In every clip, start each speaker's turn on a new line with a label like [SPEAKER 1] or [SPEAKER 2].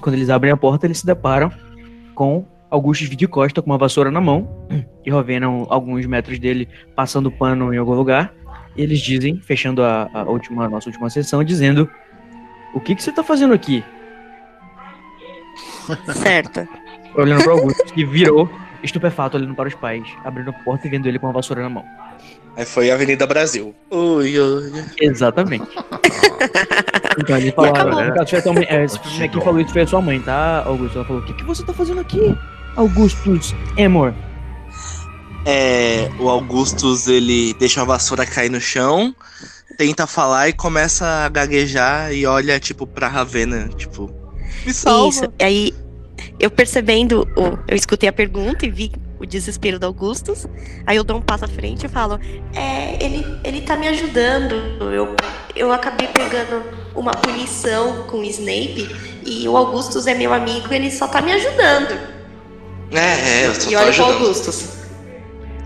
[SPEAKER 1] quando eles abrem a porta, eles se deparam com Augustus de Costa com uma vassoura na mão e Rovenam alguns metros dele passando pano em algum lugar. E eles dizem, fechando a, a última, a nossa última sessão, dizendo: O que, que você tá fazendo aqui?
[SPEAKER 2] Tá
[SPEAKER 3] Certo.
[SPEAKER 1] Olhando para Augustus, que virou estupefato olhando para os pais, abrindo a porta e vendo ele com uma vassoura na mão.
[SPEAKER 2] Aí foi Avenida Brasil. Ui, ui.
[SPEAKER 1] Exatamente. então ele falou, ah, cara, você é tão- é, esse filme aqui falou isso foi a sua mãe, tá, Augusto? Ela falou, o que, que você tá fazendo aqui, Augustus Emor?
[SPEAKER 2] É, o Augustus, ele deixa a vassoura cair no chão, tenta falar e começa a gaguejar e olha, tipo, pra Ravena, tipo, me salva.
[SPEAKER 3] Isso. E aí, eu percebendo, o- eu escutei a pergunta e vi o desespero do Augustus. Aí eu dou um passo à frente e falo: É, ele, ele tá me ajudando. Eu, eu acabei pegando uma punição com o Snape e o Augustus é meu amigo, ele só tá me ajudando.
[SPEAKER 2] É, é, eu só
[SPEAKER 3] e
[SPEAKER 2] tô
[SPEAKER 3] olha pro
[SPEAKER 2] ajudando.
[SPEAKER 3] Augustus.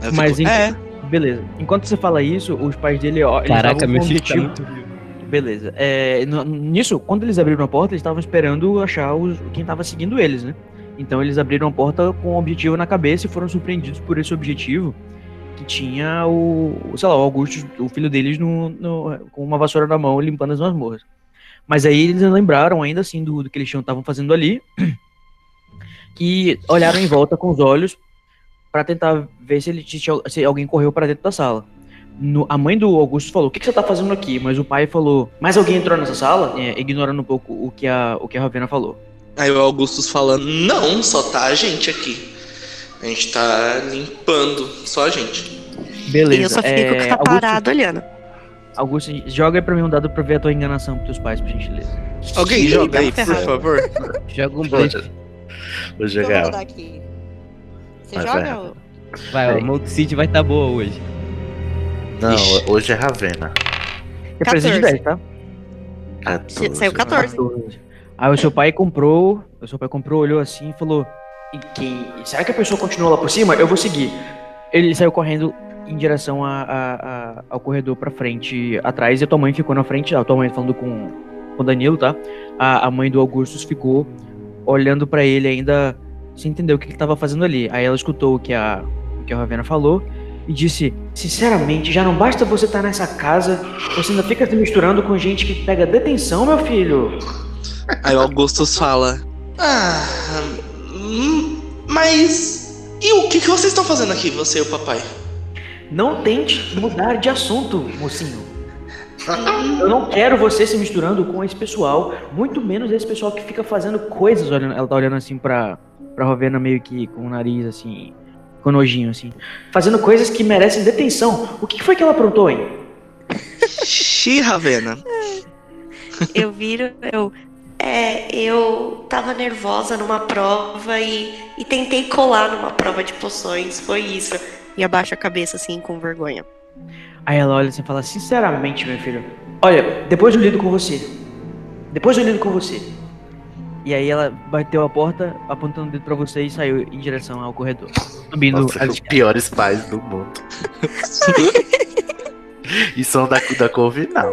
[SPEAKER 2] Aí eu
[SPEAKER 1] Mas
[SPEAKER 2] fico,
[SPEAKER 1] em-
[SPEAKER 2] é,
[SPEAKER 1] Beleza. Enquanto você fala isso, os pais dele, ó, eles
[SPEAKER 4] Caraca,
[SPEAKER 1] estavam
[SPEAKER 4] meu
[SPEAKER 1] com
[SPEAKER 4] filho tá
[SPEAKER 1] objetivo-
[SPEAKER 4] muito vivo.
[SPEAKER 1] Beleza. É, no- nisso, quando eles abriram a porta, eles estavam esperando achar os, quem estava seguindo eles, né? Então eles abriram a porta com um objetivo na cabeça e foram surpreendidos por esse objetivo que tinha o, o, sei lá, o Augusto, o filho deles, no, no- com uma vassoura na mão limpando as masmorras. Mas aí eles lembraram ainda assim do, do que eles estavam fazendo ali e olharam em volta com os olhos para tentar ver se, ele, tinha- se alguém correu para dentro da sala. No- a mãe do Augusto falou: O que, que você tá fazendo aqui? Mas o pai falou: Mas alguém entrou nessa sala? É, ignorando um pouco o que a, o que a Ravena falou.
[SPEAKER 2] aí o Augustus falando, não, só tá a gente aqui. A gente tá limpando, só a gente.
[SPEAKER 1] Beleza.
[SPEAKER 3] e eu só
[SPEAKER 1] é,
[SPEAKER 3] fico com
[SPEAKER 1] Augusto-
[SPEAKER 3] parado olhando.
[SPEAKER 1] Augusto, joga aí pra mim um dado pra ver a tua enganação pros teus pais, por gentileza.
[SPEAKER 2] Alguém joga aí, por
[SPEAKER 3] ferrado.
[SPEAKER 2] favor.
[SPEAKER 4] Joga um
[SPEAKER 5] Vou,
[SPEAKER 4] blitz.
[SPEAKER 5] vou
[SPEAKER 3] Eu vou rodar
[SPEAKER 5] jogar.
[SPEAKER 3] aqui. Você
[SPEAKER 5] Vai, vai.
[SPEAKER 3] joga? ô?
[SPEAKER 4] Vai, ó. Milk City vai tá boa hoje.
[SPEAKER 5] Não,
[SPEAKER 2] Ixi.
[SPEAKER 5] hoje é Ravena. Tá
[SPEAKER 1] É presente de
[SPEAKER 3] 14.
[SPEAKER 1] 10, tá?
[SPEAKER 5] 14,
[SPEAKER 3] Saiu 14.
[SPEAKER 1] 14. Aí o seu pai comprou, o seu pai comprou, olhou assim e falou: e quem, Será que a pessoa continua lá por cima? Eu vou seguir. Ele saiu correndo em direção a- a- a- ao corredor pra frente, atrás, e a tua mãe ficou na frente. A tua mãe falando com, com o Danilo, tá? A, a mãe do Augustus ficou olhando pra ele ainda, sem entender o que ele tava fazendo ali. Aí ela escutou o que a, o que a Ravena falou e disse: Sinceramente, já não basta você estar nessa casa, você ainda fica se misturando com gente que pega detenção, meu filho.
[SPEAKER 2] Aí o Augustus fala: Ah, hum, mas. E o que, que vocês estão fazendo aqui, você e o papai?
[SPEAKER 1] Não tente mudar de assunto, mocinho. Eu não quero você se misturando com esse pessoal, muito menos esse pessoal que fica fazendo coisas. Olhando, ela tá olhando assim pra, pra Rovena, meio que com o nariz assim, com nojinho assim. Fazendo coisas que merecem detenção. O que que foi que ela aprontou, hein?
[SPEAKER 2] Xi, Ravena.
[SPEAKER 3] Eu viro, eu. É, eu tava nervosa numa prova e, e tentei colar numa prova de poções, foi isso. E abaixo a cabeça, assim, com vergonha.
[SPEAKER 1] Aí ela olha assim e fala: Sinceramente, meu filho, olha, depois eu lido com você. Depois eu lido com você. E aí ela bateu a porta, apontando o dedo pra você e saiu em direção ao corredor. Subindo
[SPEAKER 5] Nossa,
[SPEAKER 1] as
[SPEAKER 5] os piores pais do mundo. E são da, da Corvinal.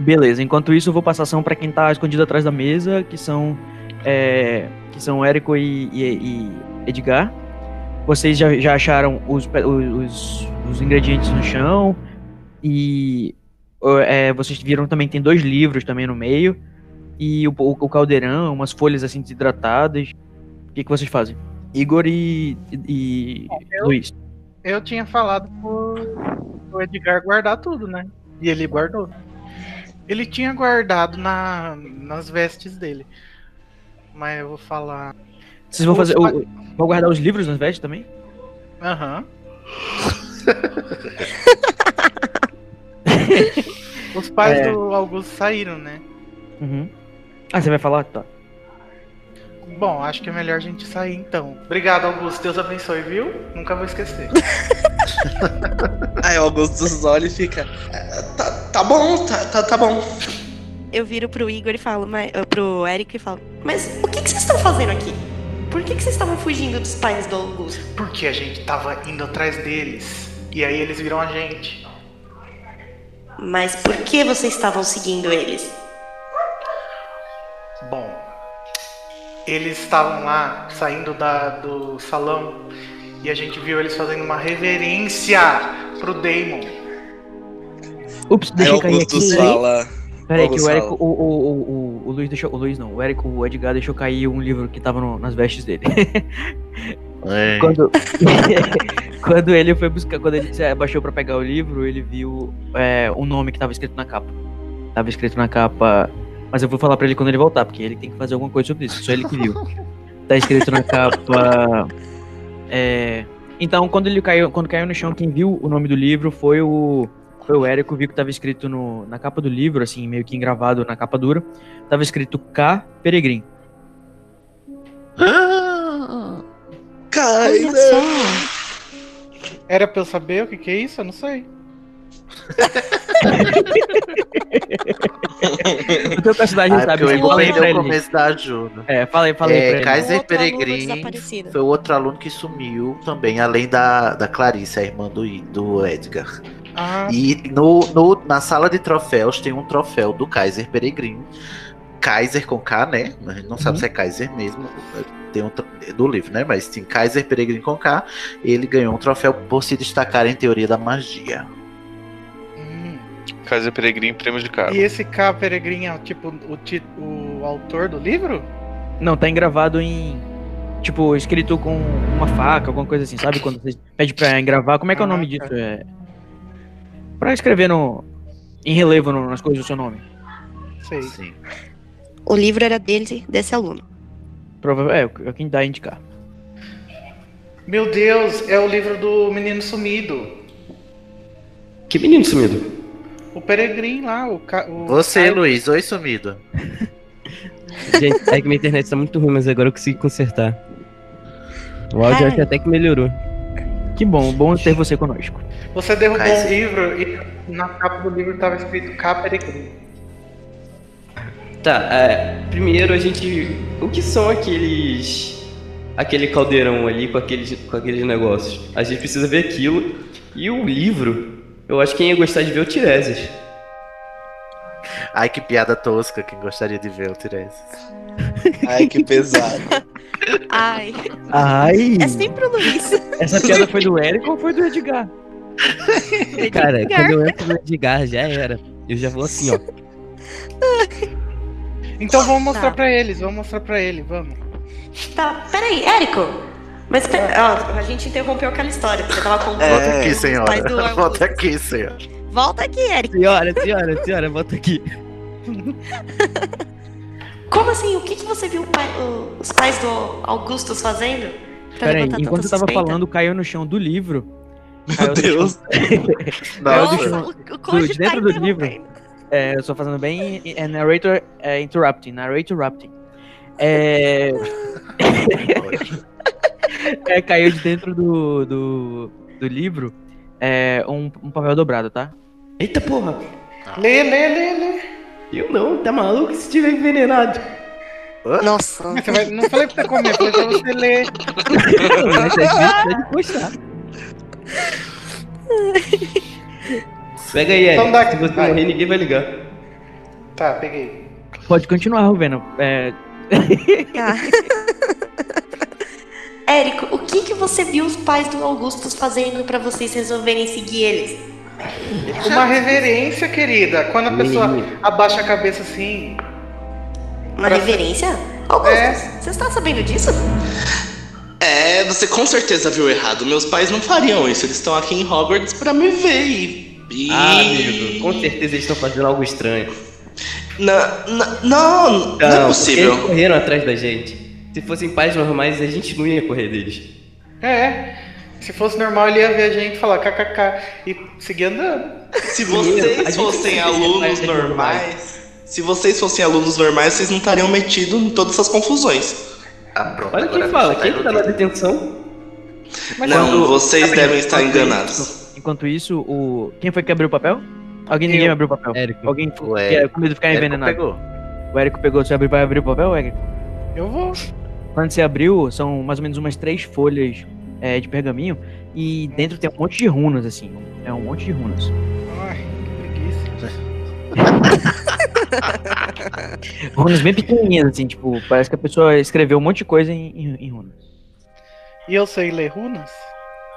[SPEAKER 1] Beleza, enquanto isso eu vou passar ação pra quem tá escondido atrás da mesa, que são é, que são Érico e, e- e Edgar. Vocês já, já acharam os, pe- os, os ingredientes no chão e ó, é, vocês viram também tem dois livros também no meio e o, o caldeirão, umas folhas assim desidratadas. O que, que vocês fazem? Igor e, e
[SPEAKER 6] eu-
[SPEAKER 1] Luiz.
[SPEAKER 6] Eu tinha falado pro, pro Edgar guardar tudo, né? E ele guardou. Ele tinha guardado na, nas vestes dele. Mas eu vou falar.
[SPEAKER 1] Vocês vão
[SPEAKER 6] os
[SPEAKER 1] fazer? o-
[SPEAKER 6] pa-
[SPEAKER 1] o- vão guardar os livros nas vestes também?
[SPEAKER 6] Aham. Os pais
[SPEAKER 1] É.
[SPEAKER 6] do Augusto saíram, né?
[SPEAKER 1] Uhum. Ah, você vai falar? Tá.
[SPEAKER 6] Bom, acho que é melhor a gente sair então. Obrigado, Augusto. Deus abençoe, viu? Nunca vou esquecer.
[SPEAKER 2] Aí o Augustus olha e fica: "Ah, Tá, tá bom, tá, tá, tá bom.
[SPEAKER 3] Eu viro pro Igor e falo, mas, eh, pro Eric e falo, mas o que, que vocês estão fazendo aqui? Por que, que vocês estavam fugindo dos pais do Augusto?
[SPEAKER 6] Porque a gente tava indo atrás deles. E aí eles viram a gente.
[SPEAKER 3] Mas por que vocês estavam seguindo eles?
[SPEAKER 6] Eles estavam lá saindo da- do salão e a gente viu eles fazendo uma reverência pro Daemon.
[SPEAKER 1] Ups,
[SPEAKER 2] Aí
[SPEAKER 7] É
[SPEAKER 1] deixa eu cair
[SPEAKER 2] Augustus
[SPEAKER 1] aqui.
[SPEAKER 2] fala.
[SPEAKER 1] Peraí, que
[SPEAKER 2] Vamos
[SPEAKER 1] o Eric,
[SPEAKER 2] falar.
[SPEAKER 1] o, o, o, o, o Luiz deixou. O Luiz não, o Eric, o Edgar deixou cair um livro que tava no- nas vestes dele.
[SPEAKER 5] É,
[SPEAKER 1] Quando, quando ele foi buscar, quando ele se abaixou pra pegar o livro, ele viu é, o nome que tava escrito na capa. Tava escrito na capa. Mas eu vou falar pra ele quando ele voltar, porque ele tem que fazer alguma coisa sobre isso. Só ele que viu. Tá escrito na capa. é, Então, quando ele caiu, quando caiu no chão, quem viu o nome do livro foi o. Foi o Érico, viu que tava escrito no, na capa do livro, assim, meio que engravado na capa dura. Tava escrito K Peregrim.
[SPEAKER 5] é
[SPEAKER 2] Cai,
[SPEAKER 3] Olha
[SPEAKER 2] né?
[SPEAKER 3] só.
[SPEAKER 6] Era pra eu saber o que, que é isso? Eu não sei.
[SPEAKER 1] O teu personagem
[SPEAKER 5] Ah, é
[SPEAKER 1] sabe,
[SPEAKER 5] porque eu
[SPEAKER 1] fala aí pra
[SPEAKER 5] encontrei o
[SPEAKER 1] ele.
[SPEAKER 5] começo da ajuda.
[SPEAKER 1] É, fala aí, fala aí pra
[SPEAKER 5] É,
[SPEAKER 1] ele.
[SPEAKER 3] Um
[SPEAKER 5] Kaiser
[SPEAKER 3] outro aluno
[SPEAKER 5] Peregrin
[SPEAKER 3] desaparecido.
[SPEAKER 5] foi outro aluno que sumiu também, além da, da Clarice, a irmã do, I- do Edgar.
[SPEAKER 6] Ah,
[SPEAKER 5] E no, no- na sala de troféus tem um troféu do Kaiser Peregrin. Kaiser com K, né? A gente não sabe
[SPEAKER 1] Uhum.
[SPEAKER 5] se é Kaiser mesmo. Tem um tro- é do livro, né? Mas tem Kaiser Peregrin com K. Ele ganhou um troféu por se destacar em teoria da magia.
[SPEAKER 6] hum.
[SPEAKER 8] Kaiser Peregrin, prêmio de cargo.
[SPEAKER 6] E esse K Peregrin é tipo o, ti- o autor do livro?
[SPEAKER 1] Não, tá engravado em. Tipo, escrito com uma faca, alguma coisa assim, sabe? Quando você pede pra engravar. Como é que é o nome disso?
[SPEAKER 6] Caraca.
[SPEAKER 1] É... Pra escrever no. Em relevo no- nas coisas o seu nome.
[SPEAKER 6] Sei.
[SPEAKER 5] Sim.
[SPEAKER 3] O livro era dele, desse aluno.
[SPEAKER 1] Prova... É, é quem dá a indicar.
[SPEAKER 6] Meu Deus, é o livro do menino sumido.
[SPEAKER 9] Que menino sumido.
[SPEAKER 6] O Peregrin lá, o. Ca... o
[SPEAKER 5] Você,
[SPEAKER 6] Caio-
[SPEAKER 5] Luiz, oi sumido.
[SPEAKER 4] Gente, é que minha internet tá muito ruim, mas agora eu consegui consertar. O áudio
[SPEAKER 3] Ai.
[SPEAKER 4] acho que até que melhorou.
[SPEAKER 1] Que bom, bom ter você conosco.
[SPEAKER 6] Você derrubou
[SPEAKER 5] Caio-
[SPEAKER 6] um livro e na capa do livro tava escrito K Peregrin.
[SPEAKER 9] Tá, é, primeiro a gente. O que são aqueles. aquele caldeirão ali com aqueles, com aqueles negócios? A gente precisa ver aquilo. E o livro, eu acho que quem ia gostar de ver é o Tiresias.
[SPEAKER 5] Ai, que piada tosca. Quem gostaria de ver o Tiresias?
[SPEAKER 2] Ai, que pesado.
[SPEAKER 3] Ai,
[SPEAKER 1] Ai!
[SPEAKER 3] é sempre o Luiz.
[SPEAKER 1] Essa piada foi do Érico ou foi do Edgar?
[SPEAKER 4] Cara, quando eu entro no Edgar já era. Eu já vou assim, ó.
[SPEAKER 6] Então vamos mostrar
[SPEAKER 3] Tá.
[SPEAKER 6] pra eles, vamos mostrar pra ele, vamos.
[SPEAKER 3] Tá, peraí, Érico. Mas pera-
[SPEAKER 6] É.
[SPEAKER 3] ó, a gente interrompeu aquela história, porque você tava contando.
[SPEAKER 2] É.
[SPEAKER 5] Volta aqui,
[SPEAKER 3] Faz do
[SPEAKER 5] senhora.
[SPEAKER 3] Argus.
[SPEAKER 5] Volta aqui, senhora.
[SPEAKER 3] Volta aqui, Érico.
[SPEAKER 4] Senhora, senhora, senhora, volta aqui.
[SPEAKER 3] Como assim? O que, que você viu o pai- o- os pais do Augustus fazendo? pra
[SPEAKER 1] Peraí,
[SPEAKER 3] levantar tanta
[SPEAKER 1] enquanto eu tava
[SPEAKER 3] suspeita?
[SPEAKER 1] falando, caiu no chão do livro.
[SPEAKER 2] Meu Deus.
[SPEAKER 1] Nossa.
[SPEAKER 3] Nossa, o, o Conde tá
[SPEAKER 1] dentro do livro.
[SPEAKER 3] interrompendo.
[SPEAKER 1] É, eu sou fazendo bem. É narrator é, interrupting. Narrator interrupting. É. É, caiu de dentro do, do, do livro é, um, um papel dobrado, tá?
[SPEAKER 9] Eita porra!
[SPEAKER 6] Lê, lê, lê, lê.
[SPEAKER 9] Eu não, tá maluco se tiver envenenado.
[SPEAKER 3] Nossa.
[SPEAKER 6] Você vai- Não falei pra você comer, falei pra você ler.
[SPEAKER 4] Mas é difícil até de postar.
[SPEAKER 9] Pega aí,
[SPEAKER 6] Então dá
[SPEAKER 9] Eric.
[SPEAKER 6] aqui,
[SPEAKER 9] Se você
[SPEAKER 6] vai.
[SPEAKER 9] morrer, ninguém vai ligar.
[SPEAKER 6] Tá, peguei.
[SPEAKER 1] Pode continuar, Ruvena. É,
[SPEAKER 3] Ah. Érico, o que, que você viu os pais do Augustus fazendo pra vocês resolverem seguir eles?
[SPEAKER 6] Uma reverência, querida. Quando a pessoa abaixa a cabeça assim,
[SPEAKER 3] Uma
[SPEAKER 6] Pra-
[SPEAKER 3] reverência? Augustus,
[SPEAKER 6] É.
[SPEAKER 3] você está sabendo disso?
[SPEAKER 2] É, você com certeza viu errado. Meus pais não fariam isso. Eles estão aqui em Hogwarts pra me ver e. e-
[SPEAKER 9] Ah, amigo, com certeza eles estão fazendo algo estranho.
[SPEAKER 2] Na- na- não, não é possível.
[SPEAKER 9] Eles correram atrás da gente. Se fossem pais normais, a gente não ia correr deles.
[SPEAKER 6] é. Se fosse normal, ele ia ver a gente e falar kkk e seguir andando.
[SPEAKER 2] Se
[SPEAKER 9] A
[SPEAKER 2] vocês
[SPEAKER 9] gente
[SPEAKER 2] fossem
[SPEAKER 9] precisa
[SPEAKER 2] alunos
[SPEAKER 9] de pais
[SPEAKER 2] normais. Se vocês fossem alunos normais, vocês não estariam metidos em todas essas confusões.
[SPEAKER 5] Ah, pronto,
[SPEAKER 9] Olha
[SPEAKER 5] agora
[SPEAKER 9] quem fala,
[SPEAKER 5] você
[SPEAKER 9] quem que tá na
[SPEAKER 5] iludido.
[SPEAKER 9] detenção?
[SPEAKER 2] não,
[SPEAKER 1] quando-
[SPEAKER 2] vocês
[SPEAKER 1] Rapidinho,
[SPEAKER 2] devem estar
[SPEAKER 1] enquanto
[SPEAKER 2] enganados.
[SPEAKER 1] isso- Enquanto isso, o. Quem foi que abriu o papel? Alguém ninguém abriu o papel.
[SPEAKER 4] Érico.
[SPEAKER 1] Alguém ficou
[SPEAKER 5] O
[SPEAKER 1] que é,
[SPEAKER 5] Érico.
[SPEAKER 1] com medo de ficar
[SPEAKER 5] Érico
[SPEAKER 1] envenenado.
[SPEAKER 5] pegou.
[SPEAKER 1] O Érico pegou, você abriu, vai abrir o papel, Érico?
[SPEAKER 6] Eu vou.
[SPEAKER 1] Quando você abriu, são mais ou menos umas três folhas é, de pergaminho. E dentro tem um monte de runas, assim. É um monte de runas.
[SPEAKER 6] Ai, que preguiça.
[SPEAKER 1] Runas bem pequenininhas, assim, tipo, parece que a pessoa escreveu um monte de coisa em, em, em runas.
[SPEAKER 6] E eu sei ler runas?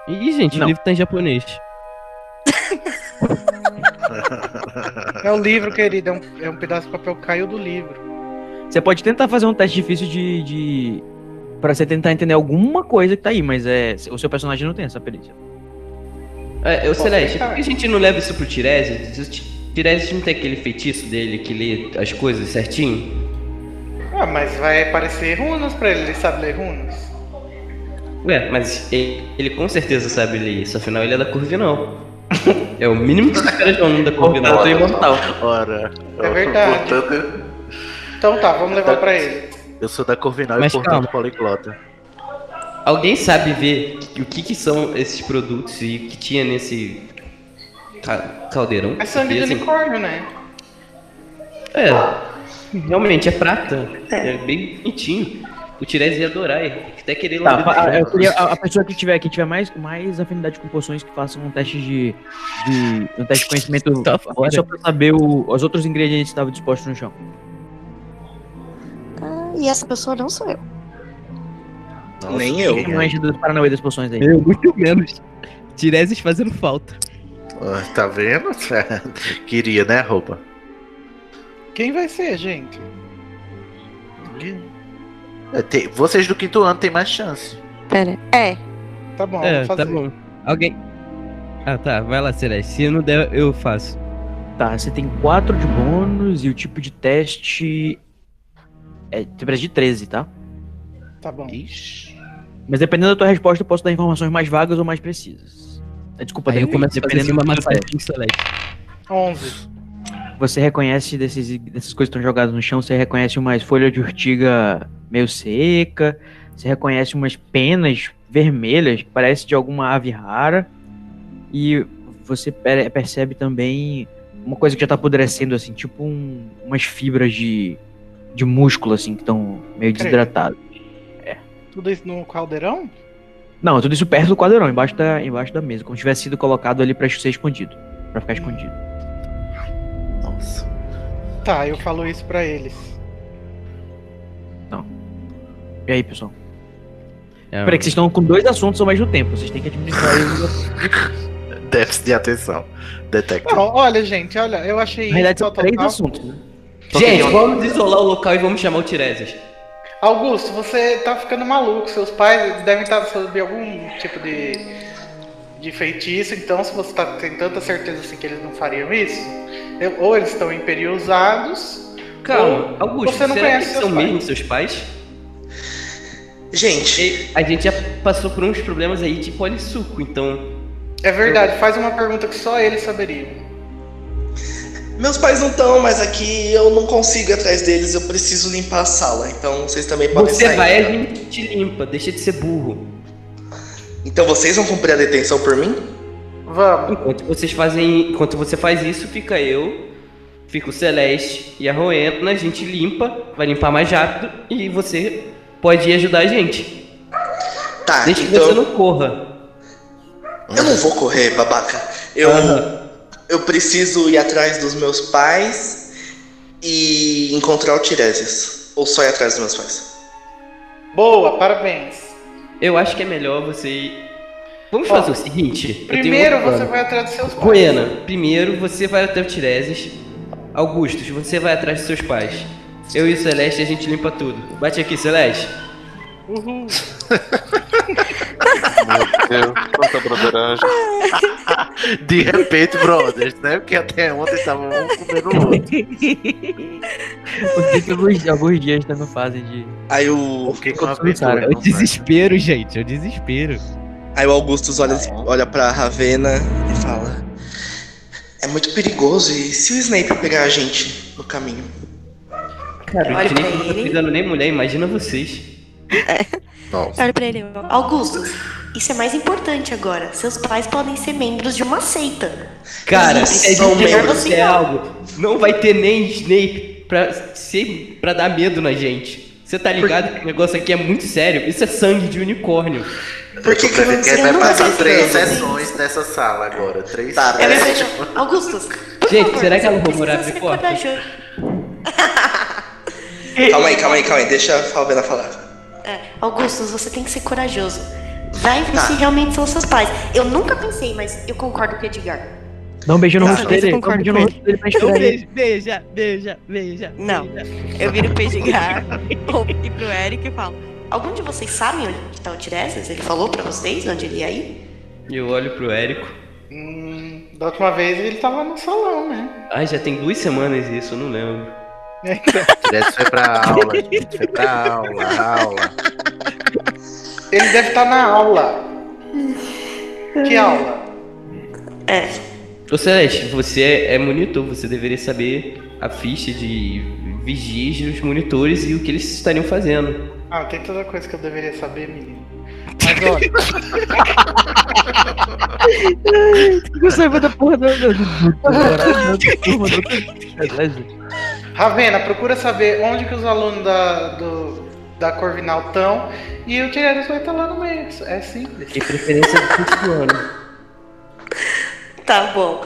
[SPEAKER 10] Ih, gente,
[SPEAKER 1] Não.
[SPEAKER 10] o livro tá em japonês.
[SPEAKER 6] É o livro, querido. É um, é um pedaço de papel que caiu do livro.
[SPEAKER 1] Você pode tentar fazer um teste difícil de. de... Pra você tentar entender alguma coisa que tá aí, mas é. O seu personagem não tem essa perícia.
[SPEAKER 4] É, ô Celeste,
[SPEAKER 6] cara.
[SPEAKER 4] por que a gente não leva isso pro Tiresias? O Tiresias não tem aquele feitiço dele que lê as coisas certinho?
[SPEAKER 6] Ah, mas vai aparecer runas pra ele. Ele sabe ler runas?
[SPEAKER 4] Ué, mas ele, ele com certeza sabe ler isso, afinal ele é da Corvinal. É o mínimo que os caras vão da Corvinal.
[SPEAKER 5] Corvinal.
[SPEAKER 4] imortal.
[SPEAKER 5] Ora,
[SPEAKER 6] É verdade.
[SPEAKER 5] portanto,
[SPEAKER 6] Então tá, vamos levar pra ele.
[SPEAKER 5] eu sou da Corvinal
[SPEAKER 10] Mas
[SPEAKER 5] e portanto
[SPEAKER 10] calma.
[SPEAKER 5] poliglota.
[SPEAKER 4] Alguém sabe ver o que, que são esses produtos e o que tinha nesse ca- caldeirão?
[SPEAKER 6] É sangue de
[SPEAKER 4] Assim,
[SPEAKER 6] unicórnio, né?
[SPEAKER 4] É, realmente é prata. É, bem bonitinho. O Tiresias ia adorar, ia até querer
[SPEAKER 1] Tá,
[SPEAKER 4] lamber.
[SPEAKER 10] ah,
[SPEAKER 1] a, eu queria- a- a pessoa que tiver aqui tiver mais, mais afinidade com poções que faça um teste de. de- um teste de conhecimento.
[SPEAKER 10] Tá
[SPEAKER 1] É só
[SPEAKER 10] fora.
[SPEAKER 1] pra saber o- os outros ingredientes que estavam dispostos no chão.
[SPEAKER 3] Ah, e essa pessoa não sou eu.
[SPEAKER 7] Nem eu.
[SPEAKER 1] Quem manja dos é Paranauê das poções
[SPEAKER 4] É.
[SPEAKER 1] aí?
[SPEAKER 10] Eu, muito menos. Tiresias fazendo falta.
[SPEAKER 5] Ah, Tá vendo? Queria, né, roupa?
[SPEAKER 6] Quem vai ser, gente?
[SPEAKER 5] É, tem- Vocês do quinto ano tem mais chance.
[SPEAKER 3] Pera. É,
[SPEAKER 6] Tá bom,
[SPEAKER 10] é,
[SPEAKER 6] vou fazer.
[SPEAKER 10] tá bom. Alguém. Ah, tá. Vai lá, Celeste. Se não der, eu faço.
[SPEAKER 1] Tá, você tem 4 de bônus e o tipo de teste. É, tem preço de 13, tá?
[SPEAKER 6] Tá bom.
[SPEAKER 5] Ixi.
[SPEAKER 1] Mas dependendo da tua resposta, eu posso dar informações mais vagas ou mais precisas. É, Desculpa,
[SPEAKER 10] Aí eu
[SPEAKER 1] Davi,
[SPEAKER 10] começo a fazer assim,
[SPEAKER 1] dependendo
[SPEAKER 10] uma
[SPEAKER 1] do teu
[SPEAKER 10] massagem
[SPEAKER 1] teste.
[SPEAKER 10] em Celeste.
[SPEAKER 6] 11.
[SPEAKER 1] Você reconhece desses, dessas coisas que estão jogadas no chão, você reconhece umas folhas de urtiga meio seca, você reconhece umas penas vermelhas que parece de alguma ave rara. E você per- percebe também uma coisa que já tá apodrecendo, assim, tipo um- umas fibras de, de músculo, assim, que estão meio desidratadas.
[SPEAKER 6] Tudo isso no caldeirão?
[SPEAKER 1] Não, tudo isso perto do quadrão, embaixo da, embaixo da mesa, como se tivesse sido colocado ali pra ser escondido. Pra ficar escondido.
[SPEAKER 5] Nossa.
[SPEAKER 6] Tá, eu falo isso pra eles.
[SPEAKER 1] E aí, pessoal?
[SPEAKER 10] É,
[SPEAKER 1] Peraí, que vocês estão com dois assuntos ao mesmo tempo, vocês têm que administrar eles.
[SPEAKER 5] Déficit de atenção. Detector.
[SPEAKER 6] Não, olha, gente, olha, eu achei
[SPEAKER 1] Na verdade,
[SPEAKER 6] isso
[SPEAKER 1] são
[SPEAKER 6] total.
[SPEAKER 1] três assuntos. né?
[SPEAKER 10] tá
[SPEAKER 4] Gente, vamos isolar o local e vamos chamar o Tiresias.
[SPEAKER 6] Augusto, você tá ficando maluco. Seus pais devem estar sob algum tipo de, de feitiço. Então, se você tá, tem tanta certeza assim que eles não fariam isso, eu- ou eles estão imperiusados.
[SPEAKER 4] Calma, Augusto,
[SPEAKER 6] você não
[SPEAKER 4] será que
[SPEAKER 6] conhece seus
[SPEAKER 4] são
[SPEAKER 6] pais.
[SPEAKER 4] mesmo seus pais?
[SPEAKER 7] Gente,
[SPEAKER 4] E a gente já passou por uns problemas aí tipo, de polissuco, então.
[SPEAKER 6] É verdade, faz uma pergunta que só eles saberiam.
[SPEAKER 7] meus pais não estão mais aqui, eu não consigo ir atrás deles, eu preciso limpar a sala, então vocês também podem
[SPEAKER 4] Você
[SPEAKER 7] sair.
[SPEAKER 4] vai e a gente te limpa, deixa de ser burro.
[SPEAKER 7] Então vocês vão cumprir a detenção por mim?
[SPEAKER 6] Vamos.
[SPEAKER 4] Enquanto vocês fazem. Enquanto você faz isso, fica eu, fica o Celeste e a Rowena, a gente limpa, vai limpar mais rápido e você pode ir ajudar a gente.
[SPEAKER 7] Tá,
[SPEAKER 4] Desde que
[SPEAKER 7] então.
[SPEAKER 4] você não corra.
[SPEAKER 7] Eu não vou correr, babaca. Eu,
[SPEAKER 4] Aham.
[SPEAKER 7] eu preciso ir atrás dos meus pais e encontrar o Tiresias. Ou só ir atrás dos meus pais.
[SPEAKER 6] Boa, parabéns.
[SPEAKER 4] Eu acho que é melhor você ir. Vamos
[SPEAKER 6] Ó,
[SPEAKER 4] fazer o seguinte. eu tenho
[SPEAKER 6] Primeiro
[SPEAKER 4] outro
[SPEAKER 6] você
[SPEAKER 4] plano.
[SPEAKER 6] vai atrás dos seus pais.
[SPEAKER 4] Roena, primeiro você vai até o Tiresias. Augustus, você vai atrás dos seus pais. Eu e o Celeste, a gente limpa tudo. Bate aqui, Celeste.
[SPEAKER 6] Uhul.
[SPEAKER 8] Meu Deus, quanta broderagem.
[SPEAKER 5] De repente, brothers, né? Porque até ontem estavam um comendo o outro.
[SPEAKER 1] Por que que alguns, alguns dias ainda não fazem de.
[SPEAKER 7] Aí o,
[SPEAKER 5] Fiquei com uma
[SPEAKER 10] É
[SPEAKER 5] aventura.
[SPEAKER 10] o desespero, gente. É o desespero.
[SPEAKER 7] aí o Augustus olha,
[SPEAKER 2] assim,
[SPEAKER 7] olha pra Ravena e fala: É muito perigoso, e se o Snape pegar a gente no caminho?
[SPEAKER 3] olha
[SPEAKER 4] Cara, o
[SPEAKER 3] pra
[SPEAKER 4] Snape não tá
[SPEAKER 3] ele.
[SPEAKER 4] cuidando nem mulher, imagina vocês.
[SPEAKER 5] Nossa.
[SPEAKER 3] olha pra ele. ó. Augusto, isso é mais importante agora. Seus pais podem ser membros de uma seita.
[SPEAKER 4] Cara,
[SPEAKER 7] Eles
[SPEAKER 4] se a
[SPEAKER 7] são
[SPEAKER 4] gente vai
[SPEAKER 7] membros.
[SPEAKER 4] fazer algo, não vai ter nem Snape pra, ser, pra dar medo na gente. Você tá ligado que o negócio aqui é muito sério? Isso é sangue de unicórnio.
[SPEAKER 7] Por que, que eu não
[SPEAKER 5] Ele
[SPEAKER 7] sei?
[SPEAKER 5] vai
[SPEAKER 3] sei
[SPEAKER 5] passar três
[SPEAKER 3] se eu-
[SPEAKER 5] sessões nessa sala agora. Três
[SPEAKER 7] Tá,
[SPEAKER 3] É
[SPEAKER 7] É,
[SPEAKER 3] verdade. Augusto, por
[SPEAKER 4] Gente,
[SPEAKER 3] favor,
[SPEAKER 4] será que
[SPEAKER 3] você
[SPEAKER 4] ela roubou
[SPEAKER 3] precisa
[SPEAKER 4] a
[SPEAKER 3] ser
[SPEAKER 4] porta?
[SPEAKER 3] corajoso.
[SPEAKER 2] Calma aí, calma aí, calma aí. Deixa a Falvena falar.
[SPEAKER 3] Augustus, É, você tem que ser corajoso. Vai ver se realmente são seus pais. Eu nunca pensei, mas eu concordo com o Edgar.
[SPEAKER 1] Dá um beijo no
[SPEAKER 2] Tá,
[SPEAKER 1] rosto
[SPEAKER 3] mas Ah, eu
[SPEAKER 1] dele. Dá um
[SPEAKER 3] concordo
[SPEAKER 1] beijinho no
[SPEAKER 3] com
[SPEAKER 1] rosto dele pra
[SPEAKER 4] Então,
[SPEAKER 1] enxugar ele.
[SPEAKER 4] beija, beija, beija, beija.
[SPEAKER 3] Não.
[SPEAKER 4] beija.
[SPEAKER 3] Eu viro pro Edgar ou- e pro Eric e falo: Algum de vocês sabe onde tá o Tiresias? Ele falou pra vocês onde ele ia ir?
[SPEAKER 9] Eu olho pro Érico.
[SPEAKER 6] Hum, da última vez ele tava no salão, né?
[SPEAKER 4] Ah,
[SPEAKER 9] Ai, já tem duas semanas isso, eu não lembro.
[SPEAKER 5] Direto foi pra aula, gente. Foi pra aula, aula.
[SPEAKER 6] Ele deve estar na aula. Que aula?
[SPEAKER 9] Ô Celeste, você é, é monitor, você deveria saber a ficha de vigias dos monitores e o que eles estariam fazendo.
[SPEAKER 6] Ah, tem toda coisa que eu deveria saber, menino. Mas olha,
[SPEAKER 1] Eu saiba da porra do. do- do- do- do- do- turma do- Beleza.
[SPEAKER 6] Ravena, procura saber onde que os alunos da, do, da Corvinal estão e o Tiresias vai estar lá no meio. É simples.
[SPEAKER 9] De preferência do fim do ano.
[SPEAKER 3] Tá bom.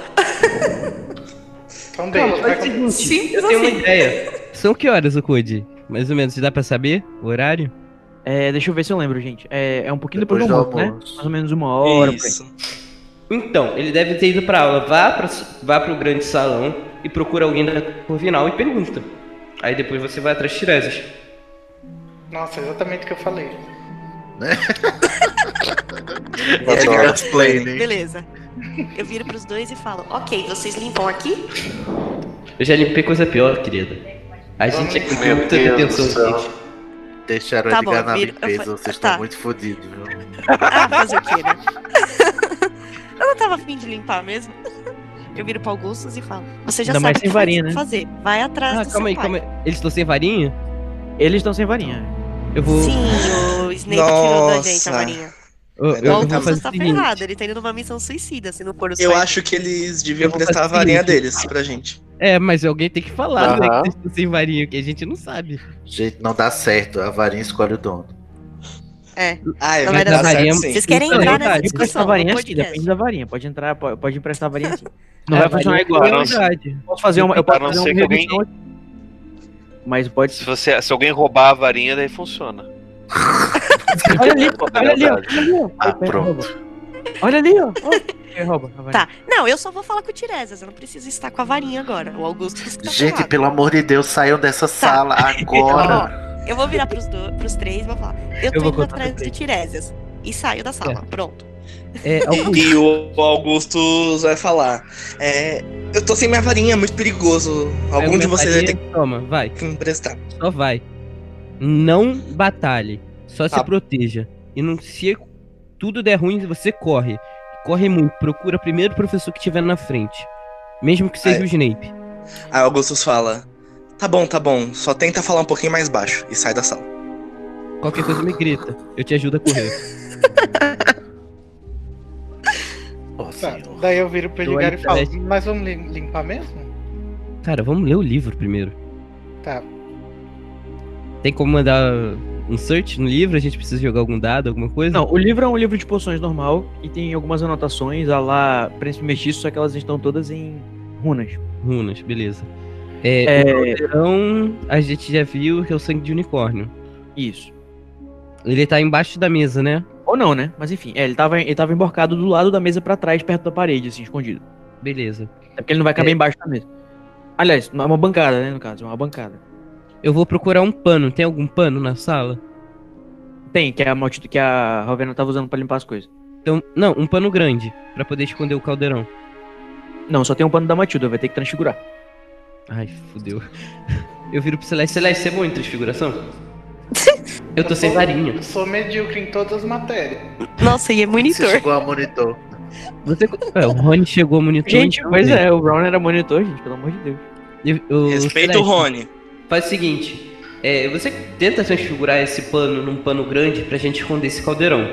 [SPEAKER 6] Então, beijo.
[SPEAKER 4] Calma,
[SPEAKER 6] vai
[SPEAKER 4] faz
[SPEAKER 6] com-
[SPEAKER 4] o seguinte,
[SPEAKER 3] Simples
[SPEAKER 4] eu tenho uma
[SPEAKER 3] assim.
[SPEAKER 4] ideia. São que horas, Ocude? Mais ou menos, dá pra saber o horário?
[SPEAKER 1] É, deixa eu ver se eu lembro, gente. É, é um pouquinho depois,
[SPEAKER 5] Depois
[SPEAKER 1] do almoço,
[SPEAKER 5] do
[SPEAKER 1] né?
[SPEAKER 5] almoço.
[SPEAKER 1] Mais ou menos uma hora. por aí.
[SPEAKER 2] Isso.
[SPEAKER 9] Então, ele deve ter ido pra aula. Vá, pra, vá pro grande salão e procura alguém da Corvinal e pergunta. Aí depois você vai atrás de Tiresias.
[SPEAKER 6] Nossa, exatamente o que eu falei.
[SPEAKER 7] Tá
[SPEAKER 2] Vou ficar
[SPEAKER 5] Ele
[SPEAKER 2] explaining.
[SPEAKER 5] tá explaining.
[SPEAKER 3] Beleza. Eu viro pros dois e falo: Ok, vocês limpam aqui?
[SPEAKER 9] Eu já limpei coisa pior, querida. A gente é com
[SPEAKER 8] Meu
[SPEAKER 9] muita
[SPEAKER 8] Deus do
[SPEAKER 9] detenção,
[SPEAKER 8] céu.
[SPEAKER 9] gente.
[SPEAKER 5] Deixaram
[SPEAKER 3] Tá
[SPEAKER 5] ele ganhar
[SPEAKER 3] bom,
[SPEAKER 5] na
[SPEAKER 3] vira-
[SPEAKER 5] limpeza,
[SPEAKER 3] eu fa-
[SPEAKER 5] vocês
[SPEAKER 3] tá.
[SPEAKER 5] estão muito fodidos, viu?
[SPEAKER 3] Ah, fazer o quê, né? Eu não tava afim de limpar mesmo. Eu viro pro Augustus e falo: Você já
[SPEAKER 1] Ainda mais
[SPEAKER 3] sabe o que
[SPEAKER 1] sem varinha,
[SPEAKER 3] faz-
[SPEAKER 1] né?
[SPEAKER 3] fazer. Vai atrás
[SPEAKER 4] Ah,
[SPEAKER 3] do
[SPEAKER 4] calma
[SPEAKER 3] seu
[SPEAKER 4] aí,
[SPEAKER 3] pai.
[SPEAKER 4] calma aí. Eles estão sem varinha?
[SPEAKER 1] Eles estão sem varinha.
[SPEAKER 4] Eu vou.
[SPEAKER 3] Sim, o Snape tirou da gente
[SPEAKER 2] Nossa.
[SPEAKER 3] a varinha.
[SPEAKER 4] Eu, eu,
[SPEAKER 3] O
[SPEAKER 2] Não,
[SPEAKER 4] eu vou
[SPEAKER 2] tá-
[SPEAKER 4] fazer
[SPEAKER 3] Augustus
[SPEAKER 4] o
[SPEAKER 3] tá
[SPEAKER 4] seguinte.
[SPEAKER 3] ferrado, ele tá indo numa missão suicida se não pôr os
[SPEAKER 2] Eu
[SPEAKER 3] pais.
[SPEAKER 2] acho que eles deviam
[SPEAKER 4] Eu vou fazer
[SPEAKER 2] prestar a
[SPEAKER 4] o
[SPEAKER 2] varinha
[SPEAKER 4] seguinte.
[SPEAKER 2] deles pra gente.
[SPEAKER 4] É, mas alguém tem que falar, né?
[SPEAKER 8] Aham.
[SPEAKER 4] Que vocês estão sem varinha, que a gente não sabe.
[SPEAKER 5] Gente, não dá certo. A varinha escolhe o dono.
[SPEAKER 2] Ah, é
[SPEAKER 3] Não vai dar
[SPEAKER 2] verdade,
[SPEAKER 4] varinha,
[SPEAKER 2] certo, sim.
[SPEAKER 3] Vocês querem
[SPEAKER 4] Então,
[SPEAKER 3] entrar
[SPEAKER 4] tá,
[SPEAKER 3] nessa
[SPEAKER 4] eu
[SPEAKER 1] Emprestar
[SPEAKER 3] discussão?
[SPEAKER 1] a varinha
[SPEAKER 3] no
[SPEAKER 1] sim,
[SPEAKER 3] um podcast?
[SPEAKER 1] depende da varinha. Pode entrar, po- pode, emprestar a varinha sim. Não
[SPEAKER 4] É,
[SPEAKER 1] vai
[SPEAKER 4] a
[SPEAKER 1] funcionar
[SPEAKER 4] varinha
[SPEAKER 1] igual.
[SPEAKER 4] é
[SPEAKER 1] Eu
[SPEAKER 4] verdade.
[SPEAKER 1] posso fazer uma, eu
[SPEAKER 8] A
[SPEAKER 1] posso
[SPEAKER 8] não
[SPEAKER 1] fazer
[SPEAKER 8] ser
[SPEAKER 1] uma
[SPEAKER 8] que alguém-
[SPEAKER 1] redução aqui. Mas pode
[SPEAKER 8] Se, você, se alguém roubar a varinha, daí funciona.
[SPEAKER 1] Olha ali, pô, olha ali, ó. olha ali, ó.
[SPEAKER 5] Ah,
[SPEAKER 1] Aí pega,
[SPEAKER 5] pronto.
[SPEAKER 1] rouba. Olha ali, ó. ó. Aí Rouba, a varinha.
[SPEAKER 3] Tá, não, eu só vou falar com o Tiresias, eu não preciso estar com a varinha agora. O Augusto que tá
[SPEAKER 5] Gente,
[SPEAKER 3] ferrado.
[SPEAKER 5] pelo amor de Deus, saiam dessa sala agora.
[SPEAKER 3] Eu vou virar pros, do, pros três e vou falar. Eu tô
[SPEAKER 4] vou
[SPEAKER 3] indo
[SPEAKER 4] contar
[SPEAKER 3] atrás
[SPEAKER 4] pra
[SPEAKER 3] do Tiresias. E saio da sala, pronto.
[SPEAKER 4] É, Augusto,
[SPEAKER 2] E o Augustus vai falar. É, eu tô sem minha varinha, é muito perigoso.
[SPEAKER 4] pega
[SPEAKER 2] Algum
[SPEAKER 4] minha
[SPEAKER 2] de vocês vai
[SPEAKER 4] varinha,
[SPEAKER 2] ter
[SPEAKER 4] Toma, vai.
[SPEAKER 2] que emprestar.
[SPEAKER 4] Só vai. Não batalhe. Só se
[SPEAKER 2] Tá.
[SPEAKER 4] proteja. E não se tudo der ruim, você corre. Corre muito. Procura primeiro o professor que tiver na frente. Mesmo que seja
[SPEAKER 2] Aí.
[SPEAKER 4] o Snape.
[SPEAKER 2] Aí o Augustus fala. Tá bom, tá bom. Só tenta falar um pouquinho mais baixo e sai da sala.
[SPEAKER 4] Qualquer coisa me grita. Eu te ajudo a correr.
[SPEAKER 5] Ó,
[SPEAKER 6] Tá,
[SPEAKER 5] senhor.
[SPEAKER 6] daí eu viro pro
[SPEAKER 4] Eu
[SPEAKER 6] Edgar e
[SPEAKER 4] olho
[SPEAKER 6] falo,
[SPEAKER 4] pra
[SPEAKER 6] mas vamos lim- limpar mesmo?
[SPEAKER 4] Cara, vamos ler o livro primeiro.
[SPEAKER 6] Tá.
[SPEAKER 4] Tem como mandar um search no livro? A gente precisa jogar algum dado, alguma coisa?
[SPEAKER 1] Não, o livro é um livro de poções normal e tem algumas anotações a lá Príncipe Mestiço, só que elas estão todas em runas.
[SPEAKER 4] Runas, beleza. É,
[SPEAKER 1] É,
[SPEAKER 4] Então, a gente já viu que é o sangue de unicórnio.
[SPEAKER 1] isso.
[SPEAKER 4] Ele tá embaixo da mesa, né?
[SPEAKER 1] Ou não, né? Mas enfim, é, ele tava, ele tava emborcado do lado da mesa pra trás, perto da parede, assim, escondido.
[SPEAKER 4] Beleza.
[SPEAKER 1] É porque ele não vai caber
[SPEAKER 4] É.
[SPEAKER 1] embaixo da mesa. Aliás, é uma bancada, né, no caso, é uma bancada.
[SPEAKER 4] Eu vou procurar um pano. Tem algum pano na sala?
[SPEAKER 1] Tem, que é a maldita que a Rovena tava usando pra limpar as coisas.
[SPEAKER 4] Então, não, um pano grande pra poder esconder o caldeirão.
[SPEAKER 1] Não, só tem um pano da Matilda, vai ter que transfigurar.
[SPEAKER 4] Ai, fudeu. Eu viro pro Celeste. Celeste, você é bom em transfiguração? Eu tô sem
[SPEAKER 6] sou-
[SPEAKER 4] varinha.
[SPEAKER 6] Eu sou medíocre em todas as matérias.
[SPEAKER 3] Nossa, e é
[SPEAKER 5] Você
[SPEAKER 3] monitor.
[SPEAKER 5] chegou a monitor.
[SPEAKER 4] Você... É, o Rony chegou a monitor.
[SPEAKER 1] Gente,
[SPEAKER 4] então,
[SPEAKER 1] pois
[SPEAKER 4] né?
[SPEAKER 1] é, o Brown era monitor, gente, pelo amor de Deus.
[SPEAKER 4] Eu- eu-
[SPEAKER 2] Respeita o
[SPEAKER 4] Celeste,
[SPEAKER 2] Rony.
[SPEAKER 9] Faz o seguinte, é, você tenta transfigurar esse pano num pano grande pra gente esconder esse caldeirão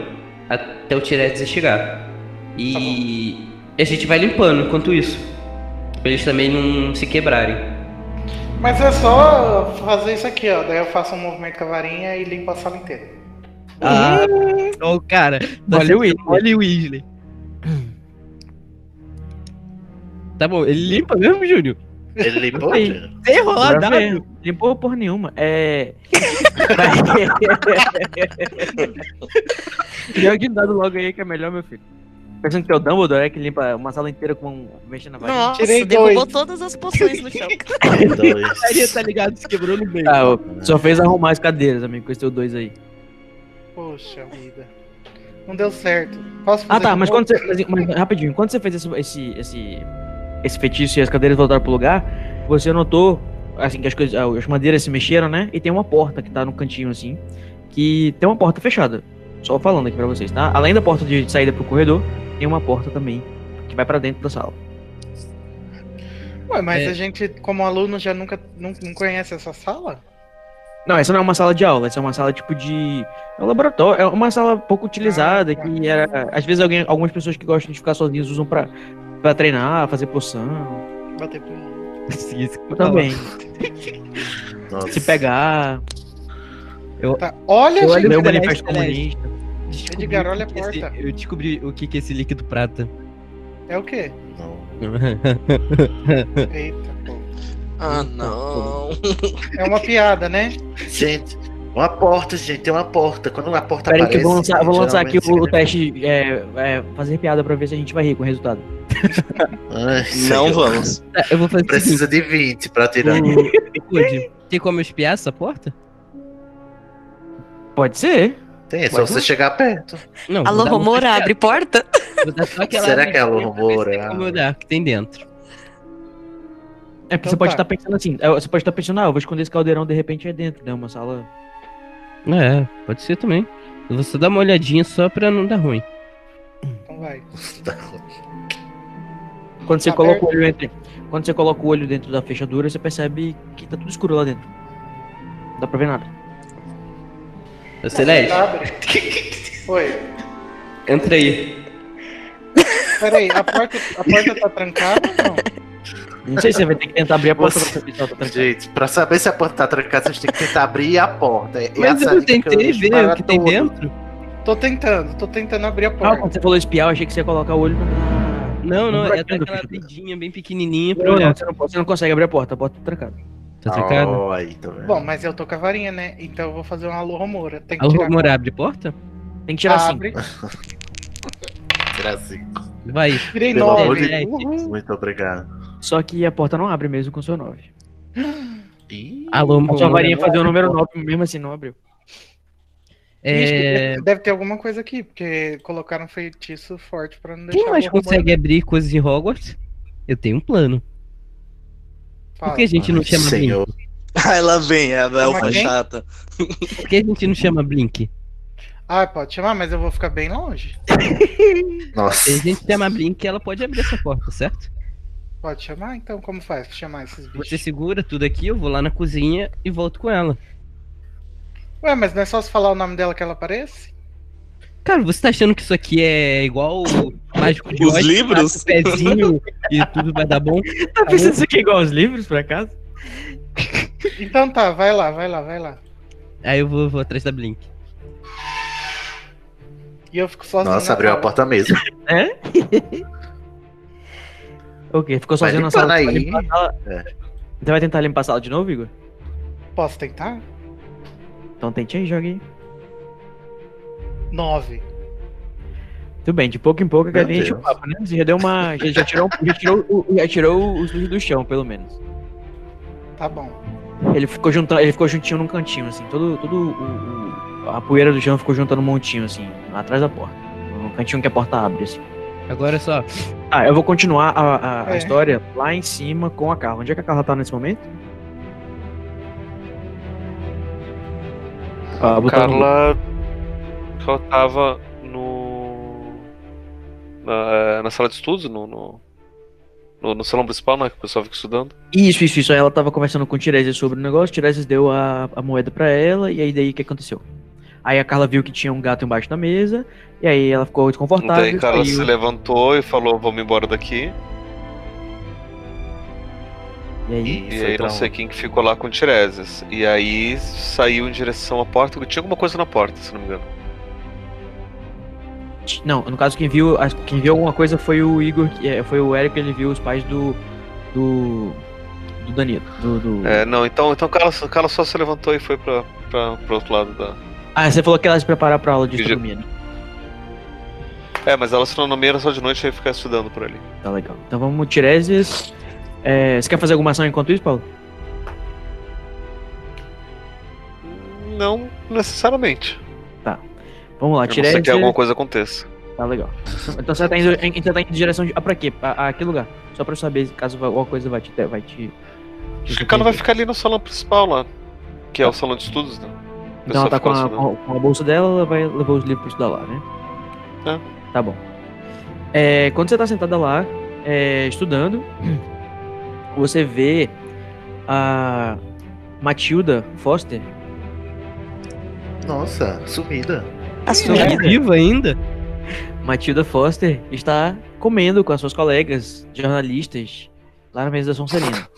[SPEAKER 9] até o Tiresias chegar. E a gente vai limpando enquanto isso. Pra eles também não se quebrarem.
[SPEAKER 6] Mas é só fazer isso aqui, ó. Daí eu faço um movimento com a varinha e limpo a sala inteira.
[SPEAKER 4] Ah, ó, o cara. tá
[SPEAKER 1] Olha o
[SPEAKER 4] sendo-
[SPEAKER 1] Weasley.
[SPEAKER 4] Olha o Weasley. Tá bom, ele limpa mesmo, Júnior?
[SPEAKER 5] Ele limpou?
[SPEAKER 1] Ei.
[SPEAKER 5] Jean?
[SPEAKER 4] Errou a
[SPEAKER 1] Nada a
[SPEAKER 4] dado.
[SPEAKER 1] ver. Limpou porra nenhuma. É. Jogue dado logo aí que é melhor, meu filho. Pensando que é o Dumbledore é que limpa uma sala inteira com um mexendo na varinha.
[SPEAKER 3] Nossa,
[SPEAKER 6] Tirei
[SPEAKER 3] derrubou
[SPEAKER 6] dois.
[SPEAKER 3] todas as poções no chão.
[SPEAKER 5] Dois.
[SPEAKER 4] Ele tá ligado, se quebrou no meio.
[SPEAKER 1] Ah, ô, só fez arrumar as cadeiras, amigo, com esses dois aí.
[SPEAKER 6] Poxa vida. Não deu certo. Posso
[SPEAKER 1] Ah
[SPEAKER 6] fazer
[SPEAKER 1] tá,
[SPEAKER 6] de
[SPEAKER 1] mas
[SPEAKER 6] novo?
[SPEAKER 1] quando você. mas- mas rapidinho, quando você fez esse, esse, esse, esse feitiço e as cadeiras voltaram pro lugar, você notou assim que as coisas. As madeiras se mexeram, né? E tem uma porta que tá no cantinho assim. Que tem uma porta fechada. Só falando aqui pra vocês, tá? Além da porta de saída pro corredor, tem uma porta também que vai pra dentro da sala.
[SPEAKER 6] Ué, mas
[SPEAKER 4] É.
[SPEAKER 6] a gente, como aluno, já nunca não, não conhece essa sala?
[SPEAKER 1] Não, essa não é uma sala de aula, essa é uma sala tipo de. É um laboratório, é uma sala pouco utilizada, que era. Às vezes alguém, algumas pessoas que gostam de ficar sozinhas usam pra, pra treinar, fazer poção.
[SPEAKER 6] Bater punheta.
[SPEAKER 4] Isso, isso que eu tava-
[SPEAKER 1] Também.
[SPEAKER 5] Nossa.
[SPEAKER 1] Se pegar.
[SPEAKER 6] Tá. Olha,
[SPEAKER 4] Eu
[SPEAKER 6] gente.
[SPEAKER 4] olho-
[SPEAKER 1] Ler o
[SPEAKER 4] Celeste,
[SPEAKER 1] manifesto
[SPEAKER 4] Celeste.
[SPEAKER 1] comunista.
[SPEAKER 4] Descobri
[SPEAKER 6] Edgar,
[SPEAKER 4] o que
[SPEAKER 6] olha a
[SPEAKER 4] que é esse-
[SPEAKER 6] porta.
[SPEAKER 4] eu descobri o que que é esse líquido prata.
[SPEAKER 6] É o quê?
[SPEAKER 5] Não.
[SPEAKER 6] Eita, pô.
[SPEAKER 2] Ah, não.
[SPEAKER 6] É uma piada, né?
[SPEAKER 5] Gente, uma porta, gente, tem uma porta. Quando a porta
[SPEAKER 1] Peraí que
[SPEAKER 5] aparece.
[SPEAKER 1] eu vou lançar, vou lançar aqui
[SPEAKER 5] geralmente
[SPEAKER 1] o, o
[SPEAKER 5] significa-
[SPEAKER 1] teste é, é, fazer piada pra ver se a gente vai rir com o resultado.
[SPEAKER 5] Ai,
[SPEAKER 2] Não
[SPEAKER 5] senhor.
[SPEAKER 2] vamos.
[SPEAKER 4] Tá, eu vou fazer o seguinte,
[SPEAKER 5] Precisa de 20 pra tirar.
[SPEAKER 1] Hum.
[SPEAKER 6] Hum,
[SPEAKER 4] o- o Cody, Tem como eu espiar essa porta?
[SPEAKER 1] Pode ser.
[SPEAKER 5] Tem, é só você chegar perto.
[SPEAKER 4] Não. vou
[SPEAKER 3] Alô,
[SPEAKER 4] dar um-
[SPEAKER 3] Romora, abre porta?
[SPEAKER 4] vou dar só aquela
[SPEAKER 5] Será que é alô,
[SPEAKER 4] olhadinha pra ver se tem
[SPEAKER 5] Romora?
[SPEAKER 4] Como eu dar, que tem dentro.
[SPEAKER 1] É porque
[SPEAKER 6] Então
[SPEAKER 1] você pode
[SPEAKER 6] tá.
[SPEAKER 1] estar pensando assim. é, Você pode estar pensando, ah, eu vou esconder esse caldeirão de repente é dentro, né? Uma sala.
[SPEAKER 4] É, pode ser também. Eu vou só dar uma olhadinha só pra não dar ruim.
[SPEAKER 6] Então vai.
[SPEAKER 1] Quando você
[SPEAKER 6] Tá
[SPEAKER 1] coloca
[SPEAKER 6] aberto.
[SPEAKER 1] o olho entre. Quando você coloca o olho dentro da fechadura, você percebe que tá tudo escuro lá dentro. Não dá pra ver nada.
[SPEAKER 9] Ô, Celeste,
[SPEAKER 6] Abre. Oi.
[SPEAKER 9] entra aí.
[SPEAKER 6] Peraí, a porta, a porta tá trancada ou não?
[SPEAKER 1] Não sei se você vai ter que tentar abrir a porta
[SPEAKER 5] Você-
[SPEAKER 1] pra saber se ela tá trancada.
[SPEAKER 5] Gente, pra saber se a porta tá trancada, vocês têm que tentar abrir a porta. É
[SPEAKER 4] Mas
[SPEAKER 5] essa
[SPEAKER 4] eu não
[SPEAKER 5] dica que
[SPEAKER 4] tentei
[SPEAKER 5] dou
[SPEAKER 4] ver
[SPEAKER 5] para
[SPEAKER 4] o que tem
[SPEAKER 5] todos.
[SPEAKER 4] dentro.
[SPEAKER 6] Tô tentando, tô tentando abrir a
[SPEAKER 1] Ah,
[SPEAKER 6] porta.
[SPEAKER 1] quando você falou espiar, eu achei que você ia colocar o olho na.
[SPEAKER 4] Não, não, é
[SPEAKER 1] buraquinho da
[SPEAKER 4] daquela
[SPEAKER 1] fechadura.
[SPEAKER 4] abridinha bem pequenininha pra
[SPEAKER 1] Não, não,
[SPEAKER 4] olhar.
[SPEAKER 1] você não, pode- você não consegue abrir a porta, a porta tá trancada.
[SPEAKER 4] Tá trancado?
[SPEAKER 5] Ah, Ó, aí, tá vendo?
[SPEAKER 6] Bom, mas eu tô com a varinha, né? Então eu vou fazer uma alô romora. Tem que
[SPEAKER 4] Alô,
[SPEAKER 6] tirar
[SPEAKER 4] Romora, abre porta?
[SPEAKER 1] Tem que tirar assim.
[SPEAKER 6] abre.
[SPEAKER 5] Será assim?
[SPEAKER 4] Vai.
[SPEAKER 6] Tirei
[SPEAKER 5] Pelo amor
[SPEAKER 6] nove.
[SPEAKER 4] de-
[SPEAKER 6] Uhul.
[SPEAKER 5] Muito obrigado.
[SPEAKER 1] Só que a porta não abre mesmo com o seu 9.
[SPEAKER 5] Ih,
[SPEAKER 1] A
[SPEAKER 4] Alô,
[SPEAKER 1] sua
[SPEAKER 4] Romora.
[SPEAKER 1] varinha fazer o número 9, mesmo assim não abriu.
[SPEAKER 4] É...
[SPEAKER 6] Ixi, Deve ter alguma coisa aqui, porque colocaram um feitiço forte pra não deixar.
[SPEAKER 4] Quem mais
[SPEAKER 6] alô romora
[SPEAKER 4] consegue abrir coisas em Hogwarts? Eu tenho um plano. Por
[SPEAKER 6] fala.
[SPEAKER 4] que a gente não
[SPEAKER 5] ai,
[SPEAKER 4] chama Blink?
[SPEAKER 5] senhor.
[SPEAKER 2] Aí ela vem, a elfa
[SPEAKER 6] quem?
[SPEAKER 2] chata.
[SPEAKER 4] Por que a gente não chama Blink?
[SPEAKER 6] Ah, pode chamar, mas eu vou ficar bem longe.
[SPEAKER 5] Nossa.
[SPEAKER 4] Se a gente chama Blink, ela pode abrir essa porta, certo?
[SPEAKER 6] Pode chamar? Então como faz pra chamar esses bichos?
[SPEAKER 4] Você segura tudo aqui, eu vou lá na cozinha e volto com ela.
[SPEAKER 6] Ué, mas não é só se falar o nome dela que ela aparece?
[SPEAKER 4] Cara, você tá achando que isso aqui é igual o Mágico de
[SPEAKER 2] Os
[SPEAKER 4] Oz,
[SPEAKER 2] livros?
[SPEAKER 4] bate o pezinho e tudo vai dar bom?
[SPEAKER 1] Tá pensando isso aqui é igual aos livros, por acaso?
[SPEAKER 6] Então tá, vai lá, vai lá, vai lá.
[SPEAKER 4] Aí eu vou, vou atrás da Blink.
[SPEAKER 6] E eu fico sozinho.
[SPEAKER 5] Nossa,
[SPEAKER 6] na
[SPEAKER 5] abriu a
[SPEAKER 6] sala.
[SPEAKER 5] porta mesmo.
[SPEAKER 1] Ok, ficou
[SPEAKER 5] Vai
[SPEAKER 1] sozinho na
[SPEAKER 5] limpando
[SPEAKER 1] sala.
[SPEAKER 5] aí. É.
[SPEAKER 1] vai limpar a sala. Você vai tentar limpar a sala de novo, Igor?
[SPEAKER 6] Posso tentar?
[SPEAKER 1] Então tente aí, joga aí.
[SPEAKER 6] Nove.
[SPEAKER 1] Tudo bem, de pouco em pouco a
[SPEAKER 5] Meu
[SPEAKER 1] galinha enche o
[SPEAKER 5] Deus.
[SPEAKER 1] papo, né? Você já deu uma. Já, já tirou, um, já tirou, o- já tirou o sujo do chão, pelo menos.
[SPEAKER 6] Tá bom.
[SPEAKER 1] Ele ficou juntando, ele ficou juntinho num cantinho, assim. Todo, todo o- o- a poeira do chão ficou juntando um montinho, assim, atrás da porta. No cantinho que a porta abre, assim.
[SPEAKER 4] Agora é só.
[SPEAKER 1] Ah, eu vou continuar a, a- a
[SPEAKER 6] É.
[SPEAKER 1] história lá em cima com a Carla. Onde é que a Carla tá nesse momento? Ah, botar no-
[SPEAKER 8] Carla. Carla tava no. Na, na sala de estudos, no. no... no- no salão principal, né? Que o pessoal fica estudando.
[SPEAKER 1] Isso, isso, isso. Aí ela tava conversando com o Tiresias sobre o negócio. O Tiresias deu a, a moeda pra ela. E aí, daí, o que aconteceu? Aí a Carla viu que tinha um gato embaixo da mesa. E aí ela ficou desconfortável.
[SPEAKER 8] Daí Carla
[SPEAKER 1] saiu.
[SPEAKER 8] se levantou e falou: Vamos embora daqui.
[SPEAKER 1] E aí,
[SPEAKER 5] Ih,
[SPEAKER 8] E
[SPEAKER 5] foi
[SPEAKER 8] aí
[SPEAKER 5] pra
[SPEAKER 8] não sei
[SPEAKER 5] onde?
[SPEAKER 8] quem que ficou lá com o Tiresias. E aí saiu em direção à porta. Tinha alguma coisa na porta, se não me engano.
[SPEAKER 1] t- não, no caso, quem viu, as- quem viu alguma coisa foi o Igor, que- é, foi o Eric, ele viu os pais do. do. do Danilo. Do, do-
[SPEAKER 8] É, não, então, então o, cara, o cara só se levantou e foi pra, pra, pro outro lado da.
[SPEAKER 1] Ah, você falou que ela se preparar pra aula de
[SPEAKER 8] Entendi.
[SPEAKER 1] astronomia, né?
[SPEAKER 8] É, mas ela se nomeia só de noite e ficar estudando por ali.
[SPEAKER 1] Tá legal. Então vamos, Tiresias. É, você quer fazer alguma ação enquanto isso, Paulo?
[SPEAKER 8] Não necessariamente.
[SPEAKER 1] Vamos lá,
[SPEAKER 8] A não ser
[SPEAKER 1] Tiresias.
[SPEAKER 8] que alguma coisa aconteça.
[SPEAKER 1] Tá legal. Então você tá indo, então tá indo em direção de. Ah, pra quê? A, a que lugar? Só pra eu saber caso vai- alguma coisa vai te. Vai te
[SPEAKER 8] Acho que o cara vai ficar ali no salão principal lá. Que é o salão de estudos, né? O
[SPEAKER 1] Então ela
[SPEAKER 8] pessoal
[SPEAKER 1] Ah. tá com
[SPEAKER 8] fica lá
[SPEAKER 1] a,
[SPEAKER 8] estudando.
[SPEAKER 1] com a bolsa dela, ela vai levar os livros pra estudar lá, né?
[SPEAKER 8] Tá.
[SPEAKER 1] Tá bom. É, quando você tá sentada lá, é, estudando, você vê a Matilda Foster.
[SPEAKER 5] Nossa, sumida.
[SPEAKER 4] Ela é
[SPEAKER 3] Assumida.
[SPEAKER 4] viva ainda?
[SPEAKER 1] Matilda Foster está comendo com as suas colegas jornalistas lá na mesa da Sonserina.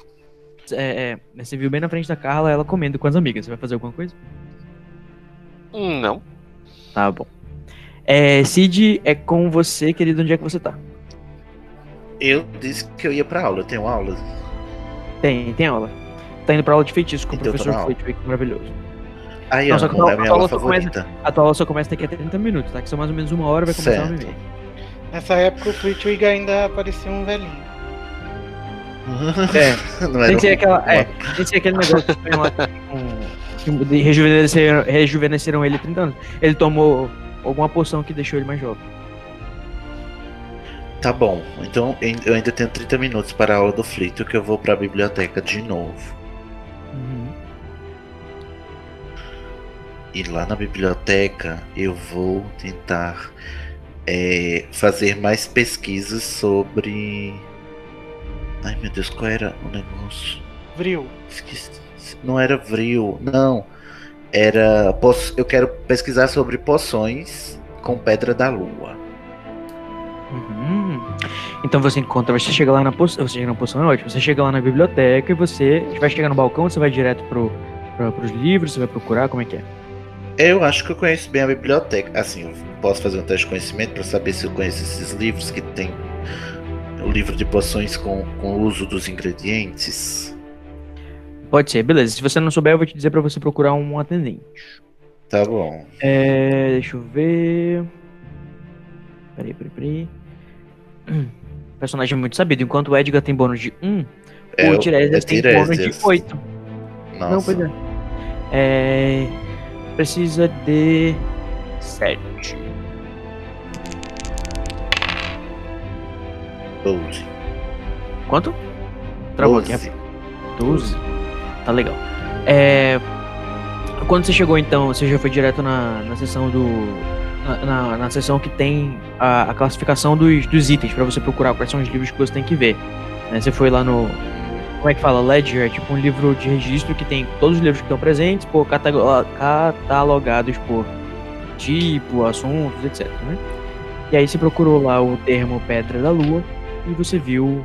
[SPEAKER 1] É, é, você viu bem na frente da Carla ela comendo com as amigas. Você vai fazer alguma coisa?
[SPEAKER 8] Hum, Não.
[SPEAKER 1] Tá bom. É, Cid, é com você, querido. Onde é que você tá?
[SPEAKER 5] Eu disse que eu ia pra aula, eu tenho aula.
[SPEAKER 1] Tem, tem aula. Tá indo pra aula de feitiço com
[SPEAKER 5] Então
[SPEAKER 1] o
[SPEAKER 5] tá
[SPEAKER 1] professor
[SPEAKER 5] na aula.
[SPEAKER 1] Flitwick, maravilhoso.
[SPEAKER 5] Aí
[SPEAKER 1] Não, só
[SPEAKER 5] Nossa,
[SPEAKER 1] que a
[SPEAKER 5] é a minha
[SPEAKER 1] aula
[SPEAKER 5] aula
[SPEAKER 1] só começa-
[SPEAKER 5] favorita.
[SPEAKER 1] A tua aula só começa daqui a 30 minutos, tá? Que são mais ou menos uma hora, vai começar uma
[SPEAKER 5] Certo.
[SPEAKER 1] e meia.
[SPEAKER 6] Nessa época o Flitwick ainda parecia um velhinho.
[SPEAKER 1] É,
[SPEAKER 5] Não era
[SPEAKER 1] tem que ser
[SPEAKER 5] um-
[SPEAKER 1] aquela. É, tem que ser aquele negócio que tem lá com. que um- rejuvenesceram, rejuvenesceram ele 30 anos. Ele tomou alguma poção que deixou ele mais jovem. é-
[SPEAKER 5] Tá bom, então em- eu ainda tenho 30 minutos para a aula do Flito que eu vou pra biblioteca de novo. E lá na biblioteca eu vou tentar é, fazer mais pesquisas sobre. Ai meu Deus, qual era o negócio?
[SPEAKER 6] Vril.
[SPEAKER 5] Esqueci. Não era vril, não. Era. poç- Eu quero pesquisar sobre poções com pedra da lua.
[SPEAKER 1] Uhum. Então você encontra, você chega lá na poção, você chega na poção, é ótimo. Você chega lá na biblioteca e você vai chegar no balcão, você vai direto pro, pro, pros livros, você vai procurar, como é que é?
[SPEAKER 5] Eu acho que eu conheço bem a biblioteca. Assim, eu posso fazer um teste de conhecimento para saber se eu conheço esses livros que tem o livro de poções com, com o uso dos ingredientes.
[SPEAKER 1] Pode ser, beleza. Se você não souber, eu vou te dizer pra você procurar um atendente.
[SPEAKER 5] Tá bom.
[SPEAKER 1] É, deixa eu ver. Peraí, peraí, peraí. Hum. Personagem muito sabido. Enquanto o Edgar tem bônus de 1,
[SPEAKER 5] É,
[SPEAKER 1] o Tiresias tem bônus de
[SPEAKER 5] Tiresias.
[SPEAKER 1] 8.
[SPEAKER 5] Nossa.
[SPEAKER 1] Não, pois é. É. Precisa de. 7. é.
[SPEAKER 5] Doze.
[SPEAKER 1] Quanto? Travou aqui,
[SPEAKER 5] Doze.
[SPEAKER 1] 12. Tá legal. É, Quando você chegou então, você já foi direto na, na sessão do. Na, na, na sessão que tem a, a classificação dos, dos itens pra você procurar quais são os livros que você tem que ver. né? Você foi lá no. Como é que fala? Ledger, é tipo um livro de registro que tem todos os livros que estão presentes, por catago- ah, catalogados por tipo, assuntos, etc. né? E aí você procurou lá o termo Pedra da Lua e você viu,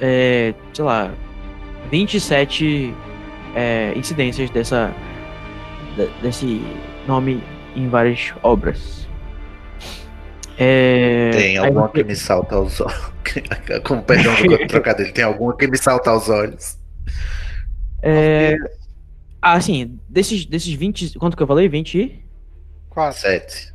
[SPEAKER 1] é, sei lá, 27 é, incidências dessa de- desse nome em várias obras. É, aí
[SPEAKER 5] Tem alguma
[SPEAKER 1] você-
[SPEAKER 5] que me salta aos olhos. Como perdão do trocadilho, um tem alguma que me salta aos olhos.
[SPEAKER 1] é, ah, assim, desses, desses 20. Quanto que eu falei? 20?
[SPEAKER 6] Quase.
[SPEAKER 5] Sete.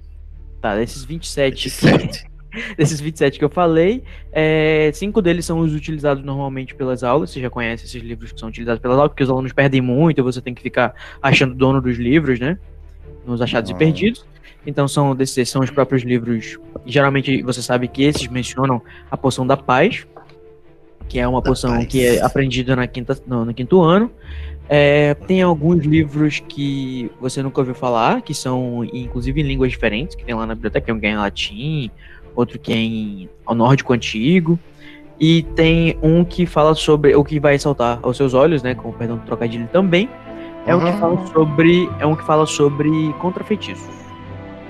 [SPEAKER 1] Tá, desses 27.
[SPEAKER 5] Sete.
[SPEAKER 1] desses 27 que eu falei, é, cinco deles são os utilizados normalmente pelas aulas. Você já conhece esses livros que são utilizados pelas aulas, porque os alunos perdem muito, você tem que ficar achando o dono dos livros, né? Nos achados e
[SPEAKER 5] Uhum.
[SPEAKER 1] perdidos. Então são desses são os próprios livros. Geralmente você sabe que esses mencionam a poção da paz, que é uma
[SPEAKER 5] Da
[SPEAKER 1] poção
[SPEAKER 5] paz.
[SPEAKER 1] que é aprendida na quinta, no, no quinto ano. É, tem alguns livros que você nunca ouviu falar, que são inclusive em línguas diferentes, que tem lá na biblioteca, tem um que é em latim, outro que é em ao nórdico antigo. E tem um que fala sobre o que vai saltar aos seus olhos, né? Com o perdão do trocadilho também. É um que fala sobre. É um que fala sobre contrafeitiços.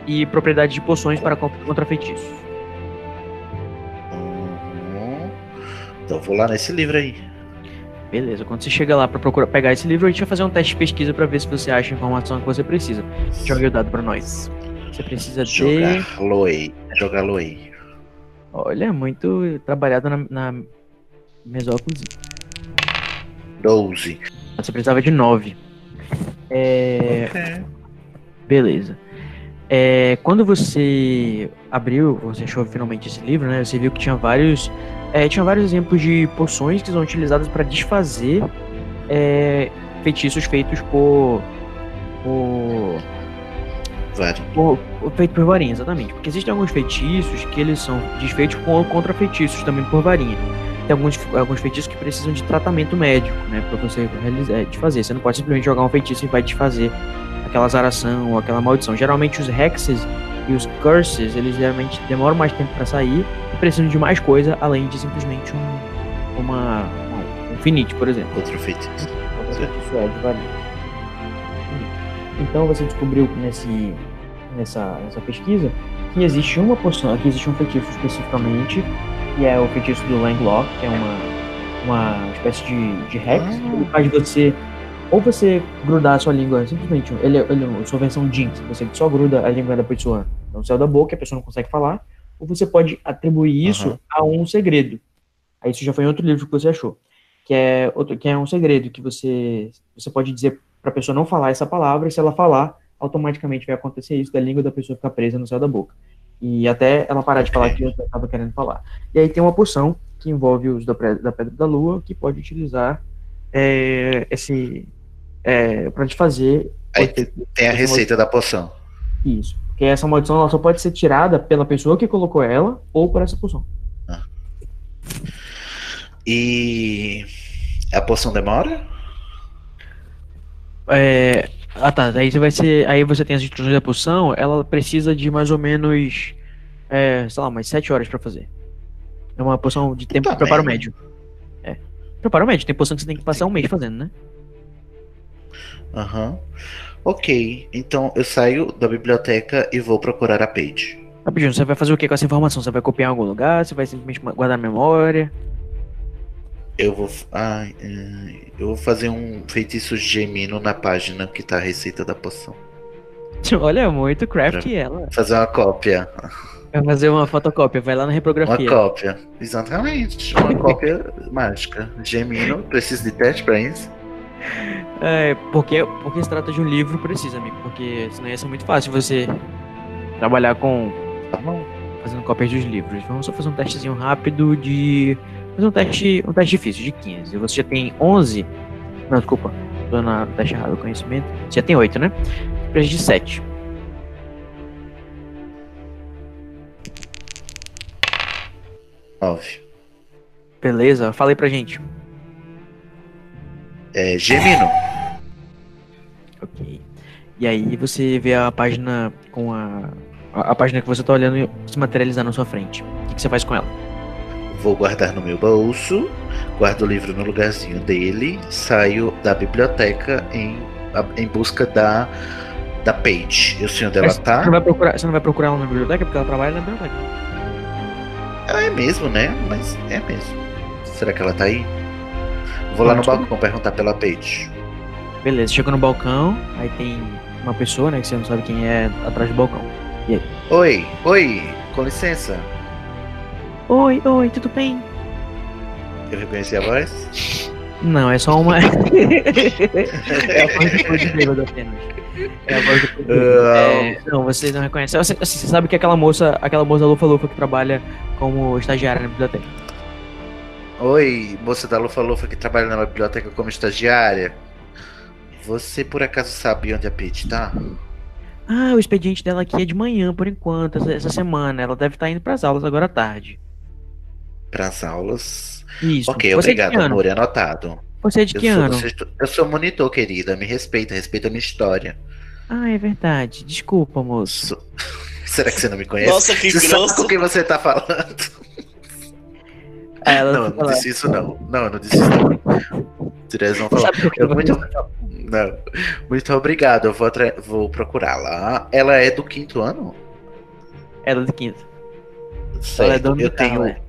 [SPEAKER 1] E propriedades de poções para con- contrafeitiços.
[SPEAKER 5] Uhum. Então vou lá nesse livro aí.
[SPEAKER 1] Beleza, quando você chega lá pra procurar pegar esse livro, a gente vai fazer um teste de pesquisa pra ver se você acha a informação que você precisa. Jogue o dado pra nós. Você precisa de.
[SPEAKER 5] Jogar Loi. Jogar Loi.
[SPEAKER 1] Olha, muito trabalhado na, na mesóclise.
[SPEAKER 5] 12.
[SPEAKER 1] Você precisava de 9. É... Beleza. É, quando você abriu, você achou finalmente esse livro, né? Você viu que tinha vários, é, tinha vários exemplos de poções que são utilizadas para desfazer é, feitiços feitos por, por,
[SPEAKER 5] Vale.
[SPEAKER 1] por, por- feito por varinha, exatamente. Porque existem alguns feitiços que eles são desfeitos com, contra feitiços também por varinha. Tem alguns, alguns feitiços que precisam de tratamento médico, né? Pra você realizar, desfazer. Você não pode simplesmente jogar um feitiço e vai desfazer aquela zaração ou aquela maldição. Geralmente os hexes e os curses, eles geralmente demoram mais tempo pra sair e precisam de mais coisa além de simplesmente um, uma, um, um finite, por exemplo.
[SPEAKER 5] Outro feitiço.
[SPEAKER 1] Isso é de varinha. Então você descobriu nesse, nessa, nessa pesquisa que existe uma poção, que existe um feitiço especificamente, que é o feitiço do Langlock, que é uma, uma espécie de, de hex, que ele faz você. Ou você grudar a sua língua, simplesmente, ele, ele é sua versão Jinx, você só gruda a língua da pessoa no céu da boca, a pessoa não consegue falar, ou você pode atribuir isso
[SPEAKER 5] Aham.
[SPEAKER 1] a um segredo. Aí isso já foi em outro livro que você achou que é outro, que é um segredo que você você pode dizer para a pessoa não falar essa palavra e se ela falar automaticamente vai acontecer isso da língua da pessoa ficar presa no céu da boca e até ela parar de falar que eu estava querendo falar e aí tem uma poção que envolve os da, pre- da pedra da lua que pode utilizar é, esse é, para te fazer
[SPEAKER 5] Aí Tem a receita da poção.
[SPEAKER 1] isso porque essa maldição ela só pode ser tirada pela pessoa que colocou ela ou por essa poção
[SPEAKER 5] E a poção demora?
[SPEAKER 1] É, ah tá, aí você vai ser, aí você tem as instruções da poção, ela precisa de mais ou menos, é, sei lá, mais 7 horas pra fazer. É uma poção de tempo
[SPEAKER 5] Puta
[SPEAKER 1] de preparo
[SPEAKER 5] merda.
[SPEAKER 1] médio. É. Preparo médio, tem poção que você tem que passar um mês fazendo, né?
[SPEAKER 5] Aham. Ok. Então eu saio da biblioteca e vou procurar a Paige.
[SPEAKER 1] Rapidinho, você vai fazer o que com essa informação? Você vai copiar em algum lugar? Você vai simplesmente ma- guardar na memória?
[SPEAKER 5] Eu vou. f- ai, ai, eu vou fazer um feitiço gemino na página que tá a receita da poção.
[SPEAKER 1] Olha, é muito craft
[SPEAKER 5] É.
[SPEAKER 1] ela.
[SPEAKER 5] Fazer uma cópia.
[SPEAKER 1] Vai fazer uma fotocópia, vai lá na
[SPEAKER 5] Uma
[SPEAKER 1] reprografia.
[SPEAKER 5] cópia. Exatamente. Uma cópia mágica. Gemino. Preciso de teste pra isso?
[SPEAKER 1] É, porque, porque se trata de um livro, precisa, amigo, porque senão ia ser muito fácil você trabalhar com
[SPEAKER 5] Tá bom.
[SPEAKER 1] fazendo cópias dos livros. Vamos só fazer um testezinho rápido de. Fazer um teste, um teste difícil, de 15. Você já tem 11. Não, desculpa. Tô na no teste errado, conhecimento. Você já tem 8, né? Precisa de 7.
[SPEAKER 5] Nove.
[SPEAKER 1] Beleza, fala aí pra gente.
[SPEAKER 5] É, gemino.
[SPEAKER 1] Ok. E aí você vê a página com a. A a página que você tá olhando se materializar na sua frente. O que, que você faz com ela?
[SPEAKER 5] Vou guardar no meu bolso, guardo o livro no lugarzinho dele, saio da biblioteca em, a- em busca da, da Paige. Eu sei onde ela
[SPEAKER 1] Mas
[SPEAKER 5] tá.
[SPEAKER 1] Você não, vai procurar, você não vai procurar ela na biblioteca porque ela trabalha na biblioteca.
[SPEAKER 5] Ela é mesmo, né? Mas é mesmo. Será que ela tá aí? Vou lá no
[SPEAKER 1] Ótimo.
[SPEAKER 5] balcão perguntar pela Paige.
[SPEAKER 1] Beleza, chega no balcão, aí tem uma pessoa, né, que você não sabe quem é atrás do balcão.
[SPEAKER 5] Oi, oi, com licença.
[SPEAKER 1] Oi, oi, tudo bem?
[SPEAKER 5] Eu reconheci a voz?
[SPEAKER 1] Não, é só uma. é a voz do Code Bêbado apenas. É a voz do Code Bêbado. É, Não, você não reconhece. Você, assim, você sabe que aquela moça, aquela moça Lufa Lufa que trabalha como estagiária na biblioteca.
[SPEAKER 5] Oi, moça da Lufa Lufa que trabalha na biblioteca como estagiária. Você por acaso sabe onde a Paige tá?
[SPEAKER 1] Ah, o expediente dela aqui é de manhã, por enquanto, essa, essa semana. Ela deve estar indo pras aulas agora à tarde.
[SPEAKER 5] Pras aulas.
[SPEAKER 1] Isso.
[SPEAKER 5] Ok,
[SPEAKER 1] você é de
[SPEAKER 5] obrigado,
[SPEAKER 1] que ano?
[SPEAKER 5] amor, é anotado.
[SPEAKER 1] Você é de
[SPEAKER 5] Eu
[SPEAKER 1] que
[SPEAKER 5] sou,
[SPEAKER 1] ano?
[SPEAKER 5] sexto- eu sou monitor, querida. Me respeita, respeita a minha história.
[SPEAKER 1] Ah, é verdade. Desculpa, moço.
[SPEAKER 5] Sou- Será que você não me conhece?
[SPEAKER 2] Nossa, que
[SPEAKER 5] você
[SPEAKER 2] grosso.
[SPEAKER 5] sabe com quem você tá falando?
[SPEAKER 1] Ah, ela
[SPEAKER 5] não, eu
[SPEAKER 1] fica
[SPEAKER 5] não
[SPEAKER 1] lá.
[SPEAKER 5] disse isso, não. Não, eu não disse isso, não. Direito, vão falar.
[SPEAKER 1] Sabe por que
[SPEAKER 5] Eu
[SPEAKER 1] eu
[SPEAKER 5] muito... Não. muito obrigado, eu vou, atra- vou procurá-la. Ela é do quinto ano?
[SPEAKER 1] Ela é de quinta.
[SPEAKER 5] Certo.
[SPEAKER 1] é dona
[SPEAKER 5] eu
[SPEAKER 1] do
[SPEAKER 5] tenho,
[SPEAKER 1] carro, é.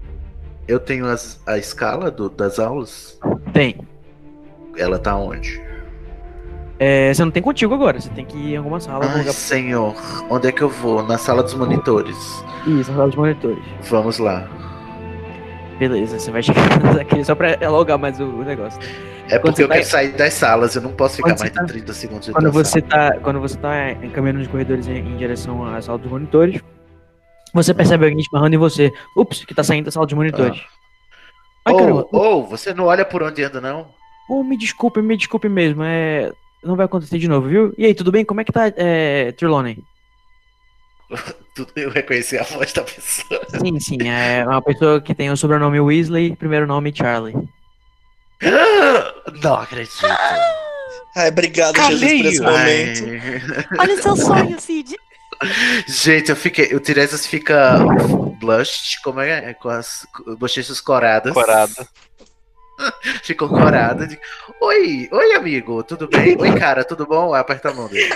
[SPEAKER 5] eu tenho as- a escala do- das aulas.
[SPEAKER 1] Tem.
[SPEAKER 5] Ela tá onde?
[SPEAKER 1] É, você não tem contigo agora. Você tem que ir em alguma sala, algum
[SPEAKER 5] Ai,
[SPEAKER 1] lugar.
[SPEAKER 5] senhor, onde é que eu vou? Na sala dos monitores.
[SPEAKER 1] Isso, na sala dos monitores.
[SPEAKER 5] Vamos lá.
[SPEAKER 1] Beleza, você vai chegando aqui só pra alongar mais o, o negócio.
[SPEAKER 5] É
[SPEAKER 1] Quando
[SPEAKER 5] porque
[SPEAKER 1] você
[SPEAKER 5] eu
[SPEAKER 1] tá-
[SPEAKER 5] quero sair das salas, eu não posso ficar
[SPEAKER 1] Quando você
[SPEAKER 5] mais
[SPEAKER 1] tá-
[SPEAKER 5] de 30 segundos dentro
[SPEAKER 1] Quando
[SPEAKER 5] da
[SPEAKER 1] você
[SPEAKER 5] sala.
[SPEAKER 1] tá, quando você tá em- caminhando nos corredores em, em direção à sala dos monitores, você percebe alguém esbarrando em você. Ups, que tá saindo da sala dos monitores. Ai, caramba.
[SPEAKER 5] Ah. Ou, ou, você não olha por onde anda, não?
[SPEAKER 1] Oh, me desculpe, me desculpe mesmo. É... Não vai acontecer de novo, viu? E aí, tudo bem? Como é que tá, é... Trelawney?
[SPEAKER 5] Tudo- Eu reconheci a voz da pessoa.
[SPEAKER 1] Sim, sim. É uma pessoa que tem o sobrenome Weasley, primeiro nome Charlie.
[SPEAKER 5] Não acredito.
[SPEAKER 2] é? Ai, obrigado, Jesus, por esse momento.
[SPEAKER 5] Ai.
[SPEAKER 3] Olha o seu sonho, Cid.
[SPEAKER 5] Gente, eu fiquei. O Tiresias fica blush, como é? Com as bochechas coradas.
[SPEAKER 8] Corada.
[SPEAKER 5] Ficou corada. de- Oi, oi, amigo, tudo bem? Oi, cara, tudo bom? Aí Aperta a mão dele.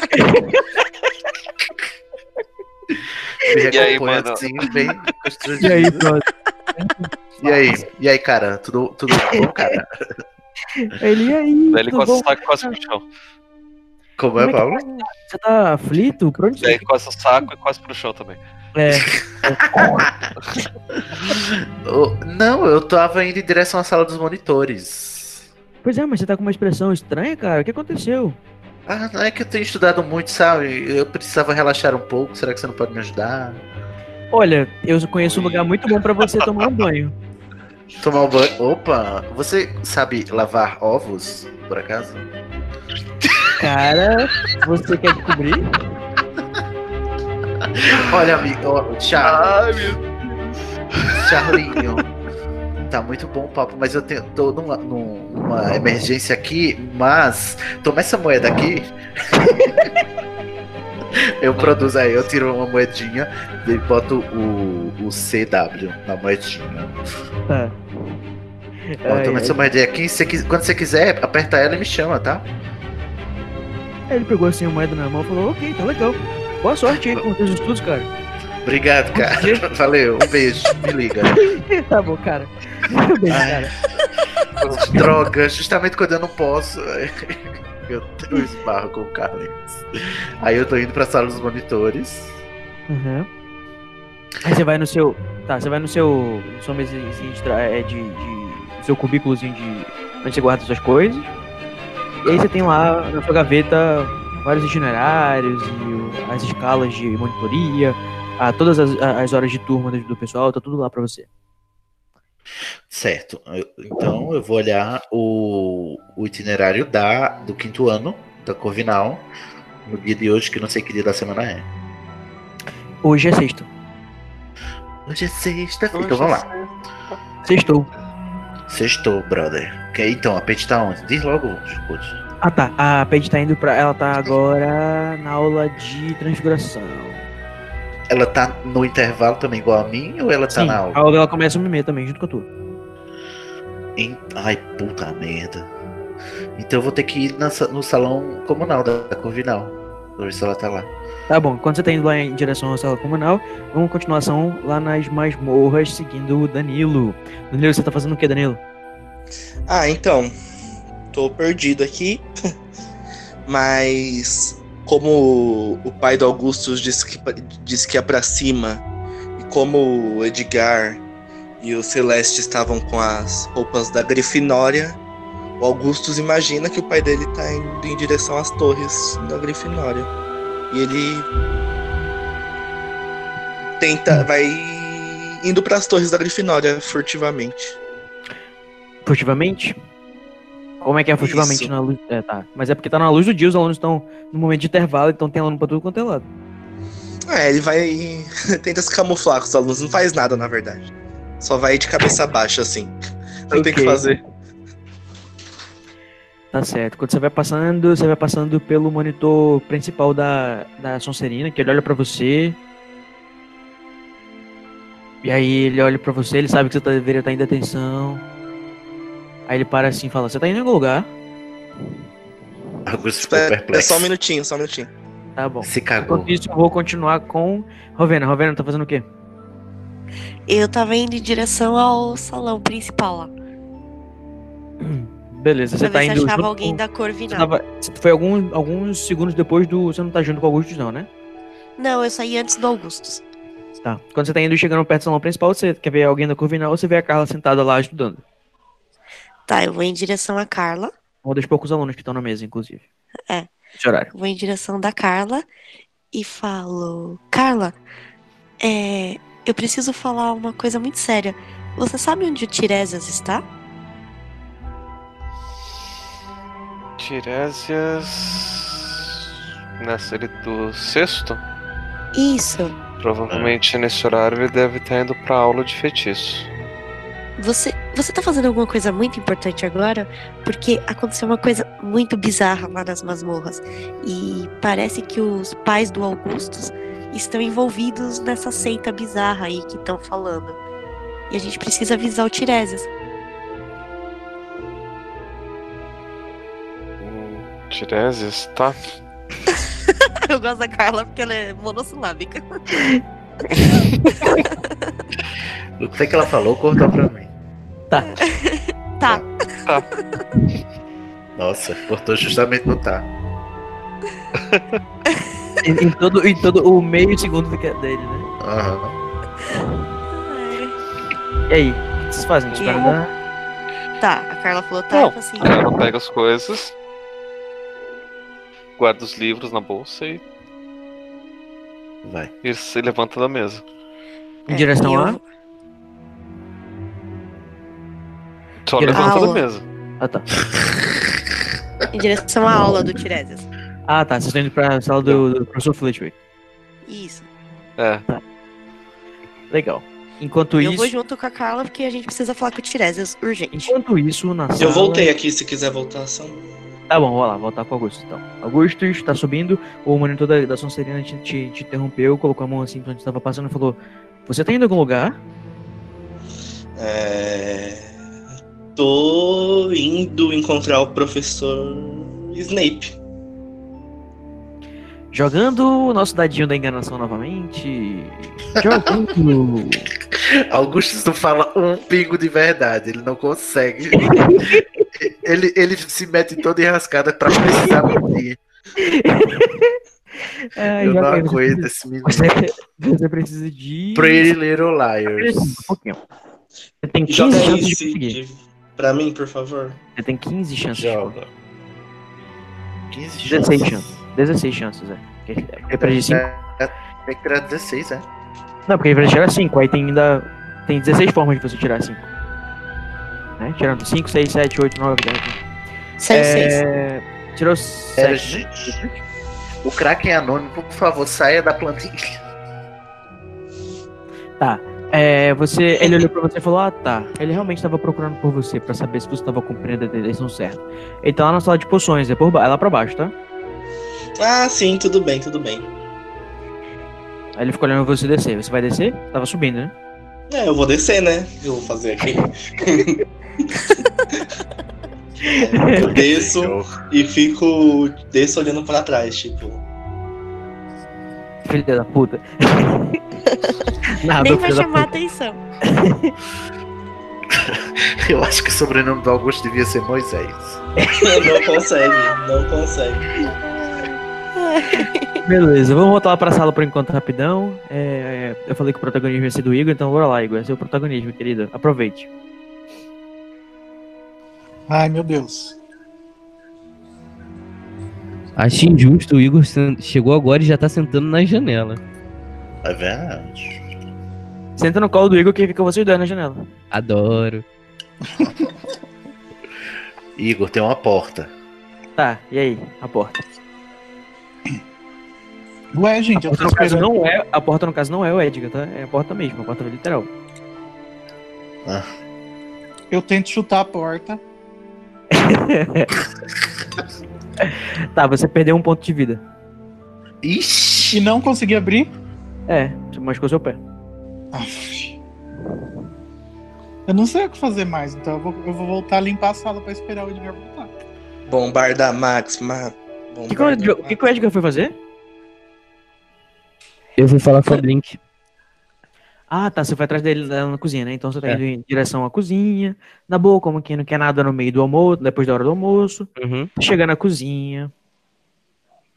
[SPEAKER 5] Me
[SPEAKER 8] E aí,
[SPEAKER 5] recompõe
[SPEAKER 8] mano?
[SPEAKER 5] assim, bem
[SPEAKER 1] E
[SPEAKER 5] constrangido.
[SPEAKER 1] aí, brother?
[SPEAKER 5] E aí, e aí, cara, tudo, tudo bom, cara?
[SPEAKER 1] Ele e aí?
[SPEAKER 8] Daí ele
[SPEAKER 1] tudo
[SPEAKER 8] encosta
[SPEAKER 1] bom?
[SPEAKER 8] o saco e costa pro chão.
[SPEAKER 5] Como
[SPEAKER 1] Como é
[SPEAKER 5] é,
[SPEAKER 1] que
[SPEAKER 5] Paulo?
[SPEAKER 1] Você tá aflito? Por onde
[SPEAKER 8] Daí
[SPEAKER 1] você...
[SPEAKER 8] ele encosta o saco e costa pro chão também.
[SPEAKER 1] É,
[SPEAKER 5] Oh, não, eu tava indo em direção à sala dos monitores.
[SPEAKER 1] Pois é, mas você tá com uma expressão estranha, cara. O que aconteceu?
[SPEAKER 5] Ah, não é que eu tenho estudado muito, sabe? Eu precisava relaxar um pouco. Será que você não pode me ajudar?
[SPEAKER 1] Olha, eu conheço um lugar muito bom pra você tomar um banho.
[SPEAKER 5] Tomar um banho. Opa, você sabe lavar ovos, por acaso?
[SPEAKER 1] Cara, você quer descobrir?
[SPEAKER 5] Olha, amigo, ó, Charlie, Charlinho. Tá muito bom o papo, mas eu tenho, tô numa, num- numa emergência aqui, mas toma essa moeda aqui. eu produzo aí, eu tiro uma moedinha e boto o, o CW na moedinha.
[SPEAKER 1] Tá.
[SPEAKER 5] Ó,
[SPEAKER 1] Ai,
[SPEAKER 5] toma essa moedinha aqui, se você quis- quando você quiser, aperta ela e me chama, tá?
[SPEAKER 1] Aí ele pegou assim a moeda na mão e falou, ok, tá legal. Boa sorte aí com os teus estudos, cara.
[SPEAKER 5] Obrigado, cara. Valeu, um beijo, me liga.
[SPEAKER 1] tá bom, cara. Muito bem,
[SPEAKER 5] Ai.
[SPEAKER 1] cara.
[SPEAKER 5] Droga, justamente quando eu não posso. Eu, eu esbarro com o Carlinhos. Aí eu tô indo pra sala dos monitores.
[SPEAKER 1] Uhum. Aí você vai no seu. Tá, você vai no seu. no seu mesa de, tra- é, de, de- no seu cubículozinho de. onde você guarda suas coisas. E aí você tem lá na sua gaveta vários itinerários e o- as escalas de monitoria, a, todas as, a- as horas de turma do, do pessoal, tá tudo lá pra você.
[SPEAKER 5] Certo. eu- Então eu vou olhar o, o itinerário da, do quinto ano, da Corvinal, no dia de hoje, que eu não sei que dia da semana é.
[SPEAKER 1] Hoje é sexto.
[SPEAKER 5] Hoje é sexta-feira. Então vamos lá.
[SPEAKER 1] Sextou.
[SPEAKER 5] Sextou, brother. Ok, Então, a Pete tá onde? Diz logo, Chicote.
[SPEAKER 1] Ah tá, a Paige tá indo pra. Ela tá agora na aula de transfiguração.
[SPEAKER 5] Ela tá no intervalo também igual a mim ou ela tá
[SPEAKER 1] Sim,
[SPEAKER 5] na
[SPEAKER 1] a
[SPEAKER 5] aula?
[SPEAKER 1] aula dela começa um e meia também, junto com a tua.
[SPEAKER 5] Em- Ai, puta merda. Então eu vou ter que ir na sa- no salão comunal da, da Corvinal. Pra ver se ela tá lá.
[SPEAKER 1] Tá bom, quando você tá indo lá em direção à sala comunal, vamos continuação lá nas masmorras, seguindo o Danilo. Danilo, você tá fazendo o que, Danilo?
[SPEAKER 2] Ah, então. Tô perdido aqui. Mas como o pai do Augustus disse que, disse que é pra cima, e como o Edgar e o Celeste estavam com as roupas da Grifinória, o Augustus imagina que o pai dele tá indo em direção às torres da Grifinória. E ele tenta. vai indo pras torres da Grifinória furtivamente.
[SPEAKER 1] Furtivamente? Como é que é furtivamente
[SPEAKER 2] Isso.
[SPEAKER 1] na luz? É, tá. Mas é porque tá na luz do dia, os alunos estão no momento de intervalo, então tem aluno pra tudo quanto é lado.
[SPEAKER 2] É, ele vai. tenta se camuflar com os alunos, não faz nada, na verdade. Só vai de cabeça baixa, assim. Não tem o que
[SPEAKER 1] Ok.
[SPEAKER 2] fazer.
[SPEAKER 1] Tá certo. Quando você vai passando, você vai passando pelo monitor principal da, da Sonserina, que ele olha pra você. E aí ele olha pra você, ele sabe que você tá, deveria estar em detenção. Aí ele para assim e fala, você tá indo em algum lugar?
[SPEAKER 5] Augusto ficou
[SPEAKER 2] Espera, é
[SPEAKER 5] perplexo.
[SPEAKER 2] só um minutinho, só um minutinho.
[SPEAKER 1] Tá bom.
[SPEAKER 5] Se cagou.
[SPEAKER 1] Enquanto isso, eu vou continuar com Rovena. Rovena, tá fazendo o quê?
[SPEAKER 3] Eu tava indo em direção ao salão principal lá.
[SPEAKER 1] Beleza, você
[SPEAKER 3] pra
[SPEAKER 1] tá
[SPEAKER 3] ver se
[SPEAKER 1] indo.
[SPEAKER 3] achava
[SPEAKER 1] junto
[SPEAKER 3] alguém
[SPEAKER 1] com-
[SPEAKER 3] da
[SPEAKER 1] você
[SPEAKER 3] Corvinal.
[SPEAKER 1] tava- você Foi algum, alguns segundos depois do. Você não tá junto com o Augustus, não, né?
[SPEAKER 3] Não, eu saí antes do Augustus.
[SPEAKER 1] Tá. Quando você tá indo e chegando perto do salão principal, você quer ver alguém da Corvinal ou você vê a Carla sentada lá estudando?
[SPEAKER 3] Tá, eu vou em direção à Carla.
[SPEAKER 1] Um dos poucos alunos que estão na mesa, inclusive.
[SPEAKER 3] É.
[SPEAKER 1] Esse horário.
[SPEAKER 3] Vou em direção da Carla e falo: Carla, é, eu preciso falar uma coisa muito séria. Você sabe onde o Tiresias está?
[SPEAKER 8] Tirésias. Nessa ele do sexto?
[SPEAKER 3] Isso.
[SPEAKER 8] Provavelmente nesse horário ele deve estar indo pra aula de feitiço.
[SPEAKER 3] Você, você tá fazendo alguma coisa muito importante agora? Porque aconteceu uma coisa muito bizarra lá nas masmorras. E parece que os pais do Augustus estão envolvidos nessa seita bizarra aí que estão falando. E a gente precisa avisar o Tiresias.
[SPEAKER 8] Hum, Tirésias, tá?
[SPEAKER 3] Eu gosto da Carla porque ela é monossilábica.
[SPEAKER 5] O que é que ela falou, cortou pra mim.
[SPEAKER 3] Tá.
[SPEAKER 5] Nossa, cortou justamente no tá.
[SPEAKER 1] Em, em todo, em todo o meio segundo do que- dele, né?
[SPEAKER 5] Aham.
[SPEAKER 1] E aí? O que vocês fazem? né? Espera
[SPEAKER 3] Eu-
[SPEAKER 1] dar-
[SPEAKER 3] Tá, a Carla falou tá,
[SPEAKER 8] Não.
[SPEAKER 3] eu falei assim.
[SPEAKER 8] Ela pega as coisas, guarda os livros na bolsa e,
[SPEAKER 5] Vai.
[SPEAKER 8] e se levanta da mesa.
[SPEAKER 1] Em direção
[SPEAKER 3] e é, eu-
[SPEAKER 1] lá?
[SPEAKER 8] Só
[SPEAKER 1] Direto.
[SPEAKER 8] levanta da
[SPEAKER 3] Aula.
[SPEAKER 8] mesa.
[SPEAKER 1] Ah, tá.
[SPEAKER 3] Em direção à aula do Tiresias.
[SPEAKER 1] Ah, tá. Vocês estão indo pra sala do, do professor Flitwick.
[SPEAKER 3] Isso.
[SPEAKER 8] É.
[SPEAKER 1] Legal. Enquanto
[SPEAKER 3] Eu vou
[SPEAKER 1] isso.
[SPEAKER 3] junto com a Carla porque a gente precisa falar com o Tiresias urgente.
[SPEAKER 1] Enquanto isso, na sala.
[SPEAKER 2] Eu voltei aqui se quiser voltar, só. um-
[SPEAKER 1] Tá bom, vou lá, voltar com o Augusto então. Augusto está subindo, o monitor da, da Sonserina te, te, te interrompeu, colocou a mão assim quando estava passando e falou: Você tá indo em algum lugar?
[SPEAKER 2] É... Tô indo encontrar o professor Snape.
[SPEAKER 1] Jogando o nosso dadinho da enganação novamente. Jogando.
[SPEAKER 5] Augusto não fala um pingo de verdade, ele não consegue. ele, ele se mete todo enrascado pra precisar mentir.
[SPEAKER 1] Ai,
[SPEAKER 5] Eu não
[SPEAKER 1] joga aí,
[SPEAKER 5] aguento esse menino.
[SPEAKER 1] Você, tá você precisa de.
[SPEAKER 5] Pretty Little
[SPEAKER 1] Um
[SPEAKER 5] Liars.
[SPEAKER 1] pouquinho. Você tem 15
[SPEAKER 2] Joga
[SPEAKER 1] chances de
[SPEAKER 2] esse
[SPEAKER 1] conseguir.
[SPEAKER 2] de- pra mim, por favor.
[SPEAKER 1] Você tem 15 chances. de conseguir.
[SPEAKER 5] Joga. 15
[SPEAKER 1] 16 chances. 16 chances, é. Porque É pra de 5.
[SPEAKER 5] É, é, tem que tirar 16, é.
[SPEAKER 1] Não, porque ele tirar 5, aí tem ainda. Tem 16 formas de você tirar 5. Né? Tirando 5, 6, 7, 8, 9, 10. É,
[SPEAKER 3] Saiu É, seis.
[SPEAKER 1] né? Tirou 7.
[SPEAKER 5] Era, gente.
[SPEAKER 1] né?
[SPEAKER 5] O Kraken Anônimo, por favor, saia da plantilha.
[SPEAKER 1] É, você, ele olhou pra você e falou: Ah, tá. Ele realmente estava procurando por você pra saber se você tava cumprindo a direção certa. Ele tá lá na sala de poções, é, por ba- é lá pra baixo, tá?
[SPEAKER 2] Ah, sim, tudo bem, tudo bem.
[SPEAKER 1] Aí ele ficou olhando você descer. Você vai descer? Tava subindo, né?
[SPEAKER 2] É, eu vou descer, né? Eu vou fazer aqui. É, eu desço e fico. desço olhando pra trás, tipo.
[SPEAKER 1] Filha da puta. Nada,
[SPEAKER 3] Nem vai
[SPEAKER 1] filho da
[SPEAKER 3] chamar
[SPEAKER 1] puta.
[SPEAKER 3] atenção.
[SPEAKER 5] Eu acho que o sobrenome do Augusto devia ser Moisés.
[SPEAKER 2] Não consegue, não consegue.
[SPEAKER 1] Beleza, vamos voltar lá pra sala por enquanto rapidão. É, é, eu falei que o protagonismo ia ser do Igor, então bora lá, Igor. Esse é o protagonismo, querido. Aproveite.
[SPEAKER 6] Ai, meu Deus.
[SPEAKER 4] Achei injusto, o Igor sen- chegou agora e já tá sentando na janela.
[SPEAKER 5] É verdade.
[SPEAKER 1] Senta no colo do Igor que fica vocês dois na janela.
[SPEAKER 4] Adoro.
[SPEAKER 5] Igor, tem uma porta.
[SPEAKER 1] Tá, e aí? A porta.
[SPEAKER 6] Ué,
[SPEAKER 1] A
[SPEAKER 6] gente, eu
[SPEAKER 1] porta,
[SPEAKER 6] tô
[SPEAKER 1] no caso,
[SPEAKER 6] esperando.
[SPEAKER 1] não é, a porta, no caso, não é o Edgar, tá? É a porta mesmo, a porta literal.
[SPEAKER 6] Eu tento chutar a porta.
[SPEAKER 1] Tá, você perdeu um ponto de vida.
[SPEAKER 5] Ixi!
[SPEAKER 6] E não consegui abrir.
[SPEAKER 1] É, você machucou seu pé.
[SPEAKER 6] Aff. Eu não sei o que fazer mais, então eu vou, eu vou voltar a limpar a sala pra esperar o Edgar voltar.
[SPEAKER 2] Bombarda Max, mano.
[SPEAKER 1] O que, que o Edgar- o que que o Edgar foi fazer?
[SPEAKER 4] Eu vou falar com o Blink.
[SPEAKER 1] Ah, tá, você foi atrás dele lá na cozinha, né? Então você tá
[SPEAKER 4] É.
[SPEAKER 1] indo em direção à cozinha, na boa, como quem não quer nada no meio do almoço, depois da hora do almoço.
[SPEAKER 4] Uhum.
[SPEAKER 1] Chega na cozinha.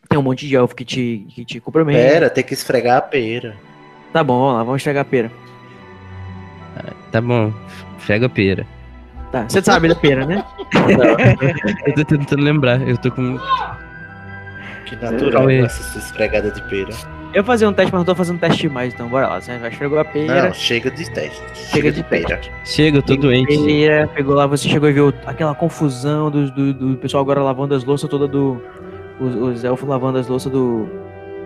[SPEAKER 1] Tem um monte de elfo que te, que te compromete.
[SPEAKER 5] Pera, tem que esfregar a pera.
[SPEAKER 1] Tá bom, vamos lá, vamos chegar a pera.
[SPEAKER 4] Tá bom, pega a pera.
[SPEAKER 1] Tá, você sabe da pera, né?
[SPEAKER 4] Eu tô tentando lembrar, eu tô com.
[SPEAKER 5] Que natural
[SPEAKER 4] Oi.
[SPEAKER 5] essa sua esfregada de pera.
[SPEAKER 1] Eu vou fazer um teste, mas não tô fazendo teste demais, então bora lá. Você já chegou a pera.
[SPEAKER 5] Não, chega de teste.
[SPEAKER 1] Chega de
[SPEAKER 5] pera.
[SPEAKER 4] Chega, eu tô doente.
[SPEAKER 1] Pera, pegou lá, você chegou e viu aquela confusão dos- do, do, pessoal agora lavando as louças toda do. Os, os elfos lavando as louças do.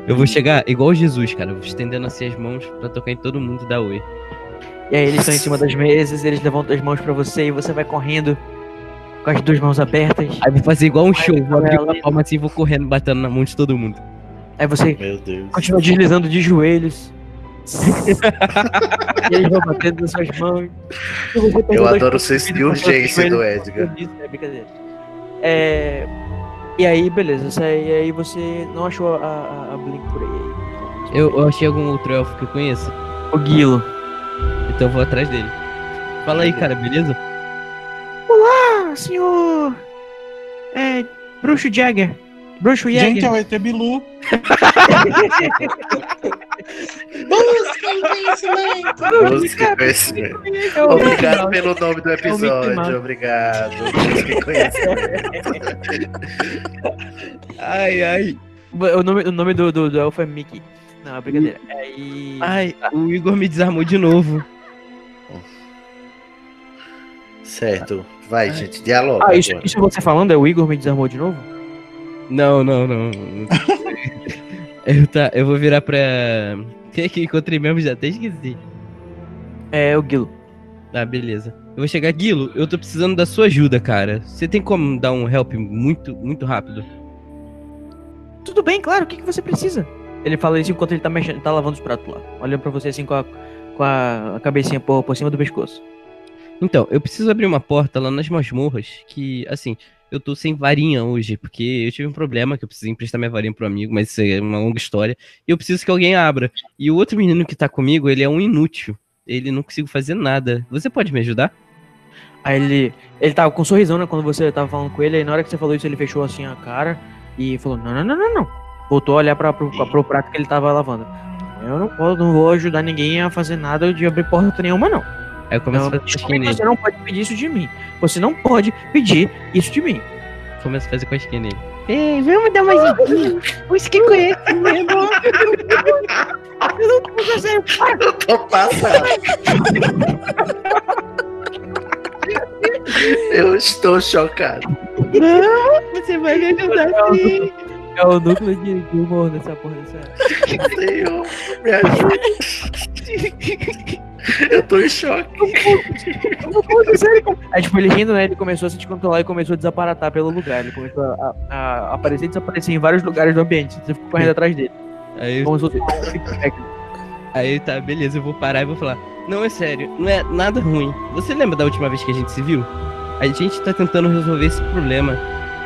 [SPEAKER 4] Eu vou chegar igual Jesus, cara. eu Vou estendendo assim as mãos pra tocar em todo mundo e dar oi.
[SPEAKER 1] E aí eles estão em cima das mesas, eles levantam as mãos pra você e você vai correndo com as duas mãos abertas.
[SPEAKER 4] Aí vou fazer igual um show, vou abrir
[SPEAKER 1] Ela-
[SPEAKER 4] uma palma assim e vou correndo, batendo na mão de todo mundo.
[SPEAKER 1] Aí você
[SPEAKER 5] Meu Deus.
[SPEAKER 1] continua deslizando de joelhos. e eles vão batendo nas suas mãos. E você perdeu
[SPEAKER 5] Eu
[SPEAKER 1] dois
[SPEAKER 5] adoro o senso de urgência do Edgar.
[SPEAKER 1] Isso, é brincadeira. É, E aí, beleza. você- E aí você não achou a, a, a Blink por aí.
[SPEAKER 4] Eu, eu achei algum outro elfo que eu conheço,
[SPEAKER 1] O Guilo.
[SPEAKER 4] então eu vou atrás dele. Fala aí, cara, beleza?
[SPEAKER 1] Ah, senhor... É... Bruxo Jagger. Bruxo
[SPEAKER 11] Gente, é o ET Bilu.
[SPEAKER 5] Busque conhecimento. Obrigado pelo nome do
[SPEAKER 1] Maus.
[SPEAKER 5] episódio. Obrigado. Busque conhecimento.
[SPEAKER 4] Ai, ai.
[SPEAKER 1] O nome, o nome do, do, do elfo é Mickey. Não, é brincadeira. Aí...
[SPEAKER 4] Ai, o Igor me desarmou de novo.
[SPEAKER 5] Certo. Vai, gente. Dialoga
[SPEAKER 1] Ah, isso,
[SPEAKER 5] agora.
[SPEAKER 1] isso você falando? É o Igor me desarmou de novo?
[SPEAKER 4] Não, não, não. eu, tá, eu vou virar pra. Quem é que eu encontrei mesmo? Já até esqueci.
[SPEAKER 1] É, o Guilo.
[SPEAKER 4] Ah, beleza. Eu vou chegar, Guilo, eu tô precisando da sua ajuda, cara. Você tem como dar um help muito, muito rápido?
[SPEAKER 1] Tudo bem, claro. O que, que você precisa? Ele fala isso enquanto ele tá, mexendo, tá lavando os pratos lá. Olhando pra você assim com a, com a a cabecinha por, por cima do pescoço.
[SPEAKER 4] Então, eu preciso abrir uma porta lá nas masmorras, que, assim, eu tô sem varinha hoje, porque eu tive um problema que eu preciso emprestar minha varinha pro amigo, mas isso é uma longa história. E eu preciso que alguém abra. E o outro menino que tá comigo, ele é um inútil. Ele não consigo fazer nada. Você pode me ajudar?
[SPEAKER 1] Aí ele. Ele tava com um sorrisão, né? Quando você tava falando com ele, aí na hora que você falou isso, ele fechou assim a cara e falou: Não, não, não, não, não. Voltou a olhar pra, pro, pra- pro prato que ele tava lavando. Eu não posso, não vou ajudar ninguém a fazer nada de abrir porta nenhuma, não.
[SPEAKER 4] Aí eu começo
[SPEAKER 1] Não,
[SPEAKER 4] a fazer cosquinha
[SPEAKER 1] principalmente
[SPEAKER 4] nele.
[SPEAKER 1] você não pode pedir isso de mim. Você não pode pedir isso de mim.
[SPEAKER 4] Começo a fazer cosquinha nele.
[SPEAKER 12] Ei, vamos dar um uma ajudinha. Os que conhecem mesmo.
[SPEAKER 5] Eu tô passado. Eu estou chocado.
[SPEAKER 12] Não, você vai me ajudar sim.
[SPEAKER 1] É o núcleo de, de humor dessa porra dessa.
[SPEAKER 5] Senhor, me ajuda. Eu tô em choque.
[SPEAKER 1] Aí, tipo, ele rindo, né? Ele começou a se descontrolar e começou a desaparatar pelo lugar. Ele começou a, a- a aparecer e desaparecer em vários lugares do ambiente. Você ficou correndo atrás dele.
[SPEAKER 4] Aí eu
[SPEAKER 1] Como se fosse um feedback.
[SPEAKER 4] Aí tá, beleza, eu vou parar e vou falar. Não, é sério, não é nada ruim. Você lembra da última vez que a gente se viu? A gente tá tentando resolver esse problema.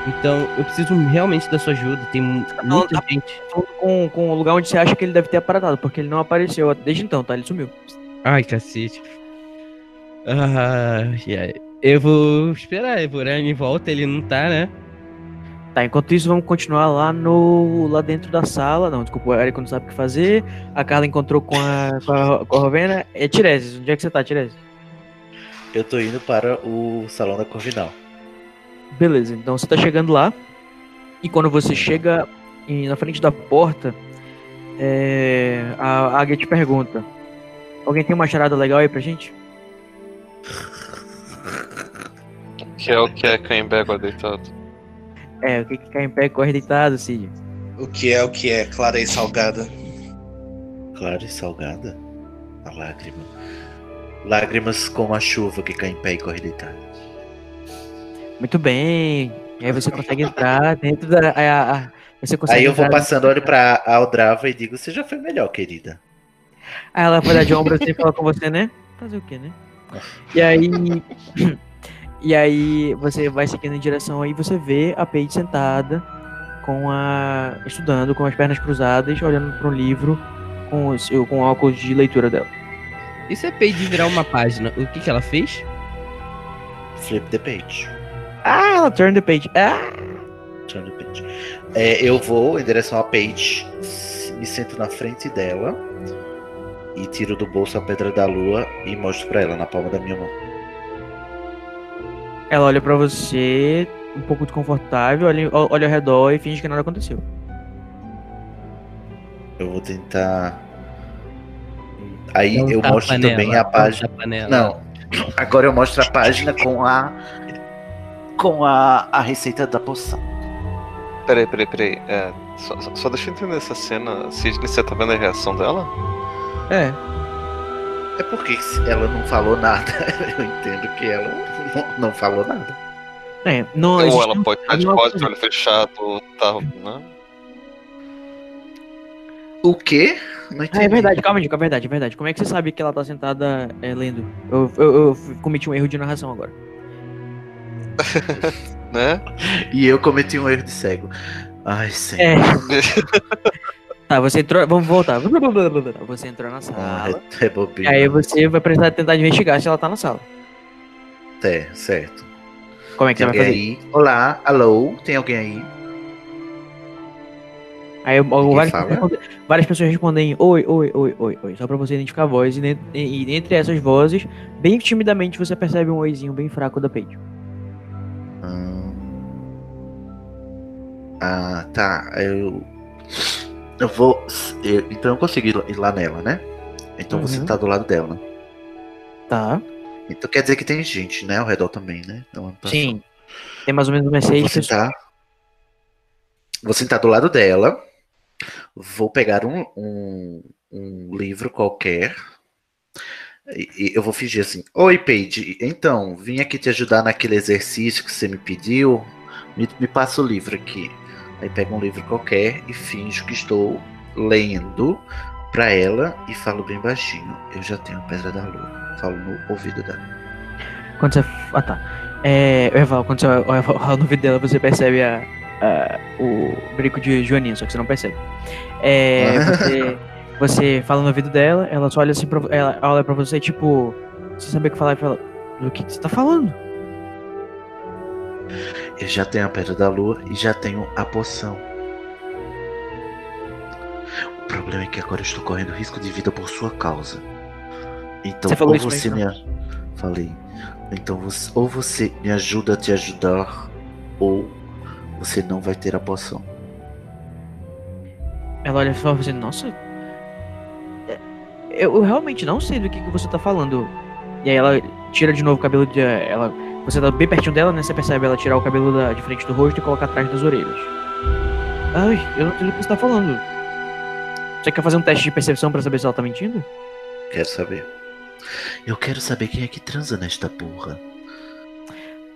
[SPEAKER 4] Então, eu preciso realmente da sua ajuda. Tem mu-
[SPEAKER 1] Tá
[SPEAKER 4] muita gente.
[SPEAKER 1] com, com o lugar onde você acha que ele deve ter aparatado, porque ele não apareceu desde então, tá? Ele sumiu.
[SPEAKER 4] Ai, cacete. Ah, yeah. Eu vou esperar, eu vou olhar em volta, ele não tá, né?
[SPEAKER 1] Tá, enquanto isso, vamos continuar lá no. lá dentro da sala. Não, desculpa, o Eric não sabe o que fazer. A Carla encontrou com a, com a, com a Rovena. É Tiresias, onde é que você tá, Tiresias?
[SPEAKER 5] Eu tô indo para o salão da Corvinal.
[SPEAKER 1] Beleza, então você tá chegando lá. E quando você chega em- na frente da porta, é, a Águia te pergunta: Alguém tem uma charada legal aí pra gente?
[SPEAKER 8] Que é o que é Caimbe agora deitado.
[SPEAKER 1] É, o que que cai em pé corre deitado, Cid.
[SPEAKER 2] O que é o que é, clara e salgada.
[SPEAKER 5] Clara e salgada. A lágrima. Lágrimas como a chuva que cai em pé e corre deitado.
[SPEAKER 1] Muito bem. E aí você consegue entrar dentro da. a- a- você consegue
[SPEAKER 5] Aí eu vou
[SPEAKER 4] tá
[SPEAKER 1] entrar-
[SPEAKER 5] passando, olho pra Aldrava e digo, você já foi melhor, querida.
[SPEAKER 1] Aí ela vai dar de ombro assim e falar com você, né? Fazer o quê, né? E aí. E aí você vai seguindo em direção aí, você vê a Paige sentada, com a. estudando, com as pernas cruzadas, olhando para um livro com o, seu- com o óculos de leitura dela.
[SPEAKER 4] Isso é pedir virar uma página. O que que ela fez?
[SPEAKER 5] Flip the page.
[SPEAKER 1] Ah, ela turn the page. Ah!
[SPEAKER 5] Turn the page. É, eu vou em direção à page, me sento na frente dela e tiro do bolso a pedra da lua e mostro pra ela na palma da minha mão.
[SPEAKER 1] Ela olha pra você, um pouco desconfortável, olha, olha ao redor e finge que nada aconteceu.
[SPEAKER 5] Eu vou tentar. Aí
[SPEAKER 4] Dá um
[SPEAKER 5] eu
[SPEAKER 4] tapa
[SPEAKER 5] mostro
[SPEAKER 4] nela,
[SPEAKER 5] também a
[SPEAKER 4] dá um
[SPEAKER 5] página.
[SPEAKER 4] tapa nela.
[SPEAKER 5] Não. Agora eu mostro a página com a. Com a, a receita da poção.
[SPEAKER 8] Peraí, peraí, peraí. É, só, só- só deixa eu entender essa cena. Sidney, você tá vendo a reação dela?
[SPEAKER 1] É,
[SPEAKER 5] É porque se ela não falou nada. Eu entendo que ela não, não falou nada.
[SPEAKER 1] é. Não,
[SPEAKER 8] Ou
[SPEAKER 1] existe-
[SPEAKER 8] Então, ela pode estar de
[SPEAKER 1] alguma
[SPEAKER 8] costas,
[SPEAKER 1] coisa.
[SPEAKER 8] olho fechado, tá, né?
[SPEAKER 5] O quê? Não
[SPEAKER 1] Ah,
[SPEAKER 5] entendi.
[SPEAKER 1] é verdade, calma, Dico, é verdade, é verdade. Como é que você sabe que ela tá sentada é, lendo? Eu, eu- eu f- cometi um erro de narração agora.
[SPEAKER 8] né?
[SPEAKER 5] E eu cometi um erro de cego. Ai, sim.
[SPEAKER 1] É. Tá, você entrou. Vamos voltar. Você entrou na sala.
[SPEAKER 5] é
[SPEAKER 1] E
[SPEAKER 5] bobeira.
[SPEAKER 1] aí você vai precisar tentar investigar se ela tá na sala.
[SPEAKER 5] É, certo.
[SPEAKER 1] Como é que
[SPEAKER 5] Tem
[SPEAKER 1] você vai
[SPEAKER 5] alguém
[SPEAKER 1] fazer?
[SPEAKER 5] aí? Olá, alô, tem alguém aí?
[SPEAKER 1] Aí eu- várias,
[SPEAKER 5] fala.
[SPEAKER 1] pessoas respondem- várias pessoas respondem oi, oi, oi, oi, oi. Só pra você identificar a voz. E, ne- e- e entre essas vozes, bem timidamente, você percebe um oizinho bem fraco da Paige.
[SPEAKER 5] Hum. Ah, tá. Eu. Eu vou. eu- então eu consegui ir lá- ir lá nela, né? Então você
[SPEAKER 1] Uhum.
[SPEAKER 5] tá do lado dela.
[SPEAKER 1] Tá.
[SPEAKER 5] Então quer dizer que tem gente, né? Ao redor também, né? Ela não tá
[SPEAKER 1] Sim. Tem mais ou menos umas
[SPEAKER 5] só.
[SPEAKER 1] seis
[SPEAKER 5] Vou
[SPEAKER 1] pessoas.
[SPEAKER 5] sentar. Vou sentar do lado dela. Vou pegar um, um, um livro qualquer. E, e eu vou fingir assim: Oi, Paige. Então, vim aqui te ajudar naquele exercício que você me pediu. Me, me passa o livro aqui. Aí pego um livro qualquer e finjo que estou lendo pra ela e falo bem baixinho. Eu já tenho a Pedra da Lua. Falo no ouvido dela.
[SPEAKER 1] Quando você. Ah tá. É, Eval, quando você olha olha no vídeo dela, você percebe a, a- o brinco de Joaninha, só que você não percebe. É, você, você fala no ouvido dela, ela só olha assim pra, vo- ela olha pra você, tipo, sem saber o que falar, e fala: Do que, que você tá falando?
[SPEAKER 5] Eu já tenho a Pedra da Lua e já tenho a poção. O problema é que agora eu estou correndo risco de vida por sua causa. Então,
[SPEAKER 1] Você falou
[SPEAKER 5] ou
[SPEAKER 1] isso
[SPEAKER 5] você
[SPEAKER 1] mesmo,
[SPEAKER 5] me. a- Falei. Então, você... ou você me ajuda a te ajudar, ou você não vai ter a poção.
[SPEAKER 1] Ela olha só você, assim, nossa. é, Eu, eu realmente não sei do que, que você tá falando. E aí ela tira de novo o cabelo de. Ela, você tá bem pertinho dela, né? Você percebe ela tirar o cabelo da, de frente do rosto e colocar atrás das orelhas. Ai, eu não sei do que você tá falando. Você quer fazer um teste de percepção pra saber se ela tá mentindo?
[SPEAKER 5] Quero saber. Eu quero saber quem é que transa nesta porra.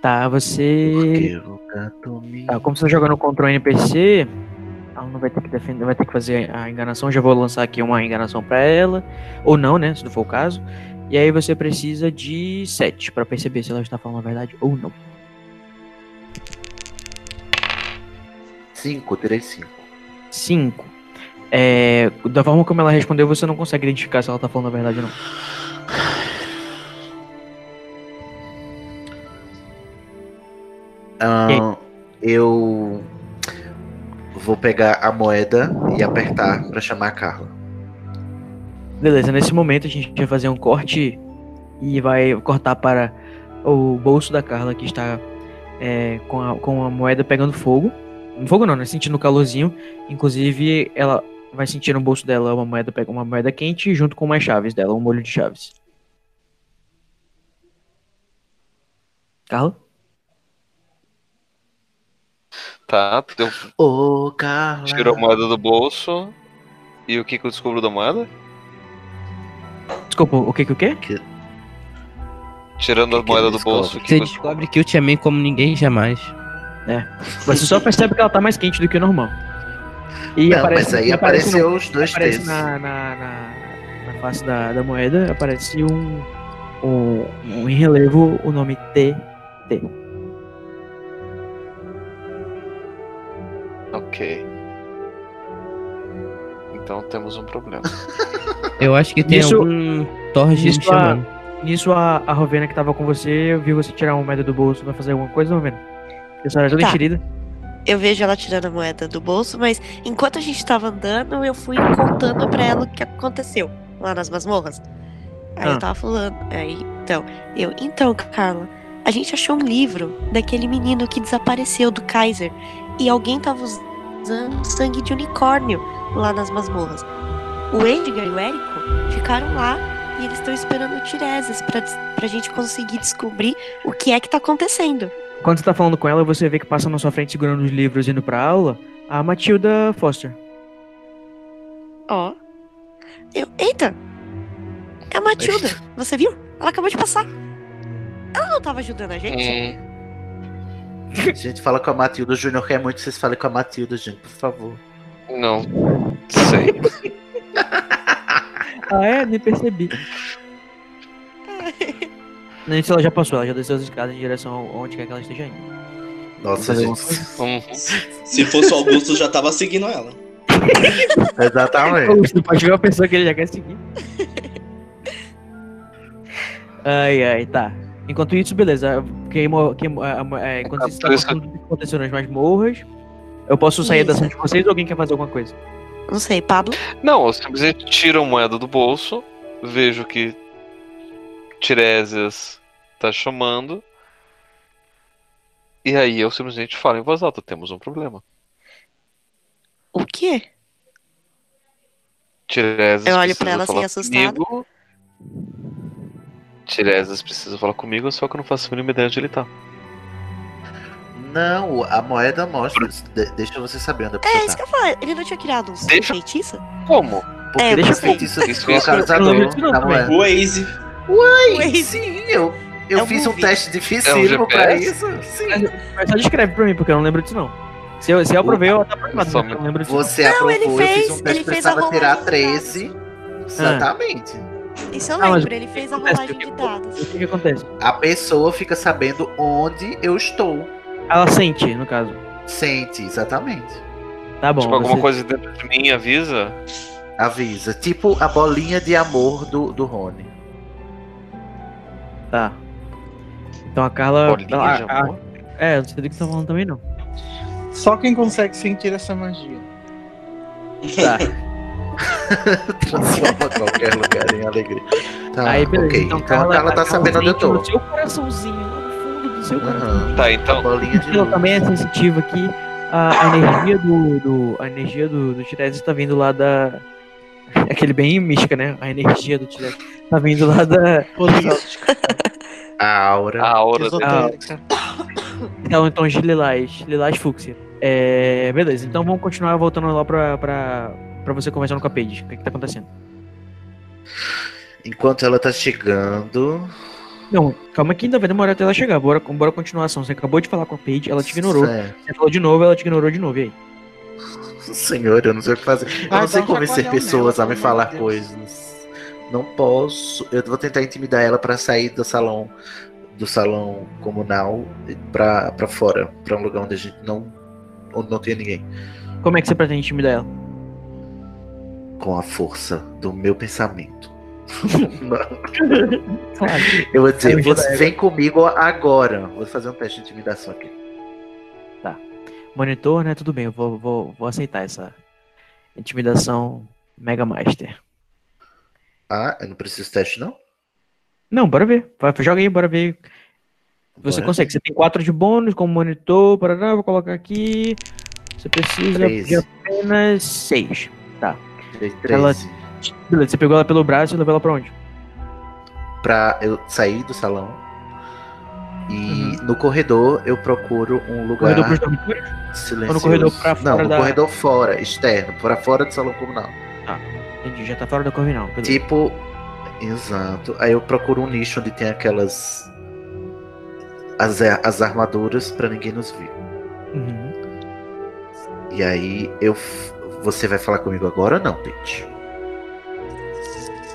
[SPEAKER 1] Tá, você.
[SPEAKER 5] Porque o gato me.
[SPEAKER 1] Tá, como você tá jogando contra um NPC, ela não vai ter que defender, vai ter que fazer a enganação. Já vou lançar aqui uma enganação pra ela. Ou não, né? Se não for o caso. E aí você precisa de 7 pra perceber se ela está falando a verdade ou não.
[SPEAKER 5] 5, terei 5.
[SPEAKER 1] 5. É, da forma como ela respondeu, você não consegue identificar se ela tá falando a verdade ou não.
[SPEAKER 5] Ahn, eu vou pegar a moeda e apertar pra chamar a Carla.
[SPEAKER 1] Beleza, nesse momento a gente vai fazer um corte e vai cortar para o bolso da Carla que está é, com, a, com a moeda pegando fogo. Fogo não, né? Sentindo o calorzinho. Inclusive, ela vai sentir no bolso dela uma moeda, pega uma moeda quente junto com umas chaves dela, um molho de chaves. Carla?
[SPEAKER 8] Tá, eu
[SPEAKER 5] Ô, Carla.
[SPEAKER 8] tiro a moeda do bolso. E o que que eu descubro da moeda?
[SPEAKER 1] Desculpa, o que que o quê?
[SPEAKER 8] Tirando
[SPEAKER 5] Que
[SPEAKER 8] a
[SPEAKER 5] que
[SPEAKER 8] moeda
[SPEAKER 5] ele
[SPEAKER 8] do bolso, o que
[SPEAKER 4] Você
[SPEAKER 8] que eu
[SPEAKER 4] descobre que eu te amei como ninguém jamais.
[SPEAKER 1] Você só percebe que ela tá mais quente do que o normal. E
[SPEAKER 5] Não,
[SPEAKER 1] aparece-
[SPEAKER 5] mas aí
[SPEAKER 1] e aparece no-
[SPEAKER 5] apareceu os dois
[SPEAKER 1] aparece
[SPEAKER 5] textos.
[SPEAKER 1] na, na, na, na face da, da moeda, aparece um, um, um em relevo o nome T.
[SPEAKER 8] Ok. Então temos um problema.
[SPEAKER 4] Eu acho que tem
[SPEAKER 1] Isso-
[SPEAKER 4] algum Torge
[SPEAKER 1] isso
[SPEAKER 4] me chamando.
[SPEAKER 1] Nisso a, a Rovena que tava com você viu você tirar uma moeda do bolso, vai fazer alguma coisa, Rovena? Porque A senhora é toda
[SPEAKER 3] Tá.
[SPEAKER 1] enxerida.
[SPEAKER 3] Eu vejo ela tirando a moeda do bolso, mas enquanto a gente tava andando, eu fui contando pra ela o que aconteceu. lá nas masmorras. Aí
[SPEAKER 1] Ah.
[SPEAKER 3] eu tava falando. Aí, então, eu, então, Carla, a gente achou um livro daquele menino que desapareceu do Kaiser. E alguém tava usando sangue de unicórnio lá nas masmorras. O Edgar e o Érico ficaram lá e eles estão esperando o Tireses pra, des- pra gente conseguir descobrir o que é que tá acontecendo.
[SPEAKER 1] Quando você tá falando com ela, você vê que passa na sua frente segurando os livros indo pra aula a Matilda Foster.
[SPEAKER 3] Ó. Eu, eita! É a Matilda, você viu? Ela acabou de passar. Ela não tava ajudando a gente?
[SPEAKER 8] É. Hum,
[SPEAKER 5] A gente fala com a Matilda Júnior, quer muito que vocês falem com a Matilda, gente, por favor.
[SPEAKER 8] Não. Sei.
[SPEAKER 1] Ah, é? Nem percebi. Nem se ela já passou, ela já desceu as escadas em direção a onde quer que ela esteja indo.
[SPEAKER 5] Nossa, gente.
[SPEAKER 8] Hum,
[SPEAKER 2] Se fosse o Augusto, já tava seguindo ela.
[SPEAKER 5] Exatamente.
[SPEAKER 1] Você pode ver uma pessoa que ele já quer seguir. Ai, ai, tá. Enquanto isso, beleza. Queimou, queimou, a- a- é, enquanto
[SPEAKER 8] tá,
[SPEAKER 1] vocês estão
[SPEAKER 8] Cabeça.
[SPEAKER 1] contando o que aconteceu nas masmorras, eu posso sair da
[SPEAKER 3] Isso.
[SPEAKER 1] sala de vocês ou alguém quer fazer alguma coisa?
[SPEAKER 3] Não sei, Pablo.
[SPEAKER 8] Não, eu simplesmente tiro a moeda do bolso, vejo que Tiresias tá chamando. E aí eu simplesmente falo em voz alta, temos um problema.
[SPEAKER 3] O quê?
[SPEAKER 8] Tiresias
[SPEAKER 3] Eu olho
[SPEAKER 8] precisa
[SPEAKER 3] pra ela, assim,
[SPEAKER 8] falar
[SPEAKER 3] assustada.
[SPEAKER 8] comigo. Tiresias precisa falar comigo, só que eu não faço a mínima ideia onde ele tá.
[SPEAKER 5] Não, a moeda mostra. De- deixa você saber onde a
[SPEAKER 3] É,
[SPEAKER 5] pessoa
[SPEAKER 3] isso que
[SPEAKER 5] tá.
[SPEAKER 3] eu falei. Ele não tinha criado um
[SPEAKER 8] Deixa-
[SPEAKER 3] feitiço?
[SPEAKER 8] Como?
[SPEAKER 5] Porque
[SPEAKER 3] É,
[SPEAKER 5] deixa
[SPEAKER 3] deixa
[SPEAKER 5] os
[SPEAKER 3] eu ver.
[SPEAKER 5] feitiços
[SPEAKER 8] Isso,
[SPEAKER 5] colocaram
[SPEAKER 1] isso, eu não vi isso não
[SPEAKER 5] na
[SPEAKER 1] também.
[SPEAKER 5] moeda.
[SPEAKER 2] O Waze.
[SPEAKER 5] Oi, Sim, eu, eu
[SPEAKER 3] É um
[SPEAKER 5] fiz um
[SPEAKER 3] movie.
[SPEAKER 5] teste dificílimo
[SPEAKER 8] GPS?
[SPEAKER 5] pra isso. Sim.
[SPEAKER 1] Mas só descreve pra mim, porque eu não lembro disso não. Se eu, se eu aprovei, eu até aprovado,
[SPEAKER 8] Só
[SPEAKER 1] mas eu não lembro disso.
[SPEAKER 5] Você
[SPEAKER 3] Não,
[SPEAKER 5] aprovou,
[SPEAKER 3] ele
[SPEAKER 5] eu fiz
[SPEAKER 3] fez-
[SPEAKER 5] um teste
[SPEAKER 3] ele fez a
[SPEAKER 5] precisava tirar
[SPEAKER 3] rolagem de
[SPEAKER 5] 13. Exatamente.
[SPEAKER 3] Isso eu
[SPEAKER 1] Ah, mas
[SPEAKER 3] lembro, ele fez a
[SPEAKER 1] acontece?
[SPEAKER 3] rolagem de
[SPEAKER 1] Porque-
[SPEAKER 3] dados.
[SPEAKER 1] O que, que acontece?
[SPEAKER 5] A pessoa fica sabendo onde eu estou.
[SPEAKER 1] Ela sente, no caso.
[SPEAKER 5] Sente, exatamente.
[SPEAKER 1] Tá bom.
[SPEAKER 8] tipo, alguma
[SPEAKER 1] você-
[SPEAKER 8] coisa dentro de mim avisa?
[SPEAKER 5] Avisa. Tipo a bolinha de amor do, do Rony.
[SPEAKER 1] Tá. Então a Carla.
[SPEAKER 8] Bolinha
[SPEAKER 1] ela-
[SPEAKER 8] de
[SPEAKER 1] a-
[SPEAKER 8] amor?
[SPEAKER 1] É, não sei do que você tá falando também não.
[SPEAKER 6] Só quem consegue sentir essa magia.
[SPEAKER 1] Tá.
[SPEAKER 5] Transforma qualquer lugar em alegria. Tá,
[SPEAKER 1] Aí, beleza.
[SPEAKER 5] ok. Então, a Carla tá sabendo onde eu
[SPEAKER 1] sente
[SPEAKER 5] tô.
[SPEAKER 1] No seu coraçãozinho, lá no fundo do seu
[SPEAKER 5] Aham.
[SPEAKER 1] coração.
[SPEAKER 8] Tá, então.
[SPEAKER 5] Bolinha de
[SPEAKER 1] Ela
[SPEAKER 5] luz.
[SPEAKER 1] também é sensitiva aqui. A, a energia do, do. A energia do, do Tiresias tá vindo lá da. Aquele bem mística, né? A energia do Tiresias tá vindo lá da.
[SPEAKER 6] Política,
[SPEAKER 5] A aura.
[SPEAKER 1] Ah.
[SPEAKER 8] A aura dele.
[SPEAKER 6] esotérica.
[SPEAKER 1] Então, então de lilás, lilás fúcsia. É, beleza, então vamos continuar voltando lá pra, pra, pra você conversando com a Paige. O que, que tá acontecendo?
[SPEAKER 5] Enquanto ela tá chegando.
[SPEAKER 1] Não, calma que ainda vai demorar até ela chegar. Bora, bora continuar a ação. Você acabou de falar com a Paige, ela te ignorou.
[SPEAKER 5] Certo.
[SPEAKER 1] Você falou de novo, ela te ignorou de novo. E aí?
[SPEAKER 5] Senhor, eu não sei o que fazer. Eu
[SPEAKER 6] Vai
[SPEAKER 5] não sei
[SPEAKER 6] dar um
[SPEAKER 5] convencer
[SPEAKER 6] chacoalhão
[SPEAKER 5] pessoas
[SPEAKER 6] nela,
[SPEAKER 5] a me
[SPEAKER 6] pelo
[SPEAKER 5] falar
[SPEAKER 6] amor de Deus.
[SPEAKER 5] coisas. Não posso. Eu vou tentar intimidar ela pra sair do salão do salão comunal e pra, pra fora, pra um lugar onde a gente não onde não tem ninguém.
[SPEAKER 1] Como é que você pretende intimidar ela?
[SPEAKER 5] Com a força do meu pensamento.
[SPEAKER 1] Claro.
[SPEAKER 5] eu vou dizer,
[SPEAKER 1] Aí eu
[SPEAKER 5] você vem comigo agora. Vou fazer um teste de intimidação aqui.
[SPEAKER 1] Monitor, né? Tudo bem, eu vou, vou, vou aceitar essa intimidação Mega Master.
[SPEAKER 5] Ah, eu não preciso de teste não?
[SPEAKER 1] Não, bora ver. Vai, joga aí, bora ver. Você
[SPEAKER 5] Bora.
[SPEAKER 1] consegue. Você tem 4 de bônus como monitor. Parará, vou colocar aqui. Você precisa
[SPEAKER 5] Treze.
[SPEAKER 1] de apenas 6.
[SPEAKER 5] Tirei
[SPEAKER 1] Ela-
[SPEAKER 5] 13.
[SPEAKER 1] Beleza, você pegou ela pelo braço e levou ela pra onde?
[SPEAKER 5] pra eu sair do salão. E no corredor eu procuro um lugar
[SPEAKER 1] Uhum. Corredor pros dormitórios?
[SPEAKER 5] silencioso.
[SPEAKER 1] ou no corredor pra fora
[SPEAKER 5] Não, no
[SPEAKER 1] da-
[SPEAKER 5] corredor fora, externo, pra fora do salão comunal.
[SPEAKER 1] Entendi, já tá fora da corvinal. Beleza.
[SPEAKER 5] Tipo, exato. Aí eu procuro um nicho onde tem aquelas as, as armaduras pra ninguém nos ver.
[SPEAKER 1] Uhum.
[SPEAKER 5] E aí eu f- você vai falar comigo agora ou não, Pete?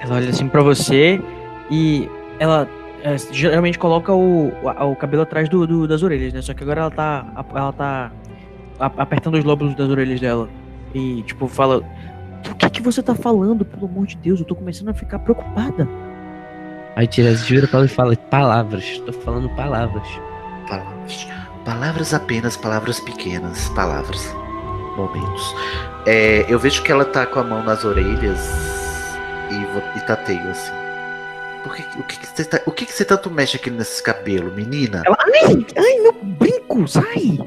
[SPEAKER 1] Ela olha assim pra você e ela é, geralmente coloca o, o, o cabelo atrás do, do- das orelhas, né? Só que agora ela tá, ela tá a- apertando os lóbulos das orelhas dela. E tipo, fala: Do que, que você tá falando? Pelo amor de Deus, eu tô começando a ficar preocupada.
[SPEAKER 4] Aí Tiresias vira pra ela e fala, palavras, tô falando palavras.
[SPEAKER 5] Palavras. Palavras apenas, palavras pequenas, palavras. Momentos. É, eu vejo que ela tá com a mão nas orelhas e, vo- e tateio assim. Por que, o que, que você tá- o que, que você tanto mexe aqui nesse cabelo, menina?
[SPEAKER 1] Ela, ai, ai, meu brinco, sai!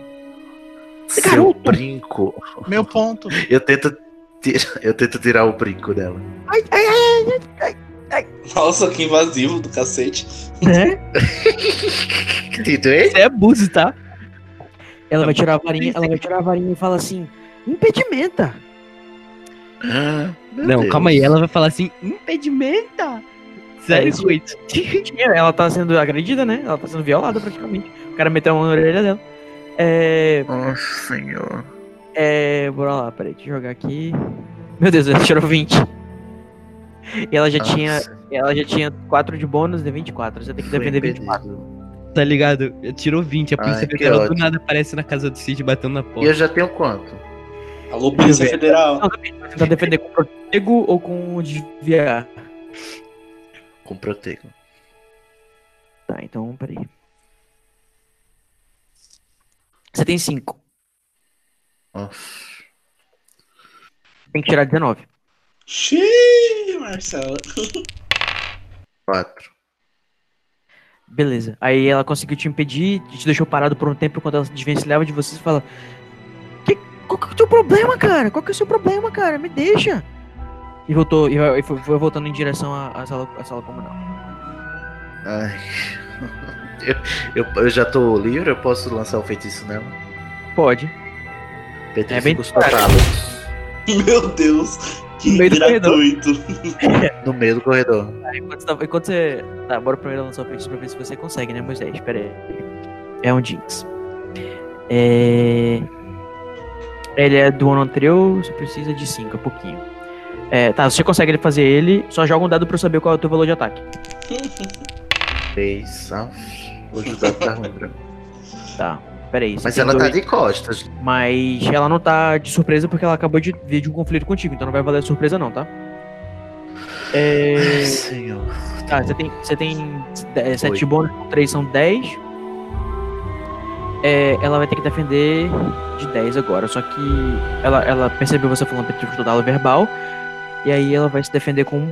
[SPEAKER 5] Seu
[SPEAKER 1] garoto!
[SPEAKER 5] brinco.
[SPEAKER 6] Meu ponto.
[SPEAKER 5] Eu tento, tirar, eu tento tirar o brinco dela.
[SPEAKER 1] Ai, ai, ai,
[SPEAKER 2] Nossa, que invasivo do cacete.
[SPEAKER 1] né?
[SPEAKER 5] Entendeu? hein?
[SPEAKER 4] Isso é abuso, tá?
[SPEAKER 1] Ela vai tirar a varinha, ela vai tirar a varinha e fala assim: impedimenta!
[SPEAKER 5] Ah, meu
[SPEAKER 4] Não,
[SPEAKER 5] Deus.
[SPEAKER 4] calma aí, ela vai falar assim, impedimenta!
[SPEAKER 1] É
[SPEAKER 4] Sério,
[SPEAKER 1] isso.
[SPEAKER 4] Coito?
[SPEAKER 1] Ela tá sendo agredida, né? Ela tá sendo violada praticamente. O cara meteu a mão na orelha dela. É.
[SPEAKER 5] Nossa senhor.
[SPEAKER 1] É. Bora lá, peraí, deixa eu jogar aqui. Meu Deus, ela tirou 20. E ela já tinha. Ela já tinha 4 de bônus de 24. Você tem que defender 24.
[SPEAKER 4] Tá ligado? Tirou 20, a polícia
[SPEAKER 5] Ai, que
[SPEAKER 4] federal do
[SPEAKER 5] ótimo.
[SPEAKER 4] nada aparece na casa do Cid batendo na porta.
[SPEAKER 5] E eu já tenho quanto?
[SPEAKER 2] Alô, Polícia Federal.
[SPEAKER 1] Você Tentar defender com protego ou com desviar.
[SPEAKER 5] Com protego.
[SPEAKER 1] Tá, então, peraí. Você tem 5.
[SPEAKER 5] Nossa.
[SPEAKER 1] Tem que tirar 19.
[SPEAKER 2] Xiii, Marcelo.
[SPEAKER 5] Quatro.
[SPEAKER 1] Beleza. Aí ela conseguiu te impedir, te deixou parado por um tempo enquanto ela se desvencilhava de você e fala: "Que- Qual que é o teu problema, cara? Qual que é o seu problema, cara? Me deixa. E voltou, e vai- e foi, foi voltando em direção à, à sala, à sala comunal.
[SPEAKER 5] Ai. Eu, eu, eu já tô livre, eu posso lançar o feitiço nela?
[SPEAKER 1] Pode.
[SPEAKER 5] Petrifica
[SPEAKER 1] É bem
[SPEAKER 5] os cavalos
[SPEAKER 2] Meu Deus, que
[SPEAKER 1] No meio do
[SPEAKER 2] gratuito.
[SPEAKER 5] no meio do corredor.
[SPEAKER 1] Aí, enquanto, você tá- enquanto você. Tá, bora primeiro lançar o feitiço pra ver se você consegue, né, Moisés? Pera aí. É um Jinx. É. Ele é do ano anterior, você precisa de 5, é pouquinho. É, tá, você consegue ele fazer ele, só joga um dado pra eu saber qual é o teu valor de ataque.
[SPEAKER 5] Três. ah, Hoje o dado tá ruim, pra mim.
[SPEAKER 1] Tá, pera aí. você
[SPEAKER 5] Mas
[SPEAKER 1] tem
[SPEAKER 5] ela tá
[SPEAKER 1] dois-
[SPEAKER 5] de costas.
[SPEAKER 1] Mas ela não tá de surpresa porque ela acabou de vir de um conflito contigo, então não vai valer surpresa não, tá?
[SPEAKER 5] Ai,
[SPEAKER 1] É...
[SPEAKER 5] senhor.
[SPEAKER 1] Tá, você tem, você tem eh, sete
[SPEAKER 5] Oito.
[SPEAKER 1] bônus, com três são 10. É, ela vai ter que defender de 10 agora, só que ela, ela percebeu você falando petrificado dado verbal, e aí ela vai se defender com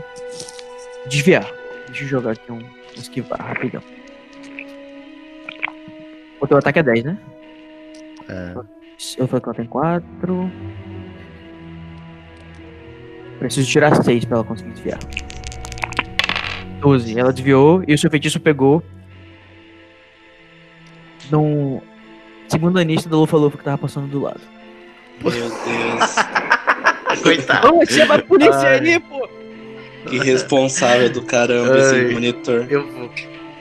[SPEAKER 1] desviar. Deixa eu jogar aqui um esquivar rapidão. O teu ataque é 10, né?
[SPEAKER 5] É.
[SPEAKER 1] Eu falei que ela tem 4. Preciso tirar 6 pra ela conseguir desviar. 12. Ela desviou e o seu feitiço pegou. Num. Segundo anista da Lufa Lufa que tava passando do lado.
[SPEAKER 2] Meu Deus,
[SPEAKER 5] Coitado.
[SPEAKER 4] Vamos, chama a polícia
[SPEAKER 5] Tá. Ai.
[SPEAKER 4] ali, pô!
[SPEAKER 2] que responsável do caramba
[SPEAKER 5] Ai.
[SPEAKER 2] esse monitor.
[SPEAKER 5] Eu vou,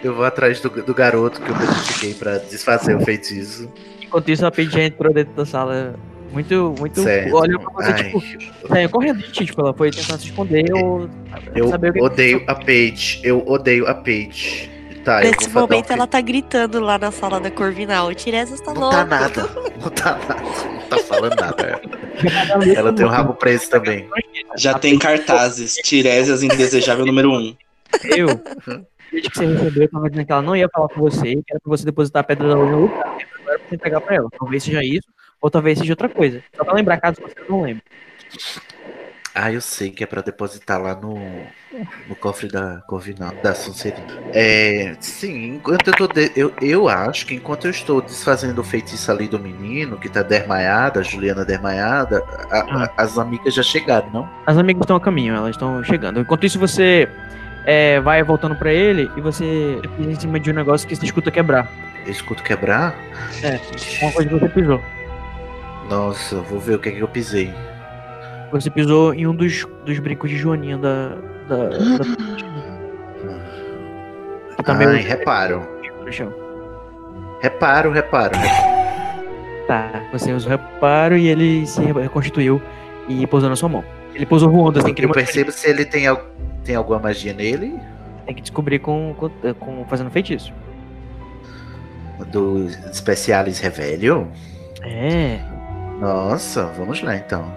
[SPEAKER 5] eu vou atrás do, do garoto que eu petrifiquei pra desfazer o feitiço.
[SPEAKER 1] Enquanto isso, a Paige já entrou dentro da sala. Muito, muito.
[SPEAKER 5] Certo.
[SPEAKER 1] Olha pra você,
[SPEAKER 5] Ai,
[SPEAKER 1] tipo, saiu correndo, tipo, ela foi tentar se esconder ou.
[SPEAKER 5] eu
[SPEAKER 1] saber o que
[SPEAKER 5] odeio a Paige. Eu odeio a Paige. Tá, eu vou
[SPEAKER 3] Nesse
[SPEAKER 5] fazer um
[SPEAKER 3] momento ela
[SPEAKER 5] feitiço.
[SPEAKER 3] tá gritando lá na sala da Corvinal. Tiresias tá
[SPEAKER 5] Não
[SPEAKER 3] louco.
[SPEAKER 5] tá nada. Não tá nada. Não tá falando nada. Ela tem o rabo preso também.
[SPEAKER 2] Já tem cartazes, Tiresias indesejável número 1. Um.
[SPEAKER 1] Eu. Desde que você recebeu, eu tava dizendo que ela não ia falar com você, que era pra você depositar a pedra da lua no lugar, e né? agora pra você entregar pra ela. Talvez seja isso, ou talvez seja outra coisa. Só pra lembrar, caso você não lembre.
[SPEAKER 5] Ah, eu sei que é pra depositar lá no, no cofre da Corvinal, da Sonserina. É, sim, enquanto eu tô. de- eu, eu acho que enquanto eu estou desfazendo o feitiço ali do menino, que tá dermaiada, a Juliana dermaiada, a- a- as amigas já chegaram, não?
[SPEAKER 1] As amigas estão a caminho, elas estão chegando. Enquanto isso, você é, vai voltando pra ele e você pisa em cima de um negócio que você escuta quebrar.
[SPEAKER 5] Eu escuto quebrar?
[SPEAKER 1] É, uma coisa que você pisou.
[SPEAKER 5] Nossa, vou ver o que é que eu pisei.
[SPEAKER 1] Você pisou em um dos, dos brincos de Joaninha da. da, da que tá meio
[SPEAKER 5] Ai, reparo.
[SPEAKER 1] no chão.
[SPEAKER 5] Reparo, reparo.
[SPEAKER 1] Tá, você usou reparo e ele se reconstituiu e pousou na sua mão. Ele pousou voando, assim, que
[SPEAKER 5] Eu
[SPEAKER 1] ele
[SPEAKER 5] percebo se ele tem, al- tem alguma magia nele.
[SPEAKER 1] tem que descobrir com, com, com- fazendo feitiço.
[SPEAKER 5] Do Specialis Revelio.
[SPEAKER 1] É.
[SPEAKER 5] Nossa, vamos lá então.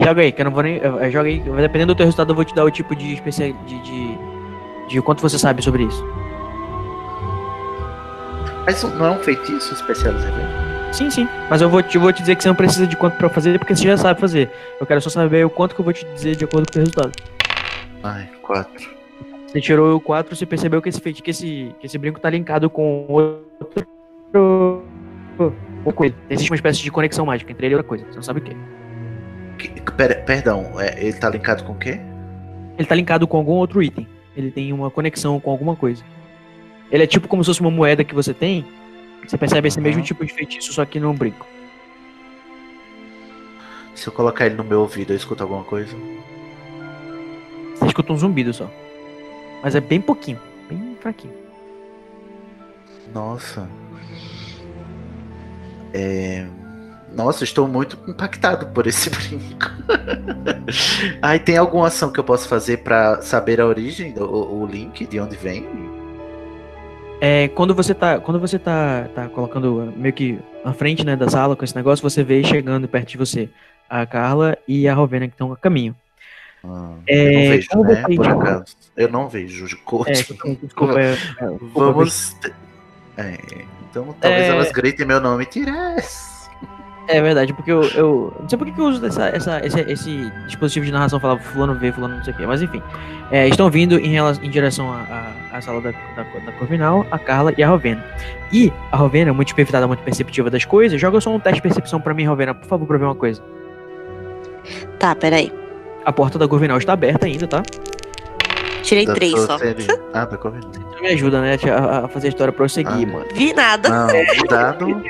[SPEAKER 1] Joga aí, que eu não vou nem. eu- eu- Joga aí. Dependendo do teu resultado, eu vou te dar o tipo de especial. De, de, de quanto você sabe sobre isso.
[SPEAKER 5] Mas não é um feitiço Specialis Revelio?
[SPEAKER 1] Sim, sim. Mas eu vou te, vou te dizer que você não precisa de quanto pra fazer, porque você já sabe fazer. Eu quero só saber o quanto que eu vou te dizer de acordo com o teu resultado.
[SPEAKER 5] Ai, quatro.
[SPEAKER 1] Você tirou o 4, você percebeu que esse, feiti- que esse, que esse brinco tá linkado com outro. Uma coisa. Existe uma espécie de conexão mágica entre ele e outra coisa. Você não sabe o quê.
[SPEAKER 5] Que- pera- perdão, é, ele tá linkado com o quê?
[SPEAKER 1] Ele tá linkado com algum outro item. Ele tem uma conexão com alguma coisa. Ele é tipo como se fosse uma moeda que você tem. Você percebe esse
[SPEAKER 5] Aham.
[SPEAKER 1] mesmo tipo de feitiço, só que num brinco.
[SPEAKER 5] Se eu colocar ele no meu ouvido, eu escuto alguma coisa?
[SPEAKER 1] Você escuta um zumbido só. Mas é bem pouquinho. Bem fraquinho.
[SPEAKER 5] Nossa. É, Nossa, estou muito impactado por esse brinco. Ai, tem alguma ação que eu posso fazer pra saber a origem, o, o link, de onde vem?
[SPEAKER 1] É, quando você tá, quando você tá, tá colocando meio que na frente né, da sala com esse negócio, você vê chegando perto de você a Carla e a Rovena que estão a caminho.
[SPEAKER 5] Ah,
[SPEAKER 1] É,
[SPEAKER 5] eu não vejo,
[SPEAKER 1] como
[SPEAKER 5] né?
[SPEAKER 1] você-
[SPEAKER 5] Por acaso. Eu não vejo de cor.
[SPEAKER 1] um É, desculpa, é, é, desculpa,
[SPEAKER 5] Vamos. É, então talvez
[SPEAKER 1] É.
[SPEAKER 5] elas gritem meu nome. Tires!
[SPEAKER 1] É verdade, porque eu, eu não sei por que que eu uso dessa, essa, esse, esse dispositivo de narração, falava fulano vê, fulano não sei o quê, mas enfim. É, estão vindo em, rela- em direção à- à à sala da, da, da Corvinal, a Carla e a Rovena. E a Rovena, muito espertada, muito perceptiva das coisas, joga só um teste de percepção pra mim, Rovena, por favor, pra ver uma coisa.
[SPEAKER 3] Tá, peraí.
[SPEAKER 1] A porta da Corvinal está aberta ainda, tá?
[SPEAKER 3] Tirei
[SPEAKER 5] Da
[SPEAKER 3] três
[SPEAKER 5] sua
[SPEAKER 3] só.
[SPEAKER 5] série. Ah, tá correndo.
[SPEAKER 1] Você me ajuda, né, tia, a, a fazer a história prosseguir,
[SPEAKER 5] Ah.
[SPEAKER 1] mano.
[SPEAKER 3] Vi nada.
[SPEAKER 5] Não, um dado.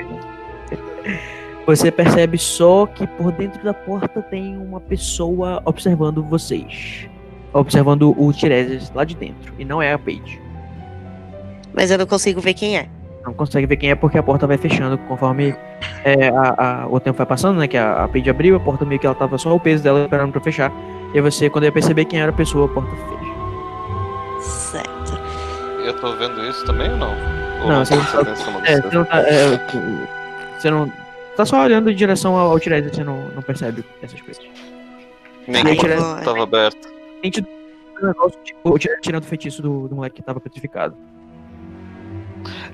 [SPEAKER 1] Você percebe só que por dentro da porta tem uma pessoa observando vocês. Observando o Tiresias lá de dentro. E não é a Paige.
[SPEAKER 3] Mas eu não consigo ver quem é.
[SPEAKER 1] não consegue ver quem é porque a porta vai fechando conforme é, a- a- o tempo vai passando, né? Que a, a Paige abriu, a porta meio que ela tava só o peso dela esperando pra fechar. E aí você, quando ia perceber quem era a pessoa, a porta fecha.
[SPEAKER 3] Certo.
[SPEAKER 8] Eu tô vendo isso também ou não? Ou
[SPEAKER 1] Não, você
[SPEAKER 8] tô
[SPEAKER 1] não sabe.
[SPEAKER 8] pensando
[SPEAKER 1] É,
[SPEAKER 8] nisso?
[SPEAKER 1] você não tá. é, você não. Tá só olhando em direção ao, ao Tiresias, você não, não percebe essas coisas.
[SPEAKER 8] Nem
[SPEAKER 1] Aí,
[SPEAKER 8] que
[SPEAKER 1] tirando-
[SPEAKER 8] tava aberto.
[SPEAKER 1] Gente, o negócio, tipo, tira- tirando o feitiço do, do moleque que tava petrificado.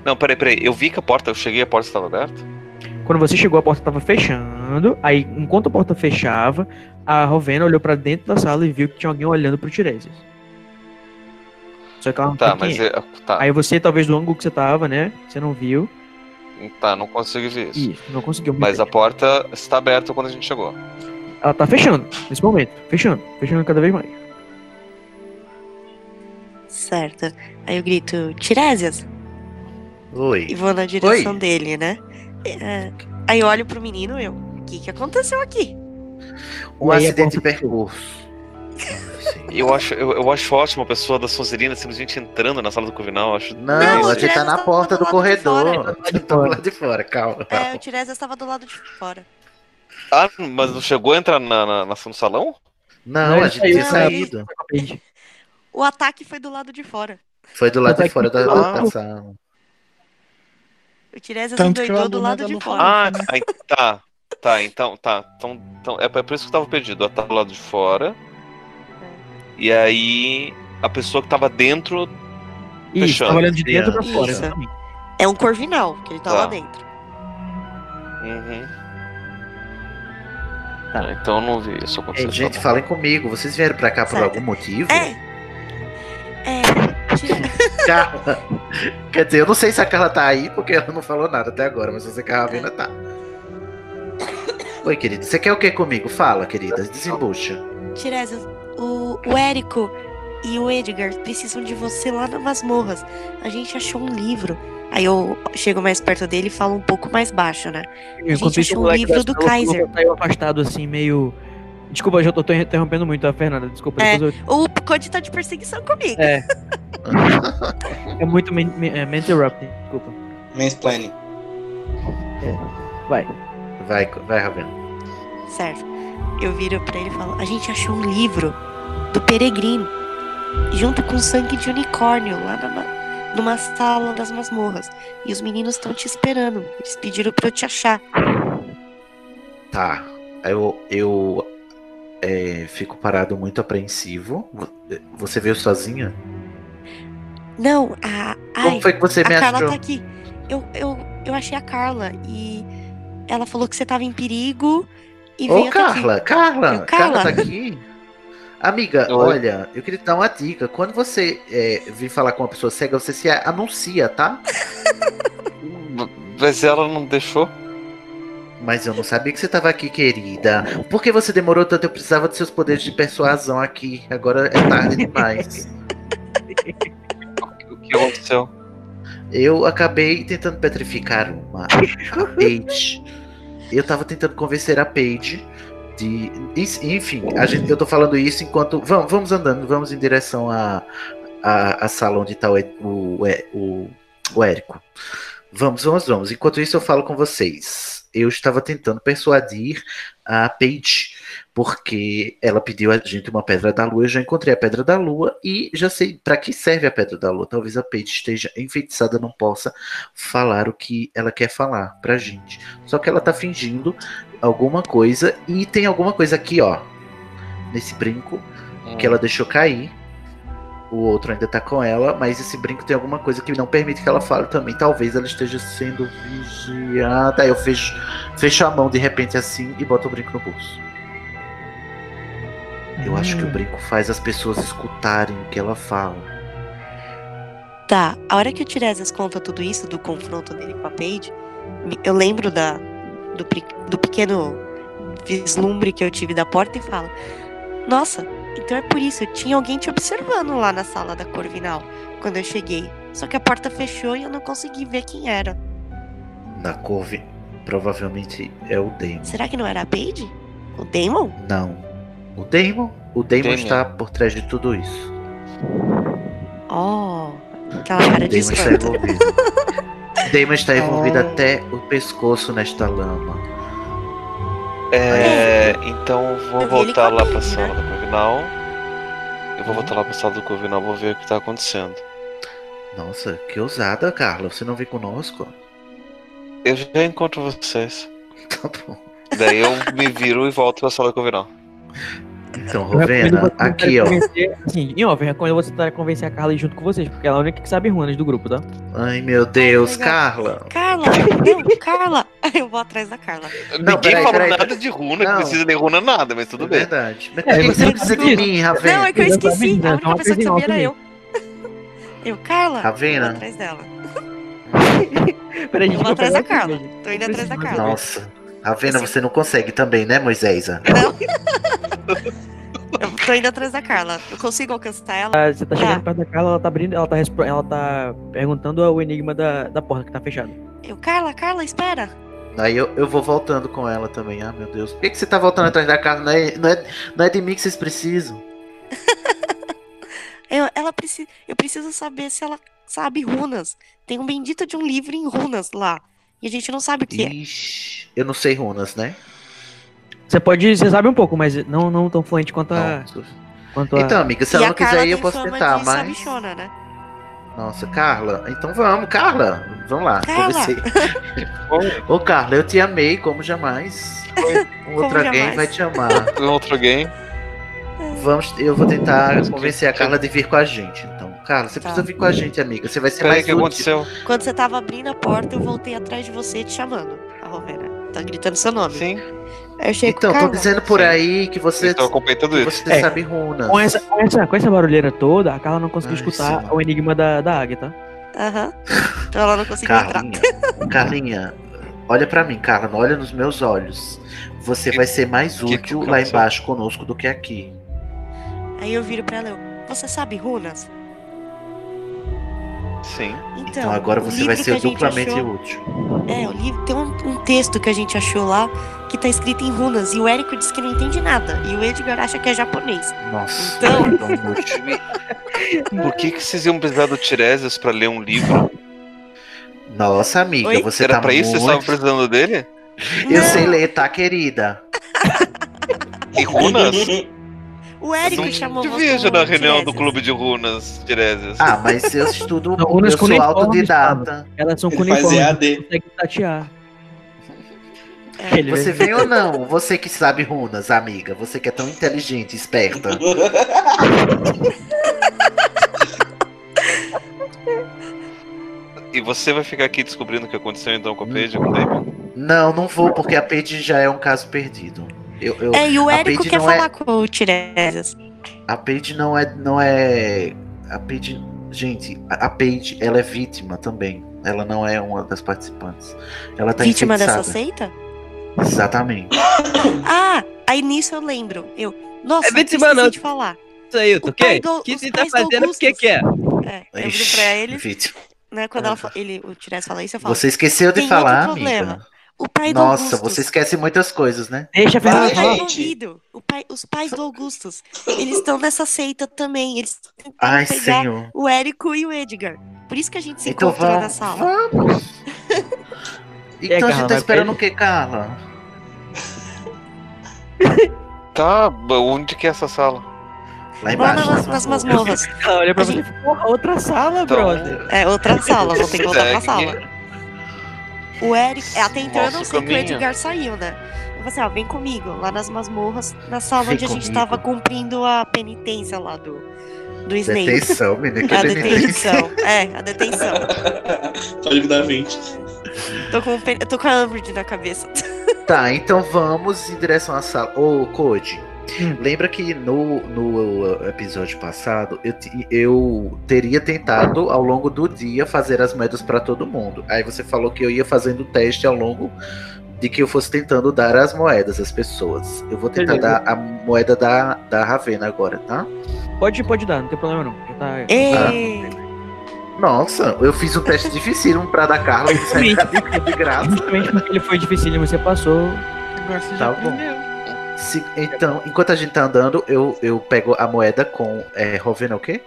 [SPEAKER 8] Não, peraí, peraí. Eu vi que a porta, eu cheguei a porta estava aberta.
[SPEAKER 1] Quando você chegou, a porta tava fechando. Aí, enquanto a porta fechava, a Rovena olhou pra dentro da sala e viu que tinha alguém olhando pro Tiresias. Só que ela não
[SPEAKER 8] Tá,
[SPEAKER 1] sabe quem
[SPEAKER 8] mas.
[SPEAKER 1] é.
[SPEAKER 8] é- Tá,
[SPEAKER 1] Aí você, talvez do ângulo que você tava, né? Você não viu.
[SPEAKER 8] tá, não consegui ver isso.
[SPEAKER 1] Isso, não conseguiu.
[SPEAKER 8] Mas a porta está aberta quando a gente chegou.
[SPEAKER 1] Ela tá fechando, nesse momento. Fechando, fechando cada vez mais.
[SPEAKER 3] Certo. Aí eu grito, Tiresias! E
[SPEAKER 5] Oi.
[SPEAKER 3] vou na direção
[SPEAKER 5] Oi.
[SPEAKER 3] dele, né? É, Aí eu olho pro menino e eu, o que, que aconteceu aqui?
[SPEAKER 5] Um
[SPEAKER 1] Aí a
[SPEAKER 5] acidente de
[SPEAKER 1] porta-
[SPEAKER 5] percurso. Ah, sim.
[SPEAKER 8] Eu acho, eu, eu acho ótimo a pessoa da Sonserina simplesmente entrando na sala do Covinal. eu Acho...
[SPEAKER 5] Não,
[SPEAKER 3] Não,
[SPEAKER 5] você
[SPEAKER 3] elas
[SPEAKER 5] tá na
[SPEAKER 3] tão
[SPEAKER 5] porta
[SPEAKER 3] do
[SPEAKER 5] do
[SPEAKER 3] lado de
[SPEAKER 5] corredor.
[SPEAKER 1] fora.
[SPEAKER 5] Tá do lado de fora, calma.
[SPEAKER 3] É, o Tiresias estava do lado de fora.
[SPEAKER 8] Ah, mas não chegou a entrar na, na, na- no salão?
[SPEAKER 5] Não, é
[SPEAKER 1] Não,
[SPEAKER 5] a
[SPEAKER 1] ele
[SPEAKER 5] gente
[SPEAKER 1] saiu,
[SPEAKER 5] tinha
[SPEAKER 3] saiu.
[SPEAKER 5] saído.
[SPEAKER 3] O ataque foi do lado de fora.
[SPEAKER 5] Foi do lado
[SPEAKER 1] Mas
[SPEAKER 5] de
[SPEAKER 1] é
[SPEAKER 5] fora
[SPEAKER 1] que-
[SPEAKER 5] da,
[SPEAKER 1] Ah.
[SPEAKER 5] da sala.
[SPEAKER 3] O Tiresias
[SPEAKER 6] Tanto que o
[SPEAKER 3] endoidou do
[SPEAKER 6] aluno
[SPEAKER 3] lado
[SPEAKER 6] ainda
[SPEAKER 3] de
[SPEAKER 6] não
[SPEAKER 3] fora.
[SPEAKER 8] Ah, ai, tá. Tá, então, tá. Então, então, é por isso que eu tava perdido. Ela tava do lado de fora. E aí, a pessoa que tava dentro.
[SPEAKER 1] Isso,
[SPEAKER 8] Fechando.
[SPEAKER 1] tava olhando de dentro pra
[SPEAKER 3] Isso.
[SPEAKER 1] fora. exatamente.
[SPEAKER 3] É um corvinal, que ele tá
[SPEAKER 8] Tá.
[SPEAKER 3] lá dentro.
[SPEAKER 8] Uhum.
[SPEAKER 1] Tá.
[SPEAKER 8] Ah, Então eu não vi isso tá acontecer.
[SPEAKER 5] Gente, falem comigo. Vocês vieram pra cá por
[SPEAKER 3] Sai.
[SPEAKER 5] algum motivo?
[SPEAKER 3] É! É. Tire-
[SPEAKER 5] Carla. Quer dizer, eu não sei se a Carla tá aí, porque ela não falou nada até agora, mas você que a Ravena tá. Oi, querida. Você quer o que comigo? Fala, querida. Desembucha.
[SPEAKER 3] Tiresias, o, o Érico e o Edgar precisam de você lá nas masmorras. A gente achou um livro. Aí eu chego mais perto dele e falo um pouco mais baixo, né?
[SPEAKER 1] Enquanto isso,
[SPEAKER 3] achou
[SPEAKER 1] o
[SPEAKER 3] um
[SPEAKER 1] moleque
[SPEAKER 3] livro
[SPEAKER 1] da
[SPEAKER 3] do
[SPEAKER 1] sala
[SPEAKER 3] Kaiser.
[SPEAKER 1] Saiu afastado assim, meio. Desculpa, eu já tô, tô interrompendo muito a Fernanda. Desculpa,
[SPEAKER 3] É.
[SPEAKER 1] depois eu-
[SPEAKER 3] O Cody tá de perseguição comigo.
[SPEAKER 1] É. é muito men- men- é, mental interrupting. Desculpa.
[SPEAKER 2] Mansplaining.
[SPEAKER 1] Vai.
[SPEAKER 5] Vai, vai, Ravena.
[SPEAKER 3] Certo. Eu viro pra ele e falo: A gente achou um livro do Peregrino, junto com sangue de unicórnio, lá na ma- numa sala das masmorras. E os meninos estão te esperando. Eles pediram pra eu te achar.
[SPEAKER 5] Tá. Eu, eu é, fico parado muito apreensivo. Vo- Você veio sozinha?
[SPEAKER 3] Não, a. Ai,
[SPEAKER 5] Como foi que você
[SPEAKER 3] a
[SPEAKER 5] me
[SPEAKER 3] Carla
[SPEAKER 5] achou?
[SPEAKER 3] tá aqui. Eu, eu, eu achei a Carla e ela falou que você tava em perigo e veio
[SPEAKER 5] Ô,
[SPEAKER 3] até aqui.
[SPEAKER 5] Carla, Carla,
[SPEAKER 3] Eu,
[SPEAKER 5] Carla
[SPEAKER 3] Carla.
[SPEAKER 5] tá aqui. Amiga,
[SPEAKER 8] Oi.
[SPEAKER 5] olha, eu queria te dar uma dica. Quando você é, vir falar com uma pessoa cega, você se anuncia, tá?
[SPEAKER 8] Mas ela não deixou.
[SPEAKER 5] Mas eu não sabia que você tava aqui, querida. Por que você demorou tanto? Eu precisava dos seus poderes de persuasão aqui. Agora é tarde demais.
[SPEAKER 8] O que aconteceu?
[SPEAKER 5] Eu acabei tentando petrificar uma a Paige. Eu tava tentando convencer a Paige de. ens- Enfim, a gente- eu tô falando isso enquanto. Vamos, vamos andando, vamos em direção à a, sala onde tá o, E- o, E- o, o Érico. Vamos, vamos, vamos. Enquanto isso, eu falo com vocês. Eu estava tentando persuadir a Paige, porque ela pediu a gente uma pedra da lua. Eu já encontrei a pedra da lua e já sei para que serve a pedra da lua. Talvez a Paige esteja enfeitiçada, não possa falar o que ela quer falar pra gente. Só que ela tá fingindo alguma coisa e tem alguma coisa aqui, ó, nesse brinco que ela deixou cair. O outro ainda tá com ela, mas esse brinco tem alguma coisa que não permite que ela fale também. Talvez ela esteja sendo vigiada. Aí eu fecho, fecho a mão de repente assim e boto o brinco no bolso. Eu acho que o brinco faz as pessoas escutarem o que ela fala.
[SPEAKER 3] Tá, a hora que o Tiresias conta tudo isso, do confronto dele com a Paige, me- eu lembro da, do, pri- do pequeno vislumbre que eu tive da porta e falo: Nossa, então é por isso, tinha alguém te observando lá na sala da Corvinal quando eu cheguei. Só que a porta fechou e eu não consegui ver quem era.
[SPEAKER 5] Na corve, provavelmente é o Damon.
[SPEAKER 3] Será que não era a Paige? O Damon?
[SPEAKER 5] Não. O Damon? O Damon,
[SPEAKER 8] Damon.
[SPEAKER 5] está por trás de tudo isso.
[SPEAKER 3] Oh, aquela cara
[SPEAKER 5] o
[SPEAKER 3] de
[SPEAKER 5] Damon está
[SPEAKER 3] espanto.
[SPEAKER 5] envolvido. O Damon está envolvido
[SPEAKER 4] Oh.
[SPEAKER 5] até o pescoço nesta lama.
[SPEAKER 8] É, então eu vou
[SPEAKER 3] Eu vi ele
[SPEAKER 8] voltar
[SPEAKER 3] com a
[SPEAKER 8] lá
[SPEAKER 3] Paige,
[SPEAKER 8] pra
[SPEAKER 3] né?
[SPEAKER 8] sala do Corvinal. Eu vou voltar lá pra sala do Corvinal, vou ver o que tá acontecendo.
[SPEAKER 5] Nossa, que ousada, Carla. Você não vem conosco?
[SPEAKER 8] Eu já encontro vocês.
[SPEAKER 5] Tá bom.
[SPEAKER 8] Daí eu me viro e volto pra sala do Corvinal.
[SPEAKER 5] Então,
[SPEAKER 1] Eu recomendo
[SPEAKER 5] Rovena,
[SPEAKER 1] você tentar
[SPEAKER 5] aqui, ó.
[SPEAKER 1] convencer- Sim, em off, eu recomendo você tentar convencer a Carla aí junto com vocês, porque ela é a única que sabe runas do grupo, tá?
[SPEAKER 5] Ai, meu Deus,
[SPEAKER 3] legal.
[SPEAKER 5] Carla.
[SPEAKER 3] Carla, não, Carla. Eu vou atrás da Carla.
[SPEAKER 5] Não,
[SPEAKER 8] Ninguém
[SPEAKER 5] peraí,
[SPEAKER 8] falou
[SPEAKER 5] peraí,
[SPEAKER 8] nada
[SPEAKER 5] peraí.
[SPEAKER 8] de runa,
[SPEAKER 5] Não.
[SPEAKER 8] que precisa de runa nada, mas tudo
[SPEAKER 5] É
[SPEAKER 8] bem.
[SPEAKER 5] verdade. Mas
[SPEAKER 1] É,
[SPEAKER 5] por que
[SPEAKER 1] você
[SPEAKER 5] você precisa de
[SPEAKER 1] sabe
[SPEAKER 5] mim,
[SPEAKER 3] Não, é
[SPEAKER 5] Ravena?
[SPEAKER 3] que eu
[SPEAKER 1] Exatamente,
[SPEAKER 3] esqueci.
[SPEAKER 1] né?
[SPEAKER 3] A
[SPEAKER 1] Então,
[SPEAKER 3] única pessoa
[SPEAKER 1] apresenta
[SPEAKER 3] que sabia era
[SPEAKER 1] alguém.
[SPEAKER 3] eu. Eu, Carla.
[SPEAKER 5] Tá
[SPEAKER 3] Eu
[SPEAKER 5] vendo?
[SPEAKER 3] vou atrás dela.
[SPEAKER 1] Peraí,
[SPEAKER 3] Eu
[SPEAKER 1] gente.
[SPEAKER 3] vou
[SPEAKER 1] vou pegar
[SPEAKER 3] atrás da
[SPEAKER 1] outra
[SPEAKER 3] Carla.
[SPEAKER 1] cerveja.
[SPEAKER 3] Tô indo atrás da Carla.
[SPEAKER 5] Nossa. Ravena,
[SPEAKER 3] Assim
[SPEAKER 5] você não consegue também, né, Moisés?
[SPEAKER 3] Não. Eu tô indo atrás da Carla. Eu consigo alcançar ela?
[SPEAKER 1] Ah, Você tá chegando
[SPEAKER 3] Tá.
[SPEAKER 1] perto da Carla, ela tá abrindo, ela tá, respon- ela tá perguntando o enigma da, da porta que tá fechada.
[SPEAKER 3] Eu, Carla, Carla, espera.
[SPEAKER 5] Aí eu, eu vou voltando com ela também. Ah, meu Deus. Por que, que você tá
[SPEAKER 3] Hum.
[SPEAKER 5] voltando atrás da Carla? Não é, não, é, não é de mim que vocês precisam.
[SPEAKER 3] Eu, ela preci... eu preciso saber se ela sabe runas. Tem um bendito de um livro em runas lá. E a gente não sabe o que é.
[SPEAKER 5] Ixi, eu não sei runas, né?
[SPEAKER 1] Você pode, você sabe um pouco, mas não, não tão fluente quanto a.
[SPEAKER 5] Não.
[SPEAKER 1] Quanto a...
[SPEAKER 5] Então, amiga, se
[SPEAKER 3] e
[SPEAKER 5] ela
[SPEAKER 3] a
[SPEAKER 5] não
[SPEAKER 3] Carla
[SPEAKER 5] quiser ir, eu
[SPEAKER 3] tem
[SPEAKER 5] posso
[SPEAKER 3] fama
[SPEAKER 5] tentar,
[SPEAKER 3] de
[SPEAKER 5] mas.
[SPEAKER 3] sabichona, né?
[SPEAKER 5] Nossa, Carla, então vamos, Carla. Vamos lá,
[SPEAKER 3] Carla.
[SPEAKER 5] conversei. Ô, Carla, eu te amei como jamais. Um outro
[SPEAKER 3] Como
[SPEAKER 5] alguém
[SPEAKER 3] jamais.
[SPEAKER 5] vai te amar.
[SPEAKER 8] Um outro game.
[SPEAKER 5] Vamos, eu vou tentar
[SPEAKER 8] Mas que-
[SPEAKER 5] convencer a Carla de vir com a gente. Então, Carla, você
[SPEAKER 3] Tá.
[SPEAKER 5] precisa vir com a gente, amiga. Você vai ser
[SPEAKER 8] Peraí,
[SPEAKER 5] é
[SPEAKER 8] o
[SPEAKER 5] mais
[SPEAKER 8] que
[SPEAKER 5] útil.
[SPEAKER 8] aconteceu?
[SPEAKER 3] Quando você tava abrindo a porta, eu voltei atrás de você te chamando. A Rovena. Tá gritando seu nome.
[SPEAKER 8] Sim, Então
[SPEAKER 3] Aí eu chego
[SPEAKER 5] Então,
[SPEAKER 3] Carla.
[SPEAKER 5] tô dizendo por
[SPEAKER 8] Sim.
[SPEAKER 5] aí que você,
[SPEAKER 8] estou completando
[SPEAKER 5] que
[SPEAKER 8] isso.
[SPEAKER 5] você
[SPEAKER 1] É.
[SPEAKER 5] sabe runas.
[SPEAKER 1] Com essa, com, essa, com essa barulheira toda, a Carla não conseguiu
[SPEAKER 5] Ai,
[SPEAKER 1] escutar
[SPEAKER 5] sim.
[SPEAKER 1] o enigma da, da águia, tá?
[SPEAKER 3] Aham. Então ela não conseguiu entrar.
[SPEAKER 5] Carlinha, Carlinha, olha pra mim, Carla, olha nos meus olhos. Você
[SPEAKER 8] Que-
[SPEAKER 5] vai ser mais
[SPEAKER 8] que-
[SPEAKER 5] útil
[SPEAKER 8] que
[SPEAKER 5] lá
[SPEAKER 8] aconteceu?
[SPEAKER 5] embaixo conosco do que aqui.
[SPEAKER 3] Aí eu viro pra ela, eu, você sabe runas?
[SPEAKER 8] Sim.
[SPEAKER 3] Então,
[SPEAKER 5] Então, agora
[SPEAKER 3] o
[SPEAKER 5] você
[SPEAKER 3] livro
[SPEAKER 5] vai
[SPEAKER 3] que a
[SPEAKER 5] ser
[SPEAKER 3] gente
[SPEAKER 5] duplamente
[SPEAKER 3] achou-
[SPEAKER 5] útil.
[SPEAKER 3] É, o livro tem um, um texto que a gente achou lá que tá escrito em runas e o Érico diz que não entende nada e o Edgar acha que é japonês.
[SPEAKER 5] Nossa,
[SPEAKER 3] Então-
[SPEAKER 5] tão útil.
[SPEAKER 8] Por que, que vocês iam precisar do Tiresias pra ler um livro?
[SPEAKER 5] Nossa, amiga,
[SPEAKER 3] Oi?
[SPEAKER 5] você
[SPEAKER 8] Era
[SPEAKER 5] tá
[SPEAKER 8] pra isso que vocês estavam
[SPEAKER 5] muito...
[SPEAKER 8] precisando dele?
[SPEAKER 5] Eu
[SPEAKER 3] Não,
[SPEAKER 5] sei ler, tá, querida?
[SPEAKER 8] E runas?
[SPEAKER 3] O Érico
[SPEAKER 8] Não
[SPEAKER 3] chamou
[SPEAKER 8] te
[SPEAKER 3] você.
[SPEAKER 8] vejo na reunião do
[SPEAKER 3] Tiresias.
[SPEAKER 8] clube de runas, Tiresias.
[SPEAKER 5] Ah, mas eu estudo,
[SPEAKER 1] Não, runas
[SPEAKER 5] eu
[SPEAKER 1] com
[SPEAKER 5] sou
[SPEAKER 1] uniforme,
[SPEAKER 5] autodidata.
[SPEAKER 1] Elas são com né?
[SPEAKER 11] Ele faz
[SPEAKER 1] uniforme,
[SPEAKER 11] EAD.
[SPEAKER 1] consegue tatear.
[SPEAKER 3] É.
[SPEAKER 1] Ele,
[SPEAKER 5] Você
[SPEAKER 1] você...
[SPEAKER 5] vem ou não? Você que sabe runas, amiga. Você que é tão inteligente, esperta.
[SPEAKER 8] E você vai ficar aqui descobrindo o que aconteceu então com a Paige e com o Damon?
[SPEAKER 5] Não, não vou, porque a Paige já é um caso perdido. Eu, eu-
[SPEAKER 3] É, e o
[SPEAKER 5] A
[SPEAKER 3] Érico
[SPEAKER 5] Paige
[SPEAKER 3] quer
[SPEAKER 5] não é-
[SPEAKER 3] falar com o Tiresias.
[SPEAKER 5] A Paige não é. Não é. A Paige. Gente, a a Paige, ela é vítima também. Ela não é uma das participantes. Ela tá
[SPEAKER 3] Vítima dessa
[SPEAKER 5] enfeitiçada.
[SPEAKER 3] seita?
[SPEAKER 5] Exatamente.
[SPEAKER 3] Ah, aí nisso eu lembro. Eu, nossa,
[SPEAKER 4] É vítima
[SPEAKER 3] esqueci
[SPEAKER 4] não.
[SPEAKER 3] de falar.
[SPEAKER 4] Isso aí, tu quer?
[SPEAKER 3] do-
[SPEAKER 4] O que
[SPEAKER 3] os
[SPEAKER 4] você tá
[SPEAKER 3] pais do
[SPEAKER 4] fazendo o que
[SPEAKER 3] Augustus.
[SPEAKER 4] quer?
[SPEAKER 3] É, eu viro pra ele,
[SPEAKER 5] Vítima.
[SPEAKER 3] né? Quando ela, fa- ele, o Tiresias fala isso, eu falo.
[SPEAKER 5] Você esqueceu de
[SPEAKER 3] Tem outro
[SPEAKER 5] falar,
[SPEAKER 3] problema. um
[SPEAKER 5] amiga.
[SPEAKER 3] O pai do
[SPEAKER 5] Nossa,
[SPEAKER 3] Augustus.
[SPEAKER 5] você esquece muitas coisas, né?
[SPEAKER 1] Deixa a
[SPEAKER 3] Mas
[SPEAKER 1] Fernanda
[SPEAKER 3] ele tá
[SPEAKER 1] falar.
[SPEAKER 3] envolvido. O pai, os pais do Augustus. Eles estão nessa seita também. Eles tentaram
[SPEAKER 5] Ai,
[SPEAKER 3] pegar
[SPEAKER 5] senhor.
[SPEAKER 3] o Érico e o Edgar. Por isso que a gente se
[SPEAKER 5] Então
[SPEAKER 3] encontrou
[SPEAKER 5] vamos.
[SPEAKER 3] na sala.
[SPEAKER 5] Vamos. Então a
[SPEAKER 1] Carla,
[SPEAKER 5] gente tá
[SPEAKER 1] vai
[SPEAKER 5] esperando
[SPEAKER 1] pra
[SPEAKER 5] o que, Carla?
[SPEAKER 8] Tá, b- onde que é essa sala?
[SPEAKER 5] Lá
[SPEAKER 3] Lá
[SPEAKER 5] embaixo.
[SPEAKER 3] nas, nas masmorras.
[SPEAKER 1] Ela olha pra
[SPEAKER 3] A
[SPEAKER 1] você e porra, outra sala,
[SPEAKER 8] Então,
[SPEAKER 1] brother.
[SPEAKER 3] É, outra sala, vou ter que voltar pra
[SPEAKER 8] Segue.
[SPEAKER 3] sala. O Eric, até então eu não
[SPEAKER 8] Nosso
[SPEAKER 3] sei que o
[SPEAKER 8] caminho.
[SPEAKER 3] Edgar saiu, né? Eu falei assim, ó, vem comigo, lá nas masmorras, na sala
[SPEAKER 5] Vem
[SPEAKER 3] onde a gente
[SPEAKER 5] comigo.
[SPEAKER 3] tava cumprindo a penitência lá do, do Snape.
[SPEAKER 5] Detenção, menina. Que
[SPEAKER 3] A
[SPEAKER 5] detenção.
[SPEAKER 3] Ah, detenção. É, a detenção.
[SPEAKER 11] Código da 20.
[SPEAKER 3] Tô com, o pen- eu tô com a Umbridge na cabeça.
[SPEAKER 5] Tá, então vamos em direção à sala. Ô, Code, lembra que no, no episódio passado eu, te- eu teria tentado ao longo do dia fazer as metas pra todo mundo. Aí você falou que eu ia fazendo teste ao longo de que eu fosse tentando dar as moedas às pessoas. Eu vou tentar
[SPEAKER 1] Beleza.
[SPEAKER 5] dar a moeda da, da Ravena agora, tá?
[SPEAKER 1] Pode, pode dar, não tem problema não. Já tá.
[SPEAKER 3] É. Ei,
[SPEAKER 5] Nossa, eu fiz um teste difícil um pra da Carla que saiu de graça.
[SPEAKER 1] Justamente porque ele foi difícil e você passou.
[SPEAKER 6] Agora você
[SPEAKER 5] Tá
[SPEAKER 6] já
[SPEAKER 5] bom.
[SPEAKER 6] aprendeu.
[SPEAKER 5] Se- então, enquanto a gente tá andando, eu, eu pego a moeda com é, Ravena o quê?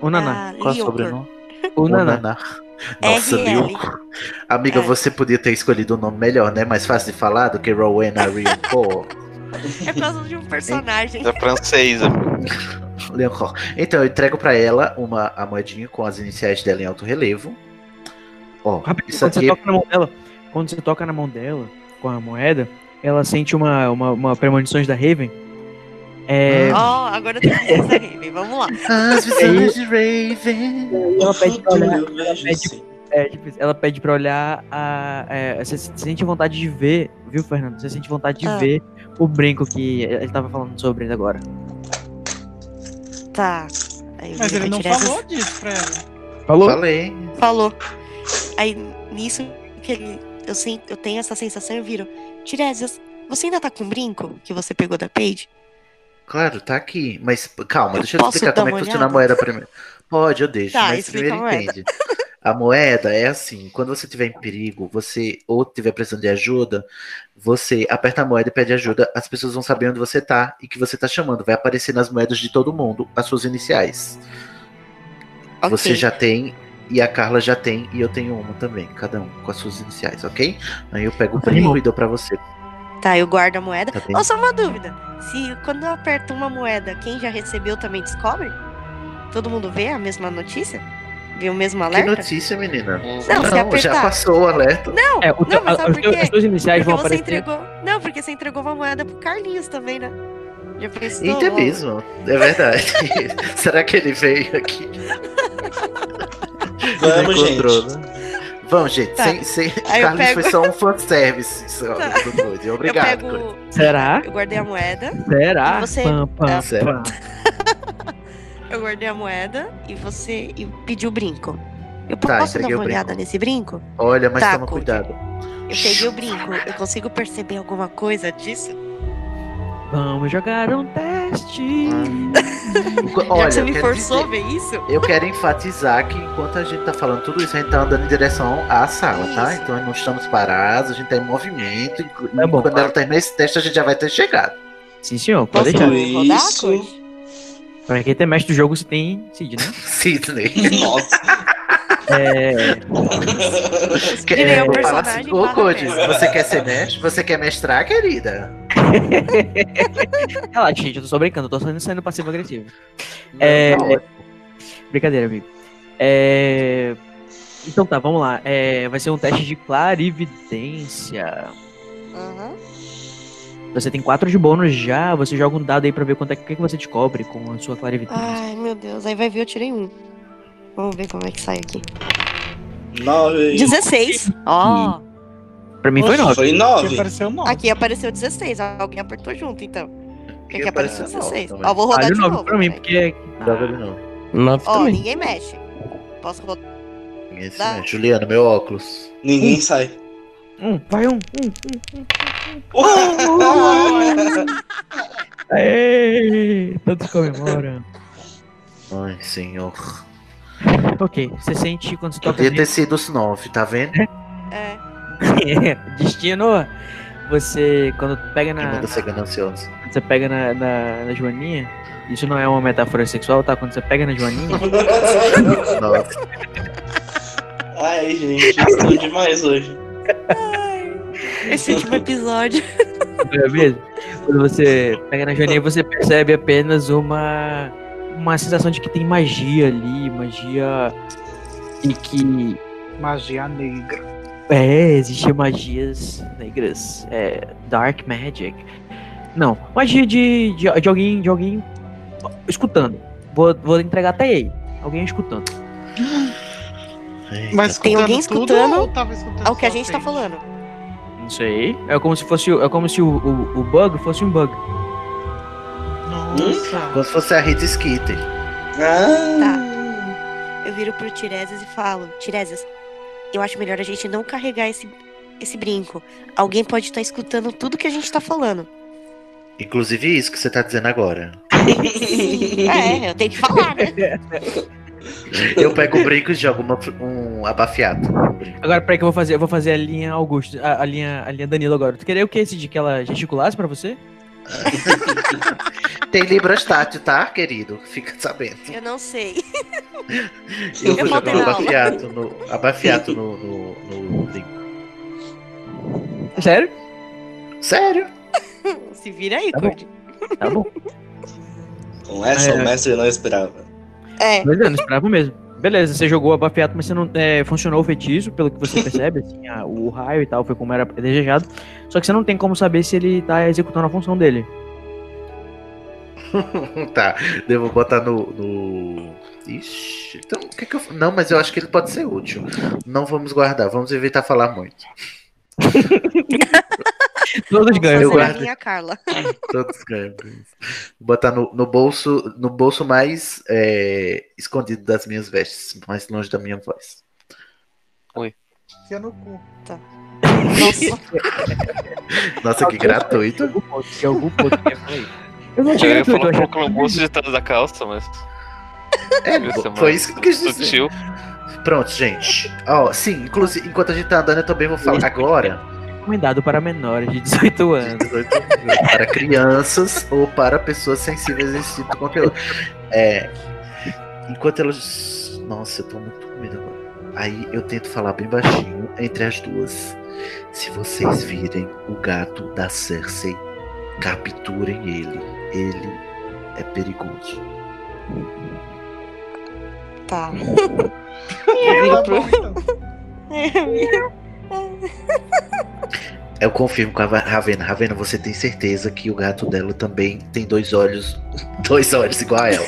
[SPEAKER 1] O Naná.
[SPEAKER 3] a
[SPEAKER 5] Qual é o
[SPEAKER 3] Leopard.
[SPEAKER 5] sobrenome?
[SPEAKER 1] o Naná.
[SPEAKER 5] Nossa,
[SPEAKER 3] RL.
[SPEAKER 5] Lyoko. Amiga,
[SPEAKER 3] É.
[SPEAKER 5] você podia ter escolhido um nome melhor, né? Mais fácil de falar do que Rowena Rianco.
[SPEAKER 3] É por causa de um personagem.
[SPEAKER 8] É francês, amigo.
[SPEAKER 5] Leoncor. Então, eu entrego pra ela uma a moedinha com as iniciais dela em alto relevo. Ó,
[SPEAKER 1] Rapidinho,
[SPEAKER 5] isso
[SPEAKER 1] quando
[SPEAKER 5] aqui é
[SPEAKER 1] você toca na mão dela, quando você toca na mão dela com a moeda, ela sente uma, uma, uma premonições da Raven. É,
[SPEAKER 3] Ó, agora eu tenho que essa Raven, vamos lá.
[SPEAKER 5] As visões de Raven.
[SPEAKER 1] ela pede pra olhar,
[SPEAKER 11] Eu vejo
[SPEAKER 1] pede-
[SPEAKER 11] sim.
[SPEAKER 1] é, tipo isso, ela pede pra olhar a. é, você se- sente vontade de ver, viu, Fernando? Você sente vontade de
[SPEAKER 3] Ah.
[SPEAKER 1] ver o brinco que ele tava falando sobre agora.
[SPEAKER 3] Tá. Aí eu
[SPEAKER 6] Mas
[SPEAKER 3] viro
[SPEAKER 6] ele
[SPEAKER 3] pra
[SPEAKER 6] não
[SPEAKER 3] Tiresias.
[SPEAKER 6] falou disso pra ela.
[SPEAKER 1] Falou?
[SPEAKER 5] Falei.
[SPEAKER 3] Falou. Aí nisso que ele, eu, sen- eu tenho essa sensação, eu viro. Tiresias, você ainda tá com o brinco que você pegou da Paige?
[SPEAKER 5] Claro, tá aqui. Mas calma,
[SPEAKER 3] Eu
[SPEAKER 5] deixa eu te
[SPEAKER 3] posso
[SPEAKER 5] explicar
[SPEAKER 3] dar
[SPEAKER 5] como é que
[SPEAKER 3] uma
[SPEAKER 5] funciona a
[SPEAKER 3] olhada?
[SPEAKER 5] moeda primeiro. Pode, eu deixo,
[SPEAKER 3] Tá,
[SPEAKER 5] mas
[SPEAKER 3] explica
[SPEAKER 5] primeiro
[SPEAKER 3] a moeda.
[SPEAKER 5] entende. A moeda é assim, quando você estiver em perigo, você ou estiver precisando de ajuda, você aperta a moeda e pede ajuda, as pessoas vão saber onde você tá e que você tá chamando. Vai aparecer nas moedas de todo mundo as suas iniciais.
[SPEAKER 3] Ok.
[SPEAKER 5] Você já tem, e a Carla já tem, e eu tenho uma também, cada um com as suas iniciais, ok? Aí eu pego o primo e dou pra você,
[SPEAKER 3] Tá, eu guardo a moeda.
[SPEAKER 5] tá bem?
[SPEAKER 3] Ó, só uma dúvida. Se quando eu aperto uma moeda, quem já recebeu também descobre? Todo mundo vê a mesma notícia? Vê o mesmo
[SPEAKER 5] Que
[SPEAKER 3] alerta?
[SPEAKER 5] notícia, menina.
[SPEAKER 3] Não, se
[SPEAKER 5] já
[SPEAKER 3] apertar.
[SPEAKER 5] passou o alerta.
[SPEAKER 3] Não,
[SPEAKER 1] É, o teu-
[SPEAKER 3] mas sabe
[SPEAKER 1] a- os
[SPEAKER 3] por
[SPEAKER 1] teus-
[SPEAKER 3] quê?
[SPEAKER 1] as suas iniciais
[SPEAKER 3] porque
[SPEAKER 1] vão
[SPEAKER 3] você
[SPEAKER 1] aparecer.
[SPEAKER 3] entregou. Não, porque você entregou uma moeda pro Carlinhos também, né? assim, Já pensou?
[SPEAKER 5] Eita, é
[SPEAKER 3] mano?
[SPEAKER 5] mesmo. É verdade. Será que ele veio aqui? e não
[SPEAKER 11] Vamos,
[SPEAKER 5] encontrou,
[SPEAKER 11] gente.
[SPEAKER 5] né? Vamos, gente.
[SPEAKER 3] Tá.
[SPEAKER 5] Sem, sem...
[SPEAKER 3] Aí eu
[SPEAKER 5] Carlos
[SPEAKER 3] pego-
[SPEAKER 5] foi só um fanservice. Só,
[SPEAKER 3] Tá.
[SPEAKER 5] do Cody.
[SPEAKER 3] Eu
[SPEAKER 5] Obrigado.
[SPEAKER 3] pego.
[SPEAKER 5] Cody.
[SPEAKER 1] Será?
[SPEAKER 3] Eu guardei a moeda.
[SPEAKER 1] Será?
[SPEAKER 3] E você-
[SPEAKER 1] Pam, pam,
[SPEAKER 3] Ah,
[SPEAKER 5] será?
[SPEAKER 1] pam.
[SPEAKER 3] Eu guardei a moeda e você e pediu o brinco. Eu
[SPEAKER 5] Tá,
[SPEAKER 3] posso dar
[SPEAKER 5] entreguei
[SPEAKER 3] uma
[SPEAKER 5] o
[SPEAKER 3] olhada
[SPEAKER 5] brinco.
[SPEAKER 3] nesse brinco?
[SPEAKER 5] Olha, mas
[SPEAKER 3] Tá,
[SPEAKER 5] toma
[SPEAKER 3] Cody.
[SPEAKER 5] cuidado.
[SPEAKER 3] Eu peguei o brinco. Eu consigo perceber alguma coisa disso?
[SPEAKER 1] Vamos jogar um teste.
[SPEAKER 3] Ah.
[SPEAKER 5] Enqu-
[SPEAKER 3] Já
[SPEAKER 5] Olha,
[SPEAKER 3] que você
[SPEAKER 5] eu
[SPEAKER 3] me
[SPEAKER 5] quero
[SPEAKER 3] forçou a
[SPEAKER 5] dizer-
[SPEAKER 3] ver isso?
[SPEAKER 5] Eu quero enfatizar que enquanto a gente tá falando tudo isso, a gente tá andando em direção à sala, tá?
[SPEAKER 3] Isso.
[SPEAKER 5] Então não estamos parados, a gente tá em movimento. E
[SPEAKER 1] Tá bom.
[SPEAKER 5] quando ela terminar esse teste, a gente já vai ter chegado.
[SPEAKER 1] Sim, senhor, pode
[SPEAKER 3] Posso
[SPEAKER 1] deixar.
[SPEAKER 3] rodar,
[SPEAKER 11] Isso.
[SPEAKER 3] Cody?
[SPEAKER 1] Pra quem tem mestre do jogo, se tem Cid, né?
[SPEAKER 5] Sidney.
[SPEAKER 11] Nossa.
[SPEAKER 1] É,
[SPEAKER 3] Direi o
[SPEAKER 5] Fala assim,
[SPEAKER 3] um personagem.
[SPEAKER 5] ô
[SPEAKER 3] barra
[SPEAKER 5] Cody,
[SPEAKER 3] mestre.
[SPEAKER 5] você quer ser mestre? Você quer mestrar, querida?
[SPEAKER 1] relaxa, gente, eu tô só brincando, eu tô só sendo passivo-agressivo. É,
[SPEAKER 5] Não,
[SPEAKER 1] Brincadeira, amigo. É... Então tá, vamos lá. É, vai ser um teste de clarividência.
[SPEAKER 3] Aham.
[SPEAKER 1] Você tem quatro de bônus já, você joga um dado aí pra ver quanto é que, o que que você descobre com a sua clarividência.
[SPEAKER 3] Ai, meu Deus. Aí vai ver, eu tirei um. Vamos ver como é que sai aqui.
[SPEAKER 11] 9.
[SPEAKER 3] 16. Ó, Ah,
[SPEAKER 1] Pra mim foi nove.
[SPEAKER 11] Foi
[SPEAKER 6] Aqui
[SPEAKER 11] 9.
[SPEAKER 6] apareceu o nome.
[SPEAKER 3] aqui apareceu 16. Alguém apertou junto, então. Porque aqui apareceu
[SPEAKER 5] apareceu
[SPEAKER 3] 16.
[SPEAKER 5] nove também.
[SPEAKER 3] Ó, vou rodar
[SPEAKER 1] Vale
[SPEAKER 3] de
[SPEAKER 1] 9
[SPEAKER 3] novo.
[SPEAKER 1] Ah, pra mim,
[SPEAKER 3] peraí.
[SPEAKER 1] porque é
[SPEAKER 5] Joga de novo.
[SPEAKER 4] 9
[SPEAKER 3] Ó,
[SPEAKER 4] também.
[SPEAKER 3] ninguém mexe. Posso rodar.
[SPEAKER 5] Esse,
[SPEAKER 3] Dá.
[SPEAKER 5] né? Juliano, meu óculos.
[SPEAKER 11] Ninguém sai.
[SPEAKER 1] um, vai um, um, um. Ah!
[SPEAKER 6] Ah!
[SPEAKER 1] Aê! Todos comemoram.
[SPEAKER 5] Ai, senhor.
[SPEAKER 1] ok, você sente quando você toca.
[SPEAKER 5] Podia ter sido os nove, tá vendo?
[SPEAKER 3] É.
[SPEAKER 1] Destino! Você, quando pega
[SPEAKER 5] Que
[SPEAKER 1] na.
[SPEAKER 5] manda ser ganancioso.
[SPEAKER 1] Quando você pega na, na, na Joaninha, isso não é uma metáfora sexual, tá? Quando você pega na Joaninha,
[SPEAKER 5] Nove.
[SPEAKER 11] Ai, gente, estou demais hoje.
[SPEAKER 3] Esse último episódio.
[SPEAKER 1] não é mesmo? quando você pega na Joaninha, você percebe apenas uma uma sensação de que tem magia ali, magia e que
[SPEAKER 6] Magia negra.
[SPEAKER 1] é, existem magias negras, é, dark magic. Não, magia de, de, de alguém, de alguém escutando. Vou, vou entregar até aí. Alguém escutando.
[SPEAKER 5] Eita,
[SPEAKER 6] Mas
[SPEAKER 3] Tem alguém
[SPEAKER 6] escutando tudo
[SPEAKER 3] escutando
[SPEAKER 6] ou tava escutando
[SPEAKER 3] É o que a
[SPEAKER 6] só assim?
[SPEAKER 3] gente tá
[SPEAKER 6] vocês?
[SPEAKER 3] falando.
[SPEAKER 1] Não sei. É como se fosse, é como se o, o, o bug fosse um bug.
[SPEAKER 6] Nossa.
[SPEAKER 5] Como se fosse a Rita Skeeter. Tá.
[SPEAKER 11] Ah,
[SPEAKER 3] Eu viro pro Tiresias e falo: Tiresias, eu acho melhor a gente não carregar esse, esse brinco. Alguém pode estar escutando tudo que a gente tá falando.
[SPEAKER 5] Inclusive isso que você tá dizendo agora.
[SPEAKER 3] Sim, é, eu tenho que falar, né?
[SPEAKER 5] Eu pego o brinco e jogo uma- um abafiado.
[SPEAKER 1] Agora, peraí que eu vou fazer, eu vou fazer a linha Augusto, a, a linha, a linha Danilo agora. Tu queria o que, Cid? Que ela gesticulasse pra você?
[SPEAKER 5] Tem Libras Tátil, tá, querido? Fica sabendo.
[SPEAKER 3] Eu não sei.
[SPEAKER 5] Eu
[SPEAKER 3] Eu
[SPEAKER 5] vou jogar
[SPEAKER 3] voltei
[SPEAKER 5] um
[SPEAKER 3] na aula.
[SPEAKER 5] abafiato no, abafiato no, no, no brinco.
[SPEAKER 1] Sério?
[SPEAKER 5] Sério?
[SPEAKER 3] Se vira aí,
[SPEAKER 1] Tá bom.
[SPEAKER 3] Corte.
[SPEAKER 1] Tá bom.
[SPEAKER 11] com essa
[SPEAKER 1] É.
[SPEAKER 11] o mestre não esperava.
[SPEAKER 3] É,
[SPEAKER 1] Mas eu não esperava mesmo. Beleza, você jogou a Bafiato, mas você não é, funcionou o feitiço, pelo que você percebe, assim, a- o raio e tal, foi como era desejado. Só que você não tem como saber se ele tá executando a função dele.
[SPEAKER 5] tá, devo botar no. no... Ixi, então o que, que eu. fa- Não, mas eu acho que ele pode ser útil. Não vamos guardar, vamos evitar falar muito.
[SPEAKER 1] Todos
[SPEAKER 3] vamos
[SPEAKER 1] ganham.
[SPEAKER 3] fazer a
[SPEAKER 5] guardo.
[SPEAKER 3] minha Carla.
[SPEAKER 5] Todos ganham com isso. Vou Botar no, no bolso no bolso mais é, escondido das minhas vestes, mais longe da minha voz.
[SPEAKER 6] Enfia no cu.
[SPEAKER 3] Nossa,
[SPEAKER 5] Nossa, que gratuito.
[SPEAKER 1] Algum ponto, que algum ponto que é foi. Eu não
[SPEAKER 8] Eu
[SPEAKER 1] tinha
[SPEAKER 8] ia falar
[SPEAKER 1] gratuito, eu
[SPEAKER 8] um
[SPEAKER 1] achei.
[SPEAKER 8] pouco no bolso de trás da calça, mas.
[SPEAKER 5] É,
[SPEAKER 8] Ia ser
[SPEAKER 5] bo-
[SPEAKER 8] mais
[SPEAKER 5] foi isso que eu quis dizer.
[SPEAKER 8] Sutil.
[SPEAKER 5] Pronto, gente. Ó, sim, inclusive, enquanto a gente tá andando, eu também vou falar agora.
[SPEAKER 1] recomendado para menores de 18 anos.
[SPEAKER 5] 18 anos, É, para crianças ou para pessoas sensíveis a esse tipo de conteúdo. É, enquanto elas. Nossa, eu tô muito com medo agora. Aí eu tento falar bem baixinho entre as duas. Se vocês virem o gato da Cersei, capturem ele. Ele é perigoso.
[SPEAKER 3] tá.
[SPEAKER 6] Tá bom, então.
[SPEAKER 5] Eu confirmo com a Va- Ravena. Ravena, você tem certeza que o gato dela também tem dois olhos. Dois olhos igual a ela.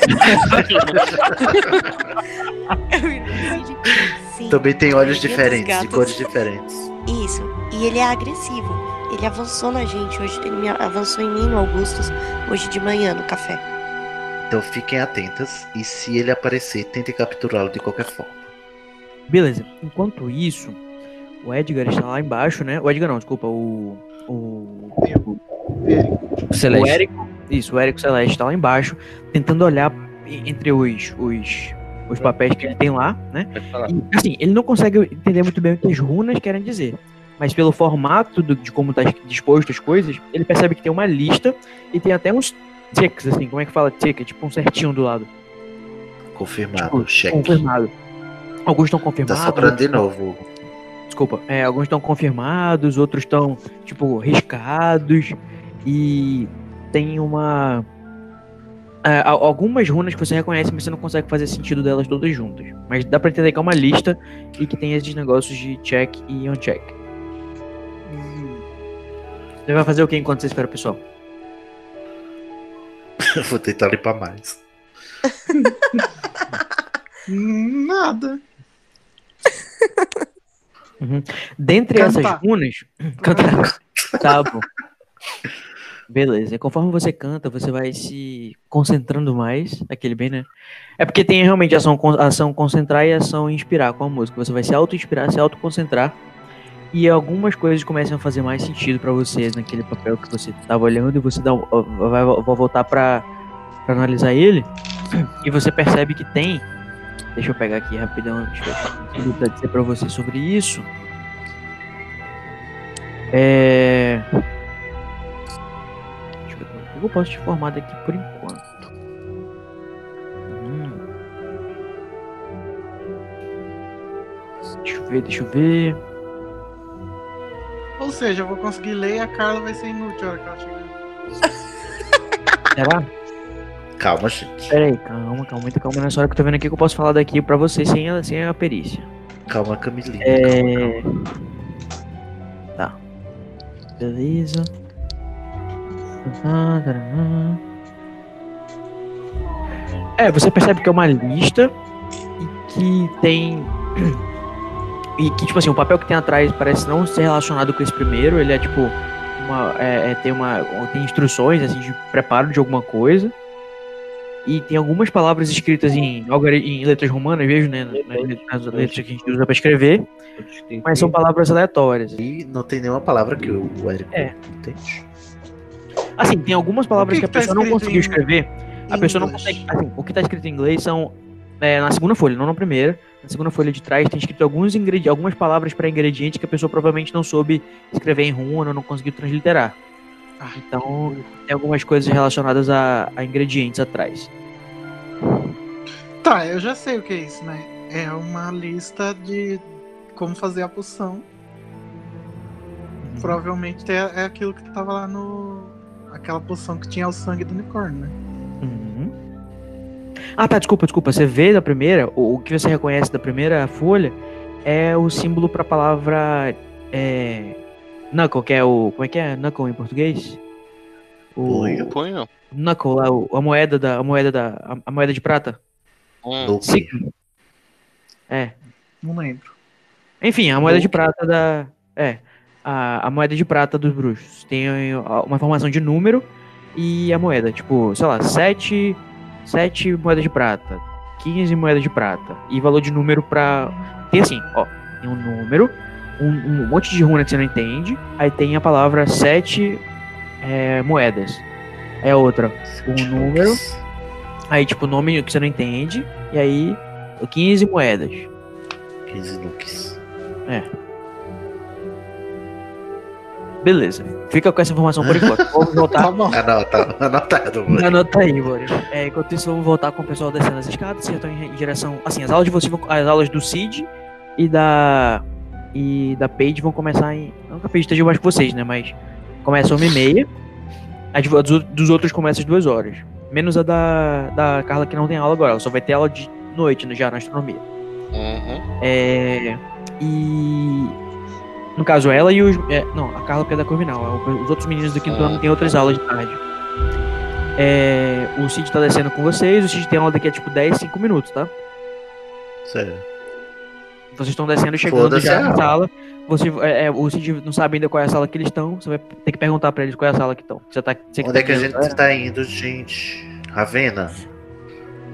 [SPEAKER 3] Eu viro pro Cid. Sim.
[SPEAKER 5] Também tem olhos
[SPEAKER 3] Tem outros
[SPEAKER 5] diferentes, de
[SPEAKER 3] gatos.
[SPEAKER 5] cores diferentes.
[SPEAKER 3] Isso. E ele é agressivo. Ele avançou na gente hoje. Ele me avançou em mim, no Augustus, hoje de manhã no café.
[SPEAKER 5] Então fiquem atentas e se ele aparecer, tentem capturá-lo de qualquer forma.
[SPEAKER 1] Beleza. Enquanto isso, o Edgar está lá embaixo, né? O Edgar não, desculpa, o. O. o Celeste.
[SPEAKER 4] O Érico.
[SPEAKER 1] Isso, o Érico Celeste está lá embaixo, tentando olhar e- entre os, os, os papéis que ele tem lá, né?
[SPEAKER 4] Pode falar.
[SPEAKER 1] E, assim, ele não consegue entender muito bem o que as runas querem dizer. Mas pelo formato do- de como está disposto as coisas, ele percebe que tem uma lista e tem até uns ticks, assim, como é que fala tick? É tipo um certinho do lado.
[SPEAKER 5] Confirmado,
[SPEAKER 1] Tipo,
[SPEAKER 5] cheque.
[SPEAKER 1] Confirmado. Alguns estão
[SPEAKER 5] Tá
[SPEAKER 1] confirmados.
[SPEAKER 5] sobrando de novo. Hugo.
[SPEAKER 1] Desculpa, é, alguns estão confirmados, outros estão, tipo, riscados. E tem uma. é, al- algumas runas que você reconhece, mas você não consegue fazer sentido delas todas juntas. Mas dá pra entender que é uma lista e que tem esses negócios de check e uncheck. Você vai fazer o que enquanto você espera o pessoal?
[SPEAKER 5] Eu Vou tentar limpar mais.
[SPEAKER 6] Nada.
[SPEAKER 1] Dentre essas
[SPEAKER 6] Cantar.
[SPEAKER 1] runas. Cantar. tá bom. Beleza, e conforme você canta, você vai se concentrando mais naquele bem, né? É porque tem realmente ação, con- ação concentrar e ação inspirar com a música. Você vai se auto-inspirar, se auto-concentrar. E algumas coisas começam a fazer mais sentido pra você naquele papel que você tava olhando e você dá, um- vai, vai voltar pra, pra analisar ele. E você percebe que tem. Deixa eu pegar aqui rapidão. Deixa eu pra dizer pra você sobre isso. É. Deixa eu ver como é que eu posso te informar daqui por enquanto. Hum. Deixa eu ver, deixa eu ver.
[SPEAKER 6] Ou seja, eu vou conseguir ler e a Carla vai ser inútil a hora que ela chegar.
[SPEAKER 1] Será?
[SPEAKER 5] Calma, gente.
[SPEAKER 1] Pera aí, calma, calma, muita calma nessa hora que eu tô vendo aqui que eu posso falar daqui pra você sem a, sem a perícia.
[SPEAKER 5] Calma, Camilinha.
[SPEAKER 1] É. Tá. Beleza. Ah, tá, Aham, tarará. É, você percebe que é uma lista e que tem. E que, tipo assim, o papel que tem atrás parece não ser relacionado com esse primeiro. Ele é tipo. Uma, é- é- tem uma. Tem instruções assim, de preparo de alguma coisa. E tem algumas palavras escritas em, algori- em letras romanas, vejo, né? Nas, nas letras que a gente usa pra escrever. Mas são palavras aleatórias.
[SPEAKER 5] E não tem nenhuma palavra que o o Eric
[SPEAKER 1] É.
[SPEAKER 5] entende.
[SPEAKER 1] Assim, tem algumas palavras que,
[SPEAKER 6] O que
[SPEAKER 1] a
[SPEAKER 6] que
[SPEAKER 1] pessoa
[SPEAKER 6] tá
[SPEAKER 1] não
[SPEAKER 6] escrito
[SPEAKER 1] conseguiu
[SPEAKER 6] em
[SPEAKER 1] escrever. A pessoa não
[SPEAKER 5] inglês?
[SPEAKER 1] consegue. assim, o que tá escrito em inglês são. é, na segunda folha, não na primeira. Na segunda folha de trás tem escrito alguns ingredientes, algumas palavras para ingrediente que a pessoa provavelmente não soube escrever em runa, não conseguiu transliterar.
[SPEAKER 6] Ah,
[SPEAKER 1] Então, tem algumas coisas relacionadas a, a ingredientes atrás.
[SPEAKER 6] Tá, eu já sei o que é isso, né? É uma lista de como fazer a poção.
[SPEAKER 1] Uhum.
[SPEAKER 6] Provavelmente é, é aquilo que tava lá no. Aquela poção que tinha o sangue do unicórnio, né?
[SPEAKER 1] Uhum. Ah, tá, desculpa, desculpa. Você vê da primeira, o, o que você reconhece da primeira folha é o símbolo pra palavra é, knuckle, que é o. Como é que é? Knuckle em português? O
[SPEAKER 5] Punho.
[SPEAKER 8] Punho?
[SPEAKER 1] knuckle lá, o- a moeda da a moeda da a, a moeda de prata.
[SPEAKER 8] Hum.
[SPEAKER 5] Ou
[SPEAKER 1] Sim.
[SPEAKER 5] quê?
[SPEAKER 1] É.
[SPEAKER 6] Não lembro.
[SPEAKER 1] Enfim, a moeda de prata da é a, a moeda de prata dos bruxos. Tem ó, uma formação de número e a moeda, tipo, sei lá, 7 sete moedas de prata, 15 moedas de prata e valor de número pra tem assim, ó, tem um número, um, um monte de runa que você não entende, aí tem a palavra 7 é, moedas. É outra, um número Aí, tipo, o nome que você não entende. E aí, 15 moedas.
[SPEAKER 5] 15 looks.
[SPEAKER 1] Beleza. Fica com essa informação por enquanto. Vamos voltar.
[SPEAKER 6] bom.
[SPEAKER 5] Anota, anotado, mano.
[SPEAKER 1] Anota aí, Bora. É, enquanto isso, vamos voltar com o pessoal descendo as escadas. Vocês estão em em direção. Assim, as aulas de vocês vão. As aulas do Cid e da. E da Paige vão começar em. Não que a Paige esteja mais que vocês, né? Mas. Começa uma e meia. As vo- dos, dos outros começa às duas horas. Menos a da, da Carla, que não tem aula agora. Ela só vai ter aula de noite né, já na astronomia.
[SPEAKER 8] Uhum.
[SPEAKER 1] É, e. No caso, ela e os. é, não, a Carla porque é da Corvinal. o- Os outros meninos do
[SPEAKER 5] Ah,
[SPEAKER 1] quinto ano têm outras
[SPEAKER 5] tá.
[SPEAKER 1] aulas de tarde. É, o Cid tá descendo com vocês. O Cid tem aula daqui a tipo 10, 5 minutos, tá?
[SPEAKER 5] Sério.
[SPEAKER 1] Vocês estão descendo e chegando
[SPEAKER 5] Foda-se
[SPEAKER 1] já
[SPEAKER 5] a
[SPEAKER 1] na
[SPEAKER 5] aula.
[SPEAKER 1] sala. Você, é, é, o Cid não sabe ainda qual é a sala que eles estão. Você vai ter que perguntar pra eles qual é a sala que estão. Você tá, você
[SPEAKER 5] Onde é que a
[SPEAKER 1] tá vendo, né?
[SPEAKER 5] gente tá indo, gente? Ravena?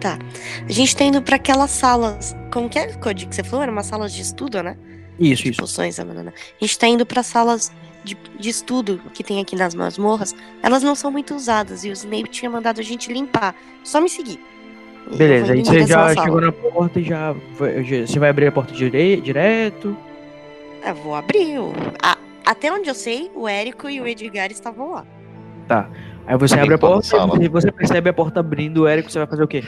[SPEAKER 3] A gente tá indo pra aquelas salas. Como que é, Cody, que você falou? Era uma sala de estudo, né?
[SPEAKER 1] É, Isso,
[SPEAKER 3] de
[SPEAKER 1] isso.
[SPEAKER 3] poções, a banana. A gente tá indo pra salas de, de estudo que tem aqui nas masmorras. Elas não são muito usadas e o Snape tinha mandado a gente limpar. Só me seguir. Eu
[SPEAKER 1] Beleza,
[SPEAKER 3] vou
[SPEAKER 1] aí
[SPEAKER 3] em
[SPEAKER 1] você
[SPEAKER 3] direção à
[SPEAKER 1] já
[SPEAKER 3] sala.
[SPEAKER 1] chegou na porta e já. foi- já- Você vai abrir a porta direi- direto.
[SPEAKER 3] Eu É, vou abrir. o- a- até onde eu sei, o Érico e o Edgar estavam lá.
[SPEAKER 1] Aí você abre a
[SPEAKER 8] Limpando a
[SPEAKER 1] porta
[SPEAKER 8] sala.
[SPEAKER 1] e você percebe a porta abrindo. O Érico, você vai fazer o quê?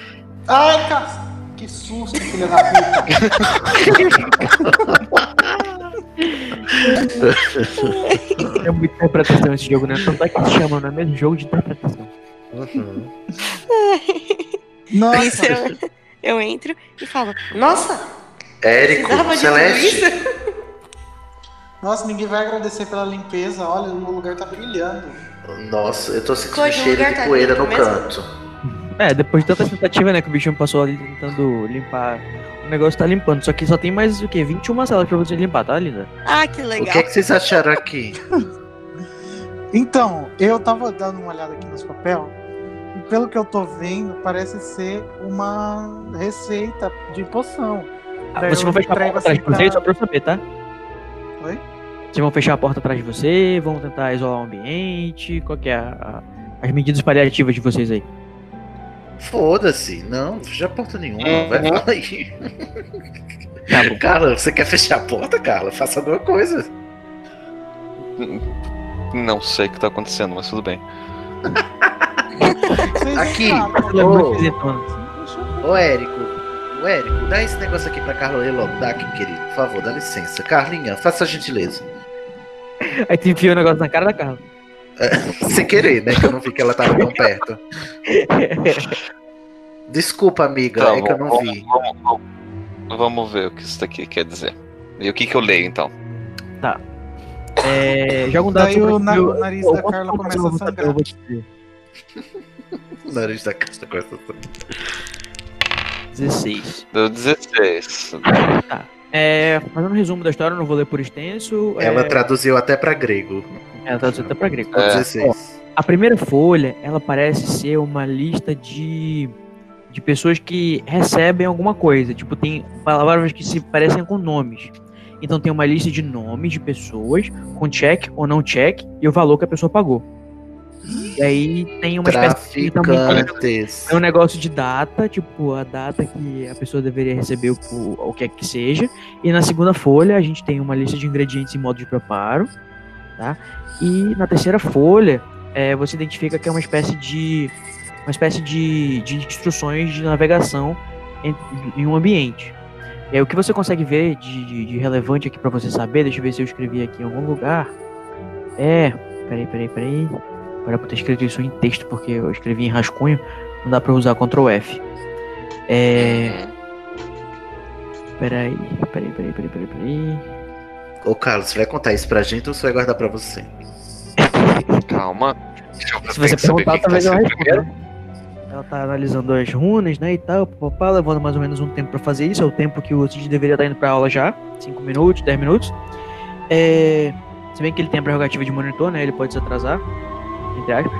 [SPEAKER 11] Ai, cara! Que susto, filha da puta!
[SPEAKER 1] É muita interpretação esse jogo, né? Tanto é que se chama, não é mesmo? Jogo de interpretação.
[SPEAKER 5] Uhum.
[SPEAKER 3] Isso é eu, Então, eu entro e falo: Nossa,
[SPEAKER 5] Érico,
[SPEAKER 3] precisava de
[SPEAKER 5] Celeste.
[SPEAKER 3] tudo isso?
[SPEAKER 11] Nossa, ninguém vai agradecer pela limpeza, olha, o lugar tá brilhando.
[SPEAKER 5] Nossa, eu tô sentindo
[SPEAKER 3] Cláudio, o
[SPEAKER 5] cheiro
[SPEAKER 3] lugar
[SPEAKER 5] de
[SPEAKER 3] tá
[SPEAKER 5] poeira no
[SPEAKER 3] limpo mesmo?
[SPEAKER 5] canto.
[SPEAKER 1] É, depois de tanta tentativa, né, que o bichinho passou ali tentando limpar, o negócio tá limpando. Só que só tem mais o quê? 21 salas pra você limpar, tá, linda?
[SPEAKER 3] Ah, que
[SPEAKER 5] O
[SPEAKER 3] legal.
[SPEAKER 5] que, é que vocês acharam aqui?
[SPEAKER 11] Então, eu tava dando uma olhada aqui nos papel e pelo que eu tô vendo, parece ser uma receita de poção.
[SPEAKER 1] Ah,
[SPEAKER 11] Daí
[SPEAKER 1] Vocês
[SPEAKER 11] eu
[SPEAKER 1] vão fechar a
[SPEAKER 11] entrego
[SPEAKER 1] porta atrás de
[SPEAKER 11] assim
[SPEAKER 1] vocês,
[SPEAKER 11] pra-
[SPEAKER 1] só pra eu saber, tá?
[SPEAKER 11] Oi?
[SPEAKER 1] Vocês vão fechar a porta atrás de você, vão tentar isolar o ambiente, qual que é a- a- as medidas paliativas de vocês aí?
[SPEAKER 5] Foda-se, não, não fecha porta nenhuma,
[SPEAKER 2] Uhum.
[SPEAKER 5] vai fala aí.
[SPEAKER 1] Tá bom.
[SPEAKER 5] Carla, você quer fechar a porta, Carla? Faça alguma coisa.
[SPEAKER 8] Não sei o que tá acontecendo, mas tudo bem.
[SPEAKER 11] Vocês né,
[SPEAKER 5] Aqui.
[SPEAKER 11] entraram,
[SPEAKER 1] Ela é muito
[SPEAKER 5] Ô.
[SPEAKER 1] esquisitona.
[SPEAKER 11] deixa eu-
[SPEAKER 5] Ô, Érico, ô, Érico, dá esse negócio aqui pra Carla ler logo. Dá aqui, querido, por favor, dá licença. Carlinha, faça a gentileza.
[SPEAKER 1] Aí tu enfia o negócio na cara da Carla.
[SPEAKER 5] Sem querer, né? Que eu não vi que ela tava tão perto. Desculpa, amiga,
[SPEAKER 8] Tá,
[SPEAKER 5] é que eu não
[SPEAKER 8] vamos-
[SPEAKER 5] vi.
[SPEAKER 8] Vamos, vamos- vamos ver o que isso daqui quer dizer. E o que, que eu leio então?
[SPEAKER 1] É, joga um dado
[SPEAKER 11] Daí
[SPEAKER 1] só pra
[SPEAKER 11] o
[SPEAKER 1] te
[SPEAKER 11] na-
[SPEAKER 1] ver
[SPEAKER 11] o nariz da
[SPEAKER 1] quanto
[SPEAKER 11] Carla
[SPEAKER 1] pontos
[SPEAKER 11] começa
[SPEAKER 1] eu
[SPEAKER 11] a
[SPEAKER 1] vou saber,
[SPEAKER 11] sangrar.
[SPEAKER 1] eu vou te dizer.
[SPEAKER 5] O nariz da caixa com essa.
[SPEAKER 1] 16.
[SPEAKER 8] Deu 16.
[SPEAKER 1] É, fazendo um resumo da história, eu não vou ler por extenso.
[SPEAKER 5] Ela
[SPEAKER 1] é,
[SPEAKER 5] traduziu até pra grego.
[SPEAKER 1] ela tá até pra grego.
[SPEAKER 5] Com 16.
[SPEAKER 1] A primeira folha, ela parece ser uma lista de, de pessoas que recebem alguma coisa. Tipo, tem palavras que se parecem com nomes. Então tem uma lista de nomes de pessoas com check ou não check e o valor que a pessoa pagou. E aí tem uma espécie de também
[SPEAKER 5] Traficantes.
[SPEAKER 1] é um negócio de data, tipo, a data que a pessoa deveria receber o, o, o que é que seja. E na segunda folha a gente tem uma lista de ingredientes e modo de preparo, tá? E na terceira folha é, você identifica que é uma espécie de uma espécie de, de instruções de navegação em, em um ambiente. E aí, o que você consegue ver de, de- de relevante aqui pra você saber, deixa eu ver se eu escrevi aqui em algum lugar, é... Peraí, peraí, peraí. Agora por ter escrito isso em texto, porque eu escrevi em rascunho. Não dá pra usar Ctrl F. É. Peraí, peraí, peraí, peraí, peraí, peraí.
[SPEAKER 5] Ô, Carlos, você vai contar isso pra gente ou você vai guardar pra você?
[SPEAKER 8] Calma.
[SPEAKER 1] Se você perguntar,
[SPEAKER 8] tá
[SPEAKER 1] talvez ela responda. né? Ela tá analisando as runas, né, e tal, papapá, levando mais ou menos um tempo pra fazer isso. É o tempo que o Cid deveria estar indo pra aula já. 5 minutos, 10 minutos. É... Se bem que ele tem a prerrogativa de monitor, né, ele pode se atrasar, entre aspas.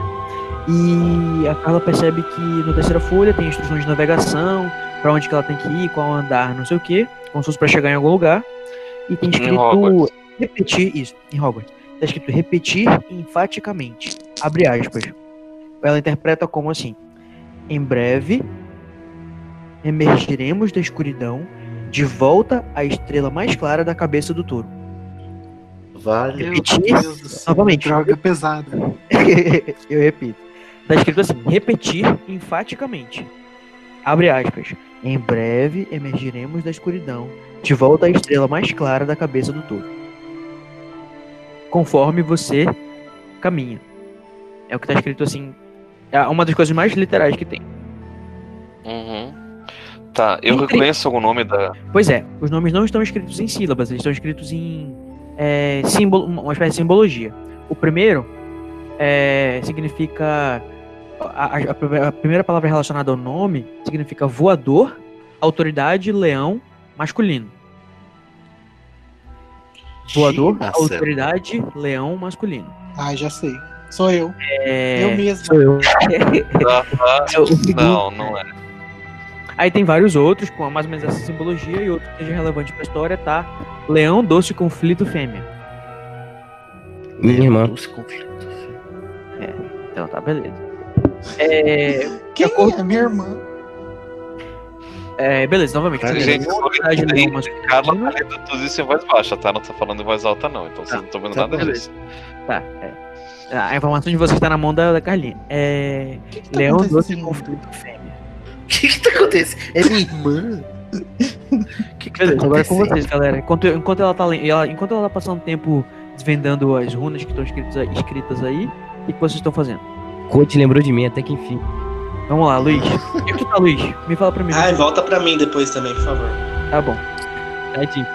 [SPEAKER 1] E a Carla percebe que na terceira folha tem instruções de navegação, pra onde que ela tem que ir, qual andar, não sei o quê. Como se fosse pra chegar em algum lugar. E tem
[SPEAKER 8] Em
[SPEAKER 1] escrito...
[SPEAKER 8] Hogwarts.
[SPEAKER 1] Repetir, isso, em Hogwarts. Tá escrito repetir enfaticamente abre aspas. Ela interpreta como assim: Em breve emergiremos da escuridão de volta à estrela mais clara da cabeça do touro.
[SPEAKER 5] Vale.
[SPEAKER 11] Meu
[SPEAKER 1] Repetir?
[SPEAKER 11] Deus do céu,
[SPEAKER 1] Novamente.
[SPEAKER 11] Droga pesada.
[SPEAKER 1] Eu repito. Tá escrito assim: repetir enfaticamente. Abre aspas. Em breve emergiremos da escuridão de volta à estrela mais clara da cabeça do touro. Conforme você caminha. É o que tá escrito assim. É uma das coisas mais literais que tem.
[SPEAKER 8] Uhum. Tá, eu
[SPEAKER 1] Entre-
[SPEAKER 8] reconheço algum nome da.
[SPEAKER 1] Pois é, os nomes não estão escritos em sílabas, eles estão escritos em é, símbolo, uma espécie de simbologia. O primeiro é, significa. A, a- a prime- a primeira palavra relacionada ao nome significa voador, autoridade, leão, masculino. Voador,
[SPEAKER 5] Nossa.
[SPEAKER 1] autoridade, leão, masculino.
[SPEAKER 11] Ai, Ah, já sei. Sou eu.
[SPEAKER 1] É,
[SPEAKER 11] Eu mesmo.
[SPEAKER 1] sou eu.
[SPEAKER 8] Ah,
[SPEAKER 1] É o segundo.
[SPEAKER 8] não, não é.
[SPEAKER 1] Aí tem vários outros com mais ou menos essa simbologia e outro que seja relevante pra história, tá? Leão, doce, conflito, fêmea.
[SPEAKER 4] Minha irmã.
[SPEAKER 5] Os conflitos.
[SPEAKER 1] Então tá, beleza. É,
[SPEAKER 11] Quem
[SPEAKER 1] eu corro-
[SPEAKER 11] é? Minha irmã.
[SPEAKER 1] é, beleza, novamente.
[SPEAKER 5] Vai,
[SPEAKER 1] primeiro,
[SPEAKER 8] Gente,
[SPEAKER 1] leão,
[SPEAKER 8] só
[SPEAKER 1] autoridade,
[SPEAKER 8] que
[SPEAKER 1] leão,
[SPEAKER 8] tem-
[SPEAKER 1] masculino.
[SPEAKER 8] Carla tá lendo tudo isso em voz baixa, tá? Não tá falando em voz alta, não. Então
[SPEAKER 1] Tá,
[SPEAKER 8] vocês não estão vendo
[SPEAKER 5] tá
[SPEAKER 8] nada
[SPEAKER 5] bom.
[SPEAKER 8] disso.
[SPEAKER 1] Tá, é. A informação de vocês tá na mão da, da Carlinha. É,
[SPEAKER 11] O que que tá
[SPEAKER 1] leão, doce,
[SPEAKER 11] acontecendo?
[SPEAKER 1] conflito, fêmea.
[SPEAKER 5] O que que tá acontecendo? É minha irmã? O que que tá
[SPEAKER 1] Beleza, agora é com
[SPEAKER 5] acontecendo?
[SPEAKER 1] vocês, galera. Enquanto, enquanto, ela tá, lendo- ela, enquanto ela tá passando tempo desvendando as runas que estão escritas, aí- escritas aí, o que que vocês estão fazendo?
[SPEAKER 4] Coach lembrou de mim até que enfim.
[SPEAKER 1] Vamos lá, Luiz. Onde é que tá, Luiz? Me fala pra mim.
[SPEAKER 7] Ai, volta pra mim depois também, por favor.
[SPEAKER 1] Tá bom.
[SPEAKER 4] Tadinho.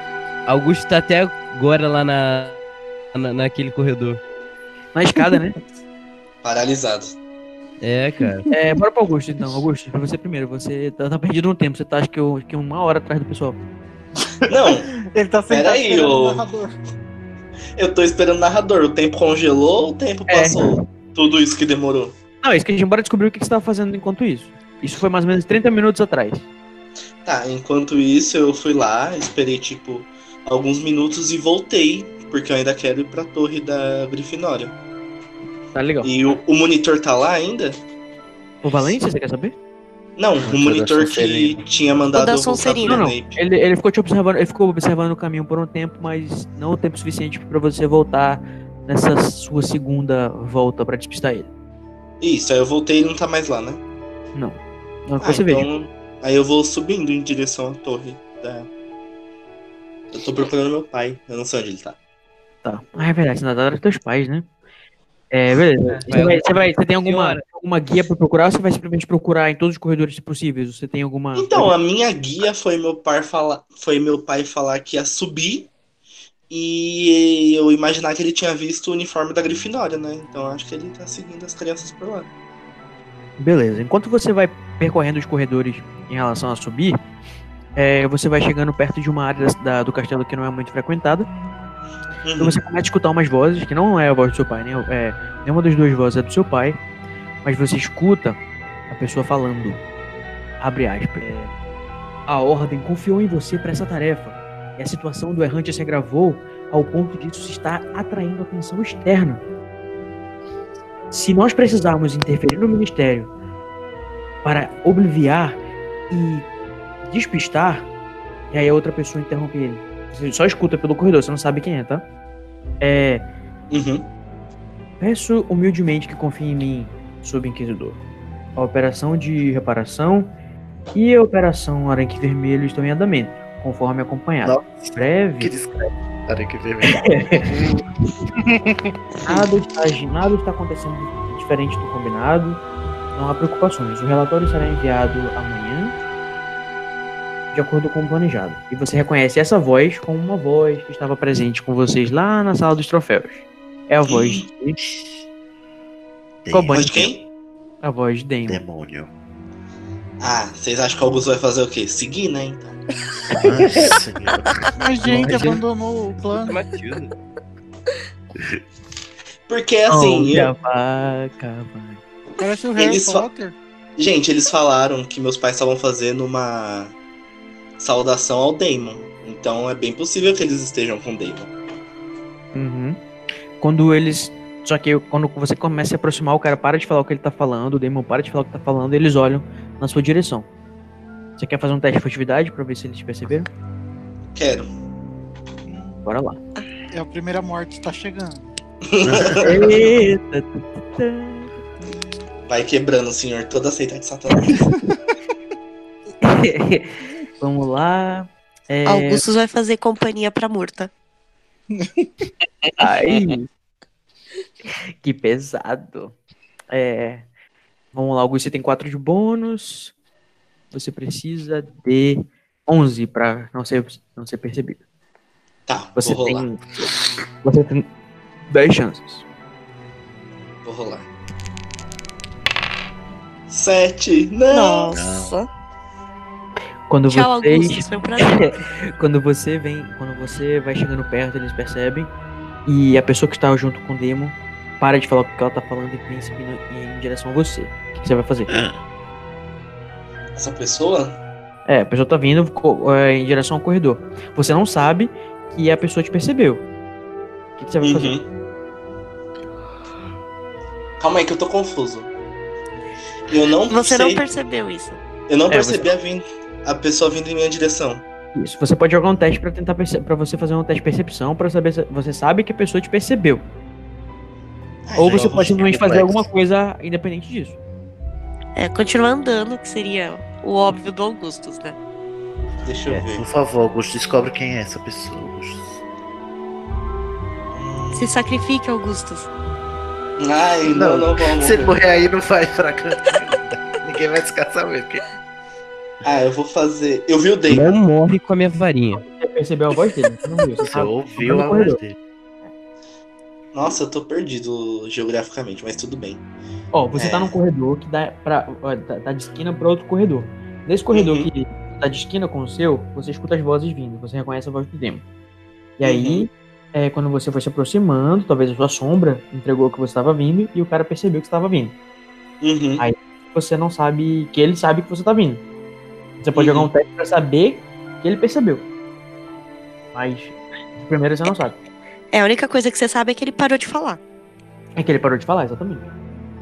[SPEAKER 4] Augusto tá até agora lá na, na- naquele corredor.
[SPEAKER 1] Na escada, né?
[SPEAKER 7] Paralisado.
[SPEAKER 4] É, cara.
[SPEAKER 1] É, bora pro Augusto então. Augusto, pra você primeiro. Você tá, tá perdido no tempo. Você tá acho que, eu- que uma hora atrás do pessoal.
[SPEAKER 7] Não,
[SPEAKER 11] Ele tá sentado
[SPEAKER 7] Peraí,
[SPEAKER 11] esperando
[SPEAKER 7] ô.
[SPEAKER 11] o narrador.
[SPEAKER 7] Eu tô esperando o narrador. O tempo congelou ou o tempo
[SPEAKER 1] É.
[SPEAKER 7] passou? Tudo isso que demorou.
[SPEAKER 1] Não, é isso que a gente bora descobrir o que que você tava fazendo enquanto isso. Isso foi mais ou menos 30 minutos atrás.
[SPEAKER 7] Tá, enquanto isso eu fui lá, esperei tipo alguns minutos e voltei, porque eu ainda quero ir pra torre da Grifinória.
[SPEAKER 1] Tá legal.
[SPEAKER 7] E o, o monitor tá lá ainda?
[SPEAKER 1] O Valência, você quer saber?
[SPEAKER 7] Não, o monitor que tinha mandado eu voltar pro
[SPEAKER 1] Não, não.
[SPEAKER 7] Snape.
[SPEAKER 1] Ele, ele ficou te observando, ele ficou observando o caminho por um tempo, mas não o tempo suficiente pra você voltar nessa sua segunda volta pra despistar ele.
[SPEAKER 7] Isso, aí eu voltei e ele não tá mais lá, né? Ah, então,
[SPEAKER 1] Não. Não é que você veja.
[SPEAKER 7] Aí eu vou subindo em direção à torre da. Eu tô procurando meu pai, eu não sei onde ele tá.
[SPEAKER 1] Tá. Ah, é verdade, você não tá atrás dos teus pais, né? É, beleza. Você, vai, você, vai- você tem alguma, alguma guia pra procurar ou você vai simplesmente procurar em todos os corredores possíveis? Você tem alguma.
[SPEAKER 7] Então, a minha guia foi meu pai falar, foi meu pai falar que ia subir e eu imaginar que ele tinha visto o uniforme da Grifinória, né? Então acho que ele tá seguindo as crianças por lá.
[SPEAKER 1] Beleza. Enquanto você vai percorrendo os corredores em relação a subir, é, você vai chegando perto de uma área da- da- do castelo que não é muito frequentada. Então você começa a escutar umas vozes, que não é a voz do seu pai, né? É, nenhuma das duas vozes é do seu pai, mas você escuta a pessoa falando. Abre aspas. é, a ordem confiou em você para essa tarefa. E a situação do errante se agravou ao ponto de isso estar atraindo atenção externa. Se nós precisarmos interferir no ministério para obliviar e despistar, e aí a outra pessoa interrompe ele. Você só escuta pelo corredor, você não sabe quem é, tá? É. Peço humildemente que confie em mim, sub-inquisidor. A operação de reparação e a operação Aranque Vermelho estão em andamento, conforme acompanhado. Breve. Que
[SPEAKER 5] discreto. Aranque Vermelho.
[SPEAKER 1] nada, está, nada está acontecendo diferente do combinado. Não há preocupações. O relatório será enviado amanhã, de acordo com o planejado. E você reconhece essa voz como uma voz que estava presente com vocês lá na sala dos troféus. É a voz de.
[SPEAKER 7] Voz de quem?
[SPEAKER 1] A voz de Demon.
[SPEAKER 5] Demônio.
[SPEAKER 7] Ah, vocês acham que o Augusto vai fazer o quê? Seguir, né? Então.
[SPEAKER 11] Mas, gente,
[SPEAKER 7] Imagina.
[SPEAKER 11] abandonou o plano.
[SPEAKER 7] Porque assim,
[SPEAKER 1] Olha
[SPEAKER 7] eu-
[SPEAKER 1] a vaca, vai.
[SPEAKER 11] Parece o Harry
[SPEAKER 7] eles fa-
[SPEAKER 11] Potter.
[SPEAKER 7] Gente, eles falaram que meus pais estavam fazendo uma saudação ao Daemon. Então é bem possível que eles estejam com o Daemon.
[SPEAKER 1] Uhum. Quando eles. Só que quando você começa a se aproximar, o cara para de falar o que ele tá falando, o Demon para de falar o que tá falando, e eles olham na sua direção. Você quer fazer um teste de furtividade pra ver se eles te perceberam?
[SPEAKER 7] Quero.
[SPEAKER 1] Bora lá.
[SPEAKER 11] É a primeira morte, tá chegando.
[SPEAKER 1] Eita.
[SPEAKER 7] Vai quebrando, senhor, toda a seita de Satanás.
[SPEAKER 1] Vamos lá. É...
[SPEAKER 3] Augustus vai fazer companhia pra Murta.
[SPEAKER 1] Ai. que pesado. É. Vamos lá, Augusto, você tem 4 de bônus. Você precisa de 11 pra não ser, não ser percebido.
[SPEAKER 7] Tá,
[SPEAKER 1] você
[SPEAKER 7] vou rolar.
[SPEAKER 1] tem, você tem 10 chances.
[SPEAKER 7] Vou rolar. Sete. Não.
[SPEAKER 3] Nossa.
[SPEAKER 1] Quando
[SPEAKER 3] Tchau,
[SPEAKER 1] vocês...
[SPEAKER 3] Augustus, foi um prazer.
[SPEAKER 1] quando você vem, quando você vai chegando perto, eles percebem. E a pessoa que está junto com o Demo para de falar o que ela tá falando e pensa em, em direção a você. O que que você vai fazer?
[SPEAKER 7] Essa pessoa?
[SPEAKER 1] É, a pessoa tá vindo co- é, em direção ao corredor. Você não sabe que a pessoa te percebeu. O que, que você vai
[SPEAKER 7] Uhum.
[SPEAKER 1] fazer?
[SPEAKER 7] Calma aí que eu tô confuso. Eu não
[SPEAKER 3] Você
[SPEAKER 7] sei...
[SPEAKER 3] não percebeu isso.
[SPEAKER 7] Eu não
[SPEAKER 1] É,
[SPEAKER 7] percebi
[SPEAKER 1] você-
[SPEAKER 7] a, vin- a pessoa vindo em minha direção.
[SPEAKER 1] Isso, você pode jogar um teste pra tentar para você fazer um teste de percepção para saber se você sabe que a pessoa te percebeu. Ou você pode simplesmente fazer alguma coisa independente disso.
[SPEAKER 3] É, continua andando, que seria o óbvio do Augustus, né?
[SPEAKER 7] Deixa eu
[SPEAKER 1] É.
[SPEAKER 7] ver.
[SPEAKER 5] Por favor, Augusto, descobre quem é essa pessoa, Augusto.
[SPEAKER 3] Se sacrifique, Augustus.
[SPEAKER 7] Ai, não, não, vamos.
[SPEAKER 5] Se morrer aí, não vai pra canto. Ninguém vai descansar sabendo. porque-
[SPEAKER 7] Ah, eu vou fazer. Eu vi o
[SPEAKER 1] Né?
[SPEAKER 7] Daemon.
[SPEAKER 4] Não morre com a minha varinha.
[SPEAKER 1] Você percebeu a voz dele? Você não viu, você
[SPEAKER 5] Você
[SPEAKER 1] sabe.
[SPEAKER 5] ouviu
[SPEAKER 1] Tá
[SPEAKER 5] a
[SPEAKER 1] no
[SPEAKER 5] voz
[SPEAKER 1] corredor.
[SPEAKER 5] dele.
[SPEAKER 7] Nossa, eu tô perdido geograficamente, mas tudo bem.
[SPEAKER 1] Ó, você
[SPEAKER 7] É.
[SPEAKER 1] tá num corredor que dá pra. ó, tá, tá de esquina pra outro corredor. Nesse corredor que tá de esquina com o seu, você escuta as vozes vindo, você reconhece a voz do Demo. E aí, é, quando você foi se aproximando, talvez a sua sombra entregou o que você estava vindo e o cara percebeu que estava vindo. Aí você não sabe que ele sabe que você tá vindo. Você pode jogar um teste pra saber que ele percebeu. Mas de primeira você não sabe.
[SPEAKER 3] É, a única coisa que você sabe é que ele parou de falar.
[SPEAKER 1] É que ele parou de falar, exatamente.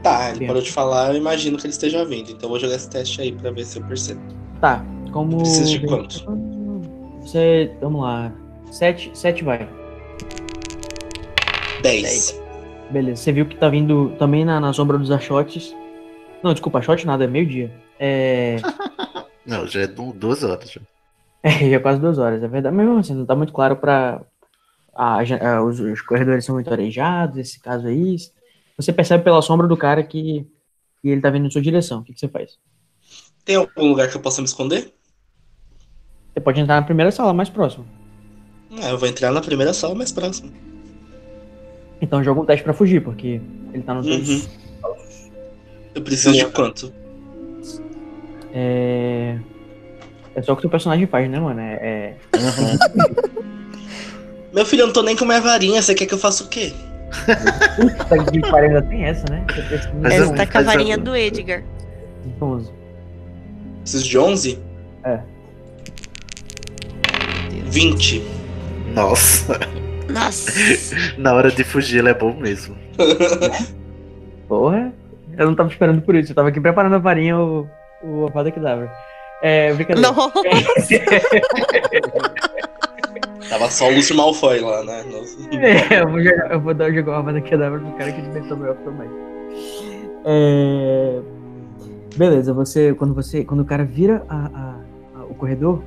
[SPEAKER 7] Tá, ele parou de falar, eu imagino que ele esteja vindo. Então eu vou jogar esse teste aí pra ver se eu percebo.
[SPEAKER 1] Tá, como.
[SPEAKER 7] Precisa de quanto?
[SPEAKER 1] Você. Vamos lá. Sete, sete vai.
[SPEAKER 7] 10.
[SPEAKER 1] Beleza, você viu que tá vindo também na, na sombra dos achotes. Não, desculpa, achote nada, é meio-dia. É.
[SPEAKER 5] Não, já é du- duas horas. já.
[SPEAKER 1] É, já quase duas horas, é verdade. Mas mesmo assim, não tá muito claro pra. a gen- a- os, os corredores são muito arejados, esse caso aí. Você percebe pela sombra do cara que, que ele tá vindo em sua direção. O que, que você faz?
[SPEAKER 7] Tem algum lugar que eu possa me esconder?
[SPEAKER 1] Você pode entrar na primeira sala mais próxima.
[SPEAKER 7] Ah, eu vou entrar na primeira sala mais próxima.
[SPEAKER 1] Então joga um teste pra fugir, porque ele tá no seu.
[SPEAKER 7] Uhum. Eu preciso de quanto?
[SPEAKER 1] É. É só o que o teu personagem faz, né, mano? É. é-
[SPEAKER 7] Meu filho, eu não tô nem com minha varinha, você quer que eu faça o quê?
[SPEAKER 1] Puta que pariu, ainda tem essa, né? Você pensa-
[SPEAKER 3] Essa tá com a varinha do Edgar.
[SPEAKER 1] Então, 11.
[SPEAKER 7] Preciso de 11?
[SPEAKER 1] É.
[SPEAKER 7] 20.
[SPEAKER 5] Nossa.
[SPEAKER 3] Nossa.
[SPEAKER 5] Na hora de fugir, ele é bom mesmo.
[SPEAKER 1] Porra, eu não tava esperando por isso. Eu tava aqui preparando a varinha, o, o avada que dava. É, brincadeira.
[SPEAKER 7] Tava só o Lúcio Malfoy lá, né? Nossa.
[SPEAKER 1] É, eu, vou jogar, eu vou dar jogar uma avada que dava pro cara que inventou meu elfo também. É, Beleza, você. Quando você. Quando o cara vira a- a- a- o corredor,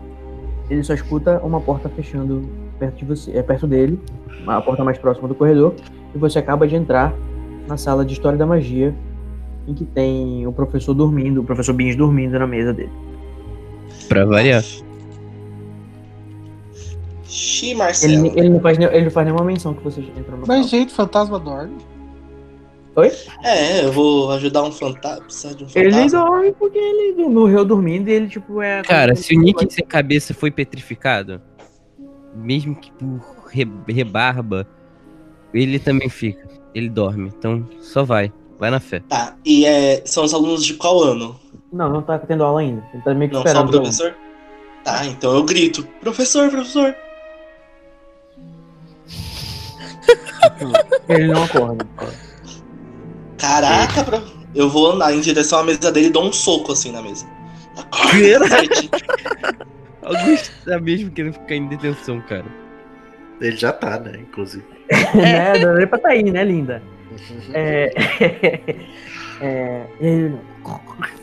[SPEAKER 1] ele só escuta uma porta fechando perto de você. É perto dele, a porta mais próxima do corredor. E você acaba de entrar na sala de História da Magia, em que tem o professor dormindo, o professor Binge dormindo na mesa dele.
[SPEAKER 4] Pra variar.
[SPEAKER 7] Xi,
[SPEAKER 1] Ele,
[SPEAKER 7] Marcelo.
[SPEAKER 1] ele não faz, nem- ele não faz nenhuma menção que você entrou no
[SPEAKER 11] Mas, gente, fantasma dorme.
[SPEAKER 1] Oi?
[SPEAKER 7] É, eu vou ajudar um fantasma. Precisa de um fantasma.
[SPEAKER 1] Ele dorme porque ele morreu dormindo e ele, tipo, é.
[SPEAKER 4] Cara, se o Nick sem cabeça foi petrificado, mesmo que por re- rebarba, ele também fica. Ele dorme. Então só vai. Vai na fé.
[SPEAKER 7] Tá, e é, são os alunos de qual ano?
[SPEAKER 1] Não, não tá tendo aula ainda. Ele tá meio que
[SPEAKER 7] Não só o
[SPEAKER 1] esperando.
[SPEAKER 7] professor? Tá, então eu grito. Professor, professor.
[SPEAKER 1] Ele não acorda.
[SPEAKER 7] Caraca, pro... eu vou andar em direção à mesa dele e dou um soco assim na mesa.
[SPEAKER 4] Augusto tá mesmo querendo ficar em detenção, cara.
[SPEAKER 5] Ele já tá, né? Inclusive.
[SPEAKER 1] né? Não era pra tá aí, né, linda? É. é, e aí ele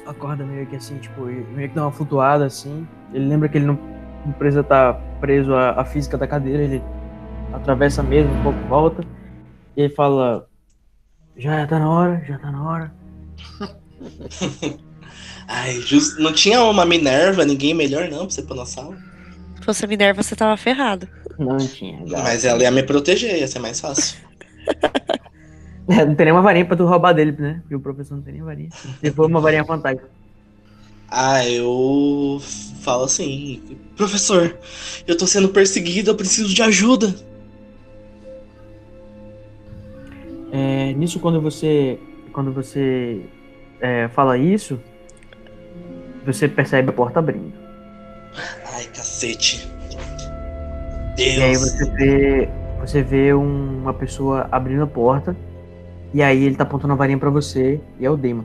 [SPEAKER 1] acorda meio que assim, tipo, meio que dá uma flutuada assim. Ele lembra que ele não, não precisa estar preso à, à física da cadeira, ele atravessa a mesa, um pouco volta, e ele fala. Já tá na hora, já tá na hora.
[SPEAKER 7] Ai, justo. Não tinha uma Minerva, ninguém melhor não pra você pôr na sala?
[SPEAKER 3] Se fosse a Minerva, você tava ferrado.
[SPEAKER 1] Não tinha.
[SPEAKER 7] Mas ela ia me proteger, ia ser mais fácil.
[SPEAKER 1] É, não tem nenhuma varinha pra tu roubar dele, né? Porque o professor não tem nem varinha. Se for uma varinha fantástica.
[SPEAKER 7] Ah, eu falo assim, professor, eu tô sendo perseguido, eu preciso de ajuda.
[SPEAKER 1] É, nisso, quando você, quando você é, fala isso, você percebe a porta abrindo.
[SPEAKER 7] Ai, cacete.
[SPEAKER 1] E aí
[SPEAKER 7] Deus.
[SPEAKER 1] você vê, você vê um- uma pessoa abrindo a porta, e aí ele tá apontando a varinha pra você, e é o Damon.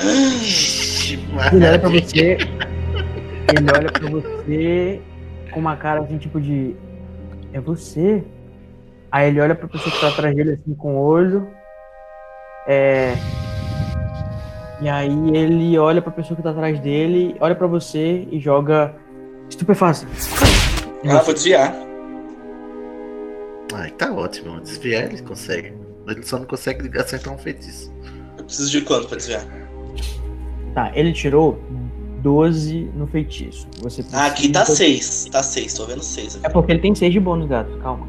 [SPEAKER 1] Ele olha pra você, ele olha pra você com uma cara assim, tipo de. É você? Aí ele olha pra pessoa que tá atrás dele assim com o olho. É. E aí ele olha pra pessoa que tá atrás dele, olha pra você e joga estupefaça.
[SPEAKER 7] Ah, vou desviar.
[SPEAKER 5] Ai, tá ótimo. Desviar ele consegue. Ele só não consegue acertar um feitiço.
[SPEAKER 7] Eu preciso de quanto pra desviar?
[SPEAKER 1] Tá, ele tirou 12 no feitiço. Você
[SPEAKER 7] Ah, aqui tá
[SPEAKER 1] precisa-
[SPEAKER 7] 6. Tá 6, tô vendo 6
[SPEAKER 1] É
[SPEAKER 7] aqui.
[SPEAKER 1] porque ele tem 6 de bônus, gato, calma.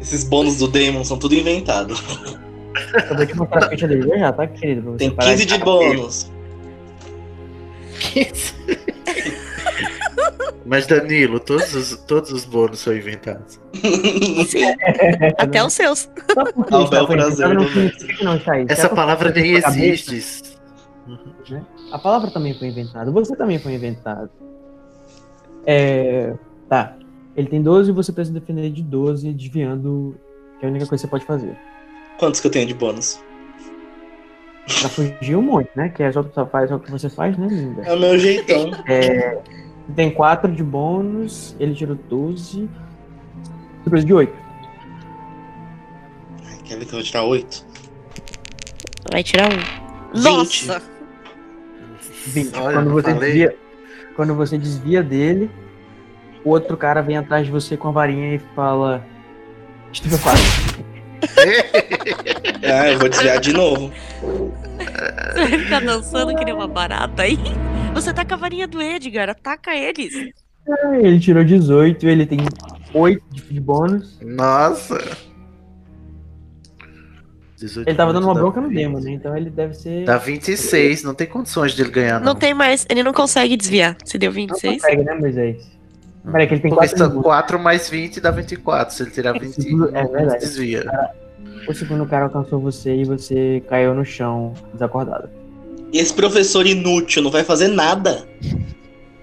[SPEAKER 7] Esses bônus do Damon são tudo inventado.
[SPEAKER 1] Eu vou te mostrar a ficha dele já já, tá, querido? Pra você
[SPEAKER 7] Tem
[SPEAKER 1] parar
[SPEAKER 7] 15 de bônus.
[SPEAKER 5] Mas, Danilo, todos os, todos os bônus são inventados.
[SPEAKER 3] Sim. Até os seus.
[SPEAKER 1] porque
[SPEAKER 5] Ao
[SPEAKER 1] está
[SPEAKER 5] bel
[SPEAKER 1] foi
[SPEAKER 5] prazer né?
[SPEAKER 1] inventado,
[SPEAKER 5] do
[SPEAKER 1] não significa que não está aí.
[SPEAKER 5] Essa
[SPEAKER 1] Será que
[SPEAKER 5] palavra
[SPEAKER 1] Então, você
[SPEAKER 5] nem
[SPEAKER 1] tem cabeça?
[SPEAKER 5] existe.
[SPEAKER 1] Né? A palavra também foi inventada. Você também foi inventado. É, Tá. Ele tem 12 e você precisa defender de 12, desviando, que é a única coisa que você pode fazer.
[SPEAKER 7] Quantos que eu tenho de bônus?
[SPEAKER 1] Pra fugir um monte, né? Que é só o que você faz, só o que você faz, né, linda?
[SPEAKER 7] É o meu jeitão.
[SPEAKER 1] É, você tem 4 de bônus, ele tirou 12. Você precisa de 8.
[SPEAKER 7] Quer ver que eu vou tirar 8?
[SPEAKER 3] Vai tirar um. Nossa!
[SPEAKER 1] 20.
[SPEAKER 5] Olha,
[SPEAKER 1] quando,
[SPEAKER 5] não
[SPEAKER 1] você
[SPEAKER 5] falei.
[SPEAKER 1] desvia, quando você desvia dele, o outro cara vem atrás de você com a varinha e fala. Estupefato.
[SPEAKER 7] Ah, eu vou desviar de novo.
[SPEAKER 3] Você vai ficar tá dançando que nem uma barata aí. Você tá com a varinha do Edgar, ataca eles.
[SPEAKER 1] É, Ele tirou 18, ele tem 8 de de bônus.
[SPEAKER 5] Nossa!
[SPEAKER 1] Ele tava dando uma
[SPEAKER 5] dá
[SPEAKER 1] bronca no
[SPEAKER 5] 20.
[SPEAKER 1] demo, né? Então ele deve ser.
[SPEAKER 5] Dá 26, não tem condições dele ganhar,
[SPEAKER 3] Não
[SPEAKER 5] não.
[SPEAKER 3] tem mais, ele não consegue desviar. Se deu
[SPEAKER 1] Não
[SPEAKER 3] 26.
[SPEAKER 1] consegue, né, Moisés? Peraí, que ele tem
[SPEAKER 5] Porque
[SPEAKER 1] 4
[SPEAKER 5] são 4 mais 20 dá 24. Se ele tirar 20,
[SPEAKER 1] É verdade.
[SPEAKER 5] desvia.
[SPEAKER 1] O segundo cara alcançou você e você caiu no chão, desacordado.
[SPEAKER 7] Esse professor inútil não vai fazer nada.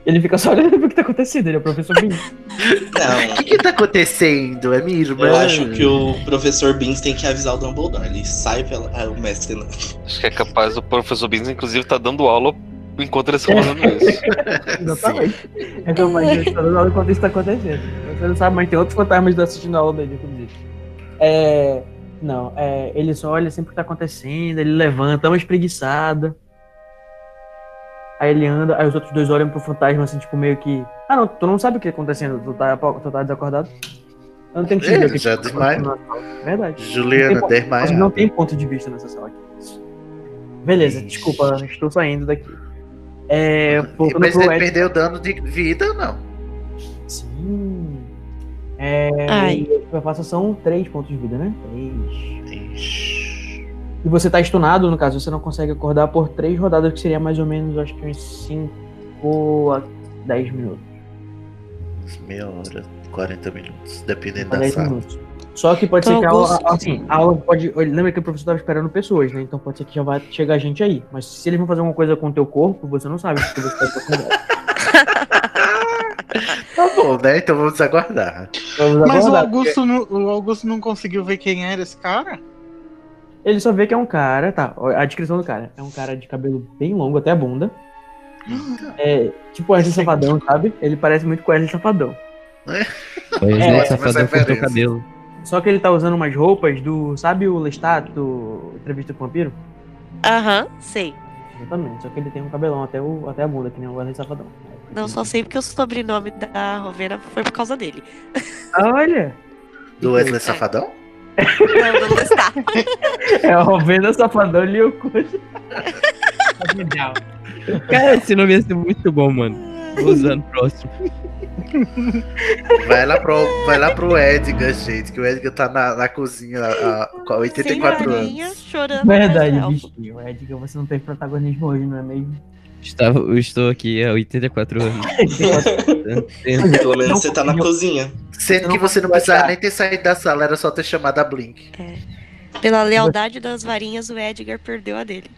[SPEAKER 1] Ele fica só olhando pro que tá acontecendo, ele é o professor Bin.
[SPEAKER 5] O que,
[SPEAKER 7] Não.
[SPEAKER 5] que tá acontecendo? É minha irmã.
[SPEAKER 7] Eu acho que o professor Beans tem que avisar o Dumbledore. Ele sai pela. Ah, o mestre não.
[SPEAKER 8] Acho que é capaz do professor Beans, inclusive, tá dando aula enquanto eles estão fazendo isso.
[SPEAKER 1] Exatamente. É que eu imagino que tá dando aula enquanto isso tá acontecendo. Você não sabe, mas tem outros fantasmas assistindo a aula dele, inclusive. É. Não, é, ele só olha sempre o que tá acontecendo, ele levanta, dá uma espreguiçada. Aí ele anda, aí os outros dois olham pro fantasma assim, tipo, meio que. Ah não, tu não sabe o que tá acontecendo, tu tá, tu tá desacordado. Eu não tenho que te dizer o
[SPEAKER 5] Ele
[SPEAKER 1] que
[SPEAKER 5] É, já
[SPEAKER 1] tá
[SPEAKER 5] desmaia.
[SPEAKER 1] acontecendo na sala. Verdade.
[SPEAKER 5] Juliana,
[SPEAKER 1] Não tem
[SPEAKER 5] desmaia.
[SPEAKER 1] Mas não tem ponto de vista nessa sala aqui. Beleza,
[SPEAKER 5] Ixi.
[SPEAKER 1] desculpa, estou saindo daqui. É, voltando
[SPEAKER 5] Mas
[SPEAKER 1] pro
[SPEAKER 5] ele
[SPEAKER 1] Ed-
[SPEAKER 5] perdeu dano de vida ou não?
[SPEAKER 1] Sim. É,
[SPEAKER 3] Ai.
[SPEAKER 1] Eu faço são três pontos de vida, né? Três.
[SPEAKER 5] Ixi.
[SPEAKER 1] E você tá estunado, no caso, você não consegue acordar por três rodadas, que seria mais ou menos, acho que uns cinco a dez minutos.
[SPEAKER 5] Uns Meia hora, 40 minutos, dependendo
[SPEAKER 1] a
[SPEAKER 5] da
[SPEAKER 1] 10
[SPEAKER 5] sala.
[SPEAKER 1] minutos. Só que pode ser
[SPEAKER 3] Então,
[SPEAKER 1] que a aula,
[SPEAKER 3] Augusto-
[SPEAKER 1] assim, a aula pode. Lembra que o professor tava esperando pessoas, né? Então pode ser que já vai chegar gente aí. Mas se eles vão fazer alguma coisa com o teu corpo, você não sabe porque você tá acordado.
[SPEAKER 5] Tá bom, né? Então vamos aguardar.
[SPEAKER 1] Vamos
[SPEAKER 6] Mas o
[SPEAKER 1] aguardar,
[SPEAKER 6] Augusto, não, o Augusto não conseguiu ver quem era esse cara?
[SPEAKER 1] Ele só vê que é um cara, tá, ó, a descrição do cara. É um cara de cabelo bem longo até a bunda. É, tipo o Wesley Safadão, sabe? Ele parece muito com o Wesley Safadão.
[SPEAKER 4] Foi o
[SPEAKER 1] É,
[SPEAKER 4] é,
[SPEAKER 5] mas
[SPEAKER 4] safadão cortou o
[SPEAKER 5] referência.
[SPEAKER 4] cabelo.
[SPEAKER 1] Só que ele tá usando umas roupas do. Sabe o Lestat do Entrevista com o Vampiro?
[SPEAKER 3] Aham, sei.
[SPEAKER 1] Exatamente. Só que ele tem um cabelão até, o, até a bunda, que nem o Wesley Safadão.
[SPEAKER 3] Não, só sei porque o sobrenome da Rovena foi por causa dele.
[SPEAKER 1] Olha!
[SPEAKER 5] Do Wesley Safadão?
[SPEAKER 3] Não, não está.
[SPEAKER 1] É o Venda Safadão e o Coxa. Legal.
[SPEAKER 4] Cara, esse nome ia ser muito bom, mano. Vou usar no próximo.
[SPEAKER 5] Vai lá, pro, vai lá pro Edgar, gente, que o Edgar tá na, na cozinha há há
[SPEAKER 3] Sem
[SPEAKER 5] 84
[SPEAKER 3] varinha,
[SPEAKER 5] anos.
[SPEAKER 3] chorando.
[SPEAKER 1] Verdade,
[SPEAKER 3] atrás do elfo.
[SPEAKER 1] bichinho. É de que você não tem protagonismo hoje, não é mesmo?
[SPEAKER 4] Estava, eu estou aqui há 84 anos.
[SPEAKER 7] Pelo menos
[SPEAKER 1] Não
[SPEAKER 7] você tá na
[SPEAKER 1] conseguiu.
[SPEAKER 7] cozinha.
[SPEAKER 5] Sendo que você não precisava nem ter saído da sala, era só ter chamado a Blink.
[SPEAKER 3] É. Pela lealdade das varinhas, o Edgar perdeu a dele.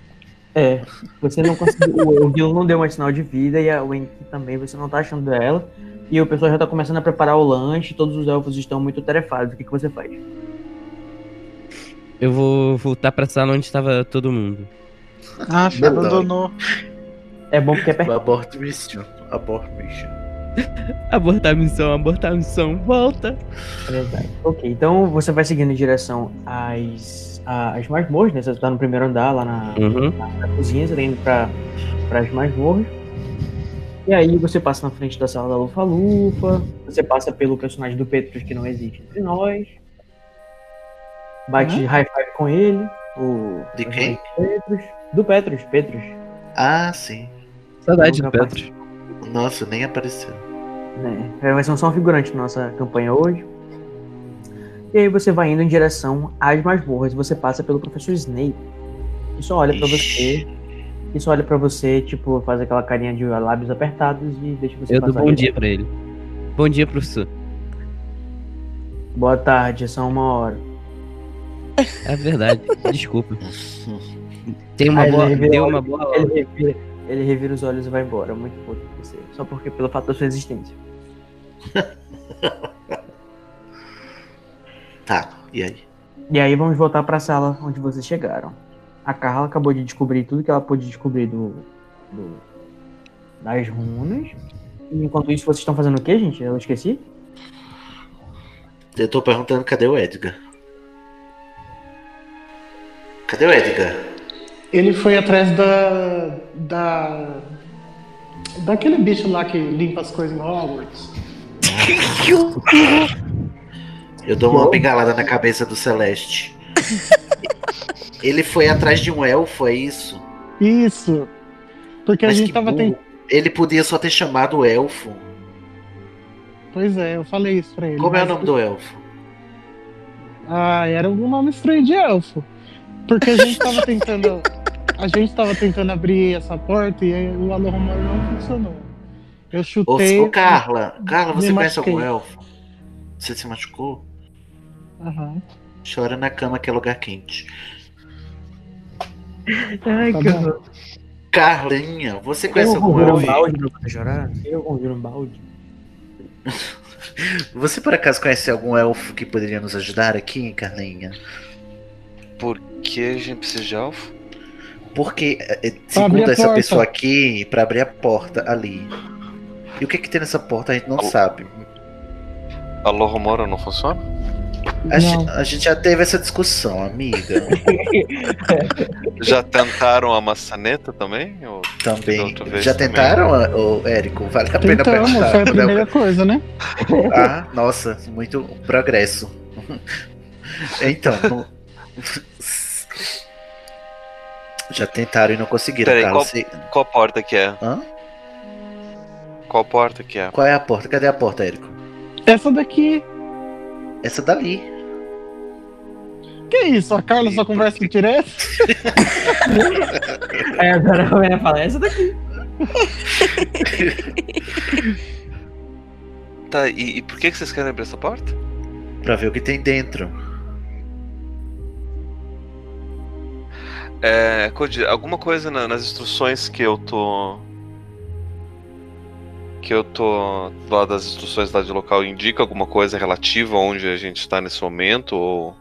[SPEAKER 1] É, você não conseguiu. o- o Gil não deu mais sinal de vida e a Wendy também, você não tá achando ela. E o pessoal já tá começando a preparar o lanche, todos os elfos estão muito tarefados. O que, que você faz?
[SPEAKER 4] Eu vou voltar pra sala onde estava todo mundo.
[SPEAKER 6] Ah, se
[SPEAKER 5] Não.
[SPEAKER 6] abandonou.
[SPEAKER 1] É bom porque é perto.
[SPEAKER 5] Abort Mission. Abort Mission.
[SPEAKER 4] Abortar a missão, abortar a missão, volta!
[SPEAKER 1] é verdade. Ok, então você vai seguindo em direção às, à- às masmorras, né? Você tá no primeiro andar lá na,
[SPEAKER 4] Uhum.
[SPEAKER 1] na cozinha, você tá indo pra, pras masmorras. E aí você passa na frente da sala da Lufa-Lufa, você passa pelo personagem do Petrus que não existe entre nós. Bate high five com ele. O
[SPEAKER 5] De quem?
[SPEAKER 1] Petrus. Do Petrus, Petrus.
[SPEAKER 5] Ah, sim.
[SPEAKER 4] Saudade do
[SPEAKER 1] Nunca
[SPEAKER 4] Petro.
[SPEAKER 5] Nossa, nem apareceu.
[SPEAKER 1] né? É, Vai ser só um figurante na nossa campanha hoje. E aí você vai indo em direção às masmorras, você passa pelo professor Snape. E só olha pra você. que só olha pra você, tipo, faz aquela carinha de lábios apertados e deixa você
[SPEAKER 4] Eu
[SPEAKER 1] passar.
[SPEAKER 4] dou bom dia pra ele. Bom dia, professor.
[SPEAKER 1] Boa tarde, é só uma hora.
[SPEAKER 4] É verdade, desculpa. Tem uma
[SPEAKER 1] Aí ele
[SPEAKER 4] boa,
[SPEAKER 1] revira-
[SPEAKER 4] deu uma boa
[SPEAKER 1] Ele
[SPEAKER 4] aula.
[SPEAKER 1] revira, ele revira os olhos e vai embora. Muito pouco pra você. Só porque pelo fato da sua existência.
[SPEAKER 5] Tá, e aí?
[SPEAKER 1] E aí vamos voltar pra sala onde vocês chegaram. A Carla acabou de descobrir tudo que ela pôde descobrir do, do- das runas. E enquanto isso, vocês estão fazendo o que, gente? Eu esqueci?
[SPEAKER 5] Eu tô perguntando cadê o Edgar? Cadê o Edgar?
[SPEAKER 11] Ele foi atrás da. da. daquele bicho lá que limpa as coisas no Hogwarts.
[SPEAKER 5] Eu dou uma pingalada na cabeça do Celeste. Ele foi atrás de um elfo, é isso?
[SPEAKER 11] Isso! Porque a
[SPEAKER 5] Mas
[SPEAKER 11] gente
[SPEAKER 5] que
[SPEAKER 11] tava
[SPEAKER 5] burro.
[SPEAKER 11] tentando.
[SPEAKER 5] Ele podia só ter chamado o elfo.
[SPEAKER 11] Pois é, eu falei isso pra ele.
[SPEAKER 5] Como é o
[SPEAKER 11] mas-
[SPEAKER 5] nome do elfo?
[SPEAKER 11] Ah, era algum nome estranho de elfo. Porque a gente tava tentando. A gente tava tentando abrir essa porta e aí o alô romano não funcionou. Eu
[SPEAKER 5] Ô,
[SPEAKER 11] chutei.
[SPEAKER 5] ô, Carla, Carla,
[SPEAKER 11] me
[SPEAKER 5] você conhece
[SPEAKER 11] machuquei.
[SPEAKER 5] algum elfo? Você se machucou?
[SPEAKER 11] um- Aham.
[SPEAKER 5] Chora na cama que é lugar quente.
[SPEAKER 1] Ai,
[SPEAKER 11] Tá
[SPEAKER 1] cara.
[SPEAKER 5] Carlinha, você
[SPEAKER 1] Eu
[SPEAKER 5] conhece algum
[SPEAKER 1] um
[SPEAKER 5] elfo?
[SPEAKER 1] balde pra você chorar? Eu convido um balde.
[SPEAKER 5] Você por acaso conhece algum elfo que poderia nos ajudar aqui, Carlinha?
[SPEAKER 8] Por que a gente precisa de elfo?
[SPEAKER 5] Porque, eh, eh,
[SPEAKER 8] Pra abrir
[SPEAKER 5] segundo
[SPEAKER 8] a
[SPEAKER 5] essa
[SPEAKER 8] porta.
[SPEAKER 5] pessoa aqui, pra abrir a porta ali. E o que que tem nessa porta a gente não sabe.
[SPEAKER 8] Alô, Romora não funciona?
[SPEAKER 5] A, gente, a gente já teve essa discussão, amiga.
[SPEAKER 8] Já tentaram a maçaneta também? Ou
[SPEAKER 5] Também.
[SPEAKER 8] da outra vez
[SPEAKER 5] já
[SPEAKER 8] também?
[SPEAKER 5] tentaram, ô, Érico? Vale a pena
[SPEAKER 11] Tentamos,
[SPEAKER 5] perguntar.
[SPEAKER 11] foi Então, é a
[SPEAKER 5] né?
[SPEAKER 11] primeira coisa, né?
[SPEAKER 5] Ah, nossa, muito progresso. Então, não- já tentaram e não conseguiram,
[SPEAKER 8] Peraí,
[SPEAKER 5] Carla.
[SPEAKER 8] qual,
[SPEAKER 5] Você-
[SPEAKER 8] qual porta que é?
[SPEAKER 5] Hã?
[SPEAKER 8] Qual porta que é?
[SPEAKER 5] Qual é a porta? Cadê a porta, Érico?
[SPEAKER 11] Essa daqui.
[SPEAKER 5] Essa dali.
[SPEAKER 11] Que isso? A Carla só conversa com direto?
[SPEAKER 1] Aí É, agora eu ia falar, essa daqui.
[SPEAKER 8] Tá, e, e por que, que vocês querem abrir essa porta?
[SPEAKER 5] Pra ver o que tem dentro.
[SPEAKER 8] É, Cody, alguma coisa na- nas instruções que eu tô. Que eu tô. Lá das instruções lá de local indica alguma coisa relativa a onde a gente tá nesse momento? Ou.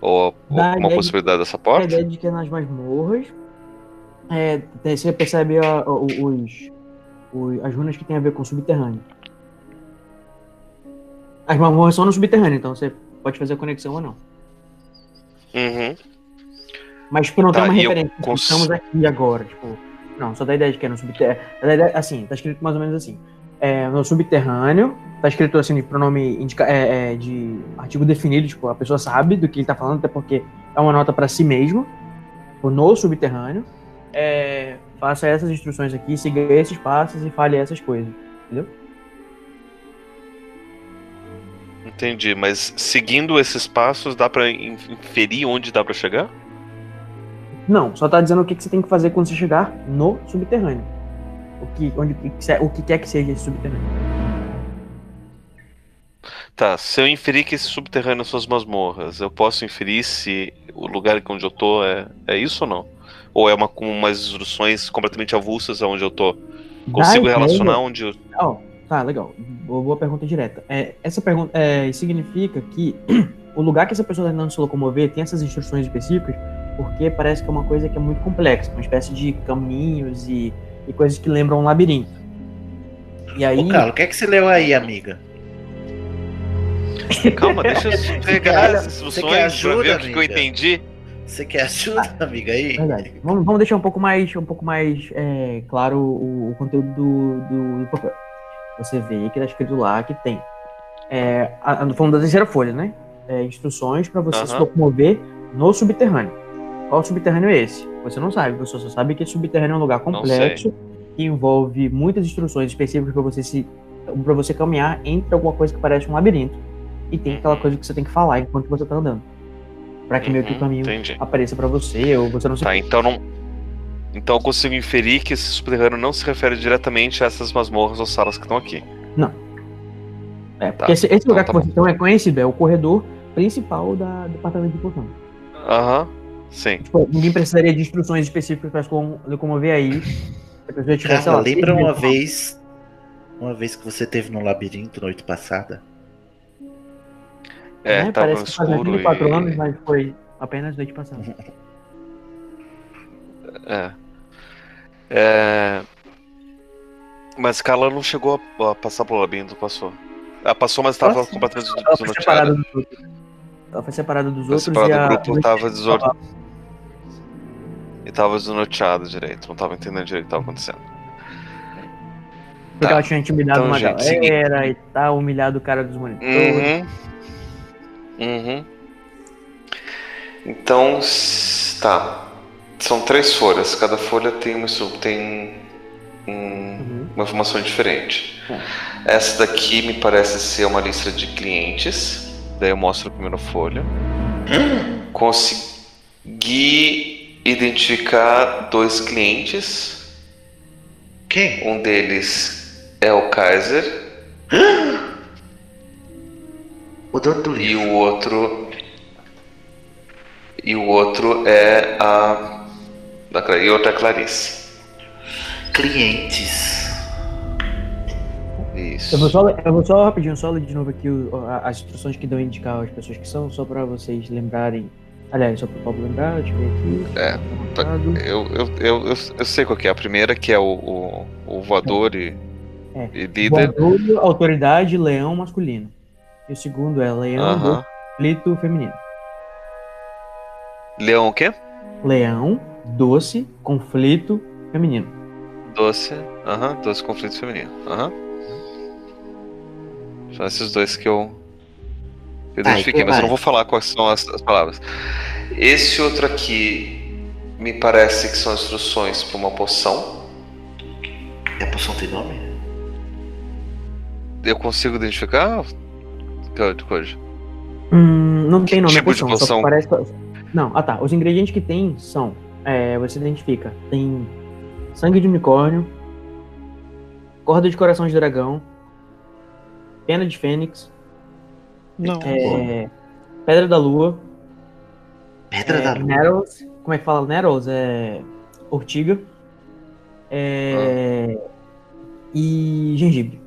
[SPEAKER 8] Ou
[SPEAKER 1] Dá
[SPEAKER 8] uma
[SPEAKER 1] ideia de-
[SPEAKER 8] possibilidade dessa
[SPEAKER 1] A
[SPEAKER 8] porta?
[SPEAKER 1] ideia de que é nas masmorras. É, daí você percebe a- o- os, os- as runas que tem a ver com o subterrâneo. As masmorras são no subterrâneo, então você pode fazer a conexão ou não.
[SPEAKER 8] Uhum.
[SPEAKER 1] Mas tipo, não
[SPEAKER 8] Tá,
[SPEAKER 1] tem uma
[SPEAKER 8] e eu
[SPEAKER 1] referência. tipo,
[SPEAKER 8] cons-
[SPEAKER 1] Estamos aqui agora, tipo. Não, só dá a ideia de que é no subterrâneo. Assim, tá escrito mais ou menos assim. É, no subterrâneo, tá escrito assim de pronome indica- é, é, de artigo definido, tipo, a pessoa sabe do que ele tá falando, até porque é uma nota pra si mesmo. Tipo, no subterrâneo. É, faça essas instruções aqui, siga esses passos e fale essas coisas. Entendeu?
[SPEAKER 8] Entendi, mas seguindo esses passos dá pra in- inferir onde dá pra chegar?
[SPEAKER 1] Não, só tá dizendo o que, que você tem que fazer quando você chegar no subterrâneo. O que, onde, o que que se- o que quer que seja esse subterrâneo.
[SPEAKER 8] Tá, se eu inferir que esse subterrâneo são as masmorras, eu posso inferir se o lugar onde eu tô é, é isso ou não? Ou é uma com umas instruções completamente avulsas aonde eu tô? Consigo
[SPEAKER 1] ideia.
[SPEAKER 8] relacionar onde eu.
[SPEAKER 1] Ó, tá, legal. Boa, boa pergunta direta. É, essa pergunta é, significa que o lugar que essa pessoa está tentando se locomover tem essas instruções específicas, porque parece que é uma coisa que é muito complexa, uma espécie de caminhos e, e coisas que lembram um labirinto. E aí.
[SPEAKER 5] Ô, Carla, o que é que você leu aí, amiga?
[SPEAKER 8] Calma, deixa eu pegar as
[SPEAKER 5] Você quer
[SPEAKER 8] instruções pra
[SPEAKER 5] ajuda,
[SPEAKER 8] ver o que, que eu
[SPEAKER 5] amiga?
[SPEAKER 8] entendi.
[SPEAKER 5] Você quer ajuda, amiga? Aí?
[SPEAKER 1] Verdade. Vamos, vamos deixar um pouco mais, um pouco mais é, claro o, o conteúdo do, do, do papel. Você vê que tá escrito lá que tem. É, a, a- falando da terceira folha, né? É, instruções para você se
[SPEAKER 13] Aham.
[SPEAKER 1] locomover no subterrâneo. Qual subterrâneo é esse? Você não sabe, você só sabe que subterrâneo é um lugar complexo que envolve muitas instruções específicas para você se para você caminhar entre alguma coisa que parece um labirinto e tem aquela coisa que você tem que falar enquanto você tá andando. Pra que meio que o
[SPEAKER 8] Uhum,
[SPEAKER 1] caminho apareça pra você ou você não se
[SPEAKER 8] Tá, então não. Então eu consigo inferir que esse subterrâneo não se refere diretamente a essas masmorras ou salas que estão aqui.
[SPEAKER 1] Não.
[SPEAKER 8] É,
[SPEAKER 1] Porque esse, esse lugar que vocês estão é conhecido, é o corredor principal da, do departamento de portão.
[SPEAKER 8] Aham, sim.
[SPEAKER 1] Tipo, ninguém precisaria de instruções específicas pra se com- locomover aí. Se a pessoa tiver, sei
[SPEAKER 5] Carla,
[SPEAKER 1] lá,
[SPEAKER 5] lembra
[SPEAKER 1] seis
[SPEAKER 5] uma
[SPEAKER 1] minutos.
[SPEAKER 5] vez. Uma vez que você teve no labirinto noite passada?
[SPEAKER 8] É,
[SPEAKER 1] né?
[SPEAKER 8] tava
[SPEAKER 1] Parece que faz mais de
[SPEAKER 8] escuro e... Uhum.
[SPEAKER 1] quatro anos, mas foi apenas noite passada.
[SPEAKER 8] É. É. Mas Carla não chegou a, a passar pelo labirinto, passou. Ela passou, mas estava
[SPEAKER 1] Passou.
[SPEAKER 8] completamente des-
[SPEAKER 1] Ela foi separada
[SPEAKER 8] desnorteada.
[SPEAKER 1] dos outros. Ela foi separada dos
[SPEAKER 8] Foi
[SPEAKER 1] outros
[SPEAKER 8] separada
[SPEAKER 1] e a...
[SPEAKER 8] do grupo, tava
[SPEAKER 1] desordem.
[SPEAKER 8] desor... e tava desnorteada direito, não tava entendendo direito o que tava acontecendo.
[SPEAKER 1] Porque ela tinha intimidado
[SPEAKER 8] Então,
[SPEAKER 1] uma
[SPEAKER 8] gente,
[SPEAKER 1] galera e tal, humilhado o cara dos monitores.
[SPEAKER 8] Uhum. Uhum. Então, s- tá. São três folhas. Cada folha tem uma, instru- tem um- uma informação diferente. Essa daqui me parece ser uma lista de clientes. Daí eu mostro a primeira folha. Hum? Consegui identificar dois clientes.
[SPEAKER 5] Quem?
[SPEAKER 8] Um deles é o Kaiser.
[SPEAKER 5] O dono do
[SPEAKER 8] E o outro. E o outro é a. da Cla- E outra é a Clarice.
[SPEAKER 5] Clientes.
[SPEAKER 8] Isso.
[SPEAKER 1] Eu vou, só, eu vou só rapidinho, só ler de novo aqui o- a- as instruções que dão a indicar as pessoas que são, só pra vocês lembrarem. Aliás, só pro Pablo lembrar, deixa eu ver aqui.
[SPEAKER 8] É, tá- eu, eu, eu, eu, eu sei qual que é. A primeira que é o, o, o voador e,
[SPEAKER 1] É.
[SPEAKER 8] e líder.
[SPEAKER 1] Voador, autoridade, leão masculino. E o segundo é leão
[SPEAKER 8] Aham.
[SPEAKER 1] do conflito feminino.
[SPEAKER 8] Leão o quê?
[SPEAKER 1] Leão, doce, conflito feminino.
[SPEAKER 8] Doce. Aham, doce conflito feminino. Aham. São esses dois que eu
[SPEAKER 1] Tá,
[SPEAKER 8] eu
[SPEAKER 5] Vai,
[SPEAKER 8] identifiquei,
[SPEAKER 5] então
[SPEAKER 8] mas eu
[SPEAKER 5] vai.
[SPEAKER 8] não vou falar quais são as, as palavras. Esse outro aqui me parece que são instruções para uma poção.
[SPEAKER 5] E a poção tem É, nome?
[SPEAKER 8] Eu consigo identificar? Code, code.
[SPEAKER 1] Hum, não tem nome,
[SPEAKER 8] tipo
[SPEAKER 1] é
[SPEAKER 8] de
[SPEAKER 1] poção, só
[SPEAKER 8] poção?
[SPEAKER 1] parece- Não, ah tá. Os ingredientes que tem são. é, você identifica. Tem sangue de unicórnio, corda de coração de dragão, pena de fênix,
[SPEAKER 11] Não.
[SPEAKER 1] é, pedra da lua.
[SPEAKER 5] Pedra
[SPEAKER 1] é,
[SPEAKER 5] da lua.
[SPEAKER 1] Nettles, como é que fala? Nettles é ortiga. É,
[SPEAKER 8] Ah.
[SPEAKER 1] E gengibre.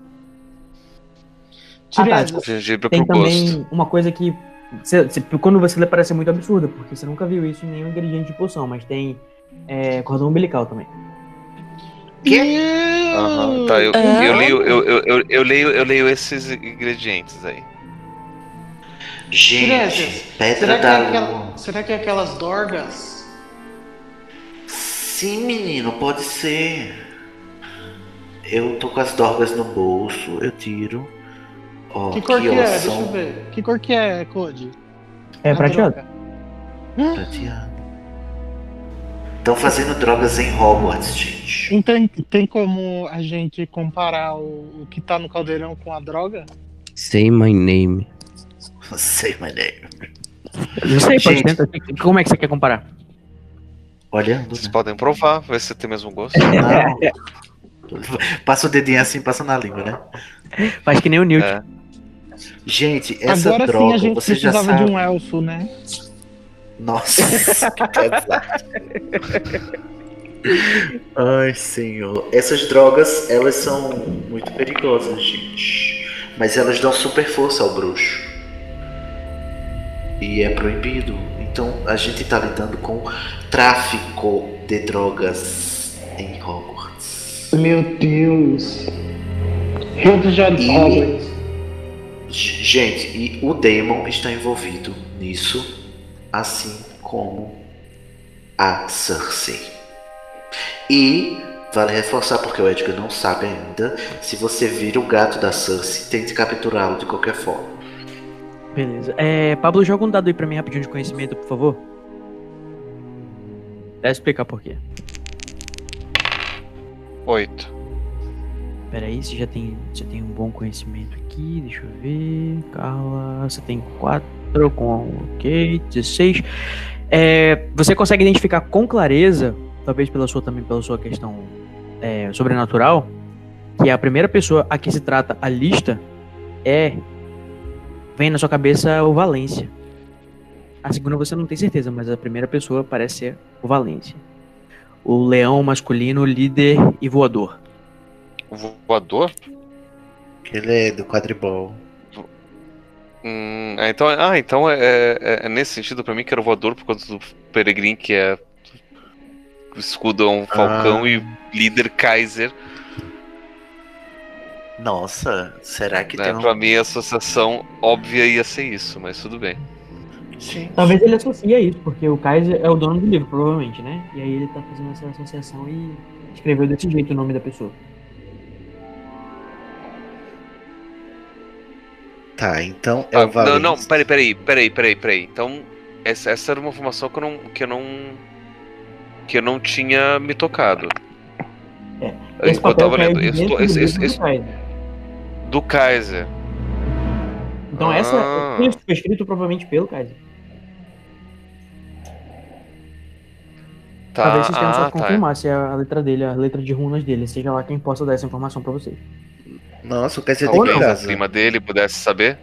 [SPEAKER 8] Tirei
[SPEAKER 1] Ah, tá,
[SPEAKER 8] as-
[SPEAKER 1] desculpa.
[SPEAKER 8] Gengibre
[SPEAKER 1] Tem
[SPEAKER 8] pro
[SPEAKER 1] também uma coisa que cê- cê- quando você lê parece muito absurda, porque você nunca viu isso em nenhum ingrediente de poção, mas tem é, cordão umbilical também.
[SPEAKER 8] Aham, tá, eu, eu, leio, eu, eu, eu, eu leio, eu leio esses ingredientes aí.
[SPEAKER 5] Gente,
[SPEAKER 6] Será
[SPEAKER 5] pedra
[SPEAKER 6] que, é
[SPEAKER 5] da
[SPEAKER 6] aquela- será que é aquelas dorgas?
[SPEAKER 5] Sim, menino, pode ser. Eu tô com as dorgas no bolso, eu tiro. Ó,
[SPEAKER 11] Que cor que
[SPEAKER 5] ó,
[SPEAKER 11] é? Deixa
[SPEAKER 5] são
[SPEAKER 11] eu ver. Que cor que é, Code?
[SPEAKER 1] É
[SPEAKER 11] Ah,
[SPEAKER 1] prateado.
[SPEAKER 5] prateado. Estão ah. fazendo drogas em Hogwarts, gente.
[SPEAKER 11] Então tem como a gente comparar o, o que tá no caldeirão com a droga?
[SPEAKER 4] Say my name.
[SPEAKER 5] Sei, mas é.
[SPEAKER 1] Não sei, pode
[SPEAKER 5] Gente.
[SPEAKER 1] tentar. Como é que você quer comparar?
[SPEAKER 5] Olhando.
[SPEAKER 1] Hum.
[SPEAKER 5] né?
[SPEAKER 8] Vocês podem provar, ver se tem mesmo gosto.
[SPEAKER 11] É.
[SPEAKER 5] Passa o dedinho assim, passa na língua, né?
[SPEAKER 1] Faz que nem o Newt.
[SPEAKER 8] É,
[SPEAKER 5] Gente, essa
[SPEAKER 11] Agora
[SPEAKER 5] droga,
[SPEAKER 11] sim a gente
[SPEAKER 5] você já
[SPEAKER 11] precisava
[SPEAKER 5] sabe.
[SPEAKER 11] de um elfo, né?
[SPEAKER 5] Nossa, que pesado. Ai, senhor. Essas drogas, elas são muito perigosas, gente. Mas elas dão super força ao bruxo. E é proibido. Então a gente tá lidando com tráfico de drogas em Hogwarts.
[SPEAKER 11] Meu Deus. Rio de
[SPEAKER 5] E-
[SPEAKER 11] Janeiro.
[SPEAKER 5] G- Gente, e o Damon está envolvido nisso, assim como a Cersei. E vale reforçar, porque o Edgar não sabe ainda, se você vira o gato da Cersei, tente capturá-lo de qualquer forma.
[SPEAKER 1] Beleza. É, Pablo, joga um dado aí pra mim rapidinho de conhecimento, por favor. Vai explicar por quê.
[SPEAKER 8] Oito.
[SPEAKER 1] Peraí, você já tem, você tem um bom conhecimento aqui, deixa eu ver. Carla, você tem 4 com ok, 16. É, você consegue identificar com clareza talvez pela sua também pela sua questão é, sobrenatural, que a primeira pessoa a que se trata a lista é vem na sua cabeça o Valência. A segunda você não tem certeza, mas a primeira pessoa parece ser o Valência. O leão masculino, líder e voador.
[SPEAKER 8] O voador?
[SPEAKER 5] Ele é do quadribol.
[SPEAKER 8] Hum, ah, então, ah, então é, é- é nesse sentido pra mim que era o voador por conta do Peregrin, que é escudão falcão
[SPEAKER 5] Ah.
[SPEAKER 8] e líder Kaiser.
[SPEAKER 5] Nossa, será que
[SPEAKER 8] né?
[SPEAKER 5] tem um...
[SPEAKER 8] Pra mim a associação óbvia ia ser isso, mas tudo bem.
[SPEAKER 1] Talvez ele associe a isso, porque o Kaiser é o dono do livro, provavelmente, né? E aí ele tá fazendo essa associação e escreveu desse jeito o nome da pessoa.
[SPEAKER 5] Tá, então é
[SPEAKER 8] Ah,
[SPEAKER 5] o Valência.
[SPEAKER 8] não, não, peraí, peraí, peraí, peraí, peraí. Então, essa, essa era uma informação que eu não. que eu não. que eu não tinha me tocado.
[SPEAKER 5] É.
[SPEAKER 1] Esse
[SPEAKER 8] Enquanto eu
[SPEAKER 1] papel é caiu
[SPEAKER 8] tava lendo.
[SPEAKER 1] dentro
[SPEAKER 8] Esse,
[SPEAKER 1] do
[SPEAKER 8] esse,
[SPEAKER 1] livro
[SPEAKER 8] esse,
[SPEAKER 1] do
[SPEAKER 8] esse-
[SPEAKER 1] Kaiser.
[SPEAKER 8] do Kaiser.
[SPEAKER 1] Então essa
[SPEAKER 8] Ah.
[SPEAKER 1] esse texto foi escrito provavelmente pelo Kaiser.
[SPEAKER 8] Tá,
[SPEAKER 1] Talvez vocês tenham
[SPEAKER 8] ah,
[SPEAKER 1] só de
[SPEAKER 8] tá.
[SPEAKER 1] confirmar se é a letra dele, a letra de runas dele, seja lá quem possa dar essa informação pra vocês.
[SPEAKER 5] Nossa, o Kaiser tem
[SPEAKER 8] Talvez a
[SPEAKER 5] casa.
[SPEAKER 8] prima dele pudesse saber.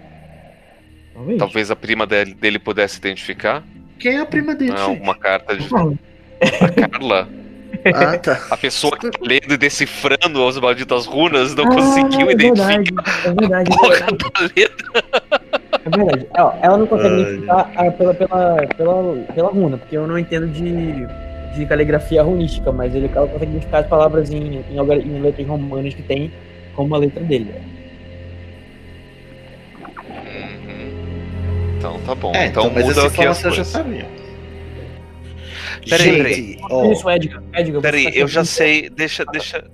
[SPEAKER 1] Talvez.
[SPEAKER 8] Talvez a prima dele, dele pudesse identificar.
[SPEAKER 5] Quem é a prima dele,
[SPEAKER 8] Não, alguma carta de.
[SPEAKER 1] Não.
[SPEAKER 8] A Carla.
[SPEAKER 5] Ah, tá.
[SPEAKER 8] A pessoa que tá lendo e decifrando as malditas runas não
[SPEAKER 1] Ah,
[SPEAKER 8] conseguiu
[SPEAKER 1] é
[SPEAKER 8] identificar
[SPEAKER 1] verdade, é verdade, é
[SPEAKER 8] porra
[SPEAKER 1] verdade.
[SPEAKER 8] da letra.
[SPEAKER 1] É verdade. Ó, ela não consegue
[SPEAKER 5] Ai.
[SPEAKER 1] identificar a- pela, pela, pela, pela runa, porque eu não entendo de, de caligrafia runística, mas ele, ela consegue identificar as palavras em, em, alga- em letras romanas que tem como a letra dele.
[SPEAKER 8] Uhum. Então tá bom.
[SPEAKER 5] É,
[SPEAKER 8] então
[SPEAKER 5] então, mas essa
[SPEAKER 8] muda aqui as
[SPEAKER 5] informação eu já
[SPEAKER 8] coisas.
[SPEAKER 5] sabia.
[SPEAKER 8] Peraí,
[SPEAKER 5] Gente, ó,
[SPEAKER 1] Isso, Edgar. Edgar você tá
[SPEAKER 8] Peraí, eu já
[SPEAKER 1] certo.
[SPEAKER 8] sei. Deixa, deixa.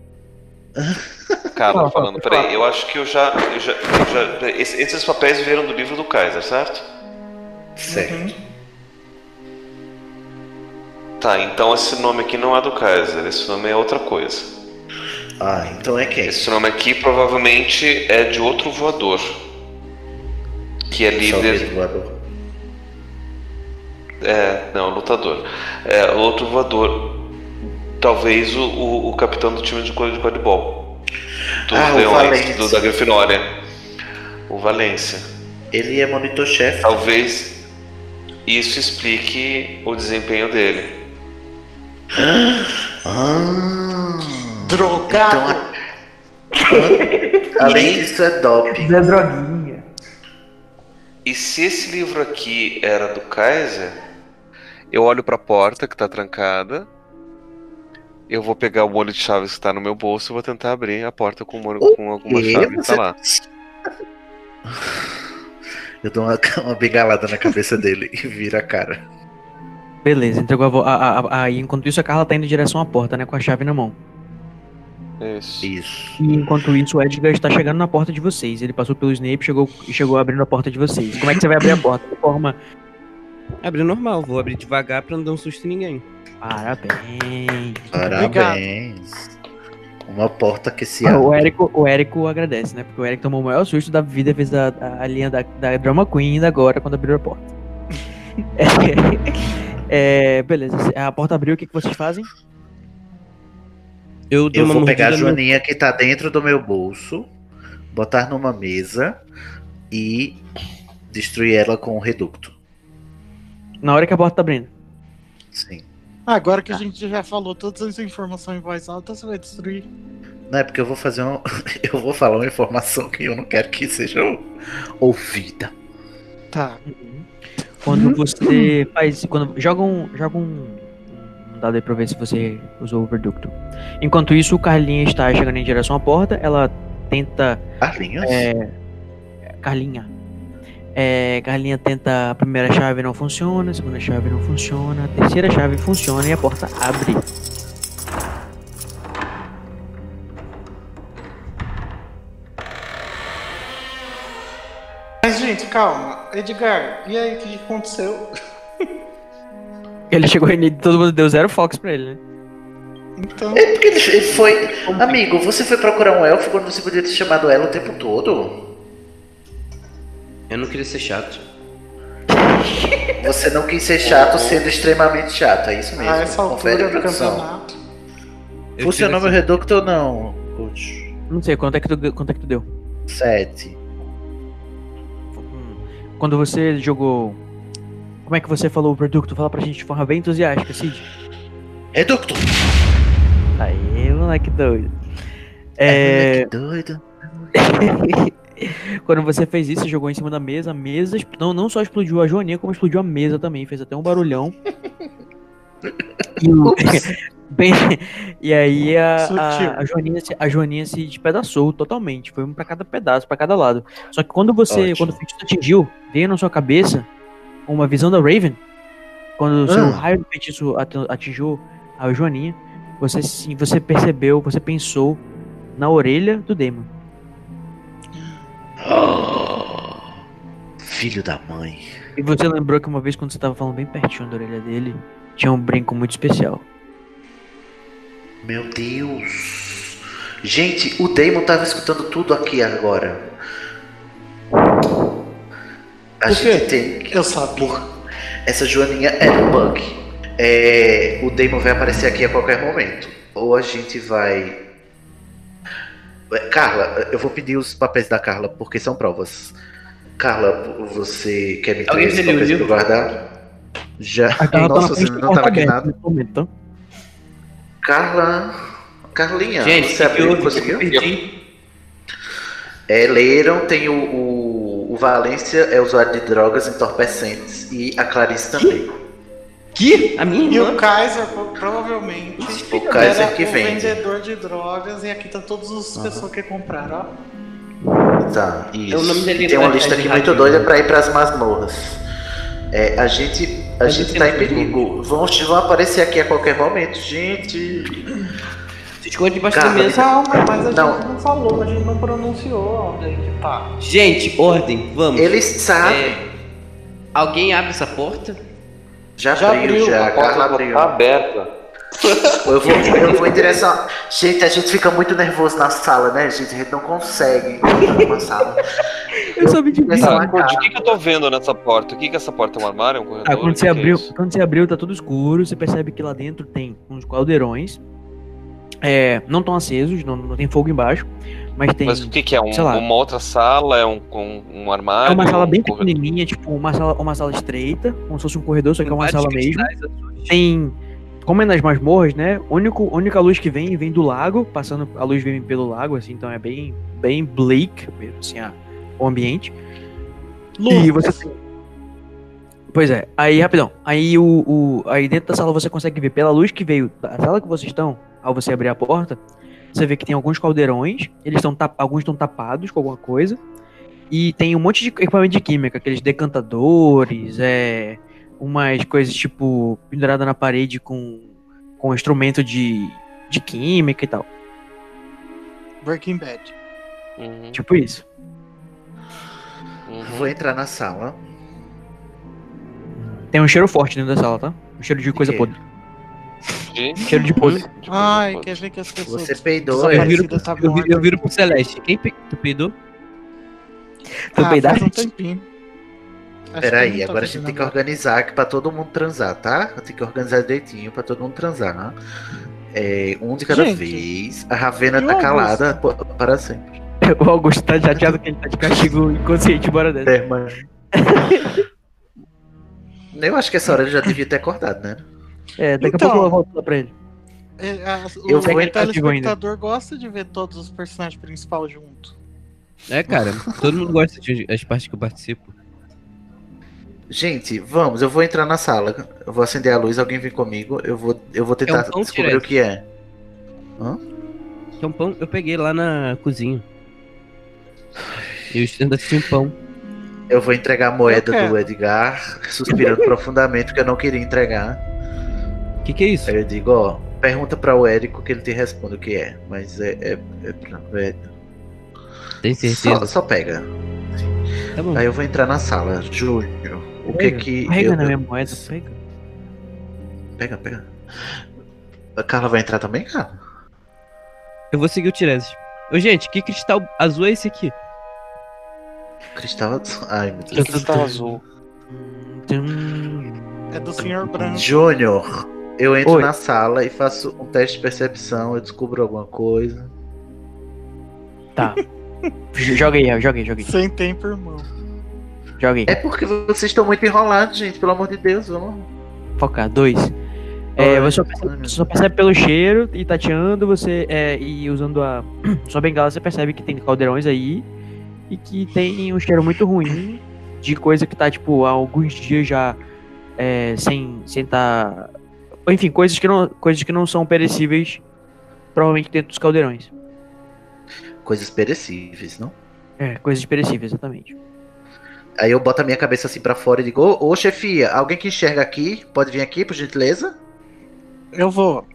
[SPEAKER 8] Carla
[SPEAKER 1] Fala, fala,
[SPEAKER 8] falando,
[SPEAKER 1] pode
[SPEAKER 8] peraí,
[SPEAKER 1] falar.
[SPEAKER 8] eu acho que eu já. eu já- eu já- peraí, esse- esses papéis vieram do livro do Kaiser, certo?
[SPEAKER 1] Uhum.
[SPEAKER 5] certo.
[SPEAKER 8] Tá, então esse nome aqui não é do Kaiser, esse nome é outra coisa.
[SPEAKER 5] Ah, então é quem?
[SPEAKER 8] Esse nome aqui provavelmente é de outro voador. Que é líder.
[SPEAKER 5] Salve, voador.
[SPEAKER 8] É, não, lutador. É, outro voador. Talvez o, o- o capitão do time de quad- de quadribol. Do
[SPEAKER 5] Ah, o
[SPEAKER 8] Leões,
[SPEAKER 5] Valencia.
[SPEAKER 8] do, da Grifinória. O Valência.
[SPEAKER 5] Ele é monitor-chefe.
[SPEAKER 8] Talvez isso explique o desempenho dele.
[SPEAKER 5] Ah, então,
[SPEAKER 7] Drogado!
[SPEAKER 5] a- além disso, é doping.
[SPEAKER 14] Zé Droguinha.
[SPEAKER 8] E se esse livro aqui era do Kaiser, eu olho pra porta que tá trancada. Eu vou pegar o molho de chaves que tá no meu bolso e vou tentar abrir a porta com, o molho- com alguma
[SPEAKER 5] quê?
[SPEAKER 8] chave que tá
[SPEAKER 5] Você-
[SPEAKER 8] lá.
[SPEAKER 5] Eu dou uma, uma bengalada na cabeça dele e vira a cara.
[SPEAKER 1] Beleza, então entregou a, vo- a, a, a- aí Enquanto isso, a Carla tá indo em direção à porta, né? Com a chave na mão.
[SPEAKER 8] Isso.
[SPEAKER 5] Isso.
[SPEAKER 1] E enquanto isso, o Edgar está chegando na porta de vocês. Ele passou pelo Snape chegou, e chegou abrindo a porta de vocês. Como é que você vai abrir a porta? De forma.
[SPEAKER 4] Abre normal, vou abrir devagar pra não dar um susto em ninguém.
[SPEAKER 1] Parabéns.
[SPEAKER 5] Parabéns. Uma porta que se
[SPEAKER 1] Ah,
[SPEAKER 5] abre.
[SPEAKER 1] o, Érico, o Érico agradece, né? Porque o Érico tomou o maior susto da vida, fez a, a, a linha da, da Drama Queen ainda agora, quando abriu a porta. É, é, beleza, a porta abriu, o que, que vocês fazem?
[SPEAKER 4] Eu dou
[SPEAKER 5] Eu
[SPEAKER 4] uma
[SPEAKER 5] vou pegar a
[SPEAKER 4] mordida no-
[SPEAKER 5] joaninha que tá dentro do meu bolso, botar numa mesa e destruir ela com o reducto.
[SPEAKER 1] Na hora que a porta tá abrindo.
[SPEAKER 5] Sim.
[SPEAKER 6] Agora que a gente já falou todas as informações em voz alta, você vai destruir.
[SPEAKER 5] Não é porque eu vou fazer um. eu vou falar uma informação que eu não quero que seja ou- ouvida.
[SPEAKER 6] Tá.
[SPEAKER 1] Quando você faz. Quando, joga um. Joga um, um dado aí pra ver se você usou o verducto. Enquanto isso, o Carlinha está chegando em direção à porta. Ela tenta.
[SPEAKER 5] Carlinhos?
[SPEAKER 1] É, Carlinha. É, Carlinha tenta. A primeira chave não funciona, a segunda chave não funciona, a terceira chave funciona e a porta abre.
[SPEAKER 6] Mas, gente, calma. Edgar, e aí, o que aconteceu?
[SPEAKER 1] Ele chegou e todo mundo deu zero fox pra ele, né?
[SPEAKER 6] Então,
[SPEAKER 5] É porque ele ele foi. Amigo, você foi procurar um elfo quando você podia ter chamado ela o tempo todo?
[SPEAKER 4] Eu não queria ser chato.
[SPEAKER 5] Você não quis ser chato sendo extremamente chato, é isso mesmo.
[SPEAKER 6] A Ah, essa
[SPEAKER 5] Confere a
[SPEAKER 6] altura do
[SPEAKER 5] produção.
[SPEAKER 6] campeonato.
[SPEAKER 1] Eu
[SPEAKER 5] Funcionou
[SPEAKER 1] tiro
[SPEAKER 5] meu
[SPEAKER 1] essa-
[SPEAKER 5] reducto é ou não, coach?
[SPEAKER 1] Não sei, quanto é que tu, quanto é que tu deu?
[SPEAKER 5] Sete.
[SPEAKER 1] Quando você jogou. Como é que você falou o produto? Fala pra gente de forma bem entusiástica, Cid.
[SPEAKER 5] Reducto!
[SPEAKER 1] Aí, moleque doido. É.
[SPEAKER 5] moleque doido.
[SPEAKER 1] Quando você fez isso, você jogou em cima da mesa, a mesa expl- não, não só explodiu a joaninha, como explodiu a mesa também, fez até um barulhão. e, o- Bem, e aí a, a, a, joaninha, se- a joaninha se despedaçou totalmente, foi um pra cada pedaço, pra cada lado. Só que quando você,
[SPEAKER 14] Ótimo.
[SPEAKER 1] quando o feitiço atingiu, veio na sua cabeça uma visão da Raven, quando o seu
[SPEAKER 14] Ah.
[SPEAKER 1] raio do feitiço ati- atingiu a joaninha, você, se- você percebeu, você pensou na orelha do Demon.
[SPEAKER 5] Filho da mãe.
[SPEAKER 1] E você lembrou que uma vez quando você tava falando bem pertinho da orelha dele, tinha um brinco muito especial.
[SPEAKER 5] Meu Deus. Gente, o Damon tava escutando tudo aqui agora. A gente tem que... Eu sabia. Essa joaninha era um bug. É, O Damon vai aparecer aqui a qualquer momento. Ou a gente vai... É, Carla, eu vou pedir os papéis da Carla, porque são provas. Carla, você quer me
[SPEAKER 9] Alguém
[SPEAKER 5] trazer os
[SPEAKER 9] já leu o livro?
[SPEAKER 5] papéis pra eu guardar? Já.
[SPEAKER 1] A Carla tá na
[SPEAKER 5] Nossa,
[SPEAKER 1] frente
[SPEAKER 5] você
[SPEAKER 1] da
[SPEAKER 5] não tava
[SPEAKER 1] porta
[SPEAKER 5] aqui
[SPEAKER 1] aberta
[SPEAKER 5] nada.
[SPEAKER 1] nesse momento.
[SPEAKER 5] Carla. Carlinha,
[SPEAKER 1] Gente,
[SPEAKER 5] você abriu,
[SPEAKER 1] eu- eu
[SPEAKER 5] conseguiu? É, leram, tem o, o, o Valência é usuário de drogas entorpecentes e a Clarice também.
[SPEAKER 9] Que? A minha
[SPEAKER 6] E
[SPEAKER 9] irmã?
[SPEAKER 6] o Kaiser pro- provavelmente
[SPEAKER 5] O Kaiser
[SPEAKER 6] era
[SPEAKER 5] que
[SPEAKER 6] um
[SPEAKER 5] vende.
[SPEAKER 6] vendedor de drogas e aqui tá todas as pessoas que compraram, ó.
[SPEAKER 5] Tá, isso.
[SPEAKER 6] É, o nome dele
[SPEAKER 5] E tem uma
[SPEAKER 6] é-
[SPEAKER 5] lista
[SPEAKER 6] é de
[SPEAKER 5] aqui muito
[SPEAKER 6] rádio,
[SPEAKER 5] doida
[SPEAKER 6] né?
[SPEAKER 5] pra ir pras masmorras. É, a gente, a gente tá em perigo. Vão, vão aparecer aqui a qualquer momento, gente.
[SPEAKER 9] Se esconde debaixo da
[SPEAKER 5] Carla,
[SPEAKER 9] mesa.
[SPEAKER 6] Não, mas a
[SPEAKER 5] Não.
[SPEAKER 6] gente não falou, a gente não pronunciou onde a gente tá.
[SPEAKER 9] Gente, ordem, vamos.
[SPEAKER 5] Eles
[SPEAKER 4] É,
[SPEAKER 5] sabem.
[SPEAKER 9] alguém abre essa porta?
[SPEAKER 5] Já, abriu, já. A Carla abriu.
[SPEAKER 15] Tá aberta.
[SPEAKER 5] Eu vou, eu vou em direção. Gente, a gente fica muito nervoso na sala, né, gente? A gente não consegue entrar numa sala.
[SPEAKER 1] Eu soube de
[SPEAKER 5] mim.
[SPEAKER 8] Tá, o que, que eu tô vendo nessa porta? O que, que é essa porta? É um armário? É um corredor?
[SPEAKER 1] Ah,
[SPEAKER 8] O
[SPEAKER 1] quando
[SPEAKER 8] que
[SPEAKER 1] você,
[SPEAKER 8] que é
[SPEAKER 1] abriu,
[SPEAKER 8] isso?
[SPEAKER 1] quando você abriu, tá tudo escuro, você percebe que lá dentro tem uns caldeirões. É, não tão acesos, não, não tem fogo embaixo, mas tem.
[SPEAKER 8] Mas o que, que é? Um-
[SPEAKER 1] sei lá.
[SPEAKER 8] uma outra sala? É um, um, um
[SPEAKER 1] É
[SPEAKER 8] armário?
[SPEAKER 1] uma sala bem
[SPEAKER 8] um corredor?
[SPEAKER 1] pequenininha, tipo uma sala, uma sala estreita, como se fosse um corredor, só que é uma
[SPEAKER 8] vários
[SPEAKER 1] sala mesmo.
[SPEAKER 8] cristais
[SPEAKER 1] Tem, como é nas masmorras, né? Único, única luz que vem vem do lago, passando a luz vem pelo lago, assim, então é bem, bem bleak mesmo, assim, a- o ambiente. E você tem- Pois é, aí rapidão. Aí o, o- aí dentro da sala você consegue ver pela luz que veio da sala que vocês estão, ao você abrir a porta, você vê que tem alguns caldeirões, eles estão tap- alguns estão tapados com alguma coisa. E tem um monte de equipamento de química, aqueles decantadores, é umas coisas tipo pendurada na parede com com instrumento de, de química e tal.
[SPEAKER 6] Breaking Bad.
[SPEAKER 8] Uhum,
[SPEAKER 1] Tipo isso.
[SPEAKER 5] Vou entrar na sala.
[SPEAKER 1] Tem um cheiro forte dentro da sala, tá? Um cheiro de coisa podre. Um Cheiro de podre.
[SPEAKER 6] Ai,
[SPEAKER 8] É,
[SPEAKER 6] quer ver que as pessoas.
[SPEAKER 5] Você é peidou,
[SPEAKER 1] Eu viro,
[SPEAKER 6] desaparecidas tá
[SPEAKER 1] eu, viro, eu viro pro
[SPEAKER 4] Celeste. Quem pe... tu peidou?
[SPEAKER 1] Tu
[SPEAKER 6] Ah,
[SPEAKER 1] peidar?
[SPEAKER 6] faz um tempinho. Acho que eu
[SPEAKER 5] Peraí,
[SPEAKER 6] não tô
[SPEAKER 5] agora a gente
[SPEAKER 6] vendo
[SPEAKER 5] tem que organizar aqui pra todo mundo transar, tá? Tem que organizar direitinho pra todo mundo transar. né? É, um de cada
[SPEAKER 1] Gente,
[SPEAKER 5] vez. A Ravena
[SPEAKER 1] e o
[SPEAKER 5] tá
[SPEAKER 1] Augusto?
[SPEAKER 5] calada po- para sempre.
[SPEAKER 1] O Augusto tá chateado que ele tá de castigo inconsciente embora dessa.
[SPEAKER 5] É, mano. Eu acho que essa hora ele já devia ter acordado, né?
[SPEAKER 1] É, daqui
[SPEAKER 6] Então.
[SPEAKER 1] a pouco eu volto lá pra ele.
[SPEAKER 6] É, as-
[SPEAKER 5] Eu
[SPEAKER 6] o
[SPEAKER 5] vou
[SPEAKER 6] o
[SPEAKER 5] entrar ativo ainda.
[SPEAKER 6] telespectador gosta de ver todos os personagens principais juntos.
[SPEAKER 4] É, cara. todo mundo gosta de as partes que eu participo.
[SPEAKER 5] Gente, vamos, eu vou entrar na sala. Eu vou acender a luz, alguém vem comigo. Eu vou, eu vou tentar
[SPEAKER 4] É um pão
[SPEAKER 5] descobrir
[SPEAKER 4] direto.
[SPEAKER 5] o que é.
[SPEAKER 4] Que é um pão que eu peguei lá na cozinha. Eu estendo assim um pão.
[SPEAKER 5] Eu vou entregar a moeda
[SPEAKER 4] Eu quero.
[SPEAKER 5] do Edgar, suspirando profundamente, porque eu não queria entregar.
[SPEAKER 4] O que, que é isso?
[SPEAKER 5] Aí eu digo, ó, pergunta pra o Érico que ele te responde o que é. Mas é, é, é pra é-
[SPEAKER 4] Tem
[SPEAKER 5] Só-
[SPEAKER 4] certeza? Tá
[SPEAKER 5] Só, pega. Aí eu vou entrar na sala. Júnior,
[SPEAKER 1] Hum.
[SPEAKER 5] o que
[SPEAKER 1] Pega,
[SPEAKER 5] que.
[SPEAKER 1] Pega
[SPEAKER 5] eu-
[SPEAKER 1] na minha moeda, pega.
[SPEAKER 5] Pega, pega. A Carla vai entrar também, cara?
[SPEAKER 4] Eu vou seguir o Tiresias. Ô, gente, que cristal azul é esse aqui?
[SPEAKER 5] Cristal azul. Ai, meu Deus.
[SPEAKER 8] Cristal azul.
[SPEAKER 1] Hum, Tum,
[SPEAKER 6] É do senhor branco.
[SPEAKER 5] Júnior, eu entro
[SPEAKER 6] Oi.
[SPEAKER 5] na sala e faço um teste de percepção, eu descubro alguma coisa.
[SPEAKER 1] Tá. joga aí, joga aí, joga aí.
[SPEAKER 6] Sem tempo, irmão.
[SPEAKER 1] Joga aí.
[SPEAKER 5] É porque vocês estão muito enrolados, gente, pelo amor de Deus, vamos.
[SPEAKER 1] Focar, dois. É, você só percebe, você só percebe pelo cheiro e tateando você é, e usando a sua bengala, você percebe que tem caldeirões aí e que tem um cheiro muito ruim de coisa que tá, tipo, há alguns dias já é, sem sem tá... Enfim, coisas que, não, coisas que não são perecíveis provavelmente dentro dos caldeirões.
[SPEAKER 5] Coisas perecíveis, não?
[SPEAKER 1] É, coisas perecíveis, exatamente.
[SPEAKER 5] Aí eu boto a minha cabeça assim pra fora e digo: Ô, ô chefia, alguém que enxerga aqui, pode vir aqui, por gentileza?
[SPEAKER 6] Eu vou.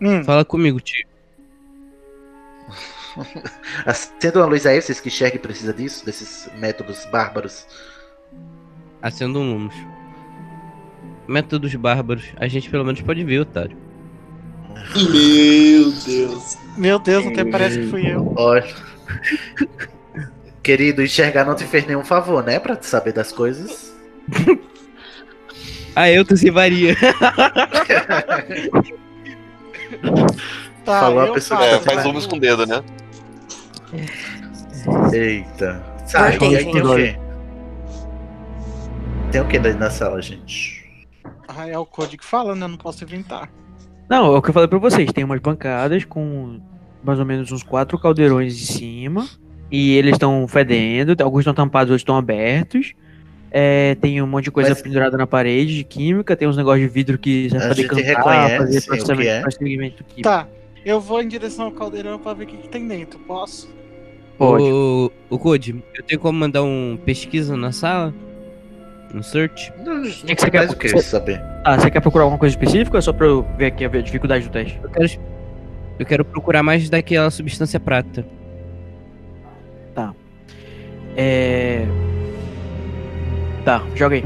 [SPEAKER 6] Hum.
[SPEAKER 5] Hum.
[SPEAKER 4] Fala comigo, tio.
[SPEAKER 5] Acenda uma luz aí, vocês que enxergam e precisa disso, desses métodos bárbaros.
[SPEAKER 4] Acendo um lumos. Métodos bárbaros. A gente pelo menos pode ver, otário.
[SPEAKER 7] Meu Deus.
[SPEAKER 6] Meu Deus, até parece que fui eu.
[SPEAKER 5] Olha. Querido, enxergar não te fez nenhum favor, né? Pra te saber das coisas.
[SPEAKER 4] Ah, eu tô sem varia.
[SPEAKER 6] Tá,
[SPEAKER 5] Falou a
[SPEAKER 6] eu
[SPEAKER 5] pessoa
[SPEAKER 6] faço.
[SPEAKER 5] que tá
[SPEAKER 8] É,
[SPEAKER 5] sem
[SPEAKER 8] faz
[SPEAKER 5] varia.
[SPEAKER 8] lumos com o dedo, né?
[SPEAKER 5] Eita. Sabe,
[SPEAKER 3] Cortei,
[SPEAKER 5] e aí tem o
[SPEAKER 3] gente.
[SPEAKER 5] quê? Tem o que na sala, gente?
[SPEAKER 6] Ah, é o código falando, eu não posso inventar.
[SPEAKER 1] Não, é o que eu falei pra vocês. Tem umas bancadas com mais ou menos uns quatro caldeirões em cima. E eles estão fedendo. Alguns estão tampados, outros estão abertos. É, tem um monte de coisa
[SPEAKER 5] Mas-
[SPEAKER 1] pendurada na parede de química. Tem uns negócios de vidro que serve
[SPEAKER 5] A
[SPEAKER 1] pra
[SPEAKER 5] gente
[SPEAKER 1] decantar,
[SPEAKER 5] reconhece
[SPEAKER 1] fazer
[SPEAKER 5] o que
[SPEAKER 1] processamento,
[SPEAKER 5] é?
[SPEAKER 1] procedimento químico.
[SPEAKER 6] Tá, eu vou em direção ao caldeirão pra ver o que, que tem dentro. Posso?
[SPEAKER 1] Pode.
[SPEAKER 4] Ô, ô Code, eu tenho como mandar um pesquisa na sala? Um search?
[SPEAKER 5] Não,
[SPEAKER 1] que você quer
[SPEAKER 5] mas o que
[SPEAKER 1] você-
[SPEAKER 5] saber?
[SPEAKER 1] Ah, você quer procurar alguma coisa específica ou é só pra eu ver aqui a dificuldade do teste?
[SPEAKER 4] Eu quero, eu quero procurar mais daquela substância prata.
[SPEAKER 1] É. Tá, joga aí.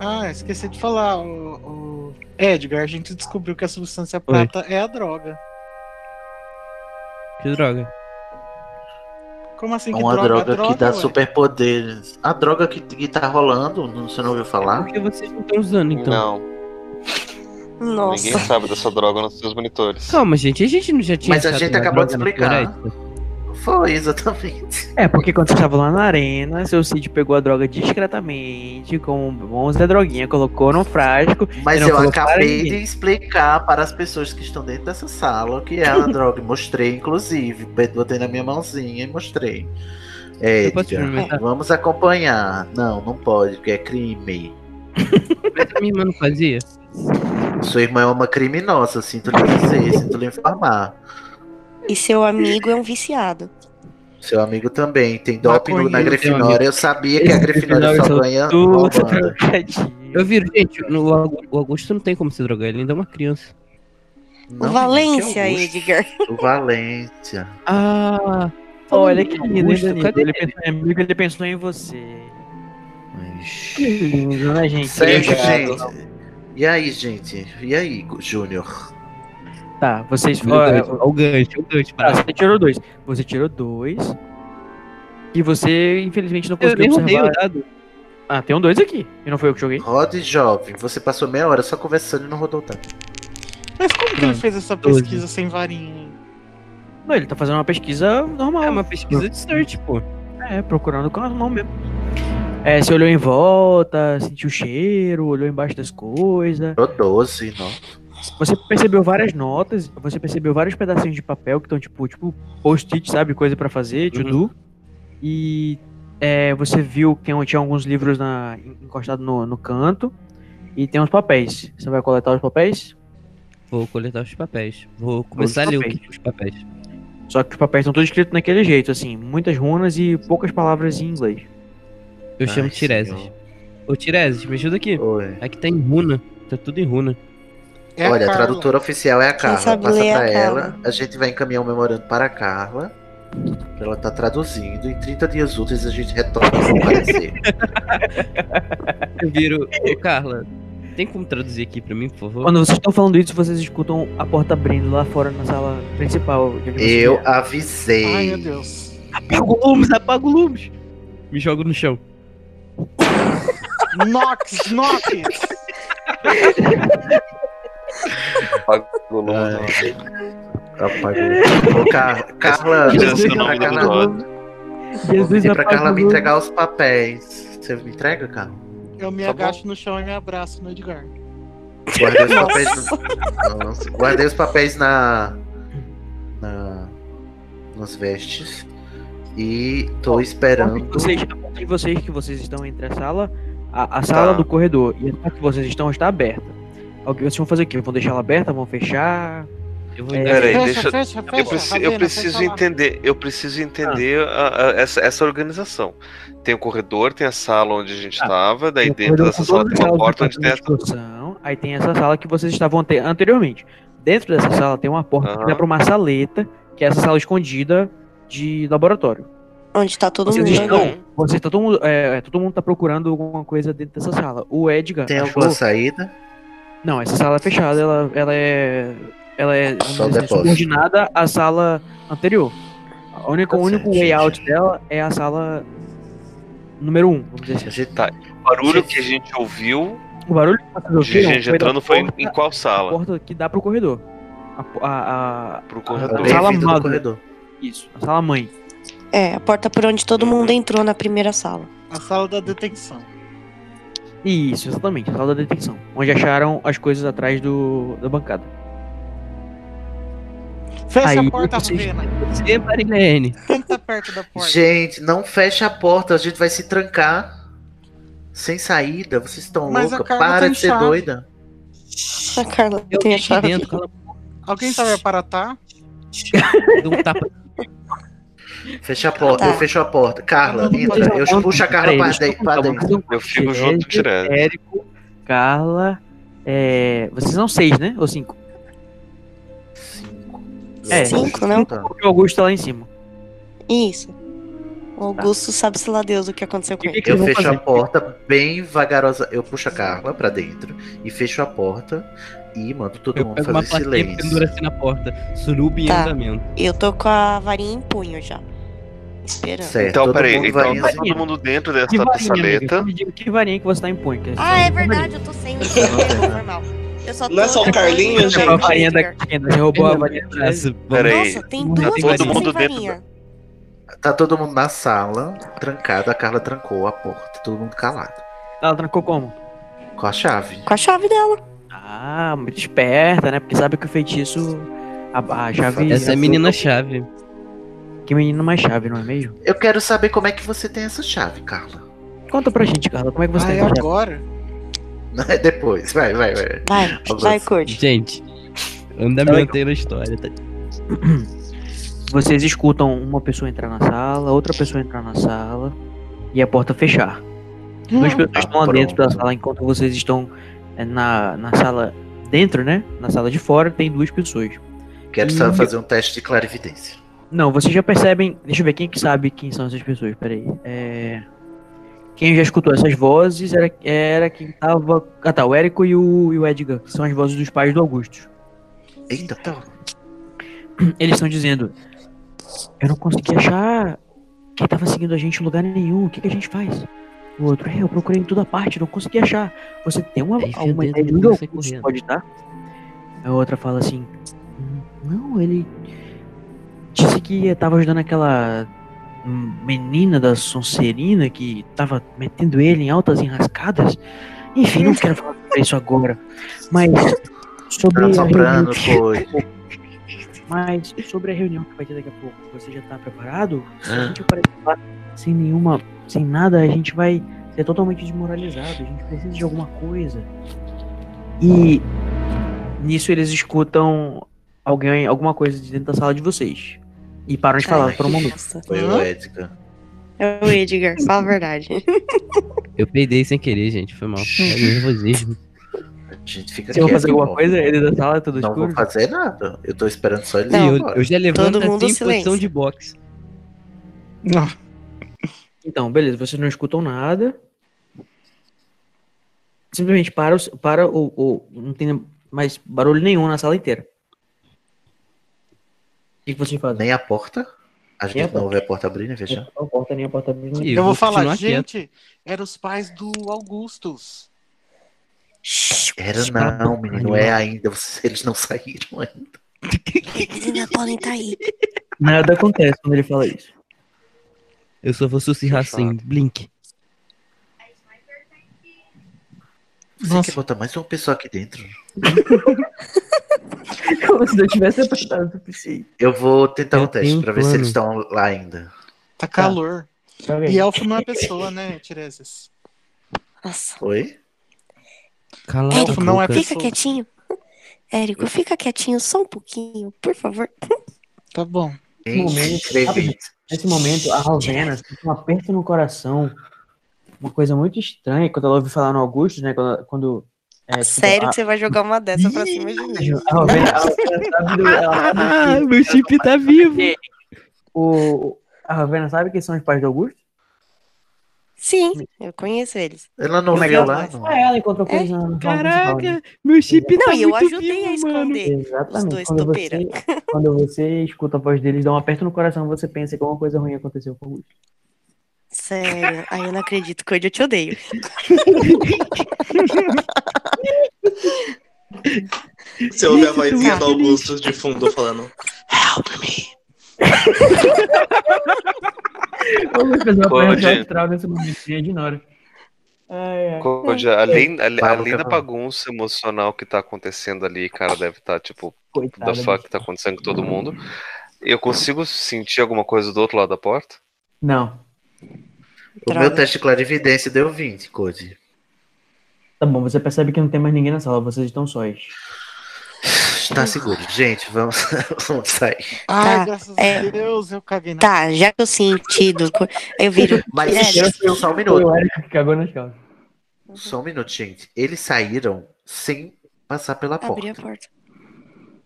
[SPEAKER 6] Ah, esqueci de falar. O, o Edgar, a gente descobriu que a substância prata é a droga.
[SPEAKER 4] Que droga.
[SPEAKER 6] Como
[SPEAKER 5] É
[SPEAKER 6] assim que
[SPEAKER 5] uma
[SPEAKER 6] droga?
[SPEAKER 5] droga, que dá
[SPEAKER 6] ué.
[SPEAKER 5] superpoderes. A droga que, que tá rolando, não- você não ouviu falar?
[SPEAKER 4] Por que vocês não estão usando, então?
[SPEAKER 8] Não,
[SPEAKER 3] Nossa.
[SPEAKER 8] ninguém é. sabe dessa droga nos seus monitores.
[SPEAKER 4] Calma, gente, a gente não já tinha.
[SPEAKER 5] Mas a
[SPEAKER 4] achado
[SPEAKER 5] gente
[SPEAKER 4] uma
[SPEAKER 5] acabou de
[SPEAKER 4] droga é na
[SPEAKER 5] explicar.
[SPEAKER 4] floresta?
[SPEAKER 5] Foi, exatamente.
[SPEAKER 1] É, porque quando você estava lá na arena, seu Cid pegou a droga discretamente, com bons da droguinha, colocou num frasco.
[SPEAKER 5] Mas
[SPEAKER 1] Ele não
[SPEAKER 5] eu
[SPEAKER 1] falou para
[SPEAKER 5] acabei de
[SPEAKER 1] ninguém.
[SPEAKER 5] explicar para as pessoas que estão dentro dessa sala o que é a droga. Mostrei, inclusive. Botei na minha mãozinha e mostrei. É,
[SPEAKER 4] Eu posso
[SPEAKER 5] Edgar,
[SPEAKER 4] experimentar?
[SPEAKER 5] vamos acompanhar. Não, não pode, porque é crime.
[SPEAKER 4] Mas a minha irmã não fazia?
[SPEAKER 5] Sua irmã é uma criminosa, sinto lhe dizer, sinto lhe informar.
[SPEAKER 3] E seu amigo é um viciado.
[SPEAKER 5] Seu amigo também tem doping no- na
[SPEAKER 6] Maconheiro,
[SPEAKER 4] meu
[SPEAKER 5] Grifinória. Eu sabia que a
[SPEAKER 1] Esse
[SPEAKER 5] Grifinória
[SPEAKER 1] Grifinória
[SPEAKER 5] só
[SPEAKER 1] só
[SPEAKER 5] ganha
[SPEAKER 1] Tudo
[SPEAKER 5] roubando.
[SPEAKER 1] trocadinho.
[SPEAKER 4] Eu viro, gente, no- o Agu- o Augusto não tem como se drogar, ele ainda é uma criança.
[SPEAKER 5] Não, é um
[SPEAKER 3] Valência,
[SPEAKER 5] que Augusto.
[SPEAKER 3] Edgar.
[SPEAKER 5] O Valência.
[SPEAKER 4] Ah,
[SPEAKER 1] Olha que lindo, hein, Danilo?
[SPEAKER 4] cadê
[SPEAKER 1] Ele
[SPEAKER 4] ele?
[SPEAKER 1] pensou em amigo, ele pensou em você.
[SPEAKER 5] Mas-
[SPEAKER 1] Que lindo, né, gente?
[SPEAKER 5] Certo,
[SPEAKER 1] Eu já-
[SPEAKER 5] gente. E aí, gente? E aí, Júnior?
[SPEAKER 1] Tá, vocês
[SPEAKER 4] Meu Deus,
[SPEAKER 1] falaram.
[SPEAKER 4] olha é o gancho, olha o gancho,
[SPEAKER 1] Ah,
[SPEAKER 4] para.
[SPEAKER 1] você tirou dois. Você tirou dois. E você, infelizmente, não
[SPEAKER 4] Eu
[SPEAKER 1] conseguiu
[SPEAKER 4] nem rodei o
[SPEAKER 1] observar.
[SPEAKER 4] dado.
[SPEAKER 1] Ah, tem um dois aqui. E não foi eu que joguei.
[SPEAKER 5] Roda e jovem. Você passou meia hora só conversando e não rodou tanto.
[SPEAKER 6] Mas como
[SPEAKER 5] Hum.
[SPEAKER 6] que ele fez essa
[SPEAKER 4] Doze.
[SPEAKER 6] pesquisa sem varinha?
[SPEAKER 1] Não, ele tá fazendo uma pesquisa normal.
[SPEAKER 4] É uma pesquisa de search, pô.
[SPEAKER 1] É, procurando com as mãos mesmo. É, você olhou em volta, sentiu o cheiro, olhou embaixo das coisas.
[SPEAKER 5] Rodou 12, não.
[SPEAKER 1] Você percebeu várias notas, você percebeu vários pedacinhos de papel que estão tipo, tipo post-it, sabe? Coisa pra fazer, to do. E é, você viu que tinha alguns livros na, encostados no, no canto. E tem uns papéis. Você vai coletar os papéis?
[SPEAKER 4] Vou coletar os papéis. Vou começar a ler o que- os papéis.
[SPEAKER 1] Só que os papéis estão todos escritos naquele jeito, assim. Muitas runas e poucas palavras em inglês.
[SPEAKER 4] Eu chamo
[SPEAKER 5] Ai,
[SPEAKER 4] Tiresias.
[SPEAKER 5] senhor.
[SPEAKER 4] Ô, Tiresias, me ajuda aqui.
[SPEAKER 5] Oi.
[SPEAKER 4] Aqui tá em runa. Tá tudo em runa.
[SPEAKER 6] É
[SPEAKER 5] Olha, a
[SPEAKER 6] Carla.
[SPEAKER 5] tradutora oficial é a Carla.
[SPEAKER 3] sabe
[SPEAKER 5] Passa
[SPEAKER 3] ler é a
[SPEAKER 5] pra ela.
[SPEAKER 3] Carla.
[SPEAKER 5] A gente vai encaminhar o memorando para a Carla. Pra ela tá traduzindo. Em 30 dias úteis a gente retorna com o parecer.
[SPEAKER 4] Eu viro. Ô, Carla, tem como traduzir aqui pra mim, por favor?
[SPEAKER 1] Quando vocês estão falando isso, vocês escutam a porta abrindo lá fora na sala principal. de onde você
[SPEAKER 5] Eu
[SPEAKER 1] vier.
[SPEAKER 5] avisei.
[SPEAKER 6] Ai, meu Deus.
[SPEAKER 4] Apaga o Lumes, apaga o Lumes. Me jogo no chão.
[SPEAKER 6] Nox, Nox!
[SPEAKER 8] Apagou o nome.
[SPEAKER 5] É. Apagou. Car Carla,
[SPEAKER 8] Jesus, é
[SPEAKER 1] é
[SPEAKER 5] pra
[SPEAKER 8] o nome do
[SPEAKER 5] Carla-
[SPEAKER 8] episódio.
[SPEAKER 5] vou pedir pra
[SPEAKER 11] apagou.
[SPEAKER 5] Carla me entregar os papéis. Você me entrega, Carla?
[SPEAKER 6] Eu me
[SPEAKER 5] Tá bom.
[SPEAKER 6] agacho no chão e me abraço no Edgar.
[SPEAKER 5] Guardei os
[SPEAKER 6] Nossa.
[SPEAKER 5] papéis. Na... Nossa, guardei os papéis na. na... nas vestes. E tô esperando.
[SPEAKER 1] Vocês, a ponta de vocês que vocês estão entre a sala, a, a sala
[SPEAKER 5] Tá.
[SPEAKER 1] do corredor e a sala que vocês estão está aberta. O que vocês vão fazer o quê? Vão deixar ela aberta? Vão fechar?
[SPEAKER 4] Eu
[SPEAKER 1] vou
[SPEAKER 8] Peraí,
[SPEAKER 6] fecha,
[SPEAKER 8] deixa
[SPEAKER 6] fecha,
[SPEAKER 8] eu, preci- eu
[SPEAKER 6] Ravena, fecha
[SPEAKER 8] preciso
[SPEAKER 6] tá lá.
[SPEAKER 8] entender, eu preciso entender
[SPEAKER 1] Ah.
[SPEAKER 8] a- a- essa, essa organização. Tem o corredor, tem a sala onde a gente
[SPEAKER 1] Ah,
[SPEAKER 8] estava, daí dentro dessa sala tem uma
[SPEAKER 1] tá
[SPEAKER 8] porta onde tem a...
[SPEAKER 1] discussão, aí tem essa sala que vocês estavam ante- anteriormente. Dentro dessa sala tem uma porta que dá para uma saleta, que é essa sala escondida de laboratório.
[SPEAKER 3] Onde tá todo
[SPEAKER 5] Uhum.
[SPEAKER 1] Vocês
[SPEAKER 3] mundo
[SPEAKER 1] estão,
[SPEAKER 3] agora.
[SPEAKER 1] vocês, todo mundo, é, é, todo mundo tá procurando alguma coisa dentro dessa sala. O Edgar
[SPEAKER 5] Tem
[SPEAKER 1] achou-
[SPEAKER 5] alguma saída?
[SPEAKER 1] Não, essa sala é fechada, ela, ela é. Ela é vamos
[SPEAKER 5] Só
[SPEAKER 1] dizer,
[SPEAKER 5] depósito.
[SPEAKER 1] subordinada à sala anterior. A
[SPEAKER 5] Tá
[SPEAKER 1] única, o único layout dela é a sala número 1, um, vamos dizer assim.
[SPEAKER 8] Tá, o barulho que a gente ouviu
[SPEAKER 1] O barulho que tá vocês
[SPEAKER 8] de
[SPEAKER 1] ouviram
[SPEAKER 8] gente
[SPEAKER 1] foi da
[SPEAKER 8] entrando foi em- em
[SPEAKER 1] porta-
[SPEAKER 8] qual
[SPEAKER 1] a
[SPEAKER 8] sala?
[SPEAKER 1] porta que dá pro corredor. A, a, a,
[SPEAKER 8] Pro
[SPEAKER 1] a,
[SPEAKER 8] corredor.
[SPEAKER 1] sala
[SPEAKER 5] Bem-vindo
[SPEAKER 1] madre.
[SPEAKER 5] do corredor.
[SPEAKER 1] Isso, a sala mãe.
[SPEAKER 3] É, a porta por onde todo mundo entrou na primeira sala.
[SPEAKER 6] A sala da detenção.
[SPEAKER 1] Isso, exatamente, a sala da detecção. Onde acharam as coisas atrás do, da bancada.
[SPEAKER 6] Fecha
[SPEAKER 1] Aí,
[SPEAKER 6] a porta,
[SPEAKER 1] vocês-
[SPEAKER 6] Ravena.
[SPEAKER 4] Você, Marilene.
[SPEAKER 6] Tenta perto da porta.
[SPEAKER 5] Gente, não fecha a porta, a gente vai se trancar. Sem saída, vocês estão
[SPEAKER 6] Mas a
[SPEAKER 5] loucas.
[SPEAKER 6] Carla
[SPEAKER 5] Para
[SPEAKER 6] tem
[SPEAKER 5] de ser
[SPEAKER 6] chave.
[SPEAKER 5] doida.
[SPEAKER 3] A Carla
[SPEAKER 4] Eu
[SPEAKER 3] tem a
[SPEAKER 4] aqui
[SPEAKER 3] chave.
[SPEAKER 4] dentro, cala a boca,
[SPEAKER 6] Alguém sabe aparatar?
[SPEAKER 4] deu um tapa.
[SPEAKER 5] Fecha a porta,
[SPEAKER 3] Tá.
[SPEAKER 5] eu fecho a porta. Carla,
[SPEAKER 6] Não, não
[SPEAKER 5] entra.
[SPEAKER 6] pode
[SPEAKER 5] Eu puxo a Carla pra de- pra dentro.
[SPEAKER 8] Eu fico junto direto.
[SPEAKER 5] é,
[SPEAKER 1] Érico, Carla. é, Vocês são seis, né? Ou cinco? É.
[SPEAKER 3] Cinco,
[SPEAKER 6] né?
[SPEAKER 3] não?
[SPEAKER 5] Tá.
[SPEAKER 1] Porque o Augusto tá lá em cima.
[SPEAKER 3] Isso. O Augusto sabe-se lá Deus o que aconteceu com
[SPEAKER 1] E o que
[SPEAKER 3] ele.
[SPEAKER 1] que
[SPEAKER 5] Eu
[SPEAKER 1] vocês vão
[SPEAKER 5] fecho
[SPEAKER 1] fazer?
[SPEAKER 5] a porta bem vagarosa. Eu puxo a Carla pra dentro e fecho a porta e mando todo
[SPEAKER 4] Eu
[SPEAKER 5] mundo
[SPEAKER 4] pego uma
[SPEAKER 5] fazer
[SPEAKER 4] plaquinha e
[SPEAKER 5] silêncio.
[SPEAKER 4] pendura assim na porta. Suruba em
[SPEAKER 3] Tá.
[SPEAKER 4] andamento.
[SPEAKER 3] Eu tô com a varinha em punho já. Esperando.
[SPEAKER 5] Certo.
[SPEAKER 8] Então,
[SPEAKER 5] todo
[SPEAKER 8] peraí,
[SPEAKER 5] mundo
[SPEAKER 8] então
[SPEAKER 5] varinha
[SPEAKER 8] tá
[SPEAKER 1] assim.
[SPEAKER 8] todo mundo dentro
[SPEAKER 1] Que
[SPEAKER 8] dessa
[SPEAKER 1] varinha, amiga?
[SPEAKER 8] saleta.
[SPEAKER 1] Me diga que varinha que você tá em punho. que você
[SPEAKER 3] Ah,
[SPEAKER 1] tá
[SPEAKER 3] é
[SPEAKER 1] em punho.
[SPEAKER 3] verdade, eu tô sem uniforme normal. Eu só
[SPEAKER 7] Não é
[SPEAKER 3] tô-
[SPEAKER 7] só o Carlinhos,
[SPEAKER 3] Eu
[SPEAKER 1] Você
[SPEAKER 3] tô
[SPEAKER 7] gente?
[SPEAKER 1] roubou a
[SPEAKER 3] sem
[SPEAKER 1] varinha da
[SPEAKER 3] varinha.
[SPEAKER 1] Kenda, você roubou a varinha da
[SPEAKER 4] Nossa,
[SPEAKER 8] Peraí.
[SPEAKER 3] Nossa, tem
[SPEAKER 4] Não,
[SPEAKER 3] duas
[SPEAKER 4] tem
[SPEAKER 3] pessoas
[SPEAKER 8] varinha.
[SPEAKER 3] sem
[SPEAKER 8] Todo mundo
[SPEAKER 3] varinha.
[SPEAKER 5] Tá todo mundo na sala, trancado. A Carla trancou a porta, todo mundo calado.
[SPEAKER 1] Ela trancou como?
[SPEAKER 5] Com a chave.
[SPEAKER 3] Com a chave dela.
[SPEAKER 1] Ah, muito esperta, né? Porque sabe que o feitiço. A, a chave.
[SPEAKER 4] Essa é a menina chave.
[SPEAKER 1] Que menino mais chave, não é mesmo?
[SPEAKER 5] Eu quero saber como é que você tem essa chave, Carla.
[SPEAKER 1] Conta pra gente, Carla, como é que você
[SPEAKER 6] Ah,
[SPEAKER 1] tem
[SPEAKER 6] é
[SPEAKER 1] essa chave?
[SPEAKER 6] agora?
[SPEAKER 5] Não é depois. Vai, vai, vai.
[SPEAKER 3] Vai,
[SPEAKER 5] Augusto.
[SPEAKER 3] vai, Kurt.
[SPEAKER 4] Gente, andamento na história. Tá?
[SPEAKER 1] Vocês escutam uma pessoa entrar na sala, outra pessoa entrar na sala e a porta fechar. Duas pessoas
[SPEAKER 5] Ah,
[SPEAKER 1] estão lá
[SPEAKER 5] pronto.
[SPEAKER 1] dentro da sala, enquanto vocês estão é, na, na sala dentro, né? Na sala de fora tem duas pessoas.
[SPEAKER 5] Quero só fazer um teste de clarividência.
[SPEAKER 1] Não, vocês já percebem. Deixa eu ver quem é que sabe quem são essas pessoas. Peraí. É... Quem já escutou essas vozes era, era quem tava. Ah tá, o Érico e o, e o Edgar, que são as vozes dos pais do Augusto.
[SPEAKER 5] Eita, tá.
[SPEAKER 1] Eles estão dizendo: Eu não consegui achar quem tava seguindo a gente em lugar nenhum. O que, que a gente faz? O outro, é, eu procurei em toda parte, não consegui achar. Você tem uma,
[SPEAKER 4] Aí,
[SPEAKER 1] alguma
[SPEAKER 4] fedendo,
[SPEAKER 1] ideia de
[SPEAKER 4] eu
[SPEAKER 1] onde o Augusto
[SPEAKER 4] saí tá correndo.
[SPEAKER 1] pode estar? A outra fala assim: "Hum, Não, ele disse que tava ajudando aquela hum, menina da Sonserina que tava metendo ele em altas enrascadas. Enfim,
[SPEAKER 5] Uhum.
[SPEAKER 1] não quero falar sobre isso agora. Mas sobre.
[SPEAKER 5] Tá
[SPEAKER 1] a reunião-
[SPEAKER 5] sobrando, foi.
[SPEAKER 1] mas sobre a reunião que vai ter daqui a pouco, você já tá preparado? Se a gente aparecer lá sem nenhuma, sem nada, a gente vai ser totalmente desmoralizado. A gente precisa de alguma coisa. E nisso eles escutam alguém, alguma coisa de dentro da sala de vocês. E param de falar
[SPEAKER 3] Ai,
[SPEAKER 1] por um momento.
[SPEAKER 3] nossa.
[SPEAKER 5] Foi o Edgar.
[SPEAKER 3] É o Edgar, fala a verdade.
[SPEAKER 4] Eu peidei sem querer, gente. Foi mal.
[SPEAKER 3] Hum.
[SPEAKER 4] É nervosismo.
[SPEAKER 5] A gente fica
[SPEAKER 1] Você vai
[SPEAKER 5] quieto,
[SPEAKER 1] fazer alguma
[SPEAKER 5] pô.
[SPEAKER 1] coisa é dentro da sala, tudo
[SPEAKER 5] é Não
[SPEAKER 1] escuro?
[SPEAKER 5] vou fazer nada. Eu tô esperando só eles
[SPEAKER 3] Não,
[SPEAKER 5] irem
[SPEAKER 4] eu,
[SPEAKER 5] embora.
[SPEAKER 4] eu já levanto
[SPEAKER 3] Todo
[SPEAKER 4] assim em
[SPEAKER 3] mundo silêncio.
[SPEAKER 4] posição de boxe.
[SPEAKER 6] Não.
[SPEAKER 1] Então, beleza, vocês não escutam nada. Simplesmente para, o- para o, o. Não tem mais barulho nenhum na sala inteira. O que que vocês fazem?
[SPEAKER 5] Nem a porta? A gente não ouve a porta abrir, né? Fechar.
[SPEAKER 1] Não porta nem a porta abrindo.
[SPEAKER 6] eu vou falar, gente, eram os pais do Augustus.
[SPEAKER 5] Era não, menino, é ainda. Vocês- Eles não saíram ainda.
[SPEAKER 3] Eles ainda podem estar aí.
[SPEAKER 16] Nada acontece quando ele fala isso.
[SPEAKER 4] Eu só vou sussurrar assim, Blink.
[SPEAKER 5] Você quer botar mais uma pessoa aqui dentro?
[SPEAKER 1] Como se eu tivesse apertado o suficiente.
[SPEAKER 5] Eu vou tentar
[SPEAKER 4] Eu
[SPEAKER 5] um teste
[SPEAKER 4] tenho
[SPEAKER 5] pra ver se
[SPEAKER 4] plano.
[SPEAKER 5] eles estão lá ainda.
[SPEAKER 6] Tá calor.
[SPEAKER 1] Tá bem.
[SPEAKER 6] E elfo não é pessoa, né, Tiresias?
[SPEAKER 3] Nossa.
[SPEAKER 5] Oi?
[SPEAKER 4] Cala
[SPEAKER 6] Elfo
[SPEAKER 4] a
[SPEAKER 6] não é
[SPEAKER 4] boca.
[SPEAKER 3] Fica
[SPEAKER 6] pessoa.
[SPEAKER 3] quietinho. Érico, fica quietinho só um pouquinho, por favor.
[SPEAKER 6] Tá bom.
[SPEAKER 1] Nesse momento, sabe, nesse momento, a Ravena sente um aperto no coração. Uma coisa muito estranha quando ela ouve falar no Augusto, né? Quando. ela- quando é, tipo,
[SPEAKER 3] Sério
[SPEAKER 1] a-
[SPEAKER 3] que você vai jogar uma dessa pra cima de mim?
[SPEAKER 1] a Ravena- a Ravena sabe do- ela sabe que-
[SPEAKER 4] meu chip tá vivo.
[SPEAKER 1] o- A Ravena sabe quem são os pais do Augusto?
[SPEAKER 3] Sim, eu conheço eles.
[SPEAKER 5] Ela não
[SPEAKER 1] Eu vi
[SPEAKER 5] veio
[SPEAKER 1] ela-
[SPEAKER 5] lá, não.
[SPEAKER 1] Ah, ela encontrou
[SPEAKER 3] É,
[SPEAKER 1] coisa na- na municipal, né?
[SPEAKER 4] Caraca, meu chip
[SPEAKER 3] Não,
[SPEAKER 4] tá
[SPEAKER 3] e eu
[SPEAKER 4] muito
[SPEAKER 3] ajudei
[SPEAKER 4] vivo,
[SPEAKER 3] a
[SPEAKER 4] mano.
[SPEAKER 3] esconder. Os
[SPEAKER 1] Exatamente.
[SPEAKER 3] dois
[SPEAKER 1] Quando
[SPEAKER 3] topeira.
[SPEAKER 1] você, quando você escuta a voz deles, dá um aperto no coração, você pensa que alguma coisa ruim aconteceu com o Augusto.
[SPEAKER 3] Sério, aí eu não acredito que hoje eu te odeio.
[SPEAKER 7] Você ouve a vozinha do Augusto de fundo falando.
[SPEAKER 1] Eu vou fazer uma
[SPEAKER 8] Pode.
[SPEAKER 1] coisa teatral nesse momento, e ignora.
[SPEAKER 8] Cláudia, Além, ale-
[SPEAKER 5] Fala,
[SPEAKER 8] além da
[SPEAKER 5] Carol.
[SPEAKER 8] bagunça emocional que tá acontecendo ali, cara, deve estar, tipo,
[SPEAKER 1] Coitada.
[SPEAKER 8] da fuck que tá acontecendo com todo mundo. Eu consigo sentir alguma coisa do outro lado da porta?
[SPEAKER 1] Não.
[SPEAKER 5] O meu teste de clarividência deu 20, Code.
[SPEAKER 1] Tá bom, você percebe que não tem mais ninguém na sala, vocês estão sós.
[SPEAKER 5] Está Tá seguro. Gente, vamos, vamos sair.
[SPEAKER 4] Ah,
[SPEAKER 6] Ai,
[SPEAKER 3] Tá,
[SPEAKER 6] graças
[SPEAKER 3] é.
[SPEAKER 6] a Deus, eu caguei na
[SPEAKER 3] Tá, já que eu senti do. co- Eu viro.
[SPEAKER 5] Mas
[SPEAKER 3] Tiresias,
[SPEAKER 5] só um
[SPEAKER 1] Foi
[SPEAKER 5] minuto.
[SPEAKER 1] o Eric que cagou nas calças.
[SPEAKER 5] Só um minuto, gente. Eles saíram sem passar pela
[SPEAKER 3] abri a
[SPEAKER 5] porta.
[SPEAKER 3] porta.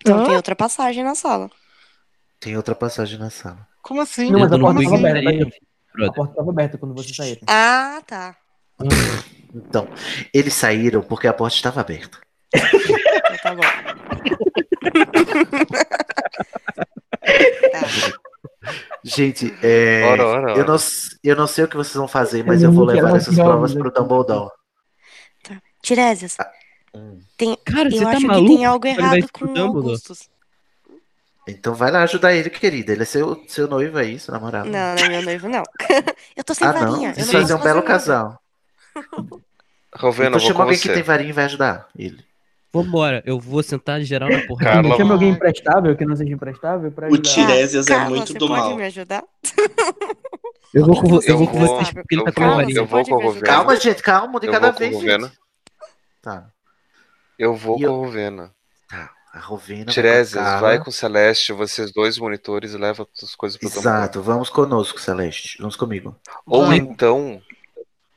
[SPEAKER 3] Então tem outra passagem na sala.
[SPEAKER 5] Tem outra passagem na sala.
[SPEAKER 6] Como assim?
[SPEAKER 1] Não, mas a
[SPEAKER 4] Dedo no
[SPEAKER 1] porta
[SPEAKER 4] cu
[SPEAKER 1] estava
[SPEAKER 4] e
[SPEAKER 1] aberta.
[SPEAKER 4] gritaria,
[SPEAKER 1] tá? A porta estava aberta quando vocês saíram.
[SPEAKER 3] Ah, tá.
[SPEAKER 5] Então, eles saíram porque a porta estava aberta.
[SPEAKER 3] Então tá bom. tá.
[SPEAKER 5] Gente, é,
[SPEAKER 8] Ora, ora, ora.
[SPEAKER 5] Eu, não, s- eu não sei o que vocês vão fazer, mas
[SPEAKER 1] Eu
[SPEAKER 5] eu vou
[SPEAKER 1] não quero
[SPEAKER 5] levar essas
[SPEAKER 1] jogar
[SPEAKER 5] provas
[SPEAKER 1] isso
[SPEAKER 5] pro
[SPEAKER 1] aqui.
[SPEAKER 5] Dumbledore.
[SPEAKER 3] Tiresias,
[SPEAKER 5] Hum.
[SPEAKER 4] Cara, você
[SPEAKER 3] eu
[SPEAKER 4] tá
[SPEAKER 3] acho
[SPEAKER 4] maluco?
[SPEAKER 3] que tem algo
[SPEAKER 4] Ele vai
[SPEAKER 3] errado com
[SPEAKER 4] escutando,
[SPEAKER 3] o Augustus.
[SPEAKER 5] Então vai lá ajudar ele, querida. Ele é seu, seu noivo aí, seu namorado.
[SPEAKER 3] Não, não é meu noivo, não. eu tô sem
[SPEAKER 5] ah, não.
[SPEAKER 3] varinha. eu não
[SPEAKER 5] Vocês fazem um
[SPEAKER 3] posso
[SPEAKER 5] belo
[SPEAKER 3] fazer nada.
[SPEAKER 5] casal.
[SPEAKER 8] Rovena,
[SPEAKER 5] Então
[SPEAKER 8] eu vou
[SPEAKER 5] chama
[SPEAKER 8] com
[SPEAKER 5] alguém que tem
[SPEAKER 8] você.
[SPEAKER 5] varinha e vai ajudar ele.
[SPEAKER 4] Vambora, eu vou sentar geral na porrada.
[SPEAKER 8] Carla-
[SPEAKER 1] Chama alguém imprestável que não seja imprestável pra
[SPEAKER 7] O
[SPEAKER 1] ajudar.
[SPEAKER 3] Tira-
[SPEAKER 7] Tiresias é
[SPEAKER 3] Ah, Carla,
[SPEAKER 7] muito
[SPEAKER 3] você
[SPEAKER 7] do
[SPEAKER 3] pode
[SPEAKER 7] mal.
[SPEAKER 3] me ajudar?
[SPEAKER 4] Eu vou com, vo-
[SPEAKER 3] Eu
[SPEAKER 4] eu vou com
[SPEAKER 3] vou-
[SPEAKER 4] vocês porque ele tá com a
[SPEAKER 3] eu vou-
[SPEAKER 4] minha varinha.
[SPEAKER 8] Eu vou
[SPEAKER 3] Pode
[SPEAKER 8] com o
[SPEAKER 3] me
[SPEAKER 8] Rovena.
[SPEAKER 3] ajudar.
[SPEAKER 5] Calma, gente, calma, de
[SPEAKER 8] É. Eu
[SPEAKER 5] cada
[SPEAKER 8] vou com
[SPEAKER 5] vez.
[SPEAKER 8] Rovena.
[SPEAKER 5] gente. Tá,
[SPEAKER 8] Eu vou
[SPEAKER 5] E eu-
[SPEAKER 8] com o Rovena.
[SPEAKER 5] tá. A Rovena.
[SPEAKER 8] Tiresias,
[SPEAKER 5] Carla.
[SPEAKER 8] vai com o Celeste, vocês dois monitores e leva as coisas pro Dumbledore.
[SPEAKER 5] Exato, vamos conosco, Celeste. Vamos comigo.
[SPEAKER 8] Ou
[SPEAKER 6] Vamos.
[SPEAKER 8] então,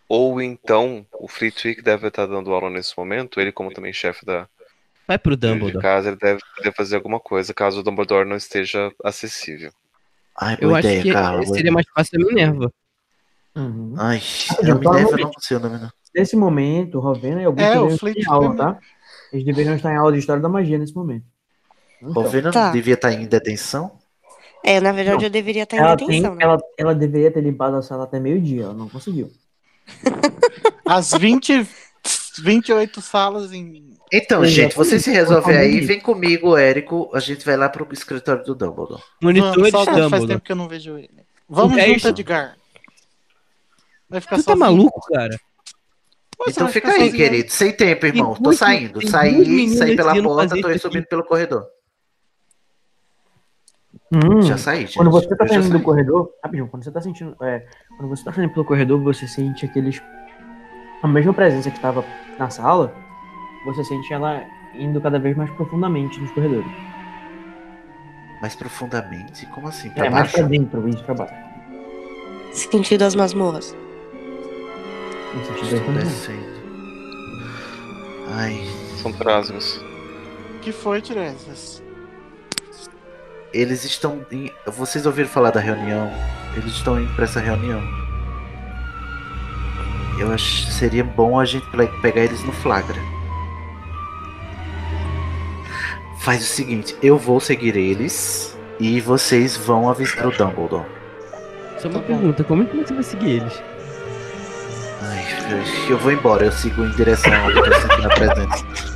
[SPEAKER 8] ou então, o Free Trick deve estar dando aula nesse momento, ele como também chefe da
[SPEAKER 4] Vai pro
[SPEAKER 8] de
[SPEAKER 4] Dumbledore.
[SPEAKER 8] casa, ele deve poder fazer alguma coisa, caso o Dumbledore não esteja acessível.
[SPEAKER 5] Ai, boa
[SPEAKER 4] Eu acho
[SPEAKER 5] ideia,
[SPEAKER 4] que
[SPEAKER 5] Carla. boa
[SPEAKER 4] seria mais fácil a Minerva.
[SPEAKER 1] Uhum.
[SPEAKER 5] Ai,
[SPEAKER 1] já
[SPEAKER 5] não tá me
[SPEAKER 1] fala
[SPEAKER 5] leva,
[SPEAKER 1] no
[SPEAKER 5] não sei o nome, não.
[SPEAKER 1] Nesse momento, Rovena e Augusto
[SPEAKER 6] É, o
[SPEAKER 1] deveriam
[SPEAKER 6] Fleet
[SPEAKER 1] estar em aula,
[SPEAKER 6] também.
[SPEAKER 1] tá? Eles deveriam estar em aula de História da Magia nesse momento. Então,
[SPEAKER 5] Rovena
[SPEAKER 3] Tá.
[SPEAKER 5] não devia estar em detenção?
[SPEAKER 3] É, na verdade eu deveria estar em
[SPEAKER 4] Ah,
[SPEAKER 1] ela, tem,
[SPEAKER 3] detenção, né?
[SPEAKER 1] ela, ela deveria ter limpado a sala até meio-dia, ela não conseguiu.
[SPEAKER 6] Às 20, 28 salas em. um
[SPEAKER 5] Então,
[SPEAKER 1] Exatamente.
[SPEAKER 5] gente, você se resolver
[SPEAKER 1] Totalmente.
[SPEAKER 5] aí, vem comigo, Érico. A gente vai lá pro escritório do Dumbledore.
[SPEAKER 6] Vamos,
[SPEAKER 4] Monitores
[SPEAKER 6] saudade, faz
[SPEAKER 4] Dumbledore.
[SPEAKER 6] tempo que eu não vejo ele. Vamos
[SPEAKER 4] É
[SPEAKER 6] junto,
[SPEAKER 4] isso.
[SPEAKER 6] Edgar. Vai ficar
[SPEAKER 4] Tu tá
[SPEAKER 6] sozinho?
[SPEAKER 4] maluco, cara?
[SPEAKER 6] Pô, você
[SPEAKER 5] então
[SPEAKER 6] vai
[SPEAKER 5] fica
[SPEAKER 6] ficar
[SPEAKER 5] aí,
[SPEAKER 6] sozinho.
[SPEAKER 5] querido. Sem tempo, irmão.
[SPEAKER 4] tá Tem
[SPEAKER 5] Tô
[SPEAKER 4] duas-
[SPEAKER 5] saindo.
[SPEAKER 4] tem duas
[SPEAKER 5] Saí,
[SPEAKER 4] meninas
[SPEAKER 5] saí pela
[SPEAKER 4] decidindo
[SPEAKER 5] porta,
[SPEAKER 4] fazer
[SPEAKER 5] tô
[SPEAKER 4] isso
[SPEAKER 5] aí
[SPEAKER 4] aqui.
[SPEAKER 5] subindo pelo corredor.
[SPEAKER 1] Hum.
[SPEAKER 5] Já saí, gente.
[SPEAKER 1] Quando você tá
[SPEAKER 5] Eu já
[SPEAKER 1] saindo do
[SPEAKER 5] saí.
[SPEAKER 1] corredor, rapidinho, quando você tá sentindo, é, quando você tá saindo pelo corredor, você sente aqueles a mesma presença que estava na sala, você sente ela indo cada vez mais profundamente nos corredores.
[SPEAKER 5] Mais profundamente? Como assim? Pra
[SPEAKER 1] É, mais
[SPEAKER 5] baixo?
[SPEAKER 1] pra dentro, indo pra baixo.
[SPEAKER 3] Sentido as masmorras.
[SPEAKER 1] Não sente
[SPEAKER 5] Estou
[SPEAKER 1] dois tantos, não.
[SPEAKER 5] descendo. Ai.
[SPEAKER 8] São trasmos.
[SPEAKER 6] que foi, Tiresias?
[SPEAKER 5] Eles estão. Em... Vocês ouviram falar da reunião? Eles estão indo pra essa reunião. Eu acho seria bom a gente ple- pegar eles no flagra. Faz o seguinte, eu vou seguir eles E vocês vão avisar o Dumbledore.
[SPEAKER 4] Só uma pergunta, como é que você vai seguir eles?
[SPEAKER 5] Ai, eu, eu vou embora, eu sigo em direção ao que eu senti na presença.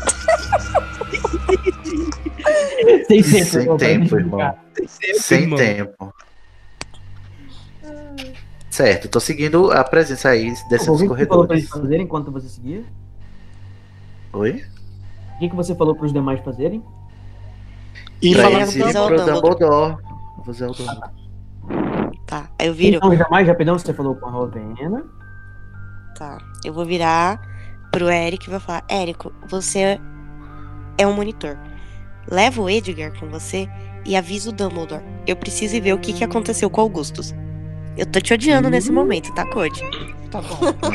[SPEAKER 1] Tem tempo,
[SPEAKER 5] Sem
[SPEAKER 1] irmão, pra
[SPEAKER 5] tempo,
[SPEAKER 1] me
[SPEAKER 5] irmão.
[SPEAKER 1] julgar.
[SPEAKER 5] Sem tempo. Certo, tô seguindo a presença aí
[SPEAKER 1] O
[SPEAKER 5] descendo os
[SPEAKER 1] que que você falou pra
[SPEAKER 5] corredores.
[SPEAKER 1] eles fazerem enquanto você seguia?
[SPEAKER 5] Oi?
[SPEAKER 1] O que, que você falou pros demais fazerem?
[SPEAKER 5] E
[SPEAKER 1] Pra
[SPEAKER 5] pra
[SPEAKER 1] eles
[SPEAKER 5] eles irem
[SPEAKER 1] avisar o
[SPEAKER 5] pro
[SPEAKER 1] Dumbledore.
[SPEAKER 5] Dumbledore. Vou usar o Dumbledore.
[SPEAKER 3] Tá, aí eu viro.
[SPEAKER 1] Então, jamais, rapidão, você falou com a Rovena.
[SPEAKER 3] Tá. Eu vou virar pro Érico e vou falar: Érico, você é um monitor. Leva o Edgar com você e avisa o Dumbledore. Eu preciso ir ver o que, que aconteceu com o Augustus. Eu tô te odiando nesse momento, tá, Code?
[SPEAKER 6] Tá bom.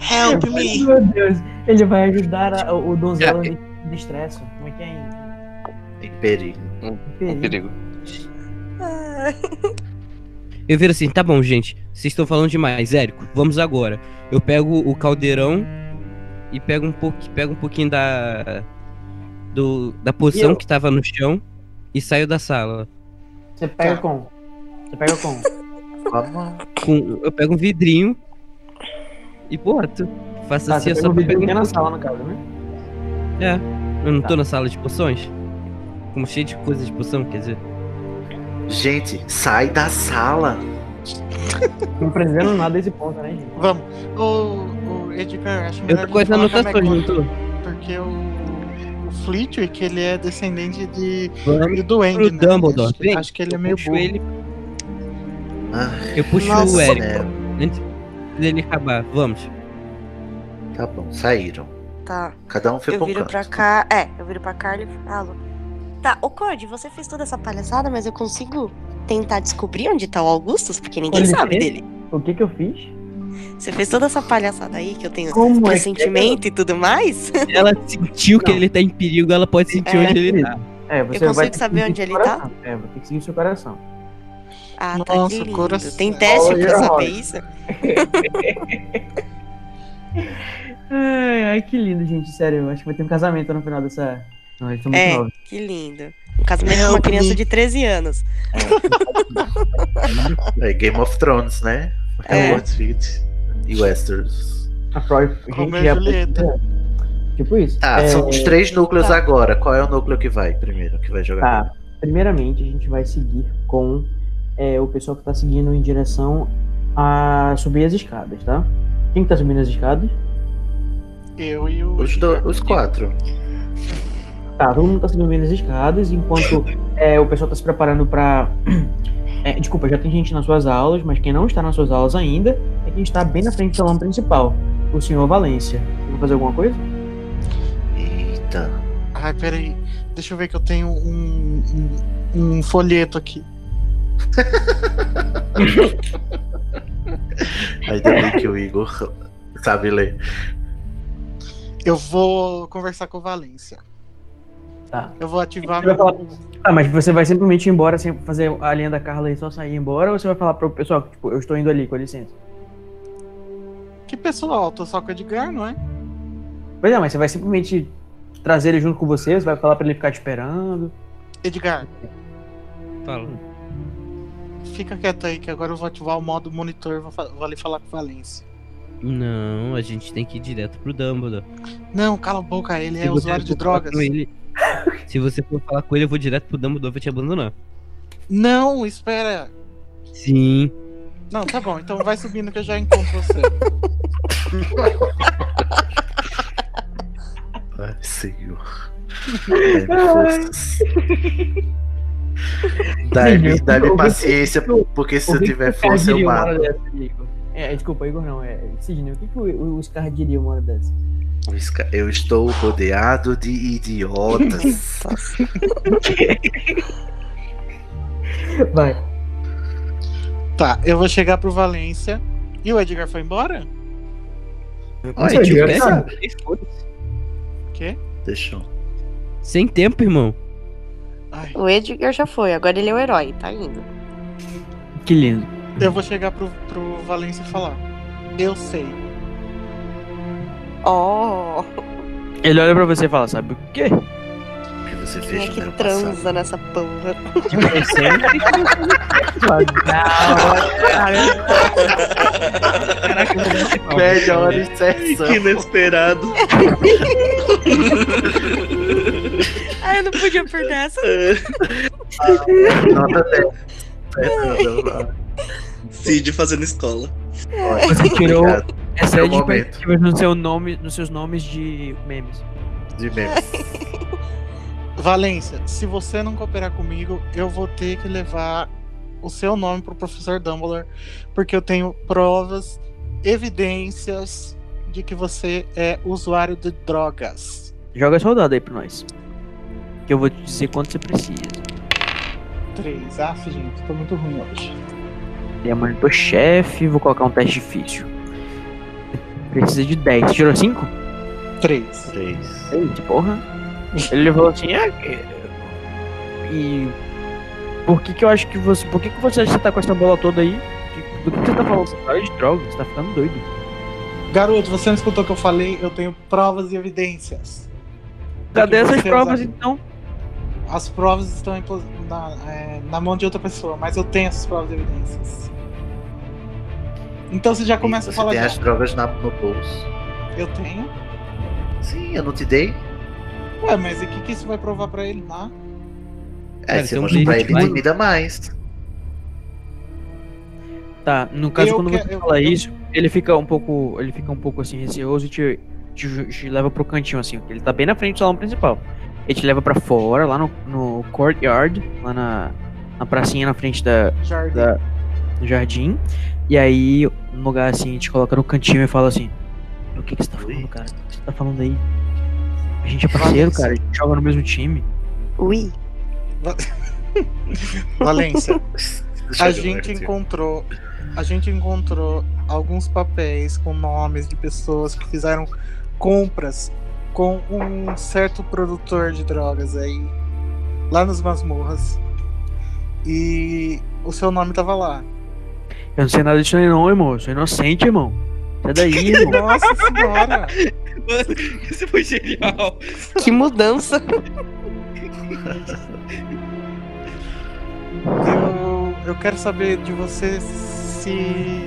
[SPEAKER 1] Help me! Meu Deus, ele vai ajudar a- o Donzelo
[SPEAKER 5] É.
[SPEAKER 1] de estresse. Como é que é? hein?
[SPEAKER 5] Em perigo.
[SPEAKER 8] um
[SPEAKER 1] Em perigo.
[SPEAKER 4] Eu viro assim, tá bom, gente. Vocês estão falando demais, Érico. Vamos agora. Eu pego o caldeirão e pego um pouco, pego um pouquinho da do, da poção
[SPEAKER 1] eu?
[SPEAKER 4] que tava no chão e saio da sala.
[SPEAKER 1] Você pega com. Você pega com.
[SPEAKER 4] Com- eu pego um vidrinho e boto. Faço
[SPEAKER 1] Tá,
[SPEAKER 4] assim,
[SPEAKER 1] você pega
[SPEAKER 4] eu só
[SPEAKER 1] o vídeo
[SPEAKER 4] pego
[SPEAKER 1] que
[SPEAKER 4] um
[SPEAKER 1] tem na
[SPEAKER 4] pouquinho.
[SPEAKER 1] sala, no caso, né?
[SPEAKER 4] É, eu não
[SPEAKER 1] Tá.
[SPEAKER 4] tô na sala de poções. Como cheio de coisa de poção, quer dizer.
[SPEAKER 5] Gente, sai da sala.
[SPEAKER 1] Não precisando nada desse ponto, né, gente?
[SPEAKER 6] Vamos. Ô, ô, Edgar, acho melhor
[SPEAKER 4] Eu tô
[SPEAKER 6] a gente
[SPEAKER 4] com as
[SPEAKER 6] falar é com a
[SPEAKER 4] é anotações, então. não tô?
[SPEAKER 6] McGonagall, Porque o, o Flitwick, ele é descendente de,
[SPEAKER 4] Vamos
[SPEAKER 6] de duende,
[SPEAKER 4] pro
[SPEAKER 6] né?
[SPEAKER 4] Dumbledore.
[SPEAKER 6] Acho,
[SPEAKER 4] Vem,
[SPEAKER 6] acho que ele é
[SPEAKER 4] eu
[SPEAKER 6] meio
[SPEAKER 4] puxo
[SPEAKER 6] burro.
[SPEAKER 4] ele.
[SPEAKER 5] Ah,
[SPEAKER 4] Eu puxo
[SPEAKER 6] Nossa.
[SPEAKER 4] o Érico.
[SPEAKER 5] É.
[SPEAKER 4] Antes dele acabar, vamos.
[SPEAKER 5] Tá bom, saíram.
[SPEAKER 3] Tá.
[SPEAKER 5] Cada um foi
[SPEAKER 3] eu
[SPEAKER 5] pra um
[SPEAKER 3] viro
[SPEAKER 5] canto.
[SPEAKER 3] pra cá. É, eu viro pra cá e falo. Tá, ô Code, você fez toda essa palhaçada, mas eu consigo tentar descobrir onde tá o Augustus, porque ninguém
[SPEAKER 1] Olha,
[SPEAKER 3] sabe
[SPEAKER 1] ele-
[SPEAKER 3] dele.
[SPEAKER 1] O que que eu fiz?
[SPEAKER 3] Você fez toda essa palhaçada aí que eu tenho
[SPEAKER 1] Como é que
[SPEAKER 3] pressentimento e tudo mais.
[SPEAKER 4] Ela sentiu que ele tá em perigo, ela pode sentir
[SPEAKER 3] É.
[SPEAKER 4] onde ele tá.
[SPEAKER 1] É, você
[SPEAKER 3] Eu consigo
[SPEAKER 1] vai ter que
[SPEAKER 3] saber
[SPEAKER 1] seguir
[SPEAKER 3] onde
[SPEAKER 1] seu
[SPEAKER 3] ele tá?
[SPEAKER 1] coração. É, vai ter que seguir seu coração.
[SPEAKER 3] Ah, tá
[SPEAKER 1] Nossa,
[SPEAKER 3] que lindo.
[SPEAKER 1] coração.
[SPEAKER 3] Tem teste
[SPEAKER 1] Olha,
[SPEAKER 3] pra
[SPEAKER 1] olha.
[SPEAKER 3] saber isso?
[SPEAKER 1] Ai, ai, que lindo, gente. Sério, eu acho que vai ter um casamento no final dessa. Não, eles são muito
[SPEAKER 3] É,
[SPEAKER 1] novos.
[SPEAKER 3] que lindo. Um casamento com uma
[SPEAKER 1] Help
[SPEAKER 3] criança
[SPEAKER 1] me.
[SPEAKER 3] de 13 anos.
[SPEAKER 5] É Game of Thrones, né?
[SPEAKER 3] É.
[SPEAKER 5] Howard Street e Westeros.
[SPEAKER 1] A Troy, gente,
[SPEAKER 6] Romeu e
[SPEAKER 1] é a-
[SPEAKER 6] Julieta.
[SPEAKER 1] Tipo isso.
[SPEAKER 5] Tá,
[SPEAKER 1] É,
[SPEAKER 5] são os três núcleos agora. Qual é o núcleo que vai primeiro? Que vai jogar?
[SPEAKER 1] Tá. Primeiramente, a gente vai seguir com é, o pessoal que tá seguindo em direção a subir as escadas, tá? Quem que tá subindo as escadas?
[SPEAKER 6] Eu e o.
[SPEAKER 5] Os, do- os quatro.
[SPEAKER 1] Tá, todo mundo tá subindo as escadas, enquanto é, o pessoal tá se preparando pra. É, desculpa, já tem gente nas suas aulas, mas quem não está nas suas aulas ainda é quem está bem na frente do salão principal, o senhor Valência. Quer fazer alguma coisa?
[SPEAKER 5] Eita.
[SPEAKER 6] Ai, peraí. Deixa eu ver que eu tenho um, um, um folheto aqui.
[SPEAKER 5] Ainda bem que o Igor sabe ler.
[SPEAKER 6] Eu vou conversar com o Valência.
[SPEAKER 1] Tá.
[SPEAKER 6] Eu vou ativar
[SPEAKER 1] Você vai
[SPEAKER 6] meu.
[SPEAKER 1] falar- Ah, mas você vai simplesmente ir embora sem fazer a linha da Carla e só sair embora? Ou você vai falar pro pessoal, tipo, eu estou indo ali, com licença?
[SPEAKER 6] Que pessoal, tô só com o Edgar, não é?
[SPEAKER 1] Pois é, mas você vai simplesmente trazer ele junto com você? Você vai falar pra ele ficar te esperando?
[SPEAKER 6] Edgar,
[SPEAKER 4] Fala.
[SPEAKER 6] fica quieto aí que agora eu vou ativar o modo monitor e vou, fa- vou ali falar com o Valência.
[SPEAKER 4] Não, a gente tem que ir direto pro Dumbledore.
[SPEAKER 6] Não, cala a boca, ele
[SPEAKER 4] Se
[SPEAKER 6] é
[SPEAKER 4] você
[SPEAKER 6] usuário de
[SPEAKER 4] for falar
[SPEAKER 6] drogas.
[SPEAKER 4] com ele- se você for falar com ele, eu vou direto pro Dumbledore, vou te abandonar.
[SPEAKER 6] Não, espera.
[SPEAKER 4] Sim.
[SPEAKER 6] Não, tá bom, então vai subindo que eu já encontro você.
[SPEAKER 5] Ai, senhor. Dá-me forças. Dá-me
[SPEAKER 1] Gente,
[SPEAKER 5] dá-me
[SPEAKER 1] o que-
[SPEAKER 5] paciência, porque se
[SPEAKER 1] o
[SPEAKER 5] eu
[SPEAKER 1] que
[SPEAKER 5] tiver
[SPEAKER 1] que o cara
[SPEAKER 5] força, eu
[SPEAKER 1] diria uma hora
[SPEAKER 5] mato.
[SPEAKER 1] dessa, Igor? É, desculpa, Igor não, é Sidney, o que, que o, o Scar diria uma hora dessa?
[SPEAKER 5] Isca- Eu estou rodeado de idiotas.
[SPEAKER 1] Vai.
[SPEAKER 6] Tá, eu vou chegar pro Valência. E o Edgar foi embora?
[SPEAKER 4] Olha,
[SPEAKER 6] Isso é
[SPEAKER 4] tio,
[SPEAKER 6] engraçado.
[SPEAKER 4] pega- foda-se.
[SPEAKER 6] Quê?
[SPEAKER 5] Deixa eu.
[SPEAKER 4] Sem tempo, irmão.
[SPEAKER 3] O Edgar já foi, agora ele é o herói, tá indo.
[SPEAKER 1] Que lindo.
[SPEAKER 6] Eu vou chegar pro, pro Valência e falar. Eu sei.
[SPEAKER 3] Oh!
[SPEAKER 17] Ele olha pra você e fala, sabe o quê?
[SPEAKER 5] Você
[SPEAKER 3] Quem é
[SPEAKER 5] veja o
[SPEAKER 3] que
[SPEAKER 5] meu
[SPEAKER 3] transa
[SPEAKER 5] passado.
[SPEAKER 3] nessa porra?
[SPEAKER 1] Tipo, é
[SPEAKER 5] É Média hora de sessão.
[SPEAKER 2] Que inesperado.
[SPEAKER 3] Ah, eu não podia perder essa.
[SPEAKER 2] Nota 10. Cid fazendo escola.
[SPEAKER 1] Você tirou
[SPEAKER 2] Obrigado.
[SPEAKER 1] essa
[SPEAKER 2] É o
[SPEAKER 1] é de
[SPEAKER 2] momento.
[SPEAKER 1] perspectivas no seu nome, nos seus nomes de memes.
[SPEAKER 5] De memes.
[SPEAKER 6] Valência, se você não cooperar comigo, eu vou ter que levar o seu nome pro professor Dumbledore, porque eu tenho provas, evidências de que você é usuário de drogas.
[SPEAKER 1] Joga esse dado aí pra nós. Que eu vou te dizer quanto você precisa.
[SPEAKER 6] Três. Aff, gente, tô muito ruim hoje.
[SPEAKER 1] Ele é monitor chefe, vou colocar um teste difícil. Precisa de 10. Tirou 5?
[SPEAKER 6] 3.
[SPEAKER 5] 3.
[SPEAKER 1] Eita, porra. Ele falou assim, ah, que- e por que que eu acho que você, por que que você acha que você tá com essa bola toda aí? Que- Do que você tá falando? Você tá de droga, você tá ficando doido.
[SPEAKER 6] Garoto, você não escutou o que eu falei? Eu tenho provas e evidências.
[SPEAKER 1] Cadê
[SPEAKER 6] Porque
[SPEAKER 1] essas
[SPEAKER 6] você
[SPEAKER 1] provas
[SPEAKER 6] usa-
[SPEAKER 1] então?
[SPEAKER 6] As provas estão em pos- na, é, na mão de outra pessoa, mas eu tenho essas provas e evidências. Então você já começa a
[SPEAKER 5] Você
[SPEAKER 6] falar
[SPEAKER 5] tem
[SPEAKER 6] de-
[SPEAKER 5] as drogas na, no bolso.
[SPEAKER 6] Eu tenho.
[SPEAKER 5] Sim, eu não te dei.
[SPEAKER 6] Ué, mas e o que, que isso vai provar pra ele lá?
[SPEAKER 5] É,
[SPEAKER 4] Cara,
[SPEAKER 5] se
[SPEAKER 4] tem
[SPEAKER 5] eu
[SPEAKER 4] um
[SPEAKER 5] mostrar pra ele,
[SPEAKER 4] vídeo,
[SPEAKER 5] ele me dá mais.
[SPEAKER 1] Tá, no caso
[SPEAKER 6] Eu
[SPEAKER 1] quando
[SPEAKER 6] que-
[SPEAKER 1] você
[SPEAKER 6] eu-
[SPEAKER 1] fala
[SPEAKER 6] eu-
[SPEAKER 1] isso, ele fica um pouco, ele fica um pouco assim receoso e te, te, ju- te leva pro cantinho assim, ele tá bem na frente do salão principal. Ele te leva pra fora, lá no, no courtyard, lá na, na pracinha na frente da,
[SPEAKER 6] Jardim.
[SPEAKER 1] da- do jardim. E aí, um lugar assim, te coloca no cantinho e fala assim: O que, que você tá falando, cara? O que você tá falando aí? A gente é parceiro, cara, a gente joga no mesmo time.
[SPEAKER 3] Ui.
[SPEAKER 6] Valência.
[SPEAKER 5] Deixa
[SPEAKER 6] a
[SPEAKER 5] eu ver,
[SPEAKER 6] gente
[SPEAKER 5] tio.
[SPEAKER 6] encontrou. A gente encontrou alguns papéis com nomes de pessoas que fizeram compras com um certo produtor de drogas aí. Lá nas masmorras. E o seu nome tava lá.
[SPEAKER 1] Eu não sei nada disso aí, não, irmão. Eu sou inocente, irmão. Sai daí, irmão.
[SPEAKER 6] Nossa senhora!
[SPEAKER 4] Isso foi genial.
[SPEAKER 3] Que mudança.
[SPEAKER 6] Eu, eu quero saber de você se.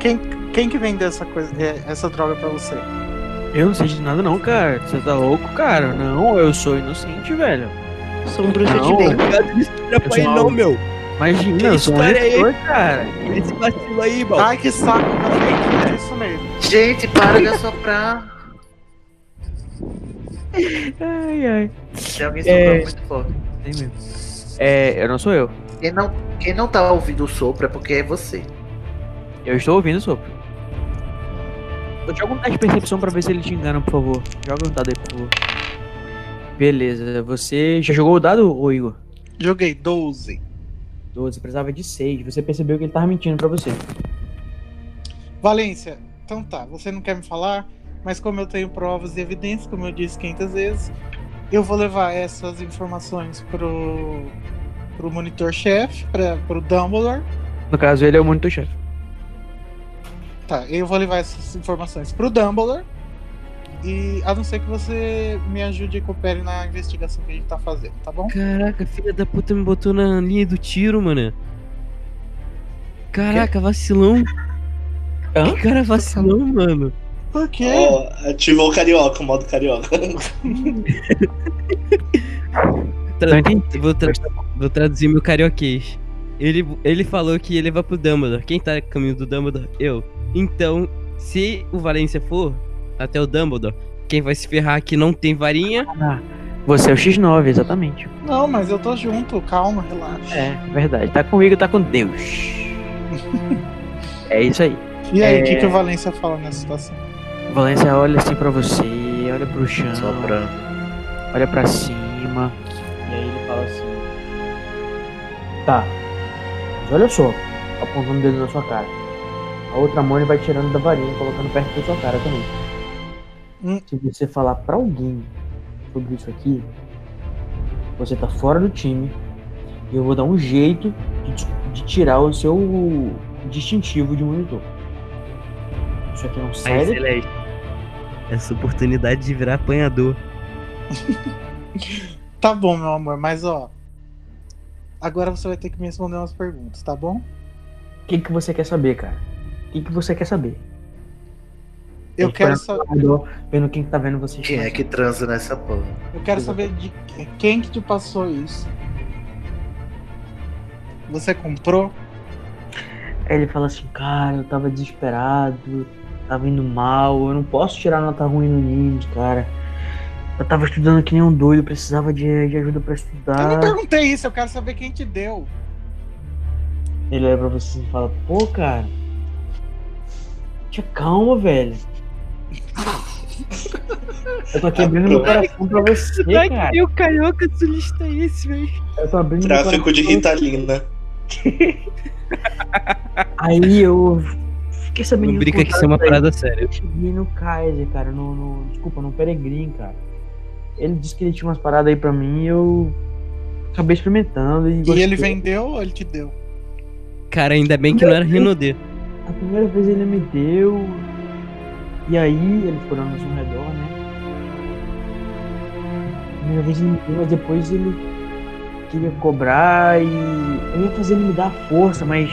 [SPEAKER 6] Quem, quem que vendeu essa, coisa, é, essa droga pra você?
[SPEAKER 1] Eu não sei de nada, não, cara. Você tá louco, cara? Não, eu sou inocente, velho.
[SPEAKER 3] Sou um bruxo de
[SPEAKER 1] Não.
[SPEAKER 3] bem.
[SPEAKER 1] Eu
[SPEAKER 15] Não,
[SPEAKER 1] sou uma-
[SPEAKER 15] não, meu.
[SPEAKER 1] Imagina,
[SPEAKER 15] Que
[SPEAKER 1] eu sou um
[SPEAKER 15] história é
[SPEAKER 1] editor, cara.
[SPEAKER 15] Esse vacilo aí, mal.
[SPEAKER 6] Ai, que saco, mas é isso mesmo.
[SPEAKER 5] Gente, para de assoprar.
[SPEAKER 1] Ai, ai.
[SPEAKER 5] Se alguém
[SPEAKER 1] É.
[SPEAKER 5] soprar muito forte.
[SPEAKER 1] Tem mesmo. É, eu não sou eu.
[SPEAKER 5] Quem não, quem não tá ouvindo o sopro é porque é você.
[SPEAKER 1] Eu estou ouvindo o sopro. Joga um teste de percepção pra ver se ele te engana, por favor. Joga um dado aí, por favor. Beleza, você já jogou o dado, ô Igor?
[SPEAKER 6] Joguei 12.
[SPEAKER 1] 12, precisava de 6. Você percebeu que ele tava mentindo pra você.
[SPEAKER 6] Valência, então tá, você não quer me falar, mas como eu tenho provas e evidências, como eu disse 500 vezes, eu vou levar essas informações pro, pro monitor-chefe, pra- pro Dumbledore.
[SPEAKER 1] No caso, ele é o monitor-chefe.
[SPEAKER 6] Tá, eu vou levar essas informações pro Dumbledore. E a não ser que você me ajude e coopere na investigação que a gente tá fazendo, tá bom?
[SPEAKER 4] Caraca, filha da puta me botou na linha do tiro, mano. Caraca, vacilão.
[SPEAKER 1] Hã?
[SPEAKER 4] Que cara vacilão, mano.
[SPEAKER 6] Por quê?
[SPEAKER 7] Ó, ativou o carioca, o modo carioca.
[SPEAKER 4] Tra-
[SPEAKER 1] Não entendi.
[SPEAKER 4] vou, tra- vou traduzir meu carioquês. Ele, ele falou que ia levar pro Dumbledore. Quem tá a caminho do Dumbledore? Eu. Então, se o Valência for até o Dumbledore, quem vai se ferrar que não tem varinha?
[SPEAKER 1] Você é o X9, exatamente.
[SPEAKER 6] Não, mas eu tô junto, calma, relaxa.
[SPEAKER 1] É, verdade. Tá comigo, tá com Deus. é isso aí.
[SPEAKER 6] E aí,
[SPEAKER 1] É.
[SPEAKER 6] o que, que o Valência fala nessa situação?
[SPEAKER 1] Valência olha assim pra você, olha pro chão,
[SPEAKER 5] Soprando.
[SPEAKER 1] olha pra cima. E aí ele fala assim: Tá, mas olha só, apontando o dedo na sua cara. A outra mão ele vai tirando da varinha e colocando perto da sua cara também.
[SPEAKER 6] Hum.
[SPEAKER 1] Se você falar pra alguém sobre isso aqui, você tá fora do time e eu vou dar um jeito de, ti- de tirar o seu distintivo de monitor. Isso aqui é um não sai
[SPEAKER 4] Aí,
[SPEAKER 1] daqui.
[SPEAKER 4] Celeste. Essa oportunidade de virar apanhador.
[SPEAKER 6] Tá bom, meu amor, mas ó. Agora você vai ter que me responder umas perguntas, tá bom?
[SPEAKER 1] O que, que você quer saber, cara? O que, que você quer saber? Tem
[SPEAKER 6] Eu
[SPEAKER 1] que
[SPEAKER 6] quero
[SPEAKER 1] parar
[SPEAKER 6] saber.
[SPEAKER 1] no corredor, Vendo quem que tá vendo vocês.
[SPEAKER 5] Quem é que transa nessa porra?
[SPEAKER 6] Eu quero saber de que- quem que te passou isso. Você comprou?
[SPEAKER 1] Aí ele fala assim, cara, eu tava desesperado, tava indo mal, eu não posso tirar nota ruim no NIMS, cara. Eu tava estudando que nem um doido, precisava de, de ajuda pra
[SPEAKER 6] Eu não
[SPEAKER 1] estudar.
[SPEAKER 6] perguntei isso, eu quero saber quem te deu.
[SPEAKER 1] Ele olha pra você e fala, pô, cara. Tinha calma, velho. Eu tô aqui abrindo meu coração pra você, cara.
[SPEAKER 18] Que o carioca sulista é esse, velho?
[SPEAKER 1] Eu tô abrindo meu
[SPEAKER 7] Tráfico de
[SPEAKER 1] coração.
[SPEAKER 7] Ritalina.
[SPEAKER 1] Aí eu fiquei sabendo. de um
[SPEAKER 4] Rubrica que
[SPEAKER 1] contato
[SPEAKER 4] isso é uma
[SPEAKER 1] daí.
[SPEAKER 4] parada séria.
[SPEAKER 1] Eu cheguei no Kaiser, cara, no, no- Desculpa, no Peregrin, cara. Ele disse que ele tinha umas paradas aí pra mim e eu acabei experimentando. E,
[SPEAKER 6] E
[SPEAKER 1] gostei.
[SPEAKER 6] ele vendeu ou ele te deu?
[SPEAKER 4] Cara, ainda bem que não era Renaudet.
[SPEAKER 1] A primeira vez ele me deu. E aí, ele ficou olhando assim ao redor, né? A primeira vez ele me deu, mas depois ele queria cobrar e. Eu ia fazer ele me dar força, mas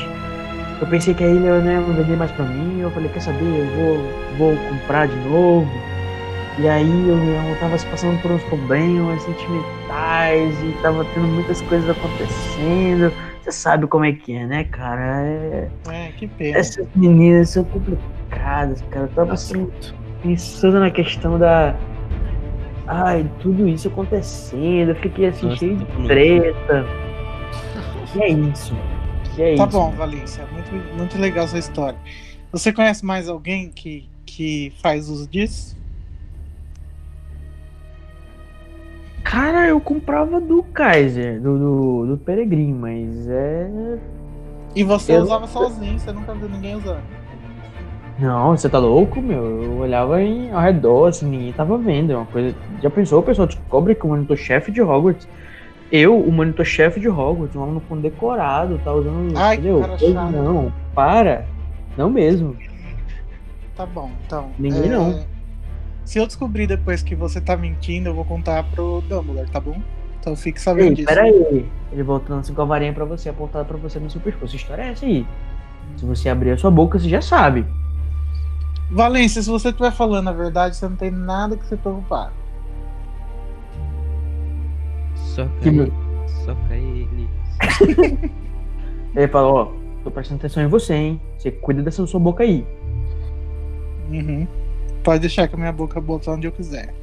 [SPEAKER 1] eu pensei que aí ele né, não vender mais pra mim. Eu falei, quer saber? Eu vou, vou comprar de novo. E aí eu, eu tava se passando por uns problemas sentimentais e tava tendo muitas coisas acontecendo. Você sabe como é que é, né, cara? É.
[SPEAKER 6] É, que pena.
[SPEAKER 1] Essas meninas são complicadas, cara. Eu tava assim, pensando na questão da. Ai, tudo isso acontecendo. Eu fiquei assim,
[SPEAKER 6] Nossa,
[SPEAKER 1] cheio
[SPEAKER 6] tá
[SPEAKER 1] de
[SPEAKER 6] bonito.
[SPEAKER 1] treta. Que é isso? Que é
[SPEAKER 6] tá
[SPEAKER 1] isso?
[SPEAKER 6] bom, Valência. Muito, muito legal sua história. Você conhece mais alguém que, que faz uso disso?
[SPEAKER 1] Cara, eu comprava do Kaiser, do, do, do Peregrin, mas é.
[SPEAKER 6] E você
[SPEAKER 1] Eu-
[SPEAKER 6] usava sozinho, você nunca viu ninguém usando.
[SPEAKER 1] Não, você tá louco, meu? Eu olhava em, ao redor, assim, ninguém tava vendo. É uma coisa. Já pensou, o pessoal descobre que o monitor-chefe de Hogwarts. Eu, o monitor-chefe de Hogwarts, um aluno condecorado, tá usando.
[SPEAKER 6] Ai, que cara
[SPEAKER 1] Pois
[SPEAKER 6] chato.
[SPEAKER 1] Não, para. Não mesmo.
[SPEAKER 6] Tá bom, então.
[SPEAKER 1] Ninguém
[SPEAKER 6] é,
[SPEAKER 1] não.
[SPEAKER 6] Se eu descobrir depois que você tá mentindo, eu vou contar pro Dumbledore, tá bom? Então fique sabendo
[SPEAKER 1] Ei,
[SPEAKER 6] disso.
[SPEAKER 1] peraí. Ele voltando assim com a varinha pra você, apontada pra você no seu pescoço. Essa história é essa aí. Se você abrir a sua boca, você já sabe.
[SPEAKER 6] Valência, se você estiver falando a verdade, você não tem nada que se preocupar.
[SPEAKER 4] Só
[SPEAKER 1] Que
[SPEAKER 4] cai.
[SPEAKER 1] meu-
[SPEAKER 4] Só cai ele.
[SPEAKER 1] Ele falou, ó, tô prestando atenção em você, hein? Você cuida dessa sua boca aí.
[SPEAKER 6] Uhum. Pode deixar que a minha boca bota onde eu quiser.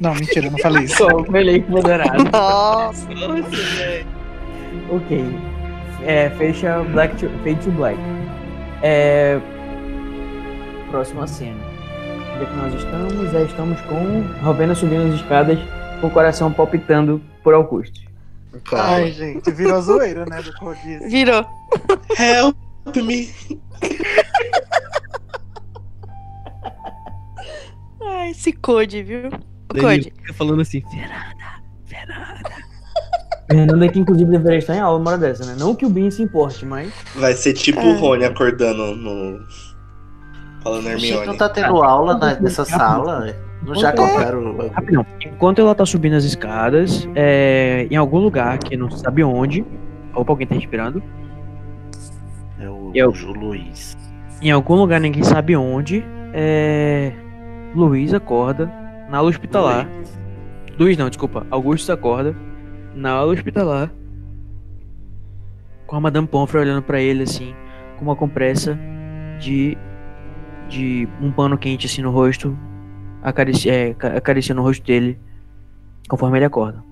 [SPEAKER 6] Não, mentira, eu não falei isso.
[SPEAKER 1] Sou melhor moderado.
[SPEAKER 3] Nossa,
[SPEAKER 1] Ok. É, fecha Black to, Fade to Black. É, próxima cena. Onde é que nós estamos? Já estamos com Rovena subindo as escadas, com o coração palpitando por Augusto.
[SPEAKER 5] Um
[SPEAKER 6] Ai, gente, virou zoeira, né? Do rodízio.
[SPEAKER 3] virou.
[SPEAKER 7] Help me.
[SPEAKER 3] Ai, esse Code, viu? O
[SPEAKER 4] Daí
[SPEAKER 3] Code.
[SPEAKER 4] ele fica falando assim,
[SPEAKER 1] Fernanda, que inclusive deveria estar em aula uma hora dessa, né? Não que o Bin se importe, mas.
[SPEAKER 7] Vai ser tipo o Rony acordando no. Falando
[SPEAKER 5] Gente,
[SPEAKER 7] Hermione.
[SPEAKER 5] não tá tendo aula na- nessa sala? Não já colocaram.
[SPEAKER 1] Rapidão. Enquanto ela tá subindo as escadas, é, em algum lugar que não se sabe onde. Opa, alguém tá respirando.
[SPEAKER 5] É o
[SPEAKER 1] Eu.
[SPEAKER 5] Ju Luiz.
[SPEAKER 1] Em algum lugar, ninguém sabe onde. É... Luiz acorda na ala hospitalar. Luiz não, desculpa. Augusto acorda na ala hospitalar. Com a Madame Pomfrey olhando pra ele assim, com uma compressa de de um pano quente assim no rosto, acarici é, ca- acariciando o rosto dele conforme ele acorda.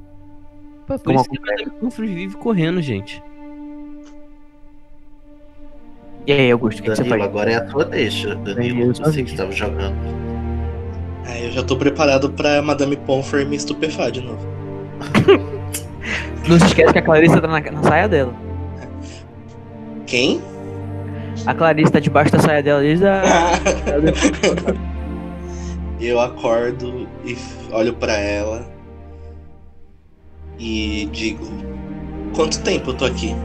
[SPEAKER 4] Pô, por
[SPEAKER 1] Como é?"
[SPEAKER 4] isso que a Madame Pomfrey vive correndo, gente.
[SPEAKER 1] E aí, Augusto, o que, que você
[SPEAKER 5] Danilo,
[SPEAKER 1] faz?
[SPEAKER 5] agora é a tua deixa. Danilo, você que estava jogando.
[SPEAKER 7] Ah, eu já tô preparado pra Madame Pomfrey me estupefar de novo.
[SPEAKER 1] Não se esquece que a Clarissa tá na, na saia dela.
[SPEAKER 7] Quem?
[SPEAKER 1] A Clarissa tá debaixo da saia dela desde a.
[SPEAKER 7] Eu acordo e f- olho pra ela e digo: Quanto tempo eu tô aqui?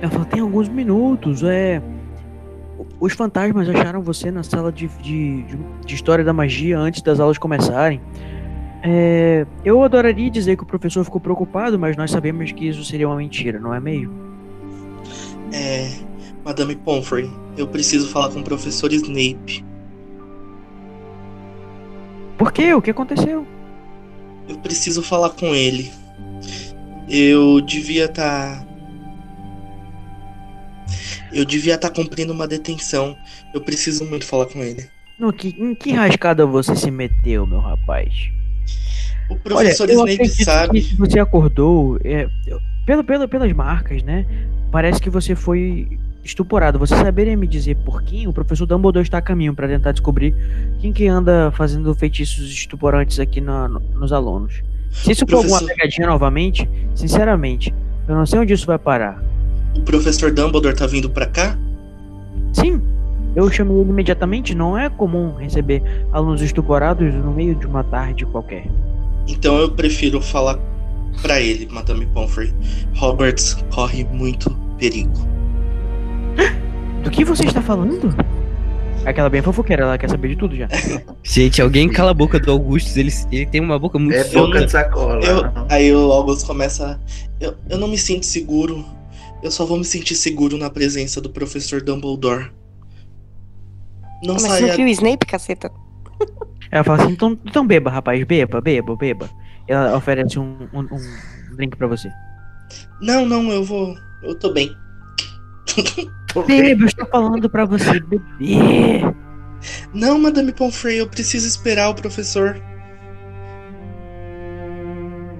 [SPEAKER 1] Ela fala, tem alguns minutos, é. Os fantasmas acharam você na sala de, de, de- de história da magia antes das aulas começarem. É, eu adoraria dizer que o professor ficou preocupado, mas nós sabemos que isso seria uma mentira, não é mesmo?
[SPEAKER 7] É. Madame Pomfrey, eu preciso falar com o professor Snape.
[SPEAKER 1] Por quê? O que aconteceu?
[SPEAKER 7] Eu preciso falar com ele. Eu devia estar. Eu devia estar cumprindo uma detenção. Eu preciso muito falar com ele.
[SPEAKER 1] No que, em que rascada você se meteu, meu rapaz?
[SPEAKER 7] O professor Snape
[SPEAKER 1] acredito
[SPEAKER 7] sabe.
[SPEAKER 1] que se você acordou, é, eu- pelo, pelo, pelas marcas, né? Parece que você foi estuporado. Você saberia me dizer por quem? O professor Dumbledore está a caminho para tentar descobrir quem que anda fazendo feitiços estuporantes aqui na- no- nos alunos. Se isso
[SPEAKER 7] O
[SPEAKER 1] for alguma
[SPEAKER 7] professor-
[SPEAKER 1] pegadinha novamente, sinceramente, eu não sei onde isso vai parar.
[SPEAKER 7] O professor Dumbledore tá vindo pra cá?
[SPEAKER 1] Sim, eu chamei ele imediatamente. Não é comum receber alunos estuporados no meio de uma tarde qualquer.
[SPEAKER 7] Então eu prefiro falar pra ele, Madame Pomfrey. Roberts corre muito perigo.
[SPEAKER 1] Do que você está falando? É Aquela bem fofoqueira, ela quer saber de tudo já.
[SPEAKER 4] Gente, alguém cala a boca do Augustus, ele, ele tem uma boca muito
[SPEAKER 7] É boca de
[SPEAKER 4] sacola.
[SPEAKER 7] Eu-
[SPEAKER 5] Uhum.
[SPEAKER 7] aí o August começa. Eu, eu não me sinto seguro. Eu só vou me sentir seguro na presença do professor Dumbledore. Não
[SPEAKER 3] Mas você
[SPEAKER 7] saia.
[SPEAKER 3] não viu o Snape, caceta?
[SPEAKER 1] Ela fala assim, então, então beba, rapaz, beba, beba, beba. Ela oferece um, um, um drink pra você.
[SPEAKER 7] Não, não, eu vou. Eu tô bem. Tô bem.
[SPEAKER 1] Beba, eu estou falando pra você beber.
[SPEAKER 7] Não, Madame Pomfrey, eu preciso esperar o professor.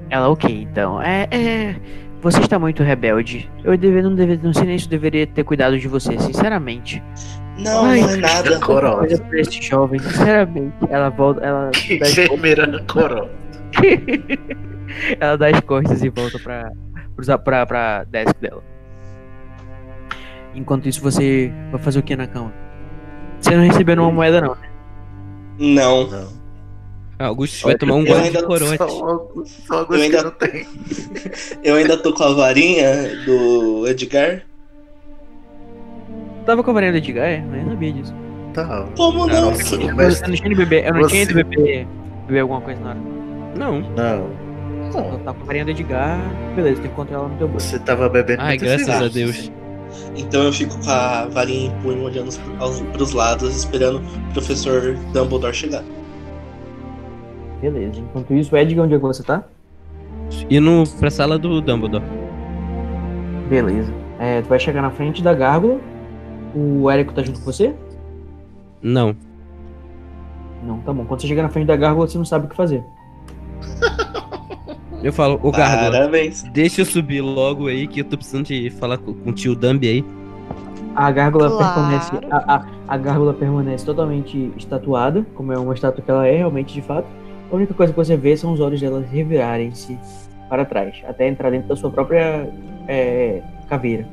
[SPEAKER 1] Ela, ok, então. É, é. Você está muito rebelde. Eu deve, não, deve, não sei nem se eu deveria ter cuidado de você, sinceramente.
[SPEAKER 7] Não,
[SPEAKER 1] Ai,
[SPEAKER 7] não é nada.
[SPEAKER 1] Olha pra esse jovem, sinceramente. Ela volta. Ela dá as
[SPEAKER 5] Enfermeira
[SPEAKER 1] costas-
[SPEAKER 5] rancorosa.
[SPEAKER 1] ela dá as costas e volta pra, pra, pra, pra desk dela. Enquanto isso, você vai fazer o que na cama? Você não recebeu nenhuma moeda, não, né?
[SPEAKER 7] Não.
[SPEAKER 4] Augustus vai tomar um
[SPEAKER 7] Eu
[SPEAKER 4] gole
[SPEAKER 7] ainda,
[SPEAKER 4] de corote.
[SPEAKER 7] eu, ainda... eu ainda tô com a varinha do Edgar.
[SPEAKER 1] Tava com a varinha do Edgar, é? Eu nem sabia disso.
[SPEAKER 5] Tá.
[SPEAKER 7] Como
[SPEAKER 1] não? eu,
[SPEAKER 5] mas-
[SPEAKER 1] eu não tinha ido beber, eu não
[SPEAKER 5] você-
[SPEAKER 1] tinha ido beber, beber alguma coisa na hora. Não.
[SPEAKER 5] Não.
[SPEAKER 1] Ela tá com a varinha do Edgar, beleza, tu encontra ela no teu bolso.
[SPEAKER 5] Você tava bebendo
[SPEAKER 4] Ai,
[SPEAKER 5] muitos
[SPEAKER 4] graças a
[SPEAKER 5] cigarros.
[SPEAKER 4] Deus.
[SPEAKER 7] Então eu fico com a varinha em punho olhando aos, pros lados, esperando o professor Dumbledore chegar.
[SPEAKER 14] Beleza. Enquanto isso, Edgar, onde é que você tá?
[SPEAKER 4] Indo pra sala do Dumbledore.
[SPEAKER 14] Beleza. É, tu vai chegar na frente da gárgula. O Érico tá junto com você?
[SPEAKER 4] Não.
[SPEAKER 14] Não, tá bom. Quando você chegar na frente da gárgula, você não sabe o que fazer.
[SPEAKER 4] Eu falo, ô Gárgula,
[SPEAKER 7] Parabéns.
[SPEAKER 4] deixa eu subir logo aí que eu tô precisando de falar com, com o tio Dumb aí.
[SPEAKER 14] A gárgula
[SPEAKER 3] Claro.
[SPEAKER 14] permanece. A, a, a gárgula permanece totalmente estatuada, como é uma estátua que ela é realmente de fato. A única coisa que você vê são os olhos dela revirarem-se para trás, até entrar dentro da sua própria é, caveira.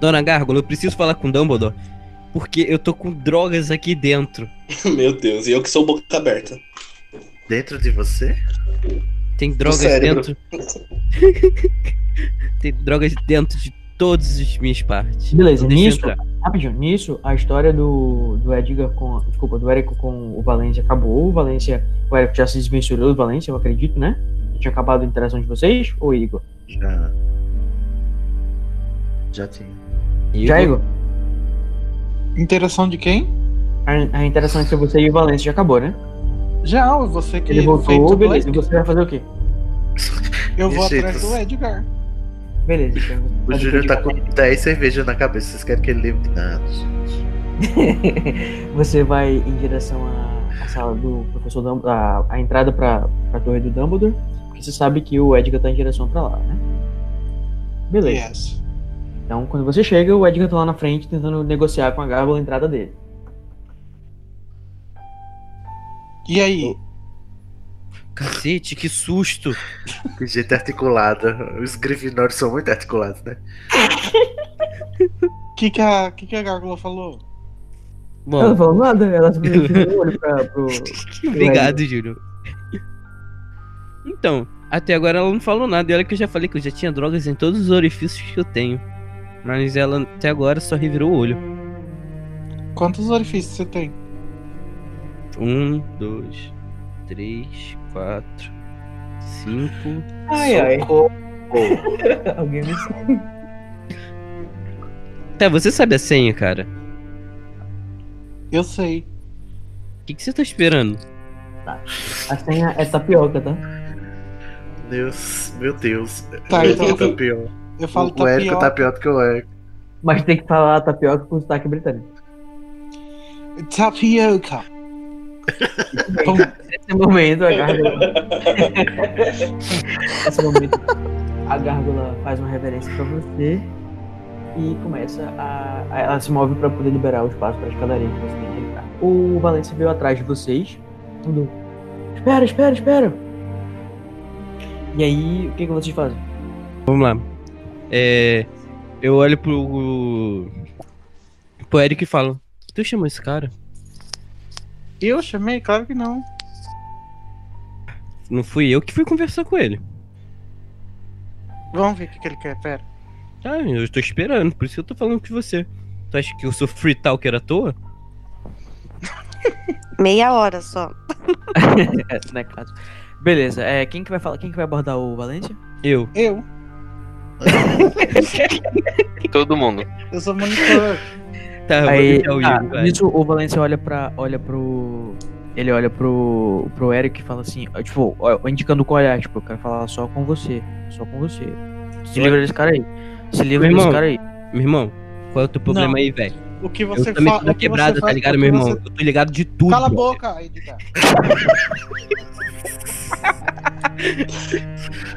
[SPEAKER 4] Dona Gárgula, eu preciso falar com o Dumbledore. Porque eu tô com drogas aqui dentro.
[SPEAKER 7] Meu Deus, e eu que sou boca aberta.
[SPEAKER 5] Dentro de você?
[SPEAKER 4] Tem drogas
[SPEAKER 5] cérebro.
[SPEAKER 4] dentro. Tem drogas dentro de todas as minhas partes.
[SPEAKER 14] Beleza,
[SPEAKER 4] Não deixa
[SPEAKER 14] nisso,
[SPEAKER 4] entrar.
[SPEAKER 14] rapidinho, nisso, a história do, do Edgar com. Desculpa, do Érico com o Valência acabou. O Valência. O Érico já se desmensurou do Valência, eu acredito, né? Já tinha acabado a interação de vocês, ou Igor?
[SPEAKER 5] Já. Já tinha.
[SPEAKER 14] Já, Igor?
[SPEAKER 6] Interação de quem?
[SPEAKER 14] A, a interação entre você e o Valência já acabou, né?
[SPEAKER 6] Já, é você que
[SPEAKER 14] Ele
[SPEAKER 6] fez
[SPEAKER 14] voltou,
[SPEAKER 6] tudo
[SPEAKER 14] beleza. E
[SPEAKER 6] isso.
[SPEAKER 14] você vai fazer o quê?
[SPEAKER 6] Eu vou
[SPEAKER 5] Esse-
[SPEAKER 6] atrás do Edgar.
[SPEAKER 14] Beleza, então.
[SPEAKER 5] O
[SPEAKER 14] Faz
[SPEAKER 5] Júlio
[SPEAKER 14] que
[SPEAKER 5] tá com 10 cervejas na cabeça. Vocês querem que ele lembre de nada?
[SPEAKER 14] Você vai em direção à, à sala do professor Dumbledore, a, a entrada pra, pra torre do Dumbledore, porque você sabe que o Edgar tá em direção pra lá, né? Beleza.
[SPEAKER 5] É.
[SPEAKER 6] Yes.
[SPEAKER 14] Então, quando você chega, o Edgar tá lá na frente tentando negociar com a Gárgula a entrada dele.
[SPEAKER 6] E aí?
[SPEAKER 4] Cacete, que susto.
[SPEAKER 5] Que jeito articulado. Os Grifinórios são muito articulados, né?
[SPEAKER 6] O que, que, a, que, que a Gárgula falou?
[SPEAKER 14] Ela
[SPEAKER 4] Bom,
[SPEAKER 14] não falou nada, ela simplesmente virou o olho pra, pro.
[SPEAKER 4] obrigado, Júlio. Então, até agora ela não falou nada. E olha que eu já falei que eu já tinha drogas em todos os orifícios que eu tenho. Mas ela até agora só revirou o olho.
[SPEAKER 6] Quantos orifícios você tem?
[SPEAKER 4] Um, dois, três, quatro, Cinco.
[SPEAKER 19] Ai, ai.
[SPEAKER 4] Socorro.
[SPEAKER 19] Alguém me
[SPEAKER 4] Tá, você sabe a senha, cara.
[SPEAKER 6] Eu sei.
[SPEAKER 4] O que, que você tá esperando?
[SPEAKER 19] A senha é tapioca, tá?
[SPEAKER 5] Deus, meu Deus.
[SPEAKER 19] Tá,
[SPEAKER 5] Meu
[SPEAKER 19] então
[SPEAKER 5] Deus,
[SPEAKER 19] eu-
[SPEAKER 5] tá pior.
[SPEAKER 6] eu falo
[SPEAKER 5] o, o Érico
[SPEAKER 6] tapioca.
[SPEAKER 5] tá pior do que o Érico.
[SPEAKER 19] Mas tem que falar tapioca com sotaque britânico.
[SPEAKER 5] tá-
[SPEAKER 6] Tapioca.
[SPEAKER 19] Nesse é momento, a gárgula. Nesse momento, a gárgula faz uma reverência pra você e começa a. a- Ela se move pra poder liberar o espaço pra escadaria que você tem que entrar. O Valência veio atrás de vocês. Tudo. Espera, espera, espera! E aí, o que, que vocês fazem?
[SPEAKER 4] Vamos lá. É, eu olho pro. pro Eric e falo: Tu chamou esse cara?
[SPEAKER 6] Eu chamei? Claro que não.
[SPEAKER 4] Não fui eu que fui conversar com ele.
[SPEAKER 6] Vamos ver o que, que ele quer, pera.
[SPEAKER 4] Ah, eu estou esperando, por isso que eu tô falando com você. Tu acha que eu sou free talker à toa?
[SPEAKER 3] Meia hora só.
[SPEAKER 1] É, né, caso. Beleza, é, quem que vai falar? Quem que vai abordar o Valência?
[SPEAKER 4] Eu.
[SPEAKER 6] Eu.
[SPEAKER 8] Todo mundo.
[SPEAKER 6] Eu sou monitor.
[SPEAKER 4] Tá,
[SPEAKER 1] eu
[SPEAKER 4] eu
[SPEAKER 1] Aí,
[SPEAKER 4] vou deixar o
[SPEAKER 1] tá,
[SPEAKER 4] Yuri, vai.
[SPEAKER 1] nisso o Valencia olha pra. olha pro. Ele olha pro. pro Eric e fala assim, ó, tipo, ó, indicando com o olhar, tipo, eu quero falar só com você. Só com você. Se
[SPEAKER 4] Oi?
[SPEAKER 1] livra desse cara aí. Se livra
[SPEAKER 4] Meu
[SPEAKER 1] desse
[SPEAKER 4] irmão,
[SPEAKER 1] cara aí.
[SPEAKER 4] Meu irmão, qual é o teu problema
[SPEAKER 6] Não.
[SPEAKER 4] aí, velho?
[SPEAKER 6] O que você
[SPEAKER 4] eu também
[SPEAKER 6] fa-
[SPEAKER 4] tô na
[SPEAKER 6] o que você
[SPEAKER 4] quebrada, tá
[SPEAKER 6] faz-
[SPEAKER 4] ligado,
[SPEAKER 6] o que
[SPEAKER 4] meu irmão?
[SPEAKER 6] você-
[SPEAKER 4] Eu tô ligado de tudo.
[SPEAKER 6] Cala a
[SPEAKER 4] brother.
[SPEAKER 6] boca, Edgar.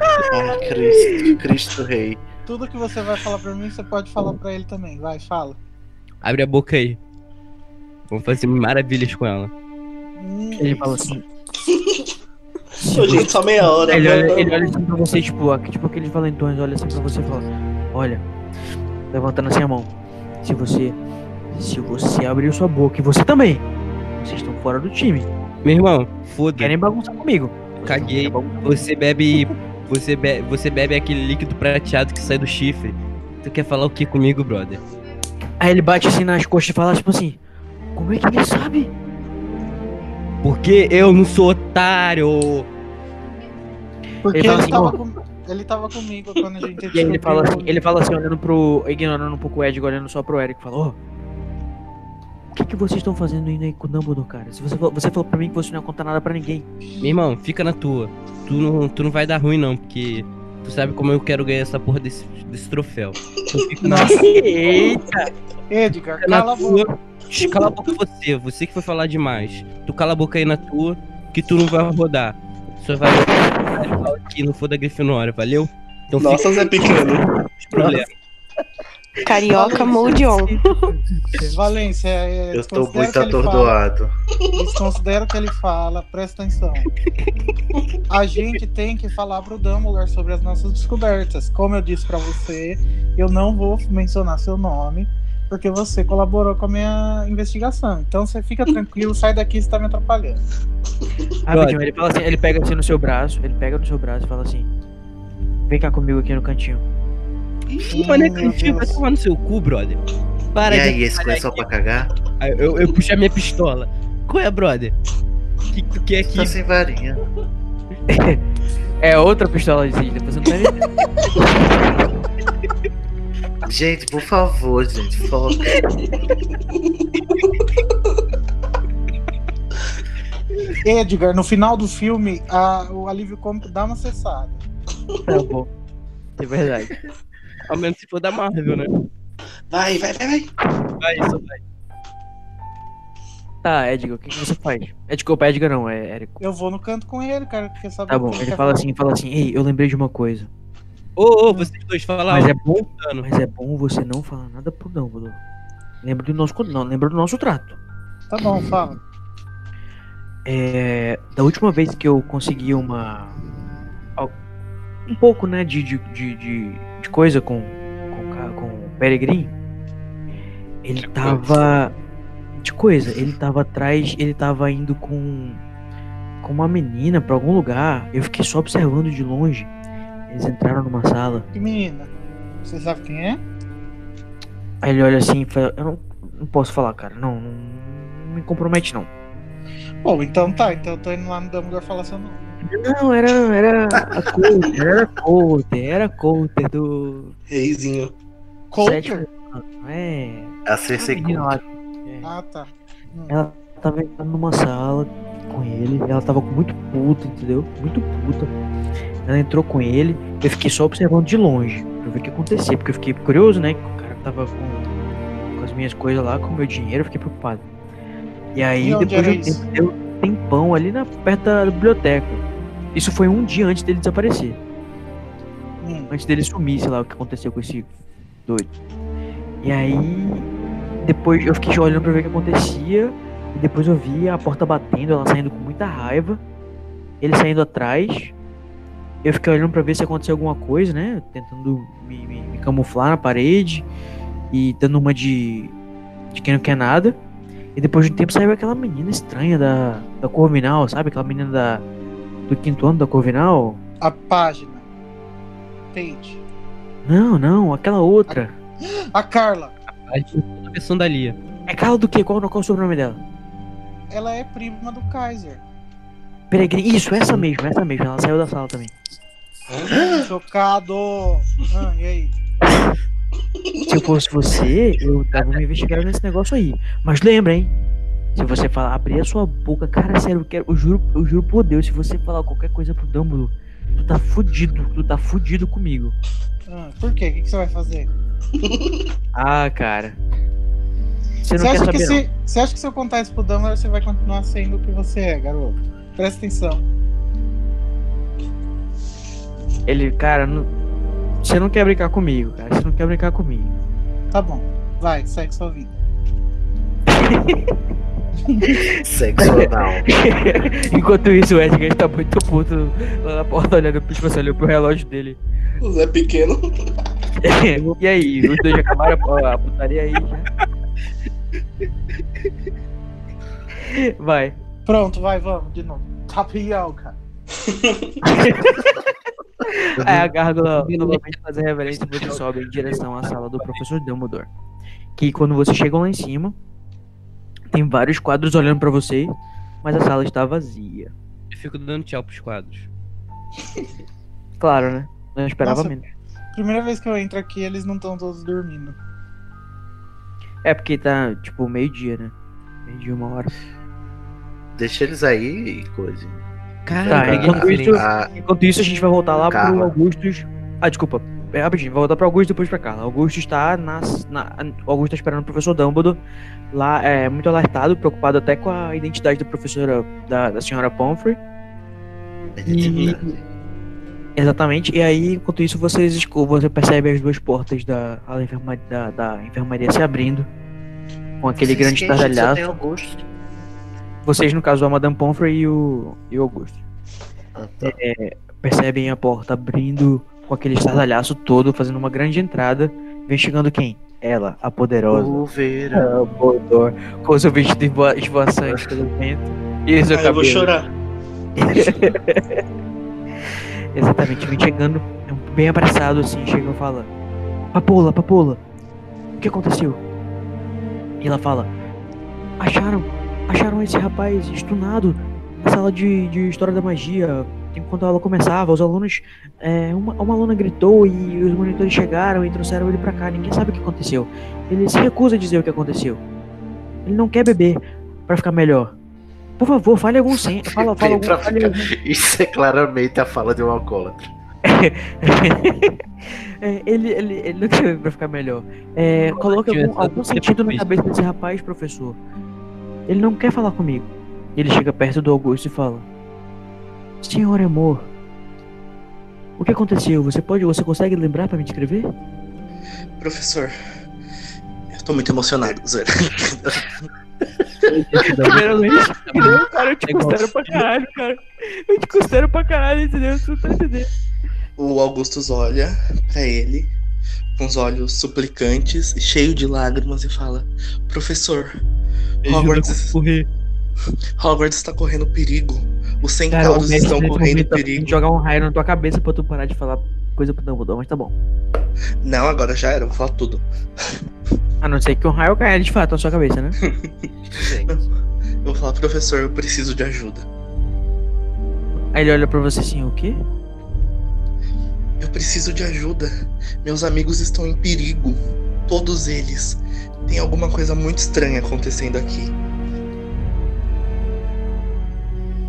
[SPEAKER 5] Ai, Ah, Cristo, Cristo Rei.
[SPEAKER 6] Tudo que você vai falar pra mim, você pode falar pra ele também. Vai, fala.
[SPEAKER 4] Abre a boca aí. Vamos fazer maravilhas com ela.
[SPEAKER 6] Hum.
[SPEAKER 1] Ele fala assim.
[SPEAKER 7] Ô, gente, tá só meia hora. né?
[SPEAKER 1] Ele
[SPEAKER 7] vai,
[SPEAKER 1] olha,
[SPEAKER 7] vai.
[SPEAKER 1] ele olha assim pra você, tipo, aqu- tipo aqueles valentões, olha assim pra você e fala, olha, levantando assim a mão. Se você. Se você abrir sua boca e você também, vocês estão fora do time.
[SPEAKER 4] Meu irmão, foda
[SPEAKER 1] Querem bagunçar comigo.
[SPEAKER 4] Caguei. Você bebe. Você, be, você bebe aquele líquido prateado que sai do chifre. Tu quer falar o que comigo, brother?
[SPEAKER 1] Aí ele bate assim nas costas e fala, tipo assim, como é que ele sabe?
[SPEAKER 4] Porque eu não sou otário!
[SPEAKER 6] Porque
[SPEAKER 1] Ele
[SPEAKER 6] ele,
[SPEAKER 1] fala assim,
[SPEAKER 6] tava
[SPEAKER 1] ó.
[SPEAKER 6] com- ele tava comigo quando a gente
[SPEAKER 1] E aí ele
[SPEAKER 6] descobriu-
[SPEAKER 1] fala assim, ele fala assim, olhando pro. ignorando um pouco o Edgar, olhando só pro Eric, fala, ó. o que, que vocês estão fazendo indo aí com o Dumbledore, cara? Se você, falou- você falou pra mim que você não ia contar nada pra ninguém.
[SPEAKER 4] Meu irmão, fica na tua. Tu não, tu não vai dar ruim, não, porque tu sabe como eu quero ganhar essa porra desse, desse troféu. Então fica na,
[SPEAKER 6] Nossa.
[SPEAKER 1] Eita!
[SPEAKER 6] Edgar,
[SPEAKER 4] fica na
[SPEAKER 6] cala a boca.
[SPEAKER 4] tua. Shh, Cala a boca você, você que foi falar demais. Tu cala a boca aí na tua, que tu não vai rodar. Só vai que não for da Grifinória, valeu? Então
[SPEAKER 7] Nossa,
[SPEAKER 4] fica
[SPEAKER 7] Zé Pequeno.
[SPEAKER 4] com os problemas.
[SPEAKER 3] Carioca mode on.
[SPEAKER 6] Valência, é,
[SPEAKER 5] Eu tô muito
[SPEAKER 6] desconsidera o que ele fala.
[SPEAKER 5] atordoado.
[SPEAKER 6] Desconsidera o que ele fala, presta atenção. A gente tem que falar pro Dumbledore sobre as nossas descobertas. Como eu disse pra você, eu não vou mencionar seu nome, porque você colaborou com a minha investigação. Então você fica tranquilo, sai daqui, você tá me atrapalhando.
[SPEAKER 1] Rapidinho, ele fala assim, ele pega assim no seu braço, ele pega no seu braço e fala assim. Vem cá comigo aqui no cantinho.
[SPEAKER 4] Ih, Mano, é cantinho, vai tomar no seu cu, brother. Para
[SPEAKER 5] e
[SPEAKER 4] de.
[SPEAKER 5] aí, esse coisa só pra cagar?
[SPEAKER 4] Aí Eu, eu puxei a minha pistola. Qual é, brother? O que que tu quer aqui?
[SPEAKER 5] Tá sem varinha.
[SPEAKER 1] É outra pistola de sigla, você não tá nem-
[SPEAKER 5] Gente, por favor, gente, foca.
[SPEAKER 6] Edgar, no final do filme, a- o alívio cômico dá uma cessada.
[SPEAKER 1] Tá bom. É verdade.
[SPEAKER 4] Ao menos se for da Marvel, né?
[SPEAKER 7] Vai, vai, vai, vai.
[SPEAKER 4] Vai, só vai.
[SPEAKER 1] Tá, Edgar, o que, que você faz? É, desculpa, Edgar não, é Érico.
[SPEAKER 6] Eu vou no canto com ele, cara, porque sabe
[SPEAKER 1] Tá
[SPEAKER 6] o que
[SPEAKER 1] bom,
[SPEAKER 6] ele
[SPEAKER 1] ele
[SPEAKER 6] quer
[SPEAKER 1] fala
[SPEAKER 6] falar.
[SPEAKER 1] assim, fala assim, ei, eu lembrei de uma coisa.
[SPEAKER 4] Ô, ô, vocês dois, fala lá.
[SPEAKER 1] Mas
[SPEAKER 4] ó.
[SPEAKER 1] é bom
[SPEAKER 4] Dano.
[SPEAKER 1] Mas é bom você não falar nada pro Dumbledore. Lembra do nosso, não, lembra do nosso trato.
[SPEAKER 6] Tá bom, fala.
[SPEAKER 1] É, da última vez que eu consegui uma. al- Um pouco, né, de, de, de, de- de coisa com, com, o ca- com o Peregrin, ele tava. De coisa, ele tava atrás, ele tava indo com. com uma menina pra algum lugar. Eu fiquei só observando de longe. Eles entraram numa sala.
[SPEAKER 6] Que menina? Você sabe quem é?
[SPEAKER 1] Aí ele olha assim e fala: Eu não, não posso falar, cara. Não, não, não me compromete, não.
[SPEAKER 6] Bom, então tá, então eu tô indo lá no Dumbledore falar seu nome.
[SPEAKER 1] Não, era, era a Coulter, era a Coulter, era a Coulter do.
[SPEAKER 7] Reizinho.
[SPEAKER 1] Coulter? É.
[SPEAKER 5] A Cersei
[SPEAKER 1] menina lá.
[SPEAKER 11] Ah, tá.
[SPEAKER 1] Ela tava entrando numa sala com ele, ela tava muito puta, entendeu? Muito puta. Ela entrou com ele, eu fiquei só observando de longe, pra ver o que acontecia, porque eu fiquei curioso, né? O cara tava com, com as minhas coisas lá, com o meu dinheiro, eu fiquei preocupado. E aí,
[SPEAKER 11] E onde
[SPEAKER 1] depois
[SPEAKER 11] era
[SPEAKER 1] de um
[SPEAKER 11] isso?
[SPEAKER 1] tempo, deu um tempão ali na, perto da biblioteca. Isso foi um dia antes dele desaparecer.
[SPEAKER 11] Hum.
[SPEAKER 1] Antes dele sumir, sei lá, o que aconteceu com esse doido. E aí, depois eu fiquei olhando pra ver o que acontecia. E depois eu vi a porta batendo, ela saindo com muita raiva. Ele saindo atrás. Eu fiquei olhando pra ver se aconteceu alguma coisa, né? Tentando me, me- me camuflar na parede. E dando uma de. de quem não quer nada. E depois de um tempo saiu aquela menina estranha da, da Corvinal, sabe? Aquela menina da, do quinto ano da Corvinal.
[SPEAKER 11] A página. Page.
[SPEAKER 1] Não, não, aquela outra.
[SPEAKER 11] A Carla.
[SPEAKER 4] é um
[SPEAKER 1] A versão da Lia. É Carla do quê? Qual, qual o sobrenome dela?
[SPEAKER 11] Ela é prima do Kaiser.
[SPEAKER 1] Peregrina. Isso, essa mesmo, essa mesmo. Ela saiu da sala também.
[SPEAKER 11] Chocado. Ah, e aí?
[SPEAKER 1] Se eu fosse você, eu tava me investigando nesse negócio aí. Mas lembra, hein? Se você falar, abrir a sua boca, cara, sério, eu, quero, eu juro, eu juro por Deus, se você falar qualquer coisa pro Dumbledore, tu tá fudido, tu tá fudido comigo.
[SPEAKER 11] Ah, por quê? O que, que você vai fazer?
[SPEAKER 1] Ah, cara. Você não quer
[SPEAKER 11] Você acha,
[SPEAKER 1] saber,
[SPEAKER 11] que
[SPEAKER 1] não.
[SPEAKER 11] se, você acha que se eu contar isso pro Dumbledore, você vai continuar sendo o que você é, garoto? Presta atenção.
[SPEAKER 1] Ele, cara, não- você não quer brincar comigo, cara. Você não quer brincar comigo.
[SPEAKER 11] Tá bom. Vai, segue sua vida.
[SPEAKER 5] Sexo anal.
[SPEAKER 1] Enquanto isso, o Edgar tá muito puto lá na porta olhando pro tipo assim, olhou pro relógio dele.
[SPEAKER 7] O Zé Pequeno.
[SPEAKER 1] e aí, os dois já acabaram a a putaria aí já. Vai.
[SPEAKER 11] Pronto, vai, vamos, de novo. Tá Tapioca.
[SPEAKER 1] Aí
[SPEAKER 4] É,
[SPEAKER 1] a gárgula novamente faz a reverência e você sobe em direção à sala do professor Dumbledore. Que quando vocês chegam lá em cima, tem vários quadros olhando pra vocês, mas a sala está vazia.
[SPEAKER 4] Eu fico dando tchau pros quadros.
[SPEAKER 1] Claro, né? Não esperava
[SPEAKER 11] Nossa.
[SPEAKER 1] menos.
[SPEAKER 11] Primeira vez que eu entro aqui, eles não estão todos dormindo.
[SPEAKER 1] É porque tá, tipo, meio-dia, né? Meio-dia, uma hora.
[SPEAKER 5] Deixa eles aí e coisa. Então,
[SPEAKER 1] Tá, enquanto isso,
[SPEAKER 5] Ah,
[SPEAKER 1] enquanto isso a gente vai voltar lá
[SPEAKER 5] Carla.
[SPEAKER 1] pro Augustus. Ah, desculpa. É rapidinho, vai voltar pro Augusto e depois pra Carla. Augusto está nas, na. O Augusto tá esperando o professor Dumbledore lá, é, muito alertado, preocupado até com a identidade da professora, da, da senhora Pomfrey. E, exatamente, e aí, enquanto isso, vocês, esco- você percebe as duas portas da, da, enferma- da, da enfermaria se abrindo com aquele grande estardalhaço. Vocês, no caso, a Madame Pomfrey e o, e o Augusto.
[SPEAKER 5] Ah, tá.
[SPEAKER 1] É, percebem a porta abrindo com aquele estardalhaço todo, fazendo uma grande entrada. Vem chegando quem? Ela, a poderosa.
[SPEAKER 5] O verão.
[SPEAKER 1] Dumbledore, com seu vestido esvoa- esvoaçante pelo vento. E seu
[SPEAKER 7] Ah, eu vou
[SPEAKER 1] cabelo.
[SPEAKER 7] chorar.
[SPEAKER 1] Exatamente, vem chegando, bem abraçado assim, chega e fala: Papola, Papola, o que aconteceu? E ela fala: Acharam, acharam esse rapaz estunado na sala de, de História da Magia. Enquanto a aula começava, os alunos. é, uma, uma aluna gritou e os monitores chegaram e trouxeram ele pra cá. Ninguém sabe o que aconteceu. Ele se recusa a dizer o que aconteceu. Ele não quer beber pra ficar melhor. Por favor, fale algum sen Fala, fala algum,
[SPEAKER 5] Pra
[SPEAKER 1] fale algum
[SPEAKER 5] ficar- Isso é claramente a fala de um alcoólatra.
[SPEAKER 1] É, ele, ele, ele não quer pra ficar melhor. É, coloque
[SPEAKER 4] tivesse
[SPEAKER 1] algum,
[SPEAKER 4] dado
[SPEAKER 1] algum
[SPEAKER 4] tempo
[SPEAKER 1] sentido na
[SPEAKER 4] isso.
[SPEAKER 1] cabeça desse rapaz, professor. Ele não quer falar comigo. Ele chega perto do Augusto e fala: Senhor amor, o que aconteceu? Você pode, você consegue lembrar pra me descrever?
[SPEAKER 7] Professor, eu tô muito emocionado, Zé.
[SPEAKER 1] Primeiramente, entendeu? cara, eu te
[SPEAKER 4] É igual.
[SPEAKER 1] considero pra caralho, cara. Eu te considero pra caralho, entendeu? Tu tá entendendo?
[SPEAKER 7] O Augustus olha pra ele com os olhos suplicantes e cheio de lágrimas e fala: Professor, Hogwarts, Hogwarts está correndo perigo. Os
[SPEAKER 1] Cara, o
[SPEAKER 7] centauros
[SPEAKER 1] mestre
[SPEAKER 7] estão
[SPEAKER 1] nesse
[SPEAKER 7] correndo
[SPEAKER 1] momento tá
[SPEAKER 7] perigo.
[SPEAKER 1] querendo jogar um raio na tua cabeça pra tu parar de falar coisa pro Dumbledore, mas tá bom.
[SPEAKER 7] Não, agora já era, eu vou falar tudo.
[SPEAKER 1] A não ser que um raio caia de fato na sua cabeça, né?
[SPEAKER 7] Eu vou falar: Professor, eu preciso de ajuda.
[SPEAKER 1] Aí Aí ele olha pra você assim, o quê?
[SPEAKER 7] Eu preciso de ajuda. Meus amigos estão em perigo. Todos eles. Tem alguma coisa muito estranha acontecendo aqui.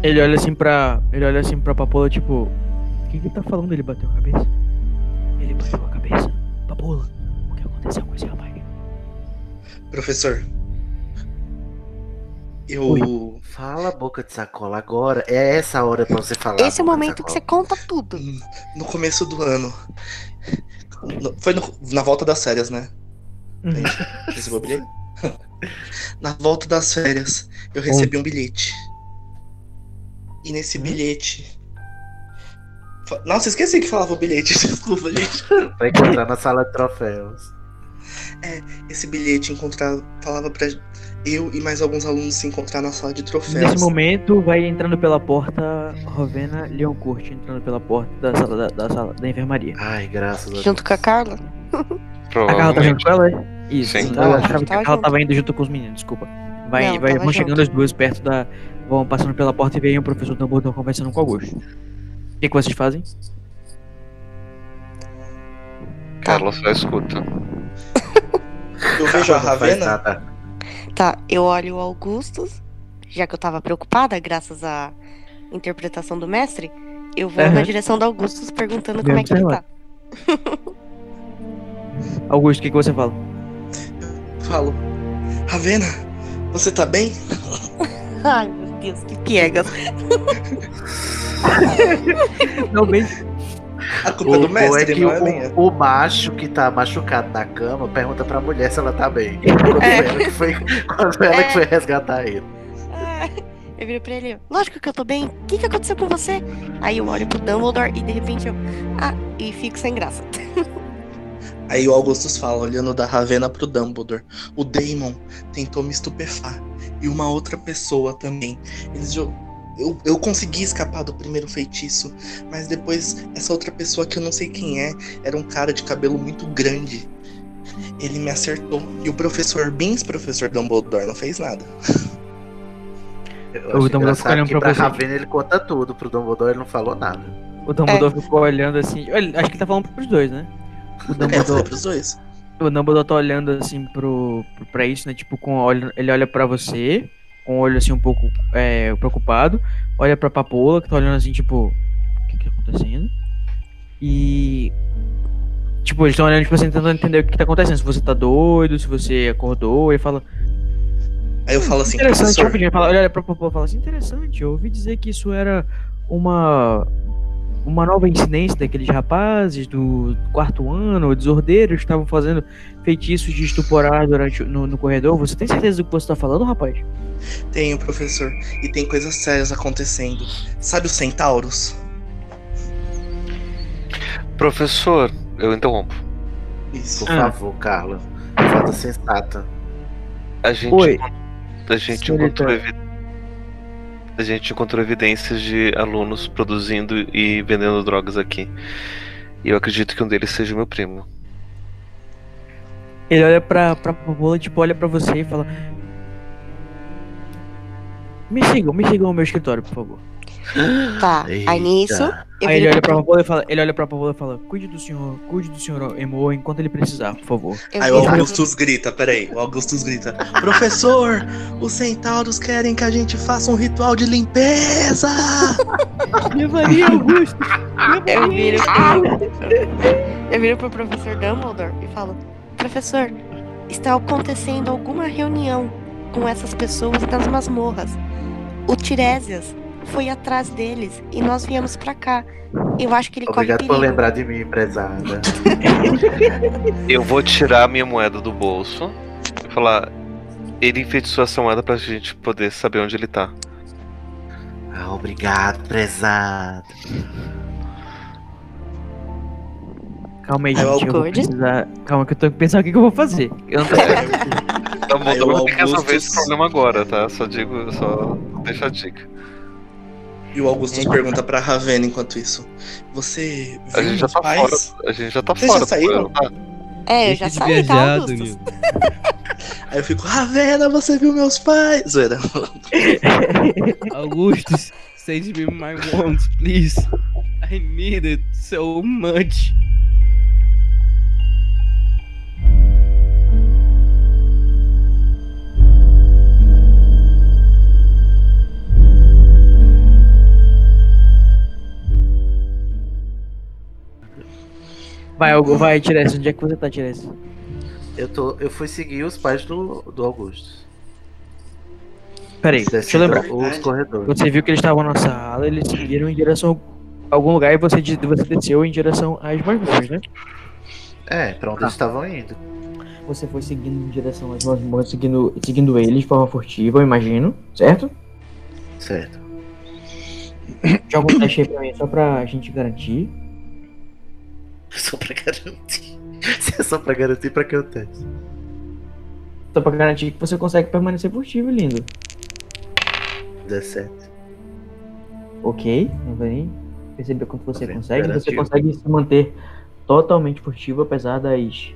[SPEAKER 1] Ele olha assim pra. Ele olha assim pra Papola, tipo. O que que ele tá falando? Ele bateu a cabeça? Ele bateu a cabeça. Papola, o que aconteceu com esse rapaz?
[SPEAKER 7] Professor. Eu.
[SPEAKER 5] Fala, boca de sacola, agora. É essa hora pra você falar.
[SPEAKER 3] Esse é o
[SPEAKER 5] boca de
[SPEAKER 3] momento que você
[SPEAKER 5] sacola.
[SPEAKER 3] conta tudo.
[SPEAKER 7] No começo do ano. no- Foi no- na volta das férias, né? Você bobeia? na volta das férias, eu recebi um bilhete. E nesse bilhete. Fa- Nossa, esqueci que falava o bilhete. Desculpa, gente.
[SPEAKER 5] Vai encontrar na sala de troféus.
[SPEAKER 7] Esse bilhete encontrar, falava pra eu e mais alguns alunos se encontrar na sala de troféus.
[SPEAKER 1] Nesse momento, vai entrando pela porta Rovena Leoncourt, entrando pela porta da sala da, da sala da enfermaria.
[SPEAKER 5] Ai, graças
[SPEAKER 3] Junto com a Carla?
[SPEAKER 1] A Carla tá junto
[SPEAKER 8] Provavelmente.
[SPEAKER 1] com ela, é? Isso.
[SPEAKER 8] Sim.
[SPEAKER 1] Ela,
[SPEAKER 8] Tava
[SPEAKER 1] tava,
[SPEAKER 3] Tá junto.
[SPEAKER 1] ela tava indo junto com os meninos, desculpa. Vai,
[SPEAKER 3] Não,
[SPEAKER 1] vai
[SPEAKER 3] tava
[SPEAKER 1] vão chegando
[SPEAKER 3] junto.
[SPEAKER 1] as duas perto da. Vão passando pela porta e vem o professor Dumbledore conversando com o Augusto. O que, que vocês fazem?
[SPEAKER 8] Carla só escuta.
[SPEAKER 7] Eu vejo a Ravena.
[SPEAKER 3] Tá, eu olho o Augustus, já que eu tava preocupada, graças à interpretação do mestre, eu vou
[SPEAKER 1] Aham.
[SPEAKER 3] na direção do Augustus perguntando como
[SPEAKER 1] Bem
[SPEAKER 3] é que ele tá.
[SPEAKER 1] observado. Augusto, o que, que você fala?
[SPEAKER 7] Falo. Ravena, você tá bem?
[SPEAKER 3] Ai, meu Deus, que piegas.
[SPEAKER 1] Talvez.
[SPEAKER 7] A
[SPEAKER 5] O,
[SPEAKER 7] culpa é do
[SPEAKER 5] bom é
[SPEAKER 7] mestre,
[SPEAKER 5] que
[SPEAKER 7] não é minha.
[SPEAKER 5] o, o macho que tá machucado na cama pergunta pra mulher se ela tá bem. Quando
[SPEAKER 3] É.
[SPEAKER 5] ela que foi, quando ela que foi resgatar ele.
[SPEAKER 3] Eu viro pra ele, lógico que eu tô bem, o que que aconteceu com você? Aí eu olho pro Dumbledore e de repente eu, ah, e fico sem graça.
[SPEAKER 7] Aí o Augustus fala, olhando da Ravena pro Dumbledore. O Damon tentou me estupefar. E uma outra pessoa também. Eles jo- eu, eu consegui escapar do primeiro feitiço, mas depois essa outra pessoa que eu não sei quem é, era um cara de cabelo muito grande. Ele me acertou. E o professor Beans, professor Dumbledore, não fez nada.
[SPEAKER 5] Eu
[SPEAKER 1] O
[SPEAKER 5] acho
[SPEAKER 1] Dumbledore um fica
[SPEAKER 5] engraçado
[SPEAKER 1] olhando
[SPEAKER 5] que
[SPEAKER 1] pra
[SPEAKER 5] pra
[SPEAKER 1] você.
[SPEAKER 5] Ravena ele conta tudo, pro Dumbledore ele não falou nada.
[SPEAKER 1] O Dumbledore ficou olhando assim. Olha, acho que ele tá falando pros dois, né? O
[SPEAKER 7] É, foi
[SPEAKER 1] Dumbledore,
[SPEAKER 7] pros dois.
[SPEAKER 1] o Dumbledore tá olhando assim pro, pro, pra isso, né? Tipo, com olho, ele olha pra você, com o olho assim um pouco é, preocupado. Olha pra Papola, que tá olhando assim, tipo, o que que tá acontecendo? E. Tipo, eles estão olhando, tipo assim, tentando entender o que que tá acontecendo. Se você tá doido, se você acordou, ele fala.
[SPEAKER 7] Aí eu falo assim,
[SPEAKER 1] Interessante,
[SPEAKER 7] professor,
[SPEAKER 1] rapidinho. Ele Fala, olha pra Papola e fala assim, interessante, eu ouvi dizer que isso era uma. Uma nova incidência daqueles rapazes do quarto ano, desordeiros, que estavam fazendo feitiços de estuporar durante, no, no corredor. Você tem certeza do que você tá falando, rapaz?
[SPEAKER 7] tenho, professor. E tem coisas sérias acontecendo. Sabe os centauros?
[SPEAKER 8] Professor, eu interrompo.
[SPEAKER 7] Isso.
[SPEAKER 5] Por
[SPEAKER 1] Ah.
[SPEAKER 5] favor, Carla. Falta sensata.
[SPEAKER 8] A gente,
[SPEAKER 1] Oi.
[SPEAKER 8] a gente
[SPEAKER 1] Senhorita.
[SPEAKER 8] encontrou evi- a gente encontrou evidências de alunos produzindo e vendendo drogas aqui. E eu acredito que um deles seja meu primo.
[SPEAKER 1] Ele olha pra, pra Papola, tipo, olha pra você e fala. Me sigam, me sigam ao meu escritório, por favor.
[SPEAKER 3] Tá, aí nisso, eu
[SPEAKER 1] Aí ele
[SPEAKER 3] viro
[SPEAKER 1] olha pra um-
[SPEAKER 3] pro,
[SPEAKER 1] Papola e fala, ele olha pra Papola e fala, cuide do senhor, cuide do senhor Emoa enquanto ele precisar, por favor.
[SPEAKER 3] eu
[SPEAKER 7] Aí o
[SPEAKER 3] viro pro-
[SPEAKER 7] Augustus grita, peraí, o Augustus grita: Professor, os centauros querem que a gente faça um ritual de limpeza!
[SPEAKER 1] Levaria Augusto!
[SPEAKER 3] Eu viro, pro, eu viro pro professor Dumbledore e falo: Professor, está acontecendo alguma reunião com essas pessoas nas masmorras. O Tiresias foi atrás deles e nós viemos pra cá. Eu acho que ele corre
[SPEAKER 5] Obrigado
[SPEAKER 3] perigo.
[SPEAKER 5] por lembrar de mim, prezada.
[SPEAKER 8] Eu vou tirar minha moeda do bolso e falar. Ele enfeitiçou essa moeda pra gente poder saber onde ele tá.
[SPEAKER 5] Ah, obrigado, prezado.
[SPEAKER 1] Calma aí,
[SPEAKER 7] Aí o
[SPEAKER 1] gente, eu vou
[SPEAKER 3] Augusto-
[SPEAKER 1] precisar... Calma que eu tenho que pensar o que, que eu vou fazer. Eu não tô...
[SPEAKER 8] Tá bom,
[SPEAKER 7] Aí
[SPEAKER 8] eu
[SPEAKER 7] o
[SPEAKER 8] vou ter que resolver
[SPEAKER 7] Augustus-
[SPEAKER 8] esse problema agora, tá? Só digo, só deixa a dica.
[SPEAKER 7] E o Augustus pergunta pra Ravena enquanto isso: Você
[SPEAKER 8] A
[SPEAKER 7] viu
[SPEAKER 8] gente já
[SPEAKER 7] os
[SPEAKER 8] tá
[SPEAKER 7] pais?
[SPEAKER 8] fora. A gente já tá
[SPEAKER 7] Vocês já
[SPEAKER 8] fora. do
[SPEAKER 7] saíram?
[SPEAKER 8] programa, tá?
[SPEAKER 3] É, eu já saí, tá,
[SPEAKER 4] viajado,
[SPEAKER 3] Augustus?
[SPEAKER 4] Nil.
[SPEAKER 7] Aí eu fico: Ravena, você viu meus pais? Zoeira.
[SPEAKER 4] Augustus, Send me my wand, um please. I need it so much.
[SPEAKER 1] Vai, Hugo, vai, Tiresse. Onde é que você tá, Tiresse?
[SPEAKER 5] Eu, tô, eu fui seguir os pais do, do Augusto.
[SPEAKER 1] Peraí, deixa eu lembrar.
[SPEAKER 5] Os corredores.
[SPEAKER 1] Você viu que eles estavam na sala, eles seguiram em direção a algum lugar e você, de- você desceu em direção às masmorras, né?
[SPEAKER 5] É, pra
[SPEAKER 1] Ah.
[SPEAKER 5] onde eles estavam indo.
[SPEAKER 1] Você foi seguindo em direção às masmorras, seguindo, seguindo eles de forma furtiva, eu imagino, certo?
[SPEAKER 5] Certo.
[SPEAKER 1] Joga um teste aí pra mim, só pra gente garantir.
[SPEAKER 5] Só pra garantir. Se é só pra garantir, pra que eu teste?
[SPEAKER 1] Só pra garantir que você consegue permanecer furtivo, lindo.
[SPEAKER 5] 17.
[SPEAKER 1] Ok, não vai nem perceber quanto você consegue. Você
[SPEAKER 5] garantiu.
[SPEAKER 1] consegue se manter totalmente furtivo, apesar das.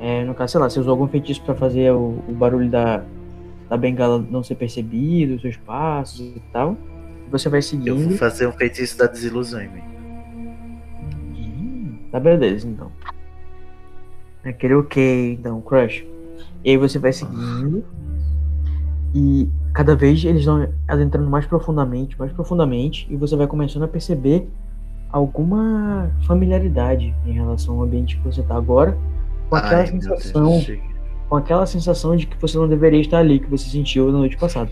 [SPEAKER 1] é, no caso, sei lá, você usou algum feitiço pra fazer o, o barulho da, da bengala não ser percebido, os seus passos e tal. Você vai
[SPEAKER 5] Eu vou
[SPEAKER 1] seguindo.
[SPEAKER 5] fazer um feitiço da desilusão em mim.
[SPEAKER 1] Tá beleza, então. Aquele ok, então, crush. E aí você vai seguindo. E cada vez eles vão adentrando mais profundamente, mais profundamente, e você vai começando a perceber alguma familiaridade em relação ao ambiente que você tá agora, com aquela
[SPEAKER 5] Ai, meu Deus,
[SPEAKER 1] sensação,
[SPEAKER 5] chega.
[SPEAKER 1] com aquela sensação de que você não deveria estar ali, que você sentiu na noite passada.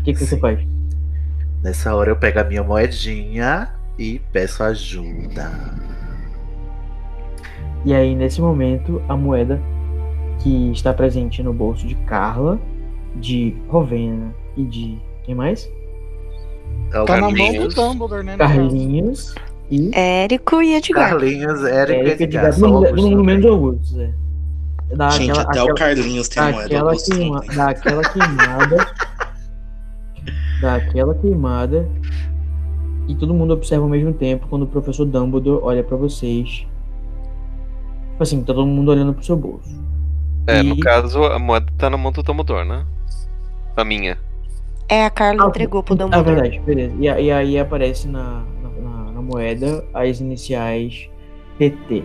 [SPEAKER 1] O que, que você faz?
[SPEAKER 5] Nessa hora eu pego a minha moedinha e peço ajuda.
[SPEAKER 1] E aí, nesse momento, a moeda que está presente no bolso de Carla, de Rovena e de. Quem mais?
[SPEAKER 11] Tá na mão do Dumbledore, né? no
[SPEAKER 1] Carlinhos e.
[SPEAKER 7] É,
[SPEAKER 3] Érico e Edgar.
[SPEAKER 5] Carlinhos,
[SPEAKER 1] É
[SPEAKER 5] Érico e Edgar.
[SPEAKER 1] Edgar. No, no, no menos Augusto, é. Dá
[SPEAKER 7] Gente, até o Carlinhos tem
[SPEAKER 1] dá
[SPEAKER 7] moeda,
[SPEAKER 1] aquela
[SPEAKER 7] Augusto não
[SPEAKER 1] queima- Dá aquela queimada. dá aquela queimada. E todo mundo observa ao mesmo tempo quando o professor Dumbledore olha pra vocês. Tipo assim, tá todo mundo olhando pro seu bolso.
[SPEAKER 8] É,
[SPEAKER 1] E-
[SPEAKER 8] no caso, a moeda tá na mão do Dumbledore, né? A minha.
[SPEAKER 3] É, a Carla entregou pro
[SPEAKER 1] Ah,
[SPEAKER 3] Dumbledore.
[SPEAKER 1] verdade, beleza. E, a- e aí aparece na, na, na- na moeda as iniciais PT.